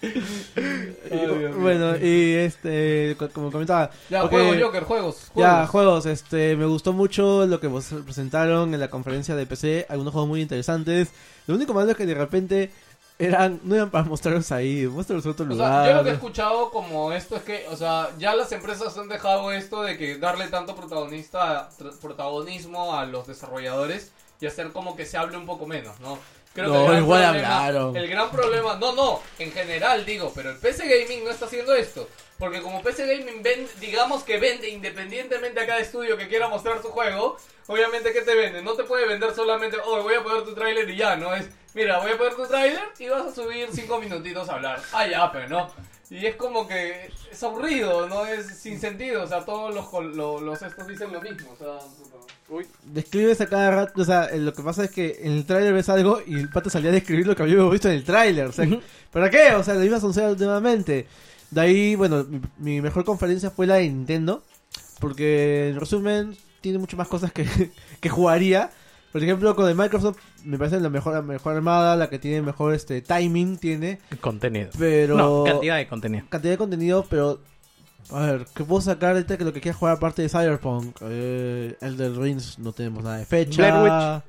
B: Ay, Dios mío.
H: bueno, y este, co- como comentaba,
B: Ya,
H: ok,
B: juegos, Joker, juegos.
H: Ya,
B: juegos.
H: juegos, este, me gustó mucho lo que vos presentaron en la conferencia de PC, algunos juegos muy interesantes. Lo único malo es que de repente eran, no eran para mostrarlos ahí, mostrarlos en otro
B: O sea, yo lo
H: lugar.
B: que he escuchado como esto es que, o sea, ya las empresas han dejado esto de que darle tanto protagonista, tr- protagonismo a los desarrolladores y hacer como que se hable un poco menos, ¿no?
H: No,
B: el gran
H: igual
B: problema-
H: hablaron.
B: El gran problema, no, no, en general digo, pero el PC Gaming no está haciendo esto. Porque como PC Gaming, vende, digamos que vende independientemente a cada estudio que quiera mostrar su juego, obviamente que te vende. No te puede vender solamente, oh, voy a poner tu tráiler y ya, ¿no? Es, mira, voy a poner tu tráiler y vas a subir cinco minutitos a hablar. Ah, ya, pero no. Y es como que es aburrido, ¿no? Es sin sentido. O sea, todos los, col- lo- los estos dicen lo mismo. O sea, puta.
H: Describes a cada rato, o sea, eh, lo que pasa es que en el tráiler ves algo y el pato salía a describir lo que habíamos visto en el tráiler. O sea, ¿para qué? O sea, la misma soncera nuevamente. De ahí, bueno, mi, mi mejor conferencia fue la de Nintendo, porque en resumen tiene muchas más cosas que, que jugaría. Por ejemplo, con el Microsoft me parece la mejor, la mejor armada, la que tiene mejor este timing tiene,
F: Contenido.
H: pero
F: No, cantidad de contenido.
H: cantidad de contenido, pero a ver, ¿qué puedo sacar ahorita que lo que quiera jugar aparte de Cyberpunk? Eh, Elder Rings no tenemos nada de fecha.
F: Blair Witch.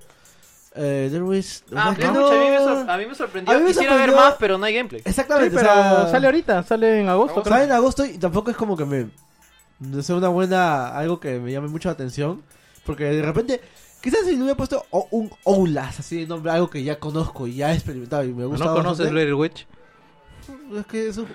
H: Eh, Elder Rings,
E: Ah,
H: o sea,
E: Blair
H: no-
E: Witch a mí me sor- a mí me sorprendió.
H: A mí me
E: Quisiera ver
H: sorprendió-
E: más, pero no hay gameplay.
H: Exactamente,
F: pero
H: o sea,
F: sale ahorita, sale en agosto.
H: sale en agosto y tampoco es como que me no sé una buena algo que me llame mucho la atención, porque de repente quizás si le hubiera puesto o- un Oulas así de nombre, algo que ya conozco y ya he experimentado y me gusta
F: ¿No conoces
H: bastante.
F: Blair Witch?
H: Es que eso...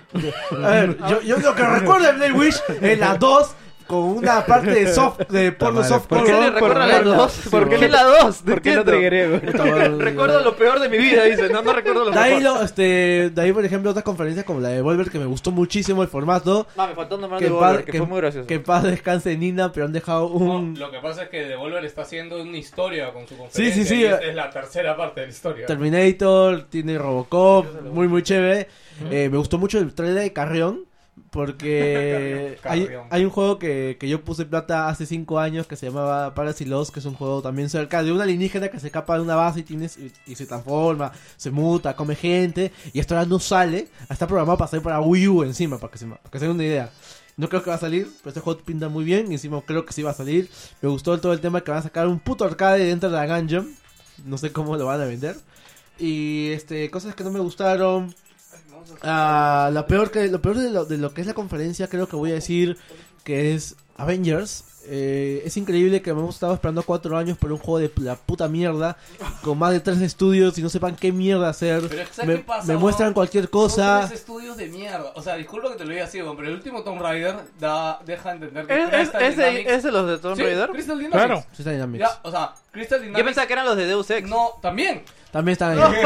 H: A ver, yo, yo lo que recuerdo de Blair Witch en la 2 con una parte de soft de porno soft
E: ¿Por qué le recuerda la 2? ¿Por qué la 2?
F: ¿Por qué no triggeré, güey?
E: Recuerdo lo peor de mi vida, dice. No, no recuerdo lo
H: de ahí,
E: peor.
H: lo- este, de ahí, por ejemplo, otras conferencias como la de Volver que me gustó muchísimo el formato.
E: No, me faltó nombrar
H: Que
E: de Boulder,
H: pa-
E: que,
H: que-
E: fue muy gracioso.
H: Que en paz descanse Nina, pero han dejado un...
B: No, lo que pasa es que Devolver está haciendo una historia con su
H: sí,
B: conferencia.
H: sí. eh.
B: y esta es la tercera parte de la historia.
H: Terminator, tiene Robocop, muy muy chévere. Eh, me gustó mucho el trailer de Carrión. Porque hay,
B: Carrión.
H: hay un juego que, que yo puse plata hace 5 años que se llamaba Parasilos, que es un juego también cerca de una alienígena que se escapa de una base y, tienes, y, y se transforma, se muta, come gente. Y esto ahora no sale, está programado para salir para Wii U encima, para que se, para que se den una idea. No creo que va a salir, pero este juego pinta muy bien. Y encima creo que sí va a salir. Me gustó todo el tema que van a sacar un puto arcade dentro de la Gungeon. No sé cómo lo van a vender. Y este, cosas que no me gustaron. Ah, la peor que, lo peor de lo, de lo que es la conferencia, creo que voy a decir que es Avengers. Eh, es increíble que hemos estado esperando cuatro años por un juego de la puta mierda con más de tres estudios y no sepan qué mierda hacer.
B: Pero es que, ¿sabes
H: Me,
B: qué pasa,
H: me
B: no?
H: muestran cualquier cosa.
B: Son tres estudios de mierda. O sea, disculpa que te lo diga así, weón, pero el último Tomb Raider da, deja entender que
E: ¿Es, es,
B: Crystal
E: es, de,
B: Dynamics-
E: ¿Es de los de Tomb
B: Sí,
E: Raider?
B: Crystal Dynamics.
C: Claro.
H: Sí, está Dynamics.
B: Ya, o sea, Crystal Dynamics.
E: Yo pensaba que eran los de Deus Ex.
B: No, también.
H: También están ahí.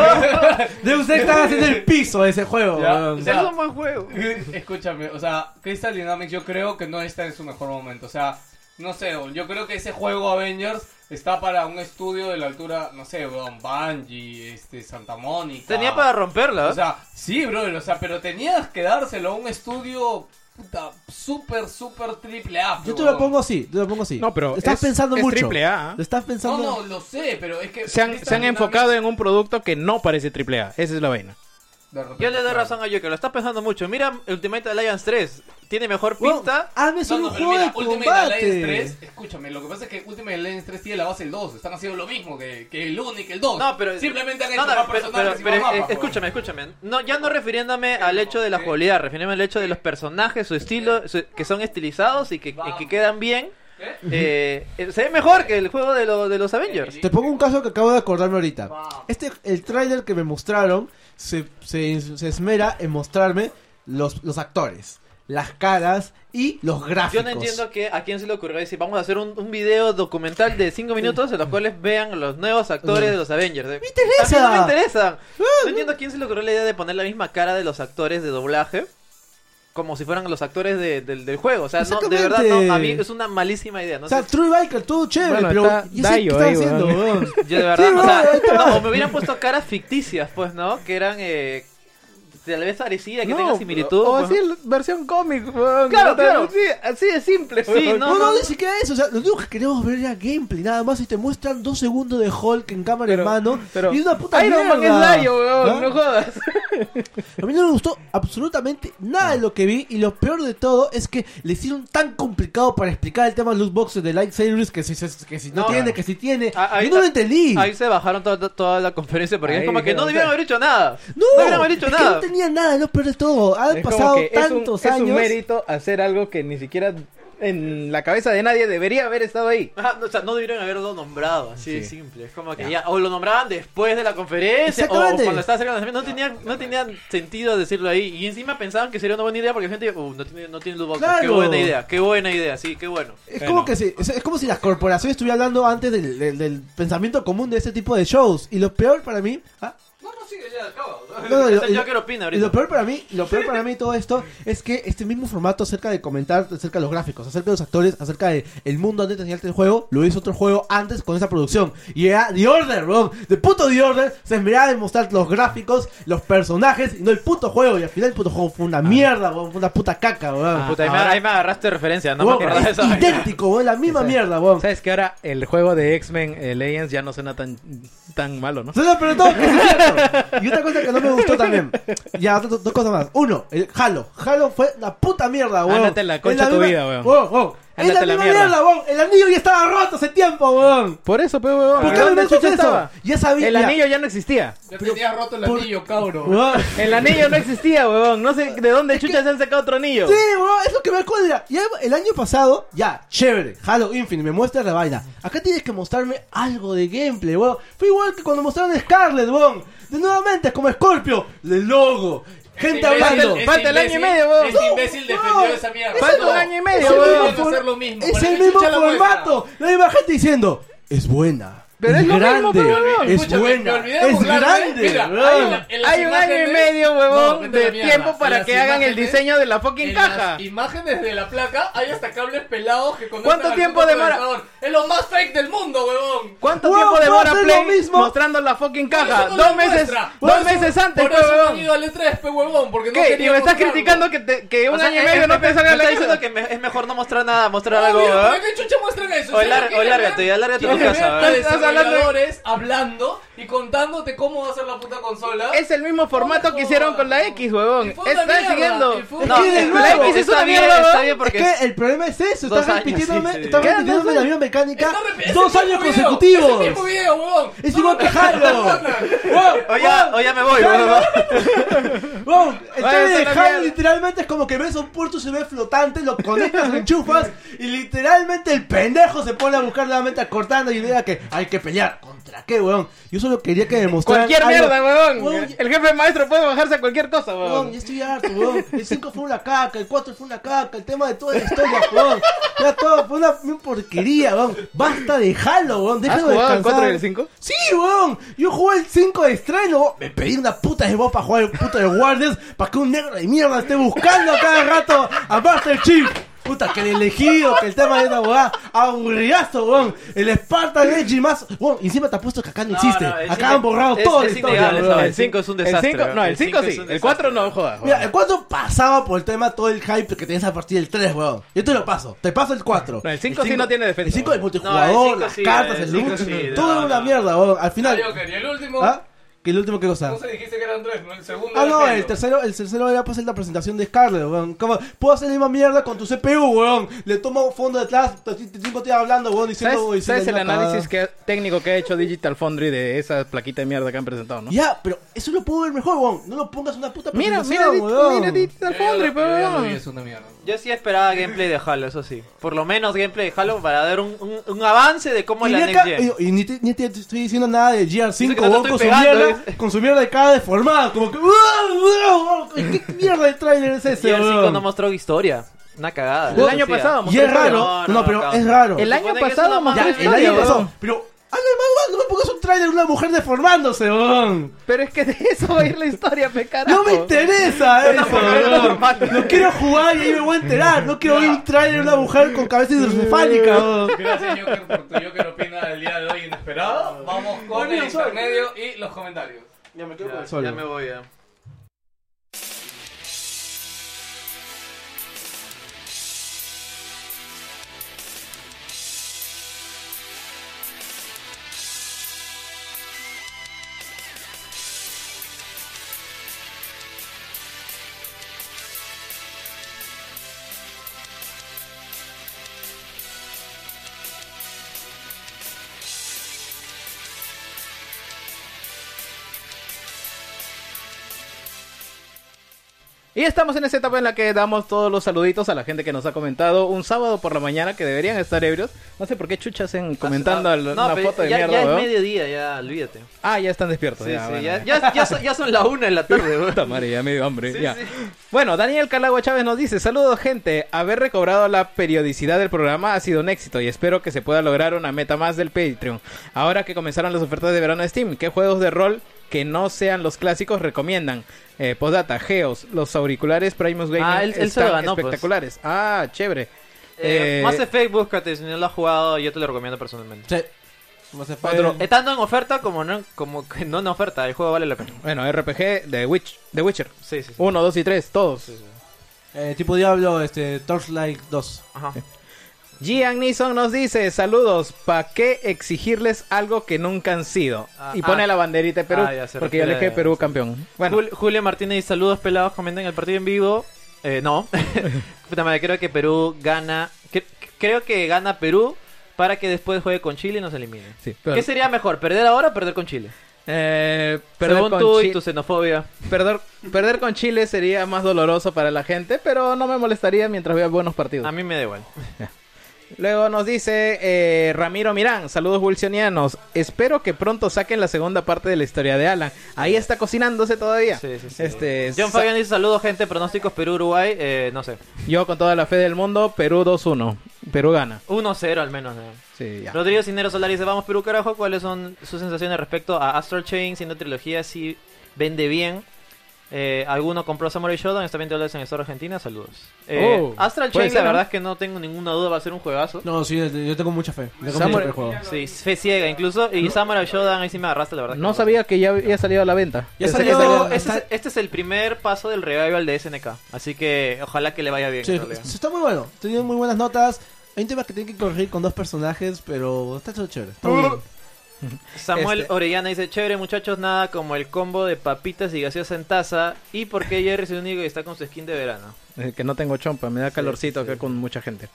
H: Deus Ex están haciendo el piso de ese
E: Oh,
H: juego.
B: Ya,
H: weón.
B: o sea,
E: es un buen juego.
B: Escúchame, o sea, Crystal Dynamics yo creo que no está en su mejor momento. O sea, no sé, weón, yo creo que ese juego Avengers está para un estudio de la altura, no sé, weón, Bungie, este, Santa Mónica.
E: Tenía para romperla. ¿eh?
B: O sea, sí, brother, o sea, pero tenías que dárselo a un estudio puta, súper, súper triple A.
H: Yo te
B: huevón.
H: lo pongo así, te lo pongo así.
F: No, pero
H: Estás
F: es-
H: pensando
F: es
H: mucho.
F: triple A, ¿ah?
H: Lo Estás pensando...
B: No, no, lo sé, pero es que...
F: Se han, se han enfocado en un producto que no parece AAA. Esa es la vaina.
B: De repente,
E: Yo le doy
B: claro.
E: razón a Joker, lo está pensando mucho. Mira Ultimate Alliance 3, tiene mejor
H: Weón,
E: pinta.
J: ah,
H: Hazme
B: No,
H: solo
B: no,
H: un
B: pero
H: juego
B: mira,
H: de
B: Ultimate
H: combate.
B: Alliance 3, escúchame, lo que pasa es que Ultimate Alliance 3 tiene la base del 2, están haciendo lo mismo que, que el 1 y que el 2.
E: No, pero
B: Simplemente han
E: no,
B: hecho
E: no,
B: más
E: pero,
B: personajes
E: pero-
B: y más
E: pero, eh,
B: mapas, huevón.
H: pues.
E: escúchame, escúchame. No, ya no refiriéndome al hecho de la jugabilidad, refiriéndome al hecho de los personajes, su estilo, su- que son estilizados y que, y que quedan bien. Eh, eh, se ve mejor que el juego de, lo- de los Avengers.
H: Sí.
J: Te pongo un caso que acabo de acordarme ahorita. Este, el tráiler que me mostraron se, se- se esmera en mostrarme los, los actores, las caras y los gráficos.
E: Yo no entiendo que a quién se le ocurrió decir, vamos a hacer un, un video documental de 5 minutos en los cuales vean los nuevos actores de los Avengers. ¡Me
H: interesa!
E: no me interesan! No entiendo a quién se le ocurrió la idea de poner la misma cara de los actores de doblaje como si fueran los actores de- del- del juego. O sea, no, de verdad, no, a mí es una malísima idea. No
H: O sea,
E: sé-
H: True Biker, todo chévere,
F: Bueno,
H: pero...
F: está
H: ¿y ese
F: Dayo
H: qué está
F: ahí,
H: haciendo,
F: weón.
H: weón?
E: Yo de verdad, o, sea,
H: no, ahí está.
E: no, o me hubieran puesto caras ficticias, pues, ¿no? Que eran, eh, tal vez parecidas, que tengan similitud.
F: O
E: pues.
F: así, el- versión cómic. weón.
E: Claro,
F: Puta,
E: claro.
F: Sí, así de simple.
E: Sí,
F: weón.
E: no,
H: No, no,
E: no.
H: ni
E: no.
H: siquiera eso. O sea, lo único que queremos ver era gameplay, nada más. Y te muestran dos segundos de Hulk en cámara
F: Pero-
H: en mano.
F: pero-
H: y una puta
F: Iron Man
H: mierda.
F: es Dayo, weón,
H: ¿Ah?
F: no jodas.
H: A mí no me gustó absolutamente nada de lo que vi. Y lo peor de todo es que le hicieron tan complicado para explicar el tema de los boxes de Lightsabers que si, se- que si no,
E: No,
H: tiene,
E: no.
H: que si tiene.
E: Ah, ahí
H: Yo no lo
E: está.
H: entendí.
E: Ahí se bajaron toda, toda la conferencia porque
F: Ahí
E: es como que
F: dijeron,
E: no debieron
F: o sea,
E: haber hecho nada.
H: No,
E: debieron haber hecho
H: es que
E: nada.
H: no tenía nada, es lo peor de todo. Han
F: Es como
H: pasado
F: que es un-
H: tantos
F: es un,
H: años.
F: mérito hacer algo que ni siquiera en la cabeza de nadie debería haber estado ahí.
E: Ajá, no, Ah, o sea, no debieron haberlo nombrado, así de
F: Sí.
E: simple. Es como que ya, o lo nombraban después de la conferencia, o
H: Exactamente.
E: cuando estaba cerca del lanzamiento. No tenía, no tenía sentido decirlo ahí. Y encima pensaban que sería una buena idea porque la gente, uh, no tiene, no tiene loot boxes. Qué
H: Claro.
E: buena idea, qué buena idea, sí, qué bueno.
H: Es como, que si, es, es como si las corporaciones estuvieran hablando antes del, del- del pensamiento común de este tipo de shows. Y lo peor para mí. ¿ah?
B: No, no, sí, ya acaba.
H: No, no, y
E: Eso
H: lo-
E: es
H: y
E: yo
H: lo-
E: quiero opina
H: Y
E: ahorita.
H: lo peor para mí, lo peor para mí de todo esto es que este mismo formato acerca de comentar, acerca de los gráficos, acerca de los actores, acerca de el mundo antes de enseñarte el juego, lo hizo otro juego antes con esa producción. Y era The Order, weón. De puto The Order se miraba en mostrar los gráficos, los personajes y no el puto juego. Y al final el puto juego fue una mierda, weón. Fue una puta caca, weón.
E: Ah. Puta, ahí, me, ahí me agarraste de referencia, no
H: Ah, Weón,
E: me acordaba de
H: es
E: esa vaina.
H: idéntico, weón. La misma
F: Esa-
H: mierda, weón.
F: Sabes que ahora el juego de X-Men eh, Legends ya no suena tan, tan malo, ¿no?
H: Se lo preguntó, que es cierto. Y otra cosa que no me gustó también. Ya, do- do- dos, cosas más. Uno, el Halo. Halo fue la puta mierda, weón.
F: Ándate la concha
H: Es
F: tu
H: misma-
F: vida, weón.
H: Weón, weón. Es la
F: Ándate la
H: misma
F: mierda.
H: mierda, weón. El anillo ya estaba roto hace tiempo, weón.
F: Por eso, pero weón.
H: ¿Por qué
F: ¿dónde
H: me metes
F: chucha
H: eso?
F: estaba?
H: Ya sabía.
F: El
H: ya.
F: anillo ya no existía.
B: Ya tenías roto el
H: por-
B: anillo, cabrón.
H: Weón.
F: El anillo no existía, weón. No sé de dónde chucha se han sacado otro anillo.
H: Sí, weón, es lo que me acuerda. Ya el año pasado, ya, chévere. Halo Infinite, me muestra la vaina. Acá tienes que mostrarme algo de gameplay, weón. Fue igual que cuando mostraron Scarlet, weón. De nuevamente, como Scorpio, el logo. Gente
B: Este imbécil-
H: hablando.
B: este
F: falta el año y
B: imbécil-
F: medio, weón.
B: Este imbécil
H: No,
B: defendió
H: no.
B: esa mierda.
F: Falta
B: No.
F: un año y medio,
B: Es el
F: weón.
B: mismo hacer lo mismo.
H: Es
B: ¿Para
H: el
B: qué
H: mismo
B: chucha la muestra?
H: formato. La misma gente diciendo, es buena.
F: Pero
H: es,
F: es lo mismo,
H: grande,
F: pero no.
H: es
B: Escúchame, me
H: buena,
B: olvidé de
H: es
B: burlarme.
H: grande.
B: Mira,
H: weón.
B: hay una- en las
F: Hay un año y
B: imágenes-
F: medio,
B: No,
F: huevón,
B: vete a la
F: de
B: mierda.
F: tiempo para
B: En
F: que
B: las
F: hagan el
B: imágenes-
F: diseño de la fucking
B: en
F: caja.
B: las imágenes de la placa hay hasta cables pelados que conectan
F: ¿Cuánto
B: al
F: tiempo
B: puto
F: demora?
B: procesador. Es lo más fake del mundo, huevón.
F: ¿Cuánto
H: Weón,
F: tiempo
H: ¿puedo
F: demora
H: hacer
F: Play
H: lo mismo?
F: mostrando la fucking caja?
B: Por eso no
F: dos
B: lo
F: meses,
B: muestra.
F: dos
B: Por eso-
F: meses antes,
B: Por
F: pues,
B: eso no
F: huevón.
B: han ido al E3, pe, huevón, porque no
F: ¿Qué?
B: quería
F: Y me estás
B: mostrarlo.
F: criticando que, te- que un
E: O sea,
F: año y
E: eh,
F: medio
E: eh,
F: no
E: me-
F: te
E: me
F: salga
E: está
F: la
E: diciendo
F: caja. Ah,
E: que me- es mejor no mostrar nada, mostrar
B: No,
E: algo,
B: viejo,
E: ¿verdad?
B: ¿para qué chucha muestran eso?
E: O
B: Si
E: lar-
B: no
E: o
B: quieren
E: lárgate,
B: ver-
E: ya lárgate
B: quieren
E: a tu
B: ver
E: casa,
B: a
E: ¿verdad?
F: Estás hablando de-
B: desarrolladores hablando y contándote cómo va a ser la puta consola.
F: Es el mismo formato que hicieron con la X,
B: Y
F: huevón.
B: fue una
F: Están
B: mierda,
F: siguiendo.
B: y fue
H: No,
B: una-
H: es que
F: La X es
E: está
F: una
E: bien,
F: mierda,
E: está
F: huevón.
E: bien porque
H: Es que el problema es eso,
E: Dos
H: estás
E: años,
H: repitiéndome,
E: sí, sí.
H: estás
F: ¿Qué? ¿Dos
H: repitiéndome la
F: años?
H: misma mecánica
B: Está re- es el
H: dos
B: mismo
H: años
B: video,
H: consecutivos.
B: Es el mismo video, huevón.
H: Es
B: No,
H: igual que Halo.
E: O ya, o ya me voy, huevón.
H: Wow, el
F: Vaya,
H: cable de
F: está la
H: Halo
F: mierda.
H: literalmente es como que ves un puerto se ve flotante, lo conectas, lo enchufas y literalmente el pendejo se pone a buscar nuevamente cortando y idea que hay que pelear. ¿Contra qué, weón? Yo solo quería que me mostraran
F: Cualquier
H: algo.
F: mierda, huevón.
H: Weón, ya-
F: El jefe maestro puede bajarse a cualquier cosa,
H: Weón, ya
F: huevón.
H: estoy harto, weón. El 5 fue una caca, el 4 fue una caca, el tema de toda la historia, weón. Ya todo fue una porquería, weón. Basta de Halo, weón.
F: ¿Has
H: Déjalo
F: jugado
H: descansar.
F: el 4 y el 5?
H: Sí, weón. Yo jugué el 5 de estreno. weón. Me pedí una puta de voz para jugar el puto de Guardians. Para que un negro de mierda esté buscando a cada rato a Master Chief. Puta, que el elegido, que el tema de esta abogada. Aburridazo, weón. El Spartan Edge y más. Weón, y encima te apuesto que acá no, existe.
E: no, es
H: acá han
E: ine-
H: borrado
E: es-
H: toda la
E: es
H: historia,
E: innegable,
H: weón.
E: no, el cinco es un desastre,
F: El cinco- no,
E: weón.
F: el
E: El
F: 5
E: cinco es
F: sí.
E: un
F: El
E: desastre.
F: 4 no, joda.
H: Mira, el 4 pasaba por el tema todo el hype que tenías a partir del 3, weón. Yo te lo paso, te paso el 4.
F: No, el cinco sí no tiene defensa,
H: El 5
E: No,
F: weón.
H: es
E: el
H: multijugador,
E: cinco
H: las
E: sí,
H: cartas,
E: el
H: el
E: cinco
H: loot,
E: sí,
H: todo
E: no,
H: era una
E: no.
H: mierda, weón. Al final.
B: Joker, y el último.
H: ¿Ah? ¿Que el último qué cosa?
B: No se dijiste que eran tres, ¿no? El segundo.
H: Ah,
B: era
H: no,
B: Halo.
H: el tercero, el tercero era pues la presentación de Scarlett, weón. Como, puedo hacer la misma mierda con tu CPU, weón. Le tomo fondo detrás, te- te- cinco te hablando, weón, diciendo,
F: ¿Sabes,
H: diciendo
F: sabes el
H: una cagada.
F: análisis que- técnico que ha hecho Digital Foundry de esa plaquita de mierda que han presentado, no?
H: Ya, pero eso lo puedo ver mejor, weón. No lo pongas en una puta
F: Mira, mira,
H: presentación,
F: di-
H: weón.
F: mira
B: Yo
F: Digital
B: ya lo-
F: Foundry, pero
B: yo ya lo
F: weón.
B: vi, Es una mierda.
E: Yo sí esperaba gameplay de Halo, eso sí. Por lo menos gameplay de Halo para dar un, un- un avance de cómo
H: Y,
E: es
H: ni
E: la
H: acá-
E: Next Gen.
H: y- y ni, te, ni te estoy diciendo nada de
E: Dice que no
H: GR5,
E: te
H: weón,
E: estoy
H: con, su
E: pegando,
H: mierda,
E: ¿ves?
H: con su mierda de cara deformada, como que... "Uah, uah, ¿Qué mierda de trailer es
E: Y
H: ese,
E: el 5
H: weón?
E: no mostró historia. Una cagada.
F: El año pasado
H: Y es raro,
E: No,
H: no,
E: no,
H: pero
E: no,
H: es
E: no.
H: raro.
F: El año
E: supone que
F: pasado
E: eso no
F: más
H: Ya,
E: Ah,
H: el año pasado. Pero, hazle más, weón, no me pongas un trailer de una mujer deformándose, weón.
F: Pero es que de eso va a ir la historia, pe carajo.
H: No me interesa eso.
E: mujer
H: weón.
E: normal.
H: No quiero jugar y ahí me voy a enterar. No quiero ver un trailer de una mujer con cabeza hidrocefálica. weón.
B: Gracias, Joker, por tu Joker opina del día de hoy inesperado. Vamos con el intermedio y los comentarios.
E: Ya, ya me voy. Ya.
F: Y estamos en esa etapa en la que damos todos los saluditos a la gente que nos ha comentado un sábado por la mañana que deberían estar ebrios. No sé por qué chuchas en comentando
E: Ah,
F: al-
E: no,
F: una
E: pero
F: foto de
E: ya,
F: mierda,
E: ya
F: weón.
E: es mediodía, ya, olvídate.
F: Ah, ya están despiertos.
E: Sí,
F: ya,
E: sí,
F: bueno, eh.
E: ya, ya, ya son, ya son la una de la tarde, weón.
F: Puta madre, ya me dio hambre.
E: Sí,
F: ya.
E: sí.
F: Bueno, Daniel Calagua Chávez nos dice: Saludos, gente. Haber recobrado la periodicidad del programa ha sido un éxito y espero que se pueda lograr una meta más del Patreon. Ahora que comenzaron las ofertas de verano de Steam, ¿qué juegos de rol que no sean los clásicos recomiendan? Eh, Podata, Geos, los auriculares Primus Gaming
E: Ah, él- él se lo
F: están
E: ganó, pues.
F: espectaculares. Ah, chévere.
E: Eh,
F: Eh,
E: Mass Effect, búscate. Si no lo has jugado, yo te lo recomiendo personalmente.
H: Sí. No se fue.
F: Otro.
E: Eh, Tanto en oferta como, no, como que no en oferta. El juego vale la pena.
F: Bueno, RPG de Witch, The Witcher.
E: Sí, sí, sí.
F: 1, 2 y 3, todos.
H: Eh, tipo Diablo, este, Torchlight 2.
E: Ajá.
F: Gian Nison nos dice, saludos, ¿para qué exigirles algo que nunca han sido?
E: Ah,
F: y pone
E: ah.
F: la banderita de Perú,
E: Ah, ya se
F: porque yo le
E: refiere
F: dije
E: a-
F: Perú campeón. Bueno,
E: Jul- Julio Martínez, saludos pelados, comenten el partido en vivo. Eh, no. Puta madre, creo que Perú gana. cre- creo que gana Perú para que después juegue con Chile y nos elimine.
F: Sí, pero-
E: ¿Qué sería mejor, perder ahora o perder con Chile?
F: eh, perder,
E: Según
F: con
E: tú y
F: Chi-
E: tu xenofobia.
F: perder, perder con Chile sería más doloroso para la gente, pero no me molestaría mientras vea buenos partidos.
E: A mí me da igual.
F: Luego nos dice eh, Ramiro Mirán, saludos wilsonianos, espero que pronto saquen la segunda parte de la historia de Alan. Ahí está cocinándose todavía.
E: Sí, sí, sí.
F: Este,
E: John
F: sa-
E: Fabian dice saludos, gente. Pronósticos Perú-Uruguay. Eh, no sé.
F: Yo con toda la fe del mundo, Perú 2-1. Perú gana.
E: 1-0 al menos. ¿no?
F: Sí, ya.
E: Rodrigo Cinero Solar dice, vamos Perú carajo, ¿cuáles son sus sensaciones respecto a Astral Chain siendo trilogía si vende bien? Eh, ¿Alguno compró Samurai Shodown? Está 20 dólares en el Store Argentina, saludos. Eh,
F: Oh,
E: Astral
F: puede
E: Chain,
F: ser,
E: la
F: ¿no?
E: verdad es que no tengo ninguna duda, va a ser un juegazo.
H: No, sí, yo tengo mucha fe. Le tengo
F: Samurai-
H: mucha fe al juego.
E: Sí, fe ciega incluso, y Samurai Shodown ahí sí me agarraste, la verdad.
F: No sabía que ya había salido a la venta.
H: Ya
F: Pensé
E: Este,
F: que
H: salió-
F: salía-
E: este
H: salió-
E: es,
H: está-
E: este es el primer paso del revival de SNK, así que ojalá que le vaya bien.
H: Sí,
E: en realidad.
H: está muy bueno. Tiene muy buenas notas. Hay un tema que tienen que corregir con dos personajes, pero está todo chévere. Está muy bien.
F: Uh.
E: Samuel
F: Este-
E: Orellana dice, chévere muchachos, nada como el combo de papitas y gaseosa en taza, y por qué Jerry es el único que está con su skin de verano.
F: Eh, Que no tengo chompa, me da calorcito acá con mucha gente.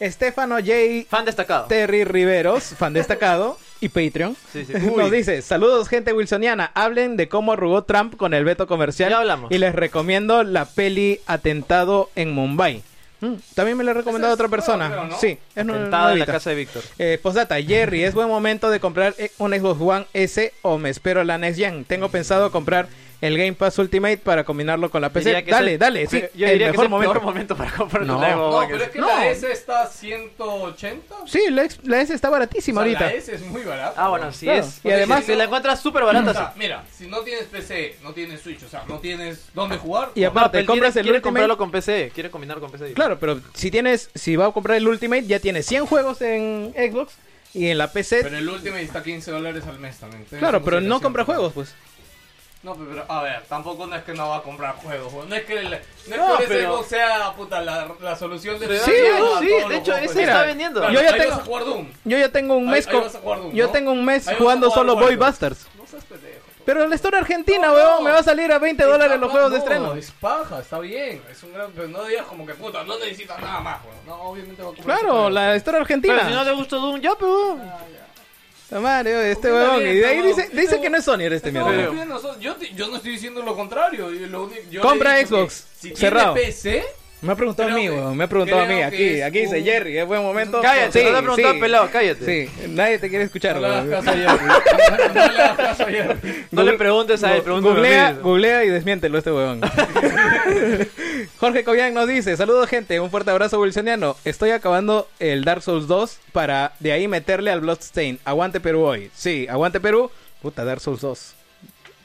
F: Estefano J.
E: Fan destacado.
F: Terry Riveros, fan destacado y Patreon,
E: Sí, sí.
F: nos dice: Saludos, gente wilsoniana. Hablen de cómo arrugó Trump con el veto comercial.
E: Ya hablamos.
F: Y les recomiendo la peli Atentado en Mumbai. Mm, también me la ha recomendado otra persona.
B: creo, ¿no?
F: Sí, es nu-
E: Sentado en la
F: nuevita.
E: casa de Víctor.
F: Eh, postdata, Jerry, es buen momento de comprar eh, un Xbox One S o me espero la Next Gen. Tengo pensado comprar el Game Pass Ultimate para combinarlo con la PC.
E: Diría que es
F: Dale,
E: el-
F: dale, sí,
E: Yo diría
F: el
E: que es
F: mejor
E: el
F: momento.
E: peor momento para comprar
F: No.
E: un Lego.
B: No,
E: porque
B: pero es que
F: No.
B: la S está a 180. O sea,
F: Sí, la, ex- la S está baratísima ahorita.
B: La S es muy barata.
E: Ah, bueno, sí
F: Claro.
E: es.
F: Y además-
E: si la encuentras súper
B: O
E: barata,
B: sea,
E: sí.
B: mira, si no tienes PC, no tienes Switch, o sea, no tienes dónde jugar.
F: Y aparte,
E: él
F: compras
E: quiere-
F: el
E: quiere
F: Ultimate.
E: comprarlo con PC, quiere combinar con PC.
F: Claro, pero si tienes, si va a comprar el Ultimate, ya tiene 100 juegos en Xbox y en la PC.
B: Pero el último está a 15 dólares al mes también. Ten
F: claro,
B: en
F: pero no
B: consideración.
F: compra juegos, pues.
B: No, pero a ver, tampoco no es que no va a comprar juegos. No es que el, no es
E: No,
B: que el
E: pero-
B: Xbox sea puta, la, la solución de
E: Sí, sí, de hecho, ese
F: Mira,
E: está vendiendo.
F: yo ya
B: ahí
F: tengo-
B: vas a jugar Doom.
F: Yo ya tengo un
B: Ahí-
F: mes
B: ahí
F: con-
B: vas a jugar Doom,
F: yo
B: ¿no?
F: tengo un mes
B: Ahí vas a
F: jugando
B: jugar
F: solo
B: Warcraft.
F: Boy Busters.
B: No seas pendejo.
F: Pero la historia argentina,
B: No,
F: weón,
B: no.
F: me va a salir a 20 dólares los
B: Está-
F: juegos de
B: no,
F: estreno.
B: Es paja, está bien. Es un gran, pero no digas como que puta, no necesitas nada más, weón. No, obviamente va a comprar.
F: Claro, la historia argentina.
E: Pero si no te gustó Doom, ya, pero.
F: La madre, oye, este
B: Está
F: huevón. Y
B: bien,
F: de ahí
B: huevón.
F: dice,
B: Este
F: dice que
B: huevón.
F: no es Sony, era este
B: No,
F: mierda.
B: más bien nosotros- yo, te- yo no estoy diciendo lo contrario. y lo único- yo
F: Compra
B: le he dicho
F: Xbox,
B: que Si tiene
F: cerrado.
B: PC,
F: Me ha preguntado a
B: Creo
F: mí,
B: que-
F: huevón, Me ha preguntado a mí.
B: creo que
F: Aquí,
B: es
F: aquí dice
B: un-
F: Jerry, es buen momento.
E: Cállate,
F: Sí,
E: no te he preguntado,
F: sí.
E: pelado, cállate.
F: Sí, nadie te quiere escuchar,
B: no le hagas
F: huevón.
B: caso a Jerry. No le hagas caso a Jerry.
E: No le preguntes a él, pregúntame a
F: Googlea,
E: mí.
F: googlea y desmiéntelo este huevón. Jorge Cobian nos dice, saludos gente, un fuerte abrazo wilsoniano. Estoy acabando el Dark Souls 2 para de ahí meterle al Bloodstain. Aguante Perú hoy. Sí, aguante Perú. Puta, Dark Souls 2.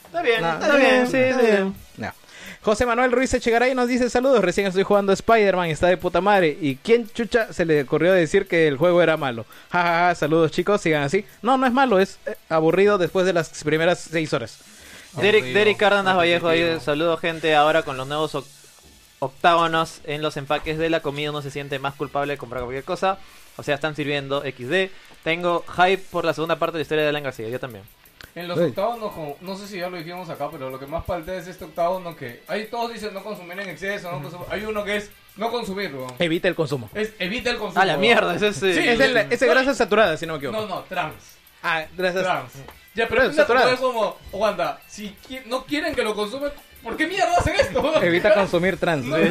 E: Está bien, está bien, sí,
D: Está
E: sí.
D: bien.
F: No. José Manuel Ruiz Echegaray nos dice saludos, recién estoy jugando Spider-Man, está de puta madre. ¿Y quién chucha se le ocurrió decir que el juego era malo? Ja, ja, ja, saludos chicos, sigan así. No, no es malo, es eh, aburrido después de las primeras seis horas.
E: Derek,
B: Aburrido,
E: Derek Cárdenas Vallejo, ahí,
B: repetitivo.
E: saludo gente. Ahora con los nuevos oc- octágonos en los empaques de la comida uno se siente más culpable de comprar cualquier cosa. O sea, están sirviendo XD. Tengo hype por la segunda parte de la historia de Alan García, yo también.
B: En los
D: Sí.
B: octavos, no, como- no sé si ya lo dijimos acá, pero lo que más falta es este octavo, no que. Ahí todos dicen no consumir en exceso, no consumir. Hay uno que es no consumir, weón.
F: Evita el consumo.
B: Es evita el consumo.
E: A la
B: weón.
E: mierda, ese es. eh,
B: Sí,
F: Es, el, es el grasa saturada, si no me equivoco.
B: No, no, trans.
F: Ah, grasas.
B: Trans.
E: Mm.
B: Ya,
F: Bueno,
B: pero es
F: saturadas.
B: como, Wanda, si qui- no quieren que lo consumen, ¿por qué mierda hacen esto? weón?
F: Evita consumir trans.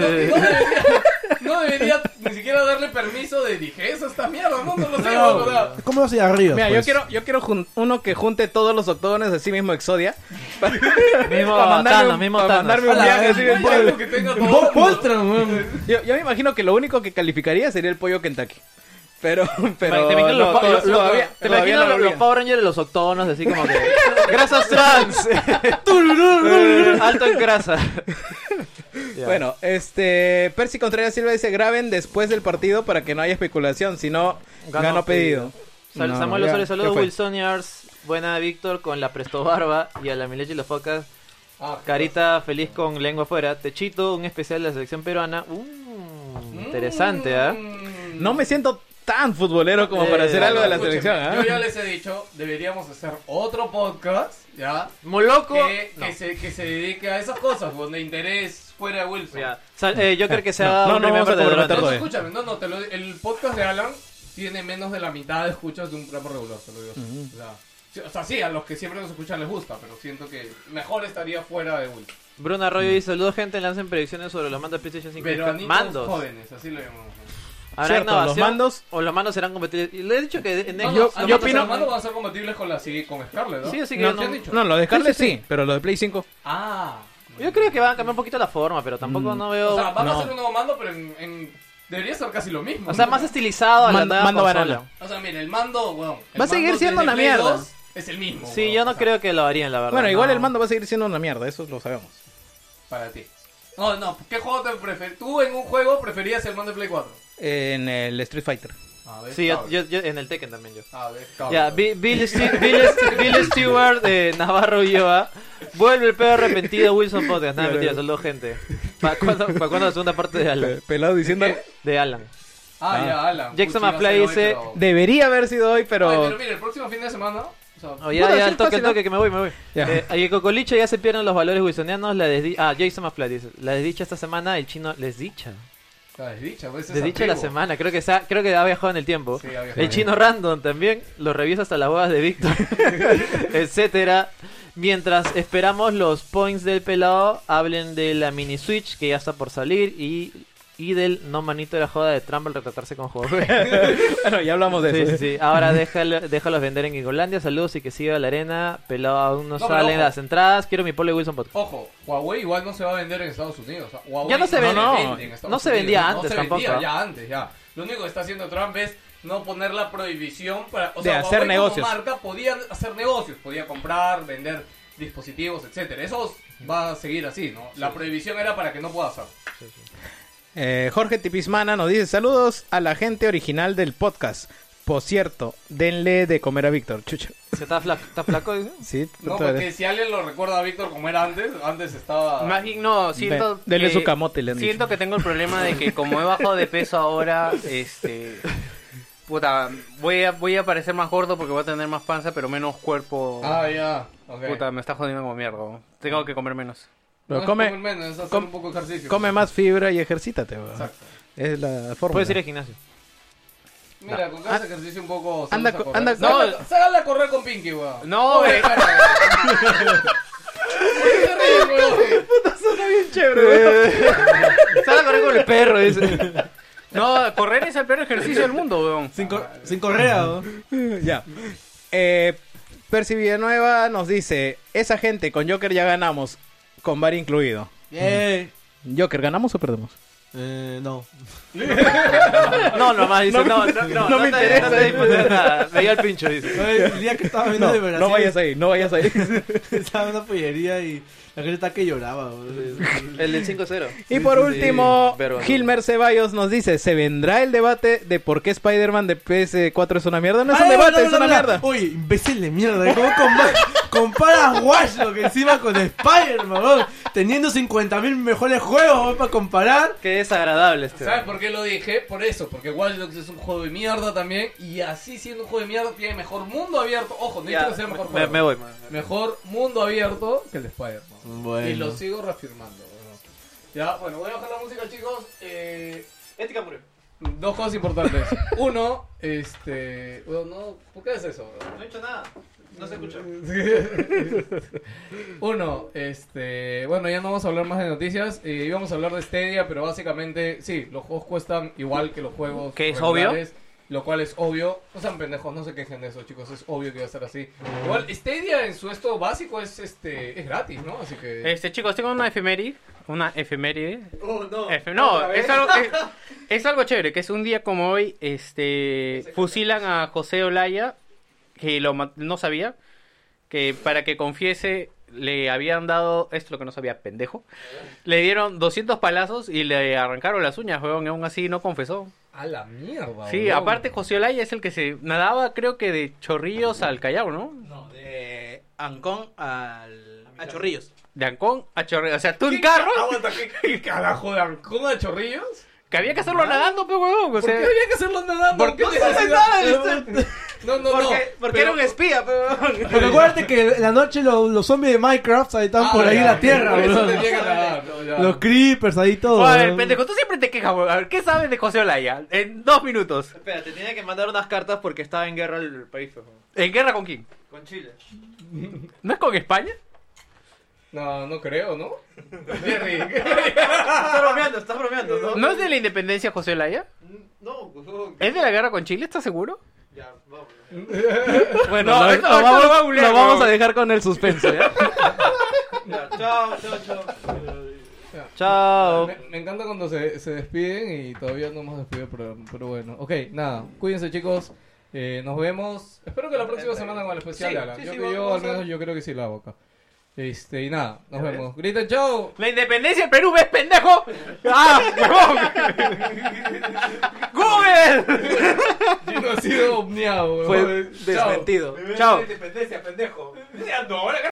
B: No, no, no debería, no debería ni siquiera darle permiso de digesa a esta mierda, no, no lo sé,
D: No,
B: weón, o sea,
D: Es como los cigarrillos.
F: Mira, yo
D: pues.
F: quiero, yo quiero jun- uno que junte todos los octógonos así mismo Exodia.
E: Mismo
F: Para mandarme
E: Thanos,
F: un-
E: mismo
F: para
E: Thanos.
F: mandarme un
D: A la
F: viaje así
D: verga,
F: de-
B: no hay algo que tenga todo,
D: Bob
B: weón.
D: Poltron, weón.
F: Yo, yo me imagino que lo único que calificaría sería el pollo Kentucky. Pero, pero
E: Te imagino
F: no,
E: los,
F: to-
E: los-
F: todavía-
E: te
F: todavía
E: imagino
F: no
E: los-
F: lo
E: los
F: olvidan.
E: Power Rangers de los octógonos, así como que. grasas trans. Alto en grasa. Ya.
F: Bueno, este Percy Contreras Silva dice graben después del partido para que no haya especulación, si no
E: Ganó
F: gano pedido.
E: Sal-
F: No,
E: Samuel
F: ya,
E: Osorio,
F: ¿qué
E: saludos
F: fue?
E: Wilsoniars. Buena Víctor con la Presto Barba y a la Mileche y las Focas.
B: Ah,
E: Carita feliz con lengua afuera. Techito, un especial de la selección peruana. Uh, interesante, ¿ah?
B: Mm.
F: No me siento tan futbolero como para
E: Eh,
F: hacer algo de la
B: Escúcheme,
F: selección,
B: Yo
F: ¿ah?
B: ya les he dicho, deberíamos hacer otro podcast, ¿ya?
E: Moloco.
B: Que, que se, que se dedique a esas cosas, weón, de interés fuera de Wilson.
E: Ya. Sal- eh, yo creo que sea
F: No, no,
E: un
F: no vamos a
E: remember de
F: comprometer
E: Dorothy.
B: No,
F: Perdón.
B: escúchame, no, no, te lo, el podcast de Alan tiene menos de la mitad de escuchas de un programa regular, te lo digo. o, sea, sí, o sea, sí, a los que siempre nos escuchan les gusta, pero siento que mejor estaría fuera de Will.
E: Bruno Arroyo dice saludos gente, lancen predicciones sobre los mandos PlayStation 5.
B: Pero
E: Scan-
B: mandos
E: mandos.
B: jóvenes, así lo llamamos.
E: ¿Habrá
F: Cierto, los
E: innovación?
F: mandos-
E: O los mandos serán competibles. Y le he dicho que en
B: Ah, No, no,
E: Xbox-
B: además,
F: yo opino-
B: Los mandos van a ser compatibles con la sí, con Scarlett, ¿no?
E: Sí, así que
B: ¿Qué
E: no-
B: han dicho?
F: No, lo de Scarlett sí, pero lo de Play 5.
B: Ah.
E: Yo creo que van a cambiar un poquito la forma, pero tampoco
F: Mm.
E: no veo.
B: O sea, van a ser un nuevo mando, pero en, en- debería ser casi lo mismo.
E: O sea,
B: ¿no?
E: más estilizado a la
F: Mando-
E: nueva
F: mando
E: consola.
F: banana.
B: O sea, mira, el mando, weón. el
F: Va a seguir
B: mando
F: siendo
B: desde
F: una
B: Play
F: mierda.
B: 2 Es el mismo.
E: Sí,
B: weón,
E: yo no
B: o sea,
E: creo que lo harían, la verdad.
F: Bueno, igual
E: no.
F: el mando va a seguir siendo una mierda, eso lo sabemos.
B: Para ti. No, no, ¿qué juego te preferías? Tú en un juego preferías el mando de Play 4.
F: En el Street Fighter.
B: A ver,
E: Sí, yo,
B: cabrón.
E: yo, yo- en el Tekken también yo.
B: A ver, cabrón.
E: Ya, Bi- Bill, Ste- Bill, Ste- Bill Stewart de Navarro Ulloa. Vuelve el pedo arrepentido Wilson Podcast. Nada, mentira, saludos, gente. ¿Para cuándo, pa' cuándo la segunda parte de Alan?
F: Pe- Pelado diciendo.
E: De Alan.
B: Eh, ah, ya, Alan.
E: Jackson
B: Pucha,
E: Affleck
B: ya sé
E: dice-
B: hoy,
F: Debería haber sido hoy, pero.
B: pero... Ay, pero mira, el próximo fin de semana. O sea,
E: Oh, ya,
F: Puta,
E: ya,
F: sí,
E: el toque,
F: fácil,
E: el toque, que me voy, me voy.
F: Ya.
E: Eh, a Yekokolicho ya se pierden los valores wilsonianos. La desdi- ah, Jason Affleck dice. La desdicha esta semana, el chino. Les dicha.
B: la desdicha, pues. es
E: Desdicha de la
B: antiguo.
E: semana, creo que, se ha- creo que ha viajado en el tiempo.
B: Sí, ha viajado.
E: el chino random también, los reviews hasta las bodas de Víctor, etcétera. Mientras esperamos los points del pelado, hablen de la mini Switch que ya está por salir y y del no manito de la joda de Trump al retratarse con juego.
F: bueno, ya hablamos de
E: Sí,
F: eso.
E: sí, sí. Ahora déjalo- déjalos vender en Ingolandia. Saludos y que siga la arena. Pelado aún no,
B: No, pero
E: salen
B: ojo.
E: las entradas. Quiero mi Polo de Wilson Podcast.
B: Ojo, Huawei igual no se va a vender en Estados Unidos. O sea, Huawei
E: Ya no se vende.
B: en Estados
E: No se vendía
B: Unidos.
E: antes
B: no se vendía
E: tampoco.
B: ya antes, ya. Lo único que está haciendo Trump es no poner la prohibición para... O
F: De
B: sea,
F: hacer
B: Huawei
F: negocios.
B: como marca podía hacer negocios, podía comprar, vender dispositivos, etcétera. Eso va a seguir así, ¿no? La prohibición era para que no pueda hacerlo.
F: Eh, Jorge Tipismana nos dice saludos a la gente original del podcast. Por cierto, denle de comer a Víctor. Chucha.
E: Se está flaco. Está flaco dice.
F: Sí,
B: No,
F: puta,
B: porque si alguien lo recuerda a Víctor como era antes, antes estaba...
C: Más bien, no, siento.
F: Ve, denle
C: que-
F: su camote, le han
C: Siento
F: dicho.
C: que tengo el problema de que, como he bajado de peso ahora, este. Puta, voy a, voy a parecer más gordo porque voy a tener más panza, pero menos cuerpo.
B: Ah, ya. ok.
C: Puta, me está jodiendo como mierda. Tengo que comer menos.
F: Pero
B: No es comer
F: come,
B: menos, es hacer
F: com-
B: un poco de ejercicio.
F: come más fibra y ejercítate. weón.
B: Exacto.
F: Es la forma.
E: Puedes ir al gimnasio.
B: Mira, con cada ejercicio un poco.
F: Anda
B: saludos a
F: co-
B: correr.
F: anda-
B: Sácala-
F: no.
B: sácala a correr con Pinky, weón.
C: No,
B: Pobre
C: güey.
B: cara, weón. ¿Por qué se ríen, weón?
E: Sale a correr con el perro. Dice.
C: No, correr es el peor ejercicio del mundo, weón.
H: Sin, cor- sin correa, ¿no?
F: ya. Eh, Percy Villanueva nos dice: Esa gente con Joker ya ganamos, con Bar incluido.
H: Eh,
F: Joker, ¿ganamos o perdemos?
H: eh, no.
E: No, nomás dice. No, no, no, no,
F: no me
E: te-
F: interesa.
E: No te disputas nada. Me dio el pincho. Dice.
H: Oye, El día que estaba viendo
F: No,
H: de Brasil,
F: no vayas ahí, no vayas ahí.
H: estaba en una pollería y la gente está que lloraba. ¿no?
E: El del 5-0.
F: y por último,
E: Verbo, ¿no?
F: Gilmer Ceballos nos dice: ¿Se vendrá el debate de por qué Spider-Man de PS4 es una mierda? No es un
H: Ay,
F: debate,
H: bla,
F: es
H: bla,
F: una
H: bla, bla.
F: mierda.
H: Oye, imbécil de mierda. ¿Cómo compa- comparas Watchdog encima con Spider-Man? weón? Teniendo 50.000 mejores juegos weón, para comparar.
E: Qué desagradable este.
B: ¿Sabes por qué lo dije? Por eso, porque Watch Dogs es un juego de mierda también. Y así siendo un juego de mierda, tiene mejor mundo abierto. Ojo, no he dicho
E: Ya,
B: que sea mejor
E: me,
B: juego.
E: me voy. man.
B: Mejor mundo abierto que el de Spider-Man.
H: Bueno.
B: Y lo sigo reafirmando, weón. Ya, bueno, voy a bajar la música, chicos. Eh.
E: Ética murió.
B: Dos cosas importantes. Uno, este. Bueno, no, ¿Por qué es eso?
E: No he hecho nada. No se escuchó.
B: Uno, este. Bueno, ya no vamos a hablar más de noticias. Eh, íbamos a hablar de Stadia, pero básicamente, sí, los juegos cuestan igual que los juegos.
C: Que es
B: regulares, Lo cual es obvio. No sean pendejos, no se quejen de eso, chicos. Es obvio que va a ser así. Igual, Stadia en su esto básico es este es gratis, ¿no? Así que.
C: Este, chicos, tengo una efeméride. Una efeméride.
B: Oh, no.
C: Efe- eh, no, es algo, es, es algo chévere, que es un día como hoy, este, fusilan a José Olaya, que lo ma- no sabía, que para que confiese le habían dado, esto es lo que no sabía, pendejo, le dieron 200 palazos y le arrancaron las uñas, weón, y aún así no confesó.
B: A la mierda,
C: Sí,
B: weón.
C: aparte José Olaya es el que se nadaba, creo que de Chorrillos al Callao, ¿no?
F: No, de Ancón al... a Chorrillos.
C: De Ancón a Chorrillos, o sea, tú
B: ¿Qué
C: en carro,
B: Aguanta, ¿qué, qué carajo de Ancón a chorrillos?
C: que había que hacerlo nadando, pero weón, o
B: ¿Por
C: sea...
B: qué había que hacerlo nadando?
C: ¿Por qué
B: ¿Qué
C: no se hace
B: necesidad? No, no, no.
E: Porque, porque era un espía, pero.
H: Porque acuérdate que en la noche lo- los zombies de Minecraft ahí están Ah, por ahí en la tierra,
B: Ah, Eso
H: weón.
B: tenía que nadar, no, ya.
H: Los creepers ahí todo.
C: Oye, a ver,
H: weón.
C: pendejo, tú siempre te quejas, weón. A ver, ¿qué sabes de José Olaya? En dos minutos.
E: Espera, te tenía que mandar unas cartas porque estaba en guerra el país. pues, weón.
C: ¿En guerra con quién?
E: Con Chile.
C: ¿No es con España?
B: No, no creo, ¿no? Jerry.
E: Estás bromeando, estás bromeando, ¿no?
C: ¿No es de la independencia José Olaya?
E: No, pues, weón.
C: ¿Es de la guerra con Chile? ¿Estás seguro?
E: Ya, vamos.
C: Bueno,
F: lo-
C: esto-
F: lo
C: esto
F: vamos-
C: va a googlear,
F: lo vamos
C: weón.
F: a dejar con el suspenso, ¿ya?
E: Ya, Chao, chao, chao.
B: Me, me encanta cuando se, se despiden y todavía no hemos despedido, pero, pero bueno. Ok, nada, cuídense chicos. Eh, nos vemos. Espero que la próxima semana con el especial
E: Sí,
B: la haga.
E: sí,
B: yo
E: sí,
B: que
E: vamos-
B: yo, al
E: vamos a-
B: menos, yo creo que sí la hago acá. Este, y nada, nos vemos. Griten chao.
C: ¿La independencia del Perú ves, pendejo? ¡Ah, huevón! ¡Google!
B: Yo no he sido omniado.
F: Fue
B: weón. Chao.
F: desmentido.
C: Chao.